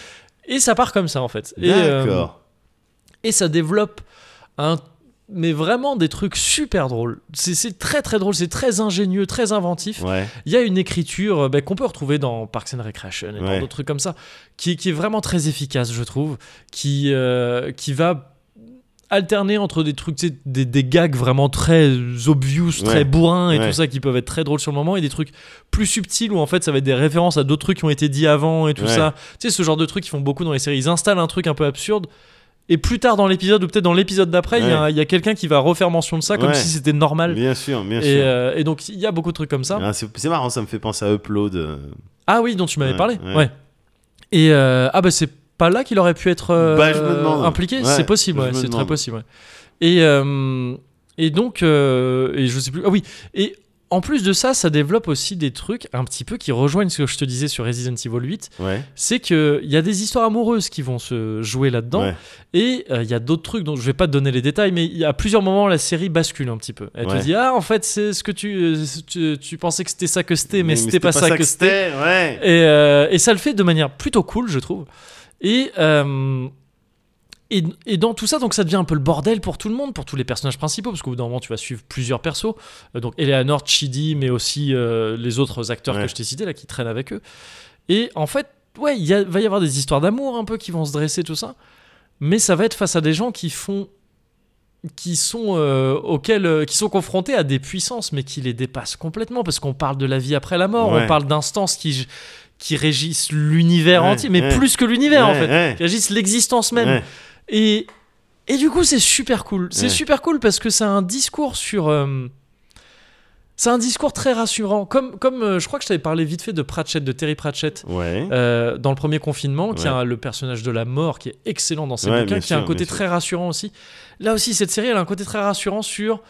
Speaker 1: Et ça part comme ça en fait. Et, euh,
Speaker 2: D'accord.
Speaker 1: et ça développe un mais vraiment des trucs super drôles. C'est- C'est très très drôle, c'est très ingénieux, très inventif.
Speaker 2: Ouais.
Speaker 1: Il y a une écriture euh, ben, qu'on peut retrouver dans Parks and Recreation et dans
Speaker 2: Ouais.
Speaker 1: d'autres trucs comme ça, qui, qui est vraiment très efficace, je trouve, qui, euh, qui va alterner entre des trucs, tu sais, des, des gags vraiment très obvious, très
Speaker 2: Ouais.
Speaker 1: bourrins et
Speaker 2: Ouais.
Speaker 1: tout ça, qui peuvent être très drôles sur le moment, et des trucs plus subtils où en fait ça va être des références à d'autres trucs qui ont été dits avant et tout
Speaker 2: Ouais.
Speaker 1: ça. Tu sais, ce genre de trucs qu'ils font beaucoup dans les séries. Ils installent un truc un peu absurde. Et plus tard dans l'épisode, ou peut-être dans l'épisode d'après, il y a,
Speaker 2: Ouais.
Speaker 1: un- il y a quelqu'un qui va refaire mention de ça comme
Speaker 2: Ouais.
Speaker 1: si c'était normal.
Speaker 2: Bien sûr, bien
Speaker 1: Et,
Speaker 2: sûr.
Speaker 1: euh, et donc, il y a beaucoup de trucs comme ça.
Speaker 2: Ah, c'est c'est marrant, ça me fait penser à Upload. euh.
Speaker 1: Ah oui, dont tu m'avais
Speaker 2: Ouais,
Speaker 1: parlé. Ouais.
Speaker 2: ouais.
Speaker 1: Et euh, ah bah c'est pas là qu'il aurait pu être euh,
Speaker 2: Bah, je me demande.
Speaker 1: impliqué.
Speaker 2: Ouais,
Speaker 1: c'est possible,
Speaker 2: je
Speaker 1: ouais,
Speaker 2: me
Speaker 1: c'est très
Speaker 2: demande.
Speaker 1: possible. ouais. Et euh, et donc euh, et je sais plus. Ah oui. Et en plus de ça, ça développe aussi des trucs un petit peu qui rejoignent ce que je te disais sur Resident Evil 8.
Speaker 2: Ouais.
Speaker 1: C'est qu'il y a des histoires amoureuses qui vont se jouer là-dedans.
Speaker 2: Ouais.
Speaker 1: Et euh, il y a d'autres trucs dont je vais pas te donner les détails, mais y a- à plusieurs moments, la série bascule un petit peu. Elle
Speaker 2: Ouais.
Speaker 1: te dit Ah, en fait, c'est ce que tu, euh, tu, tu pensais que c'était ça que c'était, mais, c'était pas, ça que c'était.
Speaker 2: c'était. Ouais.
Speaker 1: Et, euh, et ça le fait de manière plutôt cool, je trouve. Et, euh, et, et dans tout ça, donc ça devient un peu le bordel pour tout le monde, pour tous les personnages principaux, parce qu'au bout d'un moment, tu vas suivre plusieurs persos. Euh, donc Eleanor, Chidi, mais aussi euh, les autres acteurs
Speaker 2: Ouais.
Speaker 1: que je t'ai cités, là, qui traînent avec eux. Et en fait, ouais, il y a- va y avoir des histoires d'amour un peu qui vont se dresser, tout ça. Mais ça va être face à des gens qui font qui sont euh, auxquels euh, qui sont confrontés à des puissances mais qui les dépassent complètement parce qu'on parle de la vie après la mort
Speaker 2: Ouais.
Speaker 1: on parle d'instances qui qui régissent l'univers
Speaker 2: Ouais,
Speaker 1: entier mais
Speaker 2: ouais.
Speaker 1: plus que l'univers en
Speaker 2: Ouais,
Speaker 1: fait
Speaker 2: ouais,
Speaker 1: qui régissent l'existence même
Speaker 2: ouais.
Speaker 1: et et du coup c'est super cool c'est
Speaker 2: Ouais.
Speaker 1: super cool parce que c'est un discours sur euh, c'est un discours très rassurant comme comme euh, je crois que je t'avais parlé vite fait de Pratchett de Terry Pratchett
Speaker 2: Ouais.
Speaker 1: euh, dans le premier confinement, qui
Speaker 2: Ouais.
Speaker 1: a le personnage de la mort qui est excellent dans ses
Speaker 2: Ouais, bien
Speaker 1: bouquins, qui a un
Speaker 2: sûr,
Speaker 1: côté
Speaker 2: bien
Speaker 1: très rassurant aussi. Là aussi, cette série, elle a un côté très rassurant sur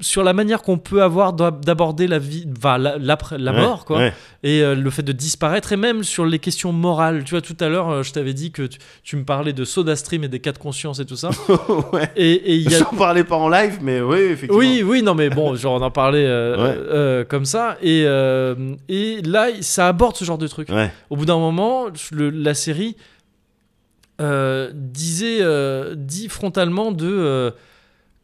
Speaker 1: sur la manière qu'on peut avoir d'ab- d'aborder la vie, enfin, la, l'après- la
Speaker 2: Ouais,
Speaker 1: mort, quoi,
Speaker 2: ouais.
Speaker 1: et euh, le fait de disparaître, et même sur les questions morales. Tu vois, tout à l'heure, euh, je t'avais dit que tu, tu me parlais de SodaStream et des cas de conscience et tout ça.
Speaker 2: ouais.
Speaker 1: et et il y a
Speaker 2: J'en parlais pas en live, mais oui, effectivement.
Speaker 1: oui, oui, non, mais bon, genre on en parlait euh,
Speaker 2: Ouais.
Speaker 1: euh, comme ça, et, euh, et là, ça aborde ce genre de truc
Speaker 2: Ouais.
Speaker 1: au bout d'un moment, le- la série euh, disait, euh, dit frontalement de euh,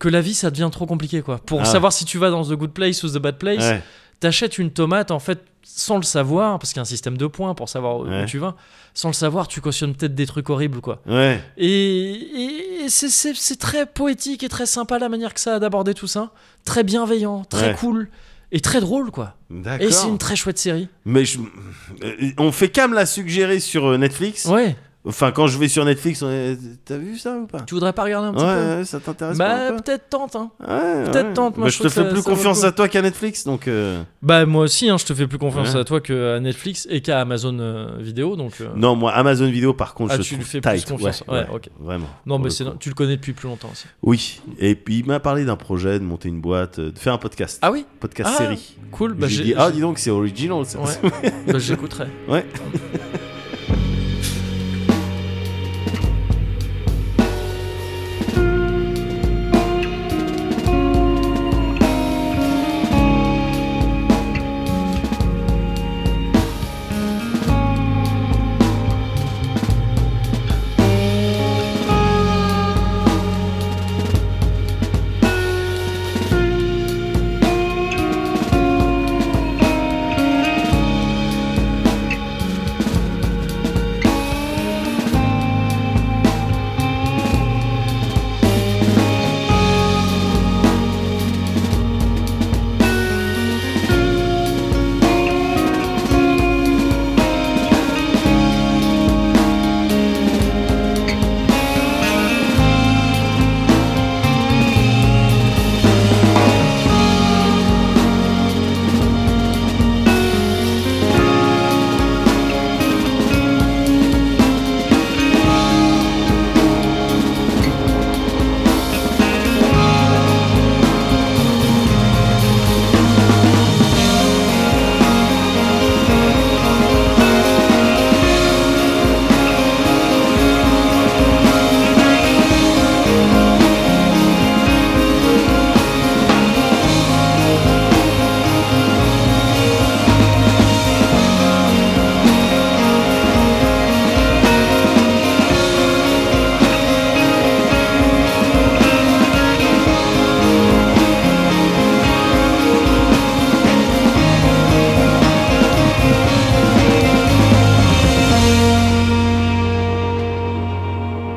Speaker 1: que la vie ça devient trop compliqué quoi. Pour
Speaker 2: Ah.
Speaker 1: savoir si tu vas dans The Good Place ou The Bad Place,
Speaker 2: Ouais.
Speaker 1: t'achètes une tomate en fait sans le savoir parce qu'il y a un système de points pour savoir où-
Speaker 2: Ouais.
Speaker 1: où tu vas. Sans le savoir, tu cautionnes peut-être des trucs horribles quoi.
Speaker 2: Ouais.
Speaker 1: Et, et- et c'est- c'est c'est très poétique et très sympa la manière que ça a d'aborder tout ça. Très bienveillant, très
Speaker 2: Ouais.
Speaker 1: cool et très drôle quoi.
Speaker 2: D'accord.
Speaker 1: Et c'est une très chouette série.
Speaker 2: Mais je- euh, on fait qu'à me la suggérer sur euh, Netflix.
Speaker 1: Ouais.
Speaker 2: Enfin, quand je vais sur Netflix, on est- t'as vu ça ou pas
Speaker 1: Tu voudrais pas regarder un petit peu
Speaker 2: Ouais, ouais, ça t'intéresse
Speaker 1: Bah
Speaker 2: pas un peu
Speaker 1: peut-être tente hein.
Speaker 2: Ouais,
Speaker 1: peut-être
Speaker 2: ouais.
Speaker 1: tente, moi,
Speaker 2: Bah,
Speaker 1: je
Speaker 2: je
Speaker 1: trouve
Speaker 2: te
Speaker 1: que
Speaker 2: fais
Speaker 1: ça-
Speaker 2: plus
Speaker 1: ça vaut le
Speaker 2: confiance
Speaker 1: coup.
Speaker 2: à toi qu'à Netflix, donc. euh,
Speaker 1: Bah moi aussi hein, je te fais plus confiance
Speaker 2: Ouais.
Speaker 1: à toi qu'à Netflix et qu'à Amazon euh, vidéo donc euh,
Speaker 2: Non, moi, Amazon Vidéo, par contre,
Speaker 1: Ah,
Speaker 2: je
Speaker 1: tu lui
Speaker 2: trouve
Speaker 1: fais plus
Speaker 2: tight.
Speaker 1: confiance.
Speaker 2: Ouais,
Speaker 1: Ouais,
Speaker 2: ouais,
Speaker 1: ok.
Speaker 2: Vraiment.
Speaker 1: non
Speaker 2: pour
Speaker 1: mais
Speaker 2: le
Speaker 1: c'est
Speaker 2: coup.
Speaker 1: tu le connais depuis plus longtemps aussi.
Speaker 2: Oui. Et puis, il m'a parlé d'un projet, de monter une boîte, euh, de faire un podcast.
Speaker 1: Ah oui,
Speaker 2: Podcast
Speaker 1: Ah,
Speaker 2: série.
Speaker 1: cool bah
Speaker 2: J'ai
Speaker 1: j'ai-
Speaker 2: dit, ah, dis donc, c'est original ça.
Speaker 1: Ouais. bah, j'écouterai.
Speaker 2: Ouais.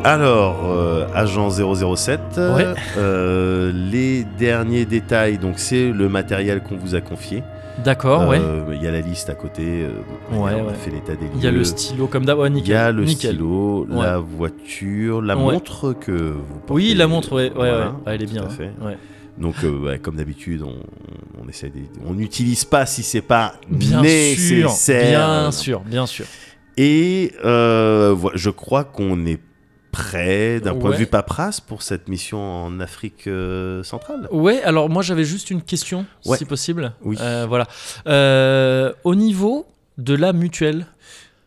Speaker 2: Alors, euh, agent 007, euh,
Speaker 1: Ouais.
Speaker 2: euh, les derniers détails, donc c'est le matériel qu'on vous a confié.
Speaker 1: D'accord ouais.
Speaker 2: Euh, Il y a la liste à côté, euh, donc,
Speaker 1: Ouais,
Speaker 2: on a
Speaker 1: ouais.
Speaker 2: fait l'état des lieux.
Speaker 1: Il y a le stylo comme d'hab. Ouais,
Speaker 2: Il
Speaker 1: nickel.
Speaker 2: y a le
Speaker 1: nickel.
Speaker 2: stylo,
Speaker 1: Ouais.
Speaker 2: la voiture, la
Speaker 1: Ouais.
Speaker 2: montre que vous portez.
Speaker 1: Oui, la montre, ouais, ouais,
Speaker 2: Voilà,
Speaker 1: ouais. Ah, elle est
Speaker 2: tout
Speaker 1: bien.
Speaker 2: à fait.
Speaker 1: ouais.
Speaker 2: Donc, euh, ouais, comme d'habitude, on, on essaie de- on n'utilise pas si c'est pas
Speaker 1: Bien
Speaker 2: nécessaire.
Speaker 1: sûr, bien sûr, bien sûr.
Speaker 2: Et euh, voilà, je crois qu'on est prêt d'un point de
Speaker 1: Ouais.
Speaker 2: vue paperasse pour cette mission en Afrique euh, centrale
Speaker 1: Ouais, alors moi j'avais juste une question,
Speaker 2: Ouais.
Speaker 1: si possible.
Speaker 2: Oui.
Speaker 1: Euh, voilà. Euh, au niveau de la mutuelle,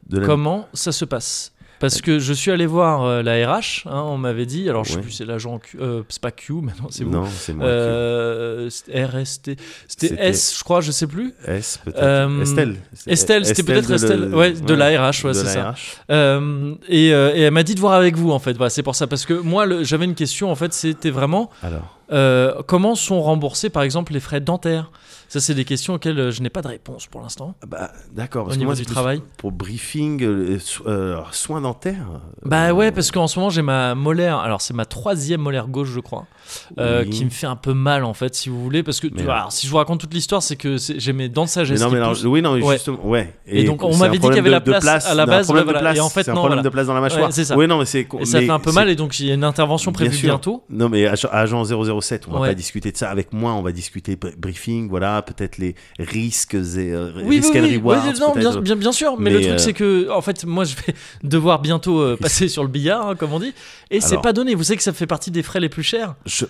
Speaker 2: de la-
Speaker 1: comment ça se passe parce que je suis allé voir euh, la RH, hein, on m'avait dit, alors je sais
Speaker 2: Ouais.
Speaker 1: plus, c'est l'agent, Q- euh, c'est pas Q, maintenant c'est vous.
Speaker 2: Non, c'est moi.
Speaker 1: Euh, c'était RST, c'était
Speaker 2: C'était-
Speaker 1: S, je crois, je sais plus.
Speaker 2: qui- S peut-être.
Speaker 1: euh,
Speaker 2: Estelle.
Speaker 1: Estelle, c'était peut-être
Speaker 2: de-
Speaker 1: Estelle, ouais, de la RH, ouais,
Speaker 2: de
Speaker 1: c'est ça.
Speaker 2: la RH.
Speaker 1: Euh, et, euh, et elle m'a dit de voir avec vous en fait. Voilà, c'est pour ça parce que moi le- j'avais une question en fait, c'était vraiment
Speaker 2: Alors,
Speaker 1: euh, comment sont remboursés par exemple les frais dentaires. Ça c'est des questions auxquelles euh, je n'ai pas de réponse pour l'instant.
Speaker 2: bah, d'accord.
Speaker 1: Ah Au
Speaker 2: parce que
Speaker 1: niveau
Speaker 2: moi,
Speaker 1: du
Speaker 2: c'est plus
Speaker 1: travail.
Speaker 2: Pour briefing, euh, so- euh, alors, soins dentaires.
Speaker 1: Bah ouais parce qu'en ce moment j'ai ma molaire. Alors c'est ma troisième molaire gauche je crois euh,
Speaker 2: Oui.
Speaker 1: qui me fait un peu mal en fait si vous voulez parce que tu
Speaker 2: Mais
Speaker 1: vois,
Speaker 2: non.
Speaker 1: alors, si je vous raconte toute l'histoire c'est que c'est- j'ai mes dents de
Speaker 2: Mais
Speaker 1: sagesse.
Speaker 2: non,
Speaker 1: qui
Speaker 2: mais alors,
Speaker 1: poussent.
Speaker 2: oui, non, mais
Speaker 1: Ouais.
Speaker 2: justement, ouais.
Speaker 1: Et donc, on
Speaker 2: c'est un
Speaker 1: m'avait dit qu'il y
Speaker 2: problème
Speaker 1: avait
Speaker 2: de-
Speaker 1: la
Speaker 2: de
Speaker 1: place à la
Speaker 2: non,
Speaker 1: base,
Speaker 2: un
Speaker 1: ouais,
Speaker 2: problème de
Speaker 1: voilà.
Speaker 2: place.
Speaker 1: Et en fait,
Speaker 2: c'est un
Speaker 1: non,
Speaker 2: problème
Speaker 1: voilà.
Speaker 2: de place dans la mâchoire.
Speaker 1: Ouais, c'est ça.
Speaker 2: Oui, non, mais c'est.
Speaker 1: Et ça
Speaker 2: mais
Speaker 1: fait un peu
Speaker 2: c'est-
Speaker 1: mal et donc il y a une intervention
Speaker 2: Bien
Speaker 1: prévue
Speaker 2: sûr.
Speaker 1: bientôt.
Speaker 2: Non, mais ag- agent 007, on va
Speaker 1: Ouais.
Speaker 2: pas discuter de ça avec moi, on va discuter br- briefing, voilà, peut-être les risques et euh,
Speaker 1: Oui,
Speaker 2: risques
Speaker 1: oui,
Speaker 2: and
Speaker 1: oui,
Speaker 2: rewards,
Speaker 1: oui, non, bien,
Speaker 2: peut-être.
Speaker 1: bien- bien sûr, mais,
Speaker 2: Mais,
Speaker 1: le truc
Speaker 2: euh,
Speaker 1: c'est que, en fait, moi je vais devoir bientôt euh, passer sur le billard, hein, comme on dit, et c'est
Speaker 2: Alors.
Speaker 1: pas donné. Vous savez que ça fait partie des frais les plus chers,
Speaker 2: Je-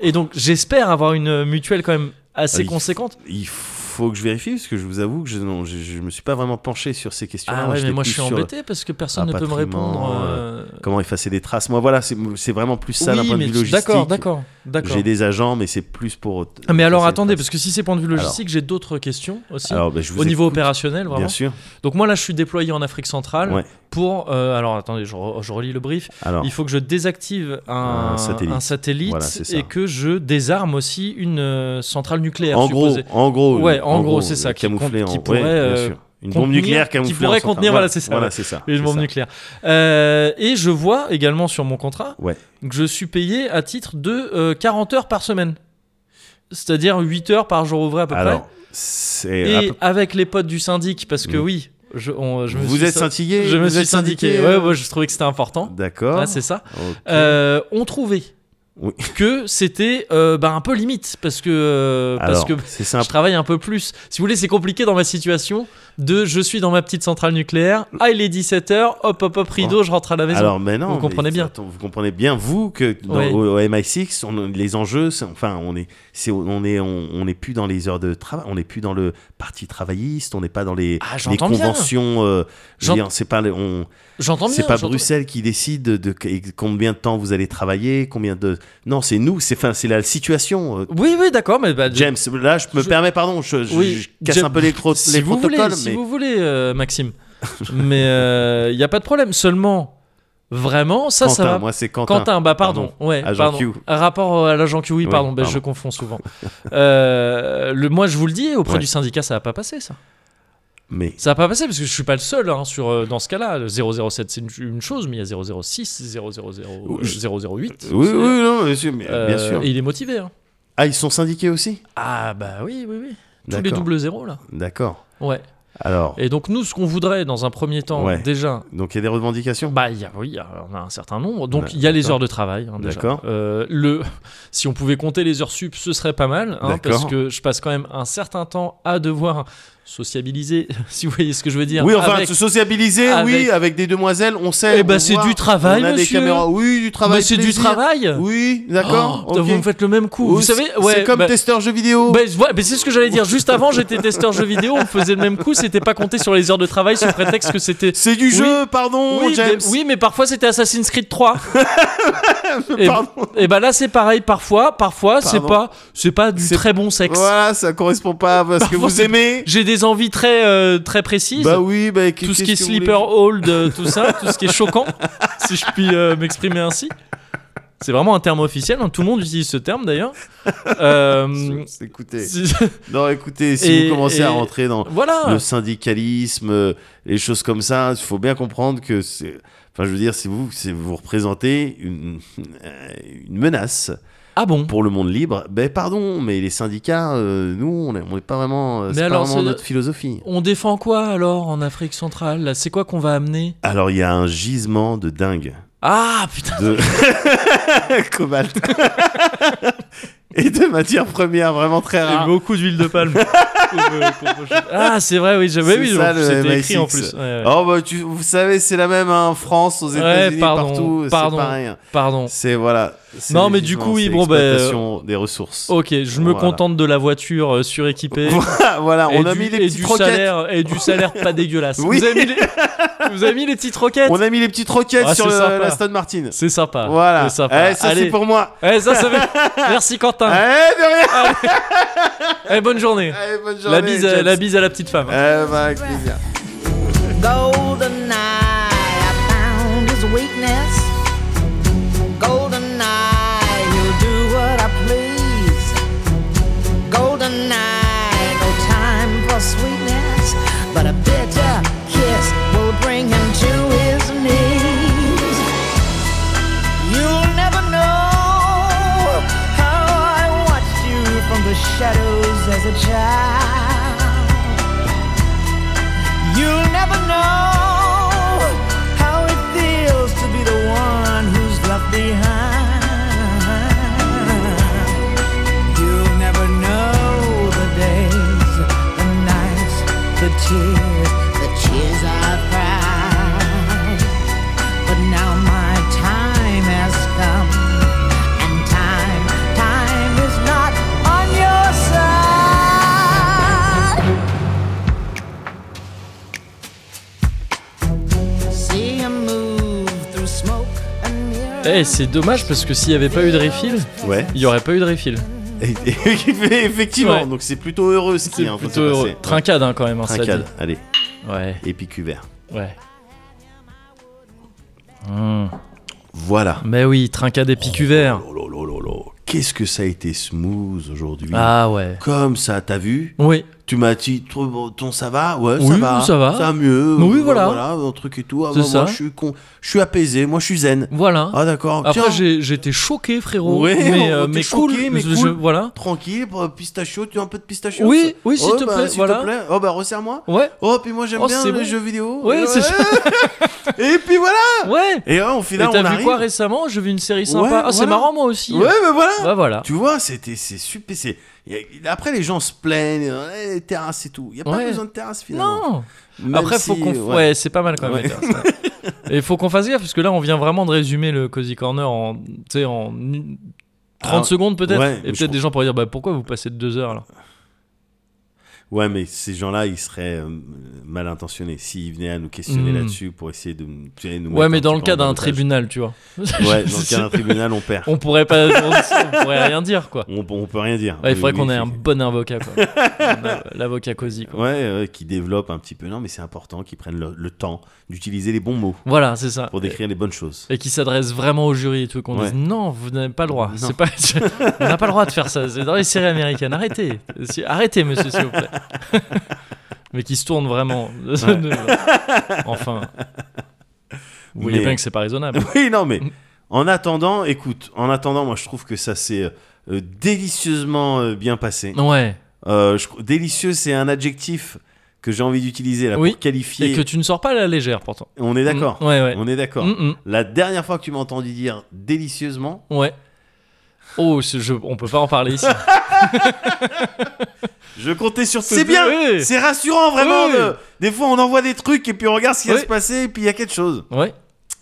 Speaker 1: et donc j'espère avoir une euh, mutuelle quand même assez
Speaker 2: Ah, il-
Speaker 1: conséquente.
Speaker 2: Il faut que je vérifie, parce que je vous avoue que je, non, je, je me suis pas vraiment penché sur ces questions-là.
Speaker 1: Ah ouais, mais
Speaker 2: j'étais
Speaker 1: moi je
Speaker 2: plus
Speaker 1: suis
Speaker 2: sur
Speaker 1: embêté parce que personne
Speaker 2: un
Speaker 1: ne peut me
Speaker 2: patrimoine,
Speaker 1: répondre. euh,
Speaker 2: Comment effacer des traces Moi, voilà, c'est c'est vraiment plus ça d'un
Speaker 1: oui,
Speaker 2: point de
Speaker 1: mais
Speaker 2: vue logistique.
Speaker 1: d'accord, d'accord, d'accord.
Speaker 2: J'ai des agents, mais c'est plus pour. euh,
Speaker 1: Ah, Mais alors
Speaker 2: effacer les
Speaker 1: attendez,
Speaker 2: traces.
Speaker 1: parce que si c'est point de vue logistique, j'ai d'autres questions aussi.
Speaker 2: Alors, ben, je vous
Speaker 1: au
Speaker 2: ai-
Speaker 1: niveau opérationnel, vraiment.
Speaker 2: Bien sûr.
Speaker 1: Donc moi là, je suis déployé en Afrique centrale
Speaker 2: Ouais.
Speaker 1: pour. euh, alors attendez, je, re- je relis le brief.
Speaker 2: Alors,
Speaker 1: Il faut que je désactive un,
Speaker 2: Un satellite.
Speaker 1: un satellite
Speaker 2: Voilà, c'est ça.
Speaker 1: et que je désarme aussi une euh, centrale nucléaire.
Speaker 2: en gros,
Speaker 1: supposée.
Speaker 2: en gros,
Speaker 1: Ouais,
Speaker 2: euh,
Speaker 1: en gros, c'est ça, qui
Speaker 2: camouflé
Speaker 1: compte- qui
Speaker 2: en
Speaker 1: pourrait,
Speaker 2: ouais, bien
Speaker 1: euh,
Speaker 2: sûr. une bombe
Speaker 1: contenir-
Speaker 2: nucléaire
Speaker 1: qui
Speaker 2: camouflée
Speaker 1: pourrait
Speaker 2: en centrale.
Speaker 1: contenir, voilà, c'est ça,
Speaker 2: Voilà,
Speaker 1: ouais.
Speaker 2: c'est ça.
Speaker 1: Une
Speaker 2: c'est
Speaker 1: bombe
Speaker 2: ça.
Speaker 1: nucléaire. Euh, et je vois également sur mon contrat
Speaker 2: Ouais.
Speaker 1: que je suis payé à titre de euh, 40 heures par semaine. C'est-à-dire 8 heures par jour ouvré à peu
Speaker 2: Alors,
Speaker 1: près.
Speaker 2: c'est à
Speaker 1: Et
Speaker 2: peu-
Speaker 1: avec les potes du syndic, parce que
Speaker 2: Mm.
Speaker 1: oui, je, on- je me
Speaker 2: vous
Speaker 1: suis
Speaker 2: êtes
Speaker 1: syn-
Speaker 2: scintillé
Speaker 1: je me
Speaker 2: vous
Speaker 1: suis
Speaker 2: êtes
Speaker 1: syndiqué. Ouais, ouais, je trouvais que c'était important.
Speaker 2: D'accord.
Speaker 1: Ouais, Ah, c'est ça.
Speaker 2: Ok.
Speaker 1: Euh, on trouvait
Speaker 2: Oui.
Speaker 1: que c'était euh, bah, un peu limite parce que, euh, parce
Speaker 2: Alors,
Speaker 1: que
Speaker 2: c'est
Speaker 1: je
Speaker 2: simple.
Speaker 1: travaille un peu plus. Si vous voulez, c'est compliqué dans ma situation de je suis dans ma petite centrale nucléaire, ah il est 17h, hop hop hop rideau, je rentre à la maison.
Speaker 2: Alors maintenant,
Speaker 1: Vous comprenez bien.
Speaker 2: vous comprenez bien vous que dans,
Speaker 1: Ouais.
Speaker 2: au, au MI6, on- les enjeux, c'est- enfin, on est, c'est, on est, on, on est plus dans les heures de travail, on n'est plus dans le parti travailliste, on n'est pas dans les,
Speaker 1: Ah,
Speaker 2: les
Speaker 1: j'entends bien.
Speaker 2: conventions. euh, je veux
Speaker 1: J'ent-
Speaker 2: dire, c'est pas, le- on,
Speaker 1: J'entends bien.
Speaker 2: c'est pas
Speaker 1: j'entends-
Speaker 2: Bruxelles qui décide de, de- que- combien de temps vous allez travailler, combien de, non, c'est nous, c'est, enfin, c'est la situation. euh,
Speaker 1: Oui oui d'accord, mais bah,
Speaker 2: James, là, je me
Speaker 1: je-
Speaker 2: permets, pardon, je, je-
Speaker 1: Oui,
Speaker 2: je casse
Speaker 1: James,
Speaker 2: un peu les, cro-
Speaker 1: si
Speaker 2: les
Speaker 1: vous voulez,
Speaker 2: protocoles,
Speaker 1: si
Speaker 2: mais
Speaker 1: vous voulez, euh, Maxime. mais il n'y a pas de problème. Seulement, vraiment, ça
Speaker 2: Quentin,
Speaker 1: ça va.
Speaker 2: moi, c'est Quentin.
Speaker 1: Quentin, bah pardon, ouais,
Speaker 2: Agent
Speaker 1: pardon.
Speaker 2: Q.
Speaker 1: Rapport à l'agent Q, oui,
Speaker 2: Oui,
Speaker 1: pardon, bah,
Speaker 2: pardon.
Speaker 1: je confonds souvent. Euh, le, moi, je vous le dis, auprès
Speaker 2: Ouais.
Speaker 1: du syndicat, ça va pas passer, ça.
Speaker 2: Mais
Speaker 1: Ça va pas passer parce que je suis pas le seul hein, sur, euh, dans ce cas-là. Le 007, c'est une, une chose, mais il y a 006, 000, euh,
Speaker 2: Je-
Speaker 1: 008.
Speaker 2: oui,
Speaker 1: c'est-
Speaker 2: oui, non, monsieur, mais
Speaker 1: euh,
Speaker 2: bien sûr.
Speaker 1: Et il est motivé. hein.
Speaker 2: Ah, ils sont syndiqués aussi
Speaker 1: Ah, bah oui, oui, oui. Tous les
Speaker 2: D'accord.
Speaker 1: double zéros, là.
Speaker 2: D'accord.
Speaker 1: Ouais.
Speaker 2: Alors,
Speaker 1: Et donc, nous, ce qu'on voudrait, dans un premier temps,
Speaker 2: Ouais.
Speaker 1: déjà,
Speaker 2: donc il y a des revendications
Speaker 1: Bah, il y a, oui, il y a- on a un certain nombre. Donc,
Speaker 2: Ouais,
Speaker 1: il y a les
Speaker 2: d'accord.
Speaker 1: heures de travail. hein, déjà.
Speaker 2: D'accord.
Speaker 1: Euh, le, si on pouvait compter les heures sup, ce serait pas mal. hein,
Speaker 2: D'accord.
Speaker 1: parce que je passe quand même un certain temps à devoir sociabiliser, si vous voyez ce que je veux dire.
Speaker 2: Oui, enfin,
Speaker 1: avec-
Speaker 2: se sociabiliser,
Speaker 1: avec-
Speaker 2: oui, avec des demoiselles, on sait.
Speaker 1: Eh ben,
Speaker 2: on
Speaker 1: c'est
Speaker 2: voit,
Speaker 1: du travail,
Speaker 2: on a
Speaker 1: monsieur.
Speaker 2: Des caméras. Oui, du travail.
Speaker 1: Mais c'est du
Speaker 2: plaisir.
Speaker 1: travail.
Speaker 2: Oui, d'accord.
Speaker 1: Oh, putain,
Speaker 2: ok.
Speaker 1: Vous me faites le même coup. vous
Speaker 2: Oui,
Speaker 1: savez,
Speaker 2: c'est-
Speaker 1: ouais,
Speaker 2: C'est comme
Speaker 1: bah,
Speaker 2: testeur jeux vidéo.
Speaker 1: bah, je- ouais, bah, c'est ce que j'allais dire. Juste avant, j'étais testeur jeux vidéo. On me faisait le même coup. C'était pas compté sur les heures de travail sous prétexte que c'était.
Speaker 2: c'est du
Speaker 1: Oui.
Speaker 2: jeu, pardon,
Speaker 1: Oui mais,
Speaker 2: James.
Speaker 1: oui, mais parfois c'était Assassin's Creed 3. et,
Speaker 2: Pardon.
Speaker 1: et bah là c'est pareil. Parfois, parfois c'est
Speaker 2: Pardon.
Speaker 1: pas, c'est pas du
Speaker 2: C'est-
Speaker 1: très bon sexe.
Speaker 2: Voilà, ça correspond pas à ce que
Speaker 1: Parfois,
Speaker 2: vous aimez.
Speaker 1: J'ai des envies très, euh, très précises.
Speaker 2: Bah oui, bah
Speaker 1: tout ce qui est sleeper
Speaker 2: slipper
Speaker 1: hold, euh, tout ça, tout ce qui est choquant, si je puis euh, m'exprimer ainsi. C'est vraiment un terme officiel. hein, Tout le monde utilise ce terme d'ailleurs. Euh,
Speaker 2: Écoutez,
Speaker 1: si-
Speaker 2: non, écoutez, si
Speaker 1: Et-
Speaker 2: vous commencez
Speaker 1: et-
Speaker 2: à rentrer dans
Speaker 1: voilà.
Speaker 2: le syndicalisme, euh, les choses comme ça, il faut bien comprendre que c'est. Enfin, je veux dire, c'est vous, c'est vous représentez une, euh, une menace
Speaker 1: Ah bon.
Speaker 2: pour le monde libre. Ben pardon, mais les syndicats, euh, nous, on n'est on est pas vraiment, euh,
Speaker 1: Mais
Speaker 2: c'est pas
Speaker 1: alors,
Speaker 2: vraiment
Speaker 1: c'est-
Speaker 2: notre philosophie.
Speaker 1: On défend quoi alors en Afrique centrale là C'est quoi qu'on va amener
Speaker 2: Alors, il y a un gisement de dingue
Speaker 1: Ah putain.
Speaker 2: de cobalt. et de matières premières vraiment très
Speaker 1: Il y a eu
Speaker 2: rares.
Speaker 1: beaucoup d'huile de palme. Pour, euh, pour vos choses. ah, c'est vrai, oui, j'avais
Speaker 2: C'est
Speaker 1: vu.
Speaker 2: ça,
Speaker 1: en plus,
Speaker 2: le
Speaker 1: C'était écrit
Speaker 2: MI6.
Speaker 1: en plus. Ouais, ouais.
Speaker 2: Oh bah tu, vous savez c'est la même hein, en France aux
Speaker 1: Ouais,
Speaker 2: États-Unis
Speaker 1: pardon,
Speaker 2: partout
Speaker 1: pardon.
Speaker 2: c'est pareil.
Speaker 1: Pardon.
Speaker 2: C'est voilà. c'est
Speaker 1: Non, mais du
Speaker 2: effectivement,
Speaker 1: coup, oui,
Speaker 2: c'est
Speaker 1: bon, bah,
Speaker 2: exploitation des ressources.
Speaker 1: Ok, je me
Speaker 2: Voilà.
Speaker 1: contente de la voiture euh, suréquipée.
Speaker 2: voilà,
Speaker 1: et
Speaker 2: on a
Speaker 1: du-
Speaker 2: mis les
Speaker 1: et
Speaker 2: petites
Speaker 1: du
Speaker 2: roquettes.
Speaker 1: salaire et du salaire pas dégueulasse.
Speaker 2: Oui.
Speaker 1: Vous, avez mis les... vous avez mis les petites roquettes.
Speaker 2: On a mis les petites roquettes
Speaker 1: Ah,
Speaker 2: sur
Speaker 1: c'est
Speaker 2: le-
Speaker 1: sympa.
Speaker 2: la Stone Martin.
Speaker 1: C'est sympa.
Speaker 2: Voilà.
Speaker 1: C'est sympa.
Speaker 2: Eh, ça
Speaker 1: Allez.
Speaker 2: c'est pour moi.
Speaker 1: Eh, ça, ça fait- Merci
Speaker 2: Eh,
Speaker 1: Quentin.
Speaker 2: de rien.
Speaker 1: Eh, bonne journée.
Speaker 2: Allez, bonne journée.
Speaker 1: La bise, à,
Speaker 2: James.
Speaker 1: la bise à la petite femme.
Speaker 2: Eh, bah, avec plaisir.
Speaker 5: Golden eye, I found his weakness. Golden eye, he'll do what I please. Golden eye, no time for sweetness, but a bitter kiss will bring him to his knees. You'll never know how I watched you from the shadows as a child. You'll never know how it feels to be the one who's left behind. You'll never know the days, the nights, the tears, the tears I've cried. But now my time has come, and time, time is not on your side. See him move through smoke and mirrors.
Speaker 1: Eh, c'est dommage parce que s'il n'y avait pas eu de refill,
Speaker 2: Ouais.
Speaker 1: il n'y aurait pas eu de refill.
Speaker 2: Et- et- Effectivement,
Speaker 1: Ouais.
Speaker 2: donc c'est plutôt heureux ce qui
Speaker 1: C'est
Speaker 2: est en train de
Speaker 1: plutôt
Speaker 2: se
Speaker 1: heureux.
Speaker 2: passer.
Speaker 1: Trincade hein, quand même. hein, ça dit.
Speaker 2: Trincade. Allez,
Speaker 1: Ouais,
Speaker 2: épicuvert.
Speaker 1: ouais.
Speaker 2: Voilà.
Speaker 1: Mais oui, trincade et picuvert.
Speaker 2: Oh, lo, lo, lo, lo. Qu'est-ce que ça a été smooth aujourd'hui.
Speaker 1: Ah ouais.
Speaker 2: Comme ça, t'as vu
Speaker 1: Oui,
Speaker 2: Tu m'as dit, ton ton, ça va Ouais, ça
Speaker 1: Oui,
Speaker 2: va.
Speaker 1: ça va.
Speaker 2: mieux.
Speaker 1: Oui,
Speaker 2: euh,
Speaker 1: voilà.
Speaker 2: un truc et tout. Ah,
Speaker 1: C'est
Speaker 2: moi, moi,
Speaker 1: ça.
Speaker 2: je suis con. Je suis apaisé. Moi, je suis zen.
Speaker 1: voilà.
Speaker 2: Ah, d'accord.
Speaker 1: Après,
Speaker 2: Tiens,
Speaker 1: j'ai- j'étais choqué, frérot.
Speaker 2: Ouais,
Speaker 1: mais
Speaker 2: on-
Speaker 1: euh,
Speaker 2: t'es
Speaker 1: mais
Speaker 2: choqué,
Speaker 1: cool.
Speaker 2: mais
Speaker 1: je- je-
Speaker 2: cool.
Speaker 1: voilà.
Speaker 2: tranquille, euh, pistachio, tu as un peu de pistachio
Speaker 1: Oui, oui, s'il
Speaker 2: Oh,
Speaker 1: te
Speaker 2: bah,
Speaker 1: plaît,
Speaker 2: S'il
Speaker 1: voilà.
Speaker 2: te plaît. Oh, bah, resserre-moi.
Speaker 1: Ouais,
Speaker 2: Oh, puis moi, j'aime
Speaker 1: Oh,
Speaker 2: bien
Speaker 1: c'est
Speaker 2: les
Speaker 1: bon.
Speaker 2: jeux vidéo.
Speaker 1: Ouais,
Speaker 2: Et
Speaker 1: c'est ça.
Speaker 2: Et puis voilà.
Speaker 1: ouais.
Speaker 2: Ah. Et là, au
Speaker 1: Et
Speaker 2: final,
Speaker 1: t'as
Speaker 2: on
Speaker 1: vu
Speaker 2: arrive.
Speaker 1: quoi récemment J'ai vu une série sympa.
Speaker 2: Ouais,
Speaker 1: ah, c'est
Speaker 2: voilà.
Speaker 1: marrant, moi aussi.
Speaker 2: Ouais, mais voilà.
Speaker 1: Bah voilà.
Speaker 2: Tu vois, c'était c'est super. c'est- y a- Après, les gens se plaignent, euh, les terrasses et tout. Il y a pas
Speaker 1: Ouais.
Speaker 2: besoin de terrasse finalement.
Speaker 1: Non.
Speaker 2: Même
Speaker 1: Après, faut
Speaker 2: si,
Speaker 1: qu'on.
Speaker 2: ouais.
Speaker 1: Ouais, c'est pas mal quand même.
Speaker 2: Ouais.
Speaker 1: les terrasses, ouais. Et faut qu'on fasse gaffe parce que là, on vient vraiment de résumer le Cozy Corner en, tu sais, en une- 30
Speaker 2: Ah,
Speaker 1: secondes peut-être.
Speaker 2: ouais,
Speaker 1: Et
Speaker 2: mais je
Speaker 1: peut-être des
Speaker 2: trouve-
Speaker 1: gens pourraient dire, bah pourquoi vous passez de deux heures là
Speaker 2: Ouais, mais ces gens-là, ils seraient euh, mal intentionnés s'ils venaient à nous questionner
Speaker 1: Mm.
Speaker 2: là-dessus pour essayer de nous. tu sais, nous
Speaker 1: Ouais,
Speaker 2: mettre
Speaker 1: mais
Speaker 2: un
Speaker 1: dans
Speaker 2: petit
Speaker 1: le
Speaker 2: peu
Speaker 1: cas
Speaker 2: en
Speaker 1: d'un
Speaker 2: avantage.
Speaker 1: tribunal, tu vois.
Speaker 2: Ouais, dans le cas d'un tribunal, on perd.
Speaker 1: On pourrait pas, on, on pourrait rien dire quoi.
Speaker 2: On, on peut rien dire.
Speaker 1: Ouais, il faudrait
Speaker 2: Oui,
Speaker 1: qu'on ait
Speaker 2: c'est-
Speaker 1: un bon avocat quoi. Un, euh, L'avocat Cozy quoi.
Speaker 2: Ouais, euh, qui développe un petit peu. Non, mais c'est important qu'ils prennent le, le temps d'utiliser les bons mots
Speaker 1: Voilà, c'est ça.
Speaker 2: pour décrire les bonnes choses.
Speaker 1: Et qui s'adresse vraiment au jury et tout, qu'on
Speaker 2: Ouais.
Speaker 1: dise non, vous n'avez pas le droit.
Speaker 2: Non.
Speaker 1: C'est pas, on n'a pas le droit de faire ça. C'est dans les séries américaines. Arrêtez, Si- arrêtez, monsieur, s'il vous plaît. Mais qui se tourne vraiment. enfin, vous voyez
Speaker 2: Mais-
Speaker 1: bien que c'est pas raisonnable.
Speaker 2: Oui, non, mais
Speaker 1: Mm.
Speaker 2: en attendant, écoute, en attendant, moi je trouve que ça s'est euh, délicieusement euh, bien passé.
Speaker 1: Ouais.
Speaker 2: Euh, je- délicieux, c'est un adjectif que j'ai envie d'utiliser là
Speaker 1: Oui.
Speaker 2: pour qualifier.
Speaker 1: Et que tu ne sors pas à la légère pourtant.
Speaker 2: On est d'accord.
Speaker 1: Mm, Ouais, ouais.
Speaker 2: On est d'accord.
Speaker 1: Mm,
Speaker 2: La dernière fois que tu m'as entendu dire délicieusement,
Speaker 1: mm, ouais. Oh, c'est- je- on peut pas en parler ici.
Speaker 2: je comptais sur
Speaker 1: C'est
Speaker 2: C'est bien,
Speaker 1: bien.
Speaker 2: c'est rassurant vraiment.
Speaker 1: Oui.
Speaker 2: de- Des fois, on envoie des trucs et puis on regarde ce qui
Speaker 1: Oui.
Speaker 2: va se passer et puis il y a quelque chose.
Speaker 1: Ouais,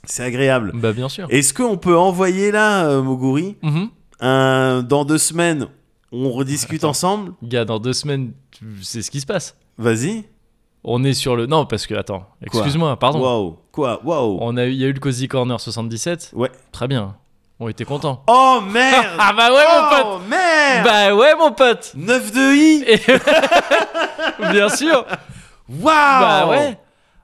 Speaker 2: C'est agréable.
Speaker 1: bah bien sûr.
Speaker 2: Est-ce qu'on peut envoyer là, euh, Moguri,
Speaker 1: Mhm.
Speaker 2: un... dans deux semaines, on rediscute ensemble
Speaker 1: Gars, dans deux semaines, tu- c'est ce qui se passe.
Speaker 2: Vas-y.
Speaker 1: On est sur le. Non, parce que attends,
Speaker 2: Quoi
Speaker 1: excuse-moi, pardon.
Speaker 2: Waouh. Quoi Waouh.
Speaker 1: On a eu, il y a eu le Cozy Corner 77.
Speaker 2: Ouais.
Speaker 1: Très bien. On était contents.
Speaker 2: Oh merde
Speaker 1: Ah bah ouais, mon pote
Speaker 2: Oh merde
Speaker 1: Bah ouais, mon pote
Speaker 2: 9 de I
Speaker 1: Et- Bien sûr
Speaker 2: Oh. Waouh
Speaker 1: Bah ouais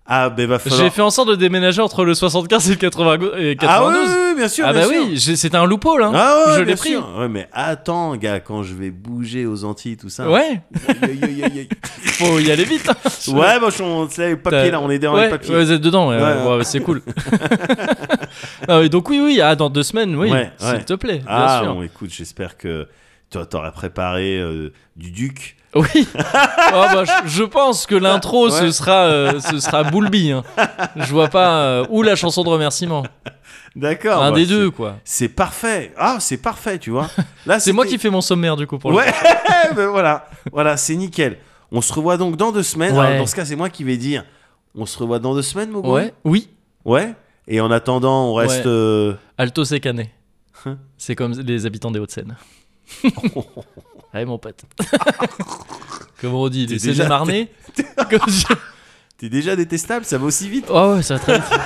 Speaker 2: Ah bah va falloir...
Speaker 1: J'ai fait en sorte de déménager entre le 75 et le 80 et 92.
Speaker 2: Ah oui, oui, oui, bien sûr,
Speaker 1: Ah
Speaker 2: bien
Speaker 1: bah
Speaker 2: sûr.
Speaker 1: oui, j'ai- c'était un loophole, hein.
Speaker 2: Ah ouais,
Speaker 1: Je
Speaker 2: bien
Speaker 1: l'ai pris.
Speaker 2: sûr. Ouais, mais attends, gars, quand je vais bouger aux Antilles, tout ça.
Speaker 1: Ouais,
Speaker 2: Aïe, aïe, aïe, aïe.
Speaker 1: faut y aller vite.
Speaker 2: ouais, bon, je- on c'est les papiers, là, on est dans
Speaker 1: ouais,
Speaker 2: les papiers.
Speaker 1: ouais, vous êtes dedans, ouais,
Speaker 2: Ouais,
Speaker 1: ouais,
Speaker 2: ouais.
Speaker 1: ouais, c'est cool. Ah oui, donc oui, oui, ah, dans deux semaines, oui,
Speaker 2: Ouais,
Speaker 1: s'il
Speaker 2: ouais.
Speaker 1: te plaît,
Speaker 2: ah,
Speaker 1: bien sûr.
Speaker 2: bon, écoute, j'espère que toi, t'aurais préparé euh, du duc.
Speaker 1: Oui. Ah bah, je, je pense que l'intro ce
Speaker 2: Ouais.
Speaker 1: sera euh, ce sera Boulby. hein. Je vois pas euh, ou la chanson de remerciement.
Speaker 2: D'accord.
Speaker 1: un
Speaker 2: bah,
Speaker 1: des
Speaker 2: c'est-
Speaker 1: deux, quoi.
Speaker 2: C'est parfait. Ah, c'est parfait, tu vois. Là,
Speaker 1: C'est moi
Speaker 2: c'était-
Speaker 1: qui fais mon sommaire, du coup, pour le
Speaker 2: Ouais, ben voilà, voilà, c'est nickel. On se revoit donc dans deux semaines.
Speaker 1: Ouais.
Speaker 2: Alors, dans ce cas, c'est moi qui vais dire. On se revoit dans deux semaines, mon
Speaker 1: coup. Ouais, oui.
Speaker 2: Ouais. Et en attendant, on reste.
Speaker 1: Ouais.
Speaker 2: euh,
Speaker 1: Alto Secané.
Speaker 2: Hein.
Speaker 1: C'est comme les habitants des Hauts-de-Seine. Allez, mon pote. Comment on dit
Speaker 2: T'es
Speaker 1: Les
Speaker 2: déjà-
Speaker 1: Seine-et-Marnais Comme je-
Speaker 2: T'es déjà détestable, ça va aussi vite.
Speaker 1: Oh, ouais, ça va très vite.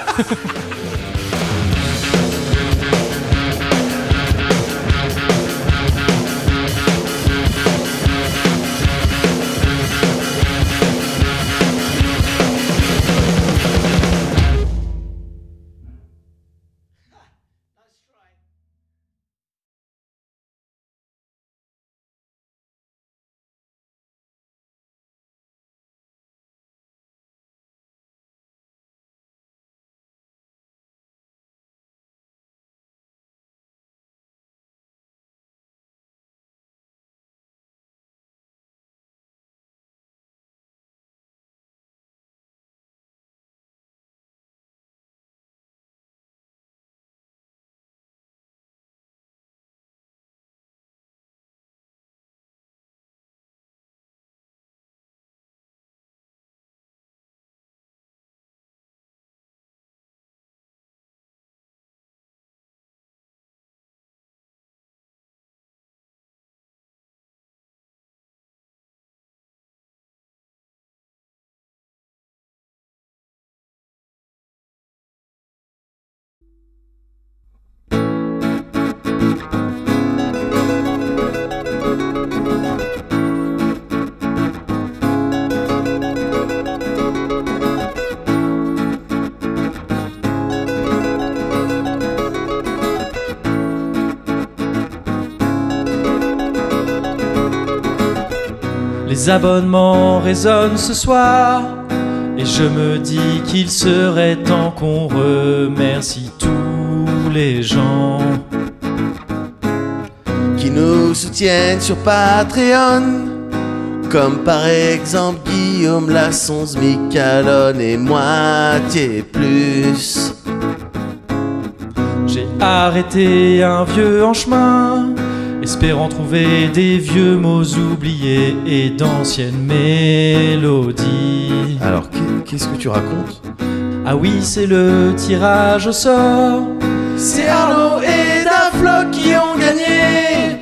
Speaker 1: Les abonnements résonnent ce soir et je me dis qu'il serait temps qu'on remercie tous les gens.
Speaker 2: Qui nous soutiennent sur Patreon. Comme par exemple Guillaume Lasson, Micalone et moitié plus.
Speaker 1: J'ai arrêté un vieux en chemin, espérant trouver des vieux mots oubliés et d'anciennes mélodies.
Speaker 2: Alors, qu'est- qu'est-ce que tu racontes
Speaker 1: Ah oui, c'est le tirage au sort. C'est Arnaud et Dafloc qui ont gagné.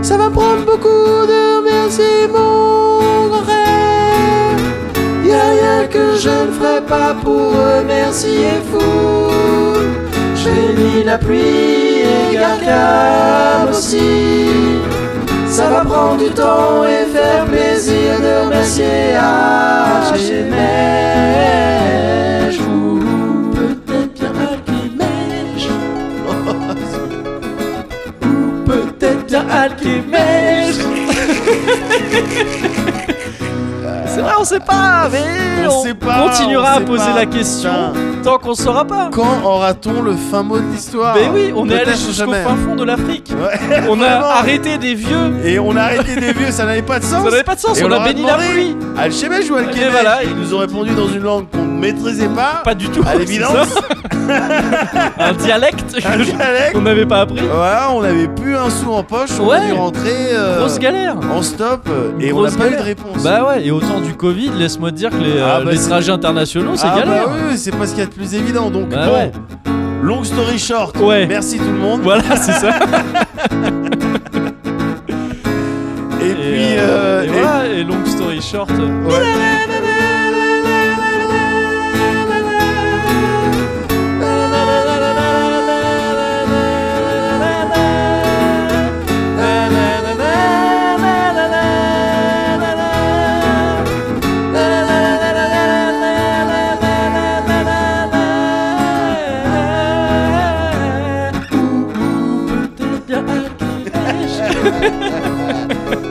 Speaker 2: Ça va prendre beaucoup de merci, mon grand frère. Y a rien que je ne ferai pas pour remercier vous. J'ai mis la pluie et Gargame aussi. Ça va prendre du temps et faire plaisir de remercier Archimège ou peut-être bien Alchimège. ou peut-être bien Alchimège.
Speaker 1: C'est vrai, on sait pas, mais
Speaker 2: On
Speaker 1: on,
Speaker 2: sait pas,
Speaker 1: continuera
Speaker 2: on
Speaker 1: à
Speaker 2: sait
Speaker 1: poser
Speaker 2: pas,
Speaker 1: la question
Speaker 2: putain.
Speaker 1: tant qu'on saura pas.
Speaker 2: Quand aura-t-on le fin mot de l'histoire
Speaker 1: Mais Ben oui, on est allé
Speaker 2: Ah, Peut-être
Speaker 1: jusqu'au
Speaker 2: jamais. hein.
Speaker 1: fin fond de l'Afrique.
Speaker 2: Ouais.
Speaker 1: On a
Speaker 2: Vraiment.
Speaker 1: arrêté des vieux.
Speaker 2: Et on a arrêté des vieux, ça n'avait pas de sens.
Speaker 1: Ça n'avait pas de sens,
Speaker 2: Et
Speaker 1: on, a
Speaker 2: leur
Speaker 1: béni la
Speaker 2: demandé
Speaker 1: pluie.
Speaker 2: Alchemège ou Alchemège
Speaker 1: Eh ben voilà,
Speaker 2: Ils nous ont répondu dans une langue qu'on ne maîtrisait pas.
Speaker 1: Pas du tout.
Speaker 2: À l'évidence,
Speaker 1: Un dialecte
Speaker 2: un dialecte.
Speaker 1: qu'on n'avait pas appris.
Speaker 2: Voilà, on n'avait plus un sou en poche, on
Speaker 1: Ouais.
Speaker 2: a dû rentrer euh,
Speaker 1: Grosse galère.
Speaker 2: en stop euh, et on n'a
Speaker 1: Grosse
Speaker 2: pas eu de
Speaker 1: galère.
Speaker 2: réponse.
Speaker 1: Bah ouais, et au temps du Covid, laisse-moi te dire que les,
Speaker 2: Ah
Speaker 1: euh,
Speaker 2: bah
Speaker 1: les
Speaker 2: c'est-
Speaker 1: trajets internationaux, c'est
Speaker 2: Ah
Speaker 1: galère.
Speaker 2: bah oui, oui, c'est pas ce qu'il y a de plus évident. Donc
Speaker 1: Bah
Speaker 2: bon,
Speaker 1: ouais.
Speaker 2: long story short,
Speaker 1: Ouais.
Speaker 2: merci tout le monde.
Speaker 1: Voilà, c'est ça.
Speaker 2: Et, puis,
Speaker 1: euh,
Speaker 2: euh,
Speaker 1: et
Speaker 2: et-
Speaker 1: voilà, et long story short. euh,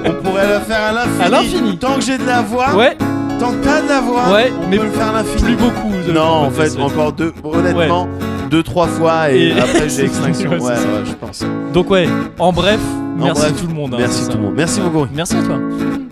Speaker 2: on pourrait le faire à l'infini.
Speaker 1: À l'infini.
Speaker 2: Tant que j'ai de la voix,
Speaker 1: Ouais,
Speaker 2: tant que t'as de la voix,
Speaker 1: Ouais,
Speaker 2: on
Speaker 1: mais
Speaker 2: peut le faire à l'infini.
Speaker 1: plus beaucoup. de-
Speaker 2: Non, en fait,
Speaker 1: de-
Speaker 2: encore deux, honnêtement, deux, trois fois et,
Speaker 1: Et-
Speaker 2: après j'ai extinction.
Speaker 1: Ouais,
Speaker 2: Ouais,
Speaker 1: c'est
Speaker 2: ouais,
Speaker 1: ça.
Speaker 2: je pense.
Speaker 1: Donc ouais, en bref, merci
Speaker 2: bref,
Speaker 1: tout le monde. hein,
Speaker 2: Merci
Speaker 1: c'est
Speaker 2: tout
Speaker 1: ça.
Speaker 2: le monde. Merci beaucoup.
Speaker 1: Merci à toi.
Speaker 3: Thank